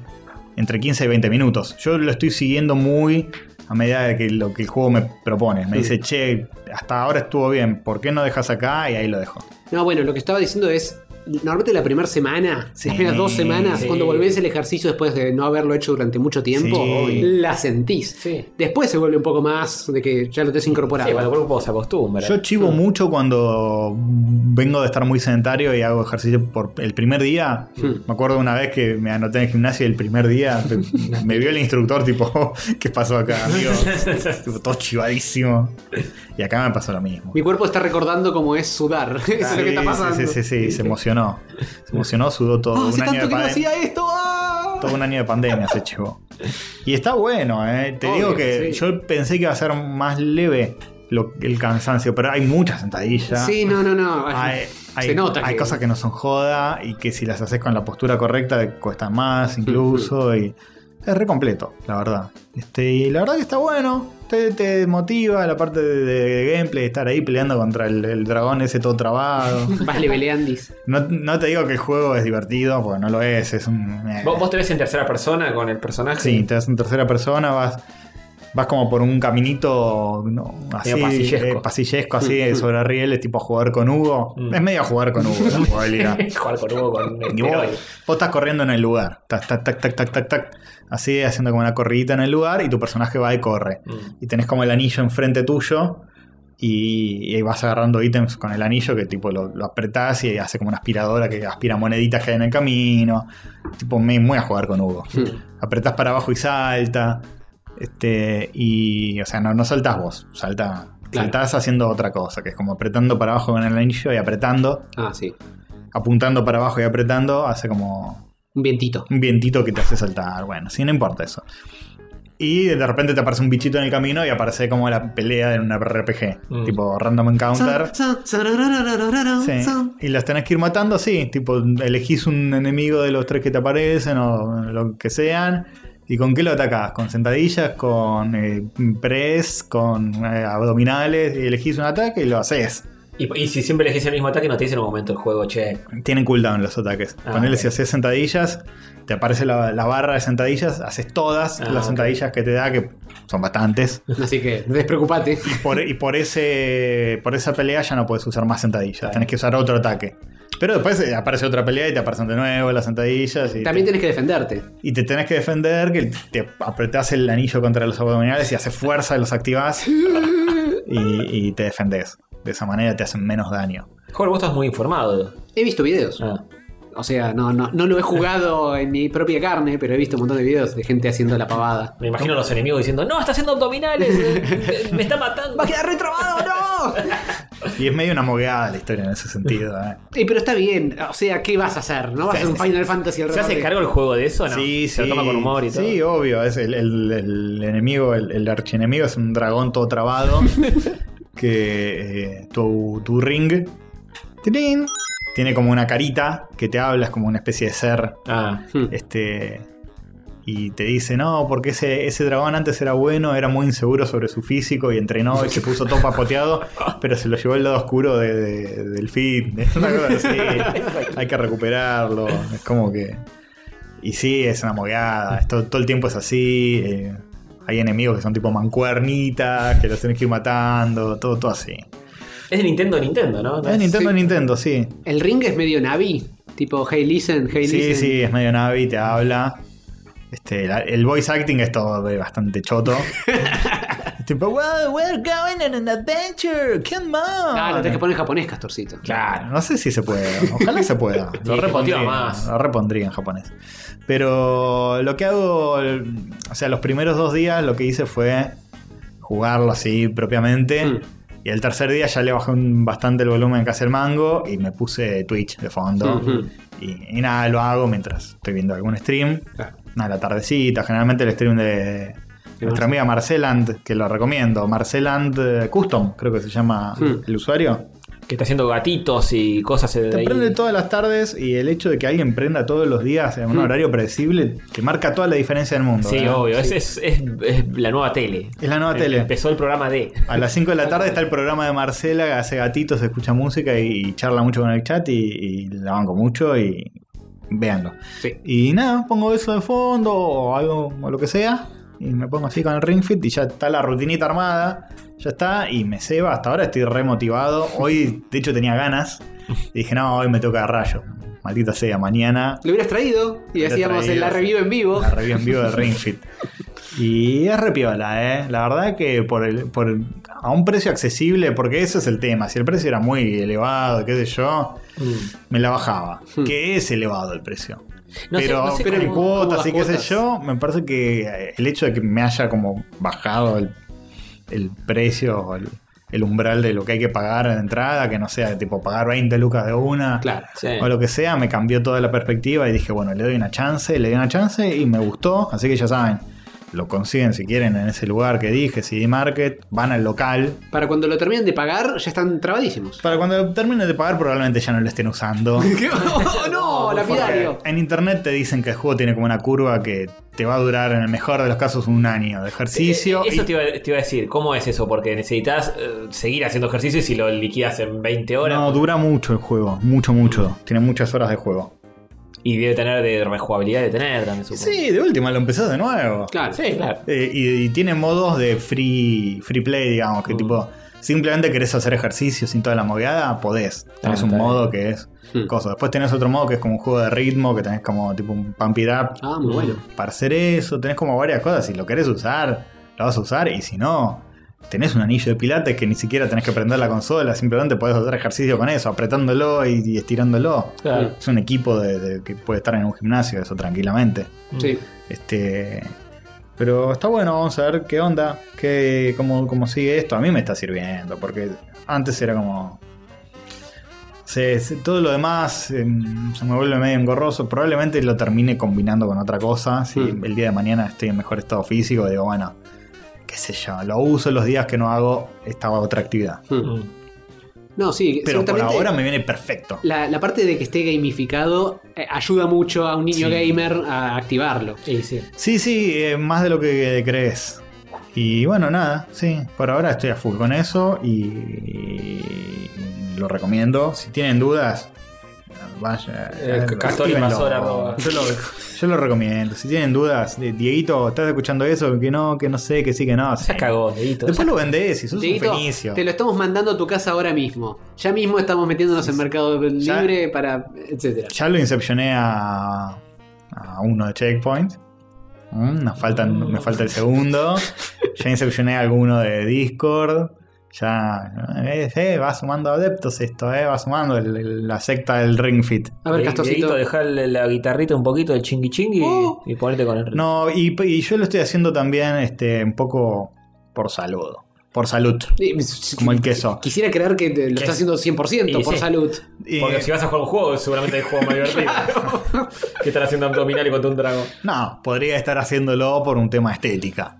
Speaker 3: entre 15 y 20 minutos. Yo lo estoy siguiendo muy a medida de que lo que el juego me propone. Me dice, che, hasta ahora estuvo bien, ¿por qué no dejas acá? Y ahí lo dejo.
Speaker 4: No, bueno, lo que estaba diciendo es. Normalmente la primera semana,
Speaker 3: Sí.
Speaker 4: las primeras dos semanas,
Speaker 1: Sí.
Speaker 4: cuando volvés el ejercicio después de no haberlo hecho durante mucho tiempo,
Speaker 3: Sí.
Speaker 4: la sentís.
Speaker 1: Sí.
Speaker 4: Después se vuelve un poco más de que ya lo tenés incorporado.
Speaker 1: Sí, cuando el cuerpo se acostumbra.
Speaker 3: Yo chivo mucho cuando vengo de estar muy sedentario y hago ejercicio por el primer día.
Speaker 4: Hmm.
Speaker 3: Me acuerdo una vez que me anoté en el gimnasio y el primer día me, me vio el instructor tipo, "Oh, ¿qué pasó acá, amigo? Tipo, todo chivadísimo. Y acá me pasó lo mismo.
Speaker 4: Mi cuerpo está recordando cómo es sudar. [laughs] Eso es lo que está
Speaker 3: Sí,
Speaker 4: pasando.
Speaker 3: Sí, sí, sí, sí, se emocionó. Se emocionó, sudó todo.
Speaker 4: ¡Ah, hace
Speaker 3: un, año
Speaker 4: tanto
Speaker 3: de
Speaker 4: que no
Speaker 3: pandem-
Speaker 4: hacía esto! ¡Ah!
Speaker 3: todo un año de pandemia se llevó. Y está bueno, ¿eh? Te
Speaker 4: Obvio,
Speaker 3: digo que
Speaker 4: sí.
Speaker 3: yo pensé que iba a ser más leve lo- el cansancio, pero hay muchas sentadillas.
Speaker 4: Sí, no, no,
Speaker 3: [laughs]
Speaker 4: no.
Speaker 3: Hay, hay-
Speaker 4: Se nota
Speaker 3: hay
Speaker 4: que-
Speaker 3: cosas que no son joda y que si las haces con la postura correcta cuestan más incluso y es re completo, la verdad. Este, y la verdad que está bueno, te, te motiva la parte de, de gameplay, estar ahí peleando contra el, el dragón ese todo trabado.
Speaker 4: Vas leveleandis.
Speaker 3: No, no te digo que el juego es divertido, porque no lo es, es un... eh.
Speaker 1: ¿Vos, vos te ves en tercera persona con el personaje.
Speaker 3: Sí, te das en tercera persona, vas, vas como por un caminito ¿no? así,
Speaker 1: pasillesco.
Speaker 3: eh, pasillesco, así, sobre rieles, tipo a jugar con Hugo.
Speaker 1: Mm.
Speaker 3: Es medio a jugar con Hugo,
Speaker 1: [laughs]
Speaker 3: la jugabilidad.
Speaker 1: [laughs] Jugar con Hugo con
Speaker 3: Y vos,
Speaker 1: esteroides.
Speaker 3: vos estás corriendo en el lugar, tac, tac, tac, tac, tac, tac, tac, así haciendo como una corridita en el lugar y tu personaje va y corre.
Speaker 1: Mm.
Speaker 3: Y tenés como el anillo enfrente tuyo y, y ahí vas agarrando ítems con el anillo que tipo lo, lo apretás y hace como una aspiradora que aspira moneditas que hay en el camino. Tipo, me voy a jugar con Hugo. Apretás para abajo y salta. Este, y, o sea, no, no saltás vos, salta, saltás haciendo otra cosa, que es como apretando para abajo con el anillo y apretando,
Speaker 4: Ah, sí.
Speaker 3: apuntando para abajo y apretando, hace como
Speaker 4: Un vientito.
Speaker 3: un vientito que te hace saltar. Bueno, sí, no importa eso. Y de repente te aparece un bichito en el camino y aparece como la pelea en un RPG.
Speaker 1: Mm.
Speaker 3: Tipo random
Speaker 4: San,
Speaker 3: encounter.
Speaker 4: san, sarararararara,
Speaker 3: Sí.
Speaker 4: san.
Speaker 3: Y los tenés que ir matando, sí. Tipo, elegís un enemigo de los tres que te aparecen o lo que sean. ¿Y con qué lo atacás? ¿Con sentadillas? ¿Con eh, press? ¿Con eh, abdominales? Y elegís un ataque y lo haces.
Speaker 1: Y, y si siempre elegís el mismo ataque, no te dice en un momento el juego, che.
Speaker 3: Tienen cooldown los ataques.
Speaker 1: Ah,
Speaker 3: Ponele
Speaker 1: ok.
Speaker 3: si haces sentadillas, te aparece la, la barra de sentadillas, haces todas
Speaker 1: Ah,
Speaker 3: las
Speaker 1: ok.
Speaker 3: sentadillas que te da, que son bastantes.
Speaker 4: Así que despreocupate.
Speaker 3: Por- y por ese por esa pelea ya no puedes usar más sentadillas, tenés que usar otro ataque. Pero después eh, aparece otra pelea y te aparecen de nuevo las sentadillas. Y
Speaker 4: También
Speaker 3: te,
Speaker 4: tenés que defenderte.
Speaker 3: y te tenés que defender, que te apretás el anillo contra los abdominales y haces fuerza, los activás y, y te defendés. De esa manera te hacen menos daño.
Speaker 1: Jorge, vos estás muy informado.
Speaker 4: He visto videos.
Speaker 1: Ah.
Speaker 4: O sea, no, no, no lo he
Speaker 3: [laughs]
Speaker 4: jugado en mi propia carne, pero he visto un montón de videos de gente haciendo la pavada.
Speaker 1: Me imagino a los enemigos diciendo, no, está haciendo abdominales,
Speaker 3: [laughs]
Speaker 1: eh, me- me está matando.
Speaker 4: ¡Va a quedar retrabado, [laughs] no!
Speaker 3: Y es medio una mogueada la historia en ese sentido. ¿eh?
Speaker 4: Eh, pero está bien, o sea, ¿qué vas a hacer? ¿No vas a hacer un Final Fantasy al
Speaker 1: ¿Se hace
Speaker 4: rebote?
Speaker 1: cargo el juego de eso? o No? Se lo toma con humor y todo.
Speaker 3: Sí, obvio. Es el, el- el enemigo, el, el archienemigo es un dragón todo
Speaker 1: [laughs]
Speaker 3: trabado. que eh, tu, tu ring tirín, tiene como una carita que te habla, es como una especie de ser.
Speaker 1: Ah,
Speaker 4: Hmm.
Speaker 3: Este. Y te dice, no, porque ese, ese dragón antes era bueno, era muy inseguro sobre su físico y entrenó y se puso todo papoteado, pero se lo llevó el lado oscuro de- de- del fitness. [laughs] Una cosa así. Hay que recuperarlo. Es como que. Y sí, es una mogada. Todo, todo el tiempo es así. eh, hay enemigos que son tipo mancuernitas, que los tenés que ir matando, todo, todo así.
Speaker 1: Es de Nintendo Nintendo, ¿no? No
Speaker 3: Es
Speaker 1: es-
Speaker 3: Nintendo, Nintendo, sí.
Speaker 4: El ring es medio Navi, tipo Hey Listen, Hey
Speaker 3: Sí,
Speaker 4: Listen.
Speaker 3: sí, es medio Navi, te habla. Este, la- el voice acting es todo eh,
Speaker 4: [laughs]
Speaker 3: bastante choto. Es tipo, wow, we're going on an adventure, come on.
Speaker 4: Ah, lo tenés que poner en japonés, Castorcito.
Speaker 3: Claro, no sé si se puede. Ojalá
Speaker 4: [laughs]
Speaker 3: se pueda.
Speaker 1: Sí, que motiva más.
Speaker 3: Lo repondría en japonés. Pero lo que hago, el- o sea, los primeros dos días lo que hice fue jugarlo así propiamente.
Speaker 4: Mm.
Speaker 3: Y el tercer día ya le bajé un- bastante el volumen que hace el mango y me puse Twitch de fondo.
Speaker 4: Ujú.
Speaker 3: Y, y nada, lo hago mientras estoy viendo algún stream.
Speaker 4: Claro.
Speaker 3: Nada, la tardecita, generalmente el stream de nuestra amiga Marceland, que lo recomiendo. Marceland eh, Custom, creo que se llama
Speaker 4: Hmm.
Speaker 3: el usuario.
Speaker 1: Que está haciendo gatitos y cosas de
Speaker 3: Te
Speaker 1: ahí.
Speaker 3: prende todas las tardes y el hecho de que alguien prenda todos los días en un
Speaker 4: Hmm.
Speaker 3: horario predecible te marca toda la diferencia del mundo.
Speaker 1: Sí,
Speaker 3: ¿verdad?
Speaker 1: obvio. Es, es- es- es la nueva tele.
Speaker 3: Es la Ah, nueva
Speaker 1: Em-
Speaker 3: tele.
Speaker 1: Empezó el programa de.
Speaker 3: A las 5 de la tarde está el programa de Marcela, que hace gatitos, escucha música y, y charla mucho con el chat y, y la banco mucho y véanlo.
Speaker 4: Sí.
Speaker 3: Y nada, pongo eso de fondo o algo o lo que sea y me pongo así con el ring fit y ya está la rutinita armada, ya está y me ceba, hasta ahora estoy re motivado. Hoy de hecho tenía ganas y dije, no, hoy me toca rayo. Maldita sea, mañana
Speaker 4: Lo hubieras traído y
Speaker 3: Hubiera
Speaker 4: hacíamos
Speaker 3: traído,
Speaker 4: la
Speaker 3: sí.
Speaker 4: review en vivo.
Speaker 3: la review en vivo de Ring Fit. Y es repiola, ¿eh? La verdad que por el, por el- a un precio accesible, porque eso es el tema. Si el precio era muy elevado, qué sé yo,
Speaker 4: Mm.
Speaker 3: me la bajaba. Que es elevado el precio.
Speaker 1: No sé-
Speaker 3: pero
Speaker 1: no sé
Speaker 3: pero en
Speaker 1: cómo- cómo
Speaker 3: cuotas
Speaker 4: las
Speaker 3: y qué sé
Speaker 4: cuotas.
Speaker 3: yo, me parece que eh, el hecho de que me haya como bajado el, el precio o el, el umbral de lo que hay que pagar de entrada, que no sea tipo pagar 20 lucas de una
Speaker 4: Claro.
Speaker 1: Sí.
Speaker 3: o lo que sea, me cambió toda la perspectiva y dije, bueno, le doy una chance, le doy una chance y me gustó, así que ya saben, lo consiguen si quieren en ese lugar que dije, CD Market, van al local.
Speaker 4: Para cuando lo terminen de pagar, ya están
Speaker 3: [laughs]
Speaker 4: trabadísimos.
Speaker 3: Para cuando terminen de pagar probablemente ya no lo
Speaker 1: [laughs]
Speaker 3: estén usando.
Speaker 4: ¡Oh, no! ¡Lapidario!
Speaker 3: En internet te dicen que el juego tiene como una curva que te va a durar en el mejor de los casos un año de ejercicio.
Speaker 1: Eh, eh, eso
Speaker 3: y-
Speaker 1: te, iba, te iba a decir, ¿cómo es eso? Porque necesitas eh, seguir haciendo ejercicio y si lo liquidas en 20 horas
Speaker 3: No, dura mucho el juego, mucho, mucho. Tiene muchas horas de juego.
Speaker 1: y debe tener de rejugabilidad de tener también, supongo.
Speaker 3: Sí, de última lo empezás de nuevo.
Speaker 4: Claro.
Speaker 1: Sí, claro.
Speaker 3: Eh, y, y tiene modos de free, free play, digamos, que
Speaker 4: Mm.
Speaker 3: tipo, simplemente querés hacer ejercicio sin toda la moviada, podés. Tenés
Speaker 1: Ah,
Speaker 3: un
Speaker 1: está
Speaker 3: modo que es
Speaker 4: Mm.
Speaker 3: cosa. Después tenés otro modo que es como un juego de ritmo, que tenés como tipo un pump it up
Speaker 4: Ah, muy bueno.
Speaker 3: para hacer eso. Tenés como varias cosas. Si lo querés usar, lo vas a usar. Y si no, tenés un anillo de pilates que ni siquiera tenés que prender la consola, simplemente podés hacer ejercicio con eso, apretándolo y, y estirándolo.
Speaker 1: Claro.
Speaker 3: Es un equipo de- de- que puede estar en un gimnasio, eso tranquilamente.
Speaker 4: Sí.
Speaker 3: Este. Pero está bueno, vamos a ver qué onda, qué, cómo, cómo sigue esto. A mí me está sirviendo, porque antes era como. se- se- todo lo demás eh, se me vuelve medio engorroso. Probablemente lo termine combinando con otra cosa. Si
Speaker 4: Mm.
Speaker 3: el día de mañana estoy en mejor estado físico, digo, bueno, qué sé yo, lo uso los días que no hago esta otra actividad.
Speaker 4: Mm. No, sí,
Speaker 3: Pero por
Speaker 4: ciertamente
Speaker 3: ahora me viene perfecto.
Speaker 4: La, la parte de que esté gamificado eh, ayuda mucho a un niño
Speaker 3: Sí.
Speaker 4: gamer a activarlo.
Speaker 1: Sí, sí.
Speaker 3: Sí, sí, eh, más de lo que crees. Y bueno, nada, sí, por ahora estoy a full con eso y lo recomiendo. Si tienen dudas, vaya.
Speaker 1: Eh,
Speaker 3: eh,
Speaker 1: Castor y
Speaker 3: escríbenlo.
Speaker 1: Mazora, no.
Speaker 3: Yo lo, yo lo recomiendo. Si tienen dudas, eh, Dieguito, ¿estás escuchando eso? Que no, que no sé, que sí, que no.
Speaker 1: Ya cagó, dedito.
Speaker 3: Después lo vendés, si sos
Speaker 4: Dieguito,
Speaker 3: un fenicio.
Speaker 4: te lo estamos mandando a tu casa ahora mismo. Ya mismo estamos metiéndonos en mercado
Speaker 3: Ya.
Speaker 4: libre para. etcétera.
Speaker 3: Ya lo incepcioné a, a uno de Checkpoint. Mm, Nos faltan, me falta
Speaker 1: [laughs]
Speaker 3: el segundo. ya incepcioné a alguno de Discord. Ya eh, eh, va sumando adeptos esto, eh, va sumando el- el- la secta del Ring Fit.
Speaker 4: A ver,
Speaker 1: De-
Speaker 4: Castorcito.
Speaker 1: Dieguito, dejar la guitarrita un poquito, el chingui chingui
Speaker 4: Oh.
Speaker 1: y ponerte con el
Speaker 3: Uh. No, y, y yo lo estoy haciendo también este, un poco por salud. Por salud.
Speaker 4: Eh, s-
Speaker 3: Como el queso.
Speaker 4: Quisiera creer que te- lo está haciendo 100%
Speaker 1: Y
Speaker 4: por
Speaker 1: sí.
Speaker 4: salud.
Speaker 3: Y-
Speaker 1: Porque si vas a jugar un juego, seguramente hay
Speaker 3: [laughs]
Speaker 1: juego más divertido. que estar haciendo abdominal y contra un dragón.
Speaker 3: No, podría estar haciéndolo por un tema estética.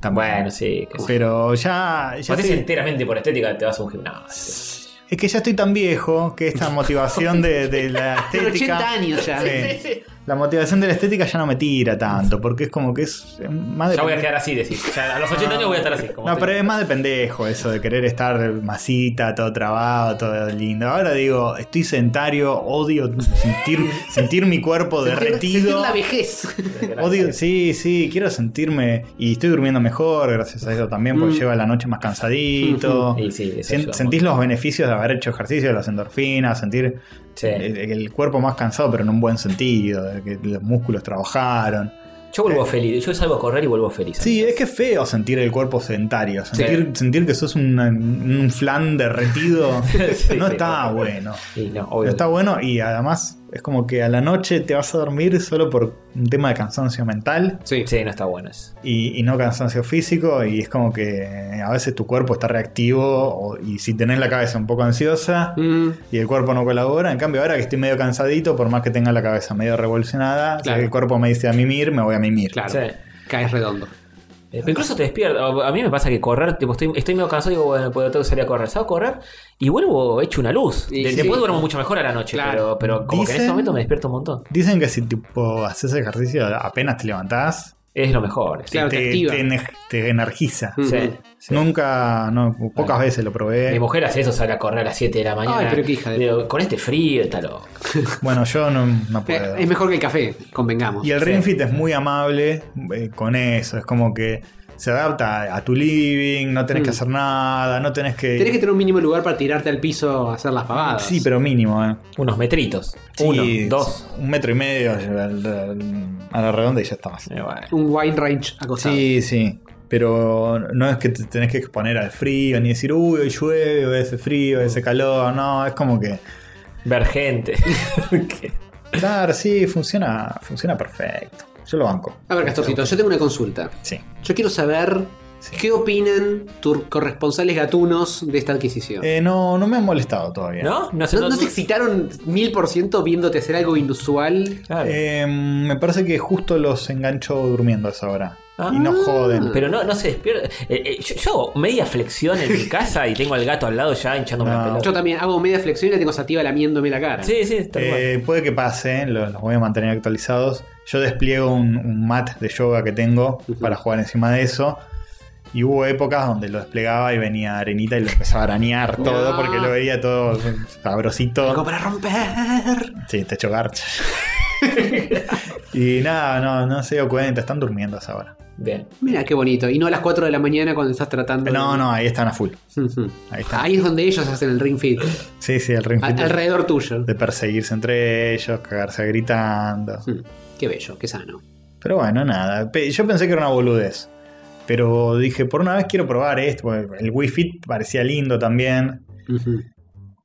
Speaker 3: También.
Speaker 1: Bueno, sí. Que sí.
Speaker 3: Pero ya. Ah, ya
Speaker 1: Si haces
Speaker 3: estoy-
Speaker 1: enteramente por estética, te vas a un gimnasio.
Speaker 3: Es que ya estoy tan viejo
Speaker 4: [laughs]
Speaker 3: que esta motivación de, de la
Speaker 4: Tiene
Speaker 3: estética.
Speaker 4: 80 años ya.
Speaker 3: Sí. La motivación de la estética ya no me tira tanto, porque es como que es más de.
Speaker 1: Ya voy a quedar así, decís. Ya a los 80 años voy a estar así. como
Speaker 3: No,
Speaker 1: estoy.
Speaker 3: pero es más de pendejo eso, de querer estar masita, todo trabado, todo lindo. Ahora digo, estoy sedentario, odio
Speaker 4: [laughs]
Speaker 3: sentir, sentir mi cuerpo
Speaker 4: Sentir
Speaker 3: derretido.
Speaker 4: la
Speaker 3: [laughs]
Speaker 4: vejez.
Speaker 3: Odio, sí, sí, quiero sentirme. Y estoy durmiendo mejor, gracias a eso también, porque
Speaker 4: Mm.
Speaker 3: lleva la noche
Speaker 4: [laughs]
Speaker 3: más cansadito.
Speaker 1: Y sí, eso
Speaker 3: Sien-
Speaker 1: ayuda
Speaker 3: sentís los beneficios de haber hecho ejercicio, las endorfinas, sentir
Speaker 1: Sí.
Speaker 3: el, el cuerpo más cansado, pero en un buen sentido, de que los músculos trabajaron.
Speaker 1: Yo vuelvo feliz. Yo salgo a correr y vuelvo feliz.
Speaker 3: Eh, Sí, es que es feo sentir el cuerpo sedentario, sentir, sentir que sos un, un flan derretido.
Speaker 1: [laughs] Sí,
Speaker 3: no
Speaker 1: sí,
Speaker 3: está
Speaker 1: por-
Speaker 3: bueno.
Speaker 1: Y no,
Speaker 3: No
Speaker 1: obvio.
Speaker 3: Está bueno y además es como que a la noche te vas a dormir solo por un tema de cansancio mental.
Speaker 4: Sí.
Speaker 1: Sí, no está bueno eso.
Speaker 3: y, y no cansancio físico y es como que a veces tu cuerpo está reactivo o- y si tenés la cabeza un poco ansiosa
Speaker 4: Mm,
Speaker 3: y el cuerpo no colabora, en cambio ahora que estoy medio cansadito, por más que tenga la cabeza medio revolucionada, si
Speaker 4: Claro.
Speaker 3: el cuerpo me dice a mimir, me voy a mimir.
Speaker 4: claro.
Speaker 1: Sí.
Speaker 4: Caes redondo.
Speaker 1: Eh, pero incluso te despierta. A a mí me pasa que correr, tipo, estoy, estoy medio cansado y digo, bueno, pues tengo que salir a correr. Salgo a correr y vuelvo hecho una luz.
Speaker 4: Y
Speaker 1: De-
Speaker 4: sí.
Speaker 1: Después duermo mucho mejor a la noche,
Speaker 4: Claro.
Speaker 1: pero, pero como que en ese
Speaker 3: Dicen-
Speaker 1: momento me despierto un montón.
Speaker 3: Dicen que si tipo haces ejercicio apenas te levantás,
Speaker 1: Es lo mejor. sí.
Speaker 4: Claro, te
Speaker 3: te,
Speaker 4: activa.
Speaker 3: te ener- te energiza.
Speaker 4: Mm.
Speaker 1: Sí, sí.
Speaker 3: Nunca, no, pocas veces lo probé.
Speaker 1: Mi mujer hace eso, sale a correr a las 7 de la mañana.
Speaker 4: Ay, pero qué hija de
Speaker 1: Digo, con este frío está loco.
Speaker 3: Bueno, yo no,
Speaker 4: [laughs]
Speaker 3: no
Speaker 4: Eh,
Speaker 3: puedo.
Speaker 4: Es mejor que el café, convengamos.
Speaker 3: Y el Ring Fit es muy amable eh, con eso, es como que se adapta a tu living, no tenés que
Speaker 4: Mm.
Speaker 3: hacer nada, no tenés que...
Speaker 4: Tenés que tener un mínimo lugar para tirarte al piso a hacer las pavadas.
Speaker 3: Sí, pero mínimo, ¿eh?
Speaker 1: Unos metritos.
Speaker 3: Sí,
Speaker 1: Uno, dos.
Speaker 3: Un metro y medio al- al- a la redonda y ya estás.
Speaker 1: Eh, bueno.
Speaker 4: Un wide range acostado.
Speaker 3: Sí, sí. Pero no es que te tenés que exponer al frío, ni decir, uy, hoy llueve, hoy hace frío, hoy hace calor, no, es como que...
Speaker 1: Ver
Speaker 3: [laughs]
Speaker 1: gente. [laughs] Que-
Speaker 3: Claro, sí, funciona, funciona perfecto. Yo lo banco.
Speaker 4: A ver, Castorcito, yo tengo una consulta.
Speaker 3: Sí.
Speaker 4: Yo quiero saber qué opinan tus corresponsales gatunos de esta adquisición.
Speaker 3: Eh, no, no me han molestado todavía.
Speaker 1: ¿No? No sé.
Speaker 4: ¿No, no se excitaron mil por ciento viéndote hacer algo inusual?
Speaker 1: Claro.
Speaker 3: Eh, me parece que justo los engancho durmiendo a esa hora.
Speaker 1: Ah.
Speaker 3: y no joden.
Speaker 1: Pero no, no se despierta. Eh, eh, yo, yo hago media flexión en
Speaker 3: [laughs]
Speaker 1: mi casa y tengo al gato al lado ya hinchándome la
Speaker 3: No.
Speaker 1: pelota.
Speaker 4: Yo también hago media flexión y la tengo sativa lamiéndome la cara.
Speaker 1: Sí, sí, está
Speaker 3: Eh, puede que pase, lo- los, voy a mantener actualizados. Yo despliego un, un mat de yoga que tengo
Speaker 4: Ujú.
Speaker 3: para jugar encima de eso. Y hubo épocas donde lo desplegaba y venía arenita y lo empezaba a arañar todo
Speaker 4: No.
Speaker 3: porque lo veía todo
Speaker 4: Algo
Speaker 3: sabrosito.
Speaker 4: para romper.
Speaker 3: Sí, te garcha. y nada, no, no se dio cuenta, están durmiendo a esa hora.
Speaker 1: Bien.
Speaker 4: Mira qué bonito. Y no a las 4 de la mañana cuando estás tratando.
Speaker 3: No, no, ahí están a full.
Speaker 4: Ujú.
Speaker 3: Ahí están.
Speaker 4: [laughs] Ahí es donde ellos hacen el ring fit.
Speaker 3: Sí, sí, el [laughs] ring
Speaker 4: A-
Speaker 3: fit es-
Speaker 4: alrededor tuyo.
Speaker 3: de perseguirse entre ellos, cagarse gritando.
Speaker 4: Mm, Qué bello, qué sano.
Speaker 3: Pero bueno, nada. Pe- Yo pensé que era una boludez. Pero dije, por una vez quiero probar esto. porque El Wii Fit parecía lindo también.
Speaker 4: Ujú.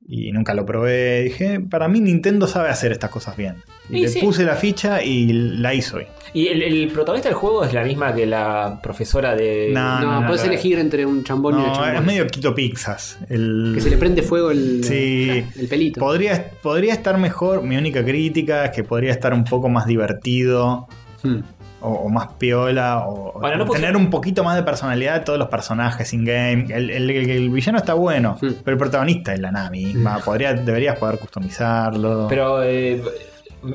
Speaker 3: Y nunca lo probé. Dije, para mí Nintendo sabe hacer estas cosas bien. Y
Speaker 1: Y
Speaker 3: le
Speaker 1: sí.
Speaker 3: puse la ficha y la hizo hoy.
Speaker 1: ¿Y el, el protagonista del juego es la misma que la profesora de.
Speaker 3: No, Ah,
Speaker 4: no, puedes
Speaker 1: no.
Speaker 4: elegir entre un chambón y una
Speaker 3: No,
Speaker 4: chambona.
Speaker 3: es medio Quito Pizzas. El...
Speaker 4: Que se le prende fuego el,
Speaker 3: Sí.
Speaker 4: el pelito.
Speaker 3: podría, podría estar mejor. Mi única crítica es que podría estar un poco más divertido.
Speaker 4: Mm.
Speaker 3: o, o más piola, o o
Speaker 1: Bueno, no
Speaker 3: tener un poquito más de personalidad de todos los personajes in-game. El, el- el- el villano está bueno,
Speaker 4: Mm.
Speaker 3: pero el protagonista es la Nami misma. Podría, deberías poder customizarlo.
Speaker 1: Pero. eh,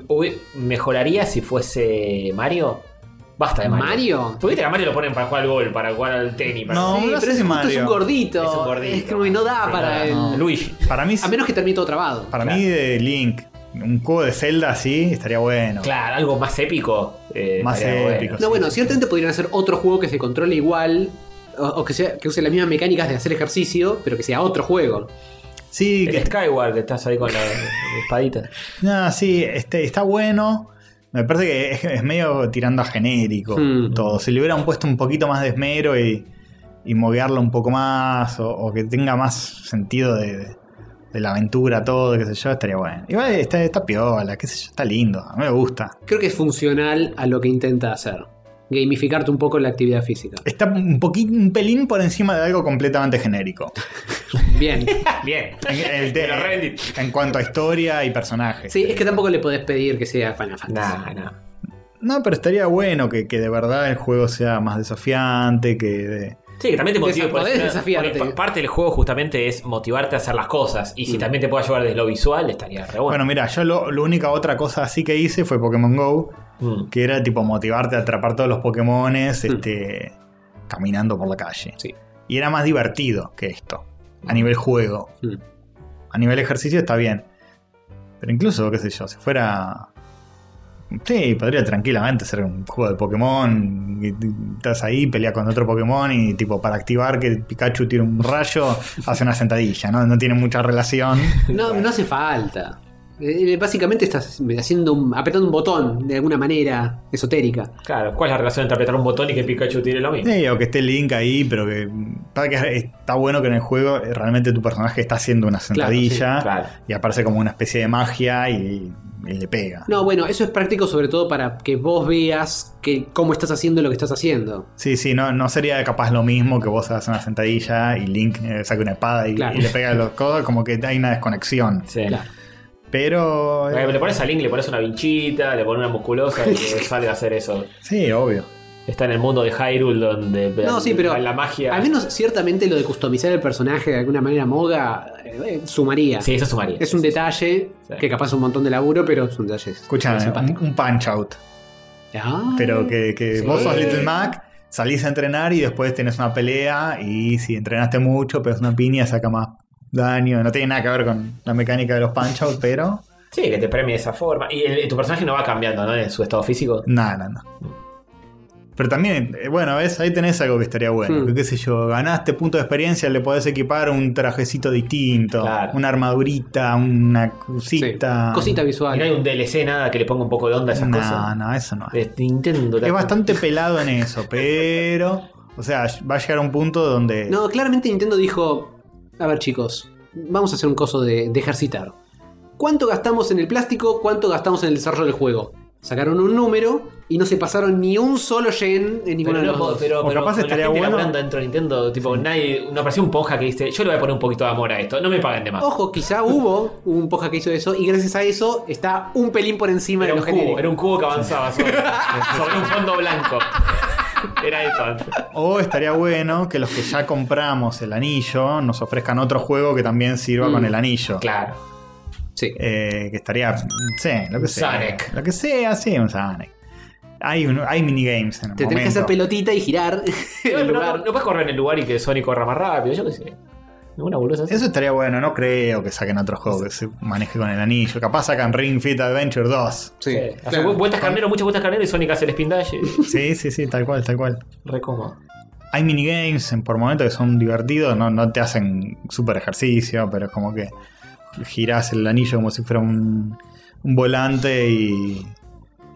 Speaker 1: hubi- ¿Mejoraría si fuese Mario? Basta de Mario.
Speaker 4: ¿Mario?
Speaker 1: Porque viste que a Mario lo ponen para jugar al gol, para jugar al tenis. Para
Speaker 3: No,
Speaker 4: Sí,
Speaker 3: no sé
Speaker 4: pero
Speaker 3: si
Speaker 4: es, justo,
Speaker 3: Mario.
Speaker 4: es un gordito.
Speaker 1: Es un gordito.
Speaker 4: Es que no da
Speaker 1: Sí,
Speaker 4: Ah, para
Speaker 1: no,
Speaker 4: el.
Speaker 1: no. Luigi.
Speaker 3: Para mí,
Speaker 4: A menos que termine todo trabado.
Speaker 3: para
Speaker 1: claro.
Speaker 3: mí de Link, un juego de Zelda así estaría bueno.
Speaker 1: Claro, algo más épico. eh,
Speaker 3: Más
Speaker 1: estaría bueno.
Speaker 3: épico.
Speaker 4: No, bueno, ciertamente podrían hacer otro juego que se controle igual. O, o que, sea, que use las mismas mecánicas de hacer ejercicio, pero que sea otro juego.
Speaker 3: Sí, que-
Speaker 1: El Skyward, que estás ahí
Speaker 3: [laughs]
Speaker 1: con la la espadita.
Speaker 3: no, sí, este, está bueno. Me parece que es, es medio tirando a genérico
Speaker 4: Hmm.
Speaker 3: todo. Si le hubieran puesto un poquito más de esmero y, y moguearlo un poco más, o, o que tenga más sentido de, de- de la aventura, todo, qué sé yo, estaría bueno. Igual está, está piola, qué sé yo, está lindo, a mí me gusta.
Speaker 4: Creo que es funcional a lo que intenta hacer. Gamificarte un poco la actividad física.
Speaker 3: Está un, poqui- un pelín por encima de algo completamente genérico.
Speaker 1: [laughs]
Speaker 4: Bien.
Speaker 1: Bien.
Speaker 4: [laughs]
Speaker 3: En, el te-
Speaker 1: Pero Reddit.
Speaker 3: en cuanto a historia y personajes.
Speaker 4: Sí, es que tampoco le podés pedir que sea Final Fantasy.
Speaker 1: Nah, nah.
Speaker 3: No, pero estaría bueno que, que de verdad el juego sea más desafiante, que de-
Speaker 1: Sí, que también te motiva
Speaker 4: Desa- podés desafiarte.
Speaker 1: porque pa- parte del juego justamente es motivarte a hacer las cosas.
Speaker 4: Mm.
Speaker 1: Y si también te puede ayudar desde lo visual, estaría re
Speaker 3: Bueno,
Speaker 1: bueno.
Speaker 3: mira, yo lo, la única otra cosa así que hice fue Pokémon GO,
Speaker 1: Mm.
Speaker 3: que era tipo motivarte a atrapar todos los Pokémones este, caminando por la calle.
Speaker 4: Sí.
Speaker 3: Y era más divertido que esto, a nivel juego.
Speaker 4: Mm.
Speaker 3: A nivel ejercicio está bien. Pero incluso, qué sé yo, si fuera... Sí, podría tranquilamente ser un juego de Pokémon. y t- Estás ahí, peleas con otro Pokémon y tipo para activar que Pikachu tira un rayo, hace una sentadilla, ¿no? No tiene mucha relación.
Speaker 4: No, no hace falta. Eh, Básicamente estás haciendo un- apretando un botón de alguna manera esotérica.
Speaker 1: Claro, ¿cuál es la relación entre apretar un botón y que Pikachu tire lo mismo?
Speaker 3: Sí, o que esté Link ahí, pero que. Para que está bueno que en el juego eh, realmente tu personaje está haciendo una sentadilla
Speaker 1: Ah. Claro.
Speaker 3: y aparece como una especie de magia y, y le pega.
Speaker 4: No, bueno, eso es práctico sobre todo para que vos veas que, cómo estás haciendo lo que estás haciendo.
Speaker 3: Sí, sí, no, no sería capaz lo mismo que vos hagas una sentadilla y Link eh, saque una espada y,
Speaker 4: Claro.
Speaker 3: y le pega a los codos, como que hay una desconexión.
Speaker 1: Sí.
Speaker 4: Claro.
Speaker 3: Pero. eh,
Speaker 1: Porque Le pones a Link, le pones una vinchita, le pones una musculosa
Speaker 4: [laughs]
Speaker 1: y que sale a hacer eso.
Speaker 3: sí, obvio.
Speaker 1: Está en el mundo de Hyrule donde
Speaker 4: No, sí, pero
Speaker 1: la magia.
Speaker 4: Al menos ciertamente lo de customizar el personaje de alguna manera moga eh, eh, sumaría.
Speaker 1: Sí, eso sumaría.
Speaker 4: Es un detalle
Speaker 1: Sí.
Speaker 4: que capaz es un montón de laburo, pero es un detalle.
Speaker 3: Escuchame, un,
Speaker 4: simpático.
Speaker 3: un punch out.
Speaker 4: Ah.
Speaker 3: Pero que, que
Speaker 1: Sí.
Speaker 3: vos sos Little Mac, salís a entrenar y después tenés una pelea y si entrenaste mucho, pegas una piña, saca más daño. No tiene nada que ver con la mecánica de los punch out, pero
Speaker 1: Sí, que te premie de esa forma. Y el- tu personaje no va cambiando, ¿no? En su estado físico.
Speaker 3: nada, nada. Pero también, eh, bueno, ves, ahí tenés algo que estaría bueno.
Speaker 4: Hmm.
Speaker 3: Que, qué sé yo, ganaste punto de experiencia, le podés equipar un trajecito distinto,
Speaker 1: Claro.
Speaker 3: una armadurita, una
Speaker 4: Sí.
Speaker 3: cosita.
Speaker 4: Cosita
Speaker 1: Y
Speaker 4: visual.
Speaker 1: no hay un DLC, nada que le ponga un poco de onda a esas
Speaker 3: No,
Speaker 1: cosas. Eh,
Speaker 3: no, eso no.
Speaker 1: De Nintendo. la-
Speaker 3: Es bastante pelado en eso, pero. O sea, va a llegar un punto donde.
Speaker 4: No, claramente Nintendo dijo, a ver chicos, vamos a hacer un coso de, de ejercitar. ¿Cuánto gastamos en el plástico? ¿Cuánto gastamos en el desarrollo del juego? Sacaron un número y no se pasaron ni un solo yen en
Speaker 1: Pero,
Speaker 4: ninguno de
Speaker 1: no,
Speaker 4: los
Speaker 1: po-
Speaker 4: dos.
Speaker 1: pero,
Speaker 3: O
Speaker 1: pero
Speaker 3: capaz
Speaker 1: con
Speaker 3: estaría
Speaker 1: la gente
Speaker 3: bueno-
Speaker 1: laburando dentro de Nintendo, tipo, nadie, no apareció un ponja que dice, yo le voy a poner un poquito de amor a esto, no me paguen de más.
Speaker 4: Ojo, quizá hubo un poja que hizo eso y gracias a eso está un pelín por encima
Speaker 1: era
Speaker 4: de
Speaker 1: un
Speaker 4: lo
Speaker 1: cubo,
Speaker 4: genérico.
Speaker 1: era un cubo que avanzaba
Speaker 4: [laughs]
Speaker 1: sobre, sobre un fondo blanco. Era eso.
Speaker 3: O estaría bueno que los que ya compramos el anillo nos ofrezcan otro juego que también sirva
Speaker 4: Mm.
Speaker 3: con el anillo.
Speaker 1: Claro.
Speaker 4: Sí.
Speaker 3: Eh, que estaría. Sí, lo que sea.
Speaker 1: Sonic.
Speaker 3: Lo que sea, sí, un Sonic. Hay, un- hay minigames en el
Speaker 4: Te tenés que
Speaker 3: momento.
Speaker 4: hacer pelotita y girar [laughs] en
Speaker 1: No,
Speaker 4: el
Speaker 1: pero
Speaker 4: lugar.
Speaker 1: no, no puedes correr en el lugar y que Sonic corra más rápido, yo qué sé. Ninguna boluda así.
Speaker 3: Eso estaría bueno, no creo que saquen otro juego que se maneje con el anillo. Capaz sacan Ring Fit Adventure
Speaker 4: [laughs]
Speaker 3: 2.
Speaker 4: Sí,
Speaker 1: Sí.
Speaker 4: claro.
Speaker 1: Hace vu- vueltas carnero, muchas vueltas carnero y Sonic hace el spin dash.
Speaker 4: [laughs]
Speaker 1: y-
Speaker 3: Sí, sí, sí, tal cual, tal cual.
Speaker 1: Re cómodo.
Speaker 3: Hay minigames en- por momentos que son divertidos, no, no te hacen super ejercicio, pero es como que girás el anillo como si fuera un, un volante y,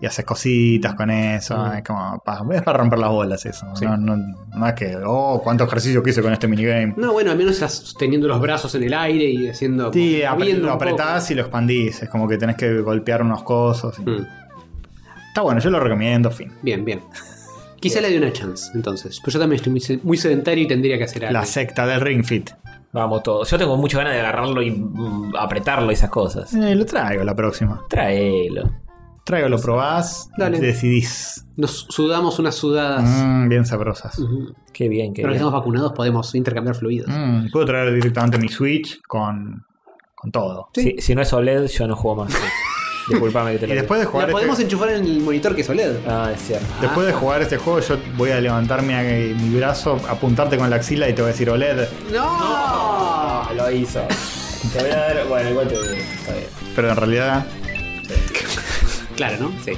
Speaker 3: y haces cositas con eso.
Speaker 4: Mm.
Speaker 3: Es como pa- es para romper las bolas eso. No, no- no es que, oh, cuánto ejercicio que hice con este minigame.
Speaker 4: No, bueno, al menos estás teniendo los brazos en el aire y haciendo...
Speaker 3: Sí,
Speaker 4: como
Speaker 3: apre-
Speaker 4: moviendo
Speaker 3: lo
Speaker 4: un poco.
Speaker 3: apretás y lo expandís. Es como que tenés que golpear unos cosos. y-
Speaker 4: Mm.
Speaker 3: Está bueno, yo lo recomiendo, fin.
Speaker 4: Bien,
Speaker 3: [laughs]
Speaker 4: bien. Quizá le dé una chance, entonces. Pues yo también estoy muy, se- muy sedentario y tendría que hacer algo.
Speaker 3: La secta del Ring Fit.
Speaker 1: Vamos todos. Yo tengo muchas ganas de agarrarlo y mm, apretarlo y esas cosas.
Speaker 3: Eh, lo traigo la próxima.
Speaker 1: Traelo.
Speaker 3: Traigo, lo probás,
Speaker 4: Dale.
Speaker 3: decidís.
Speaker 4: Nos sudamos unas sudadas.
Speaker 3: Mm, bien sabrosas.
Speaker 4: Ujú.
Speaker 1: Qué bien, qué
Speaker 4: Pero que
Speaker 1: bien.
Speaker 4: estamos vacunados podemos intercambiar fluidos.
Speaker 3: Mm, puedo traer directamente mi Switch con, con todo.
Speaker 1: [laughs] Si, si no es OLED, yo no juego más. Disculpame que te lo
Speaker 3: Y
Speaker 1: diga.
Speaker 3: después de
Speaker 4: La
Speaker 3: jugar
Speaker 4: podemos
Speaker 3: este,
Speaker 4: enchufar en el monitor que es OLED.
Speaker 1: Ah, es cierto.
Speaker 3: después de jugar este juego, yo voy a levantar mi, mi brazo, apuntarte con la axila y te voy a decir OLED.
Speaker 4: ¡No!
Speaker 1: Ah, lo hizo. Te voy a dar. Bueno, igual te. Está bien.
Speaker 3: Pero en realidad.
Speaker 4: Claro, ¿no? Sí.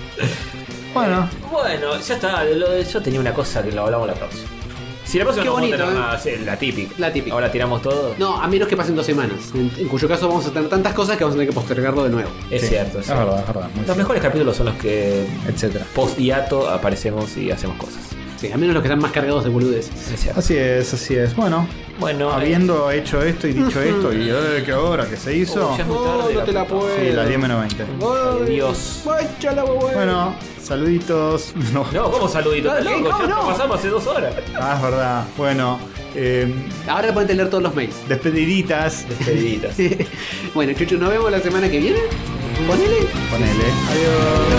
Speaker 3: Bueno.
Speaker 1: Bueno, ya está. lo de- yo tenía una cosa que lo hablamos la próxima. Si la próxima
Speaker 4: Qué
Speaker 1: no vamos a
Speaker 4: bonito,
Speaker 1: tener
Speaker 4: ¿eh?
Speaker 1: nada, sí, la típica.
Speaker 4: La típica.
Speaker 1: Ahora tiramos todo.
Speaker 4: No, a menos que pasen dos semanas. En, en cuyo caso vamos a tener tantas cosas que vamos a tener que postergarlo de nuevo.
Speaker 1: es
Speaker 3: sí,
Speaker 1: cierto.
Speaker 3: Es
Speaker 1: sí.
Speaker 3: verdad, es verdad. muy
Speaker 1: Los
Speaker 3: cierto.
Speaker 1: mejores capítulos son los que
Speaker 3: Etcétera.
Speaker 1: post hiato aparecemos y hacemos cosas.
Speaker 4: Sí, a menos los que están más cargados de boludeces.
Speaker 1: Es cierto.
Speaker 3: Así es, así es. Bueno,
Speaker 1: Bueno,
Speaker 3: habiendo hecho esto y dicho esto, y eh, que ahora que se
Speaker 1: eh,
Speaker 3: hizo,
Speaker 1: uy, ya es muy
Speaker 4: Oh,
Speaker 1: tarde,
Speaker 4: no te la
Speaker 1: puta.
Speaker 4: puedo.
Speaker 3: sí, las 10 menos 20.
Speaker 1: eh, Dios.
Speaker 3: Bueno, saluditos. [laughs] No,
Speaker 1: No, ¿cómo saludito?
Speaker 4: No,
Speaker 1: Estás
Speaker 4: no,
Speaker 1: loco,
Speaker 4: ¿cómo
Speaker 1: ya
Speaker 4: no?
Speaker 1: pasamos hace dos horas.
Speaker 3: ah, es verdad. Bueno, eh,
Speaker 4: Ahora pueden leer todos los mails. [laughs]
Speaker 3: despediditas.
Speaker 1: Despediditas.
Speaker 4: bueno, Chuchu, nos vemos la semana que viene. Ponele.
Speaker 3: Ponele. Adiós.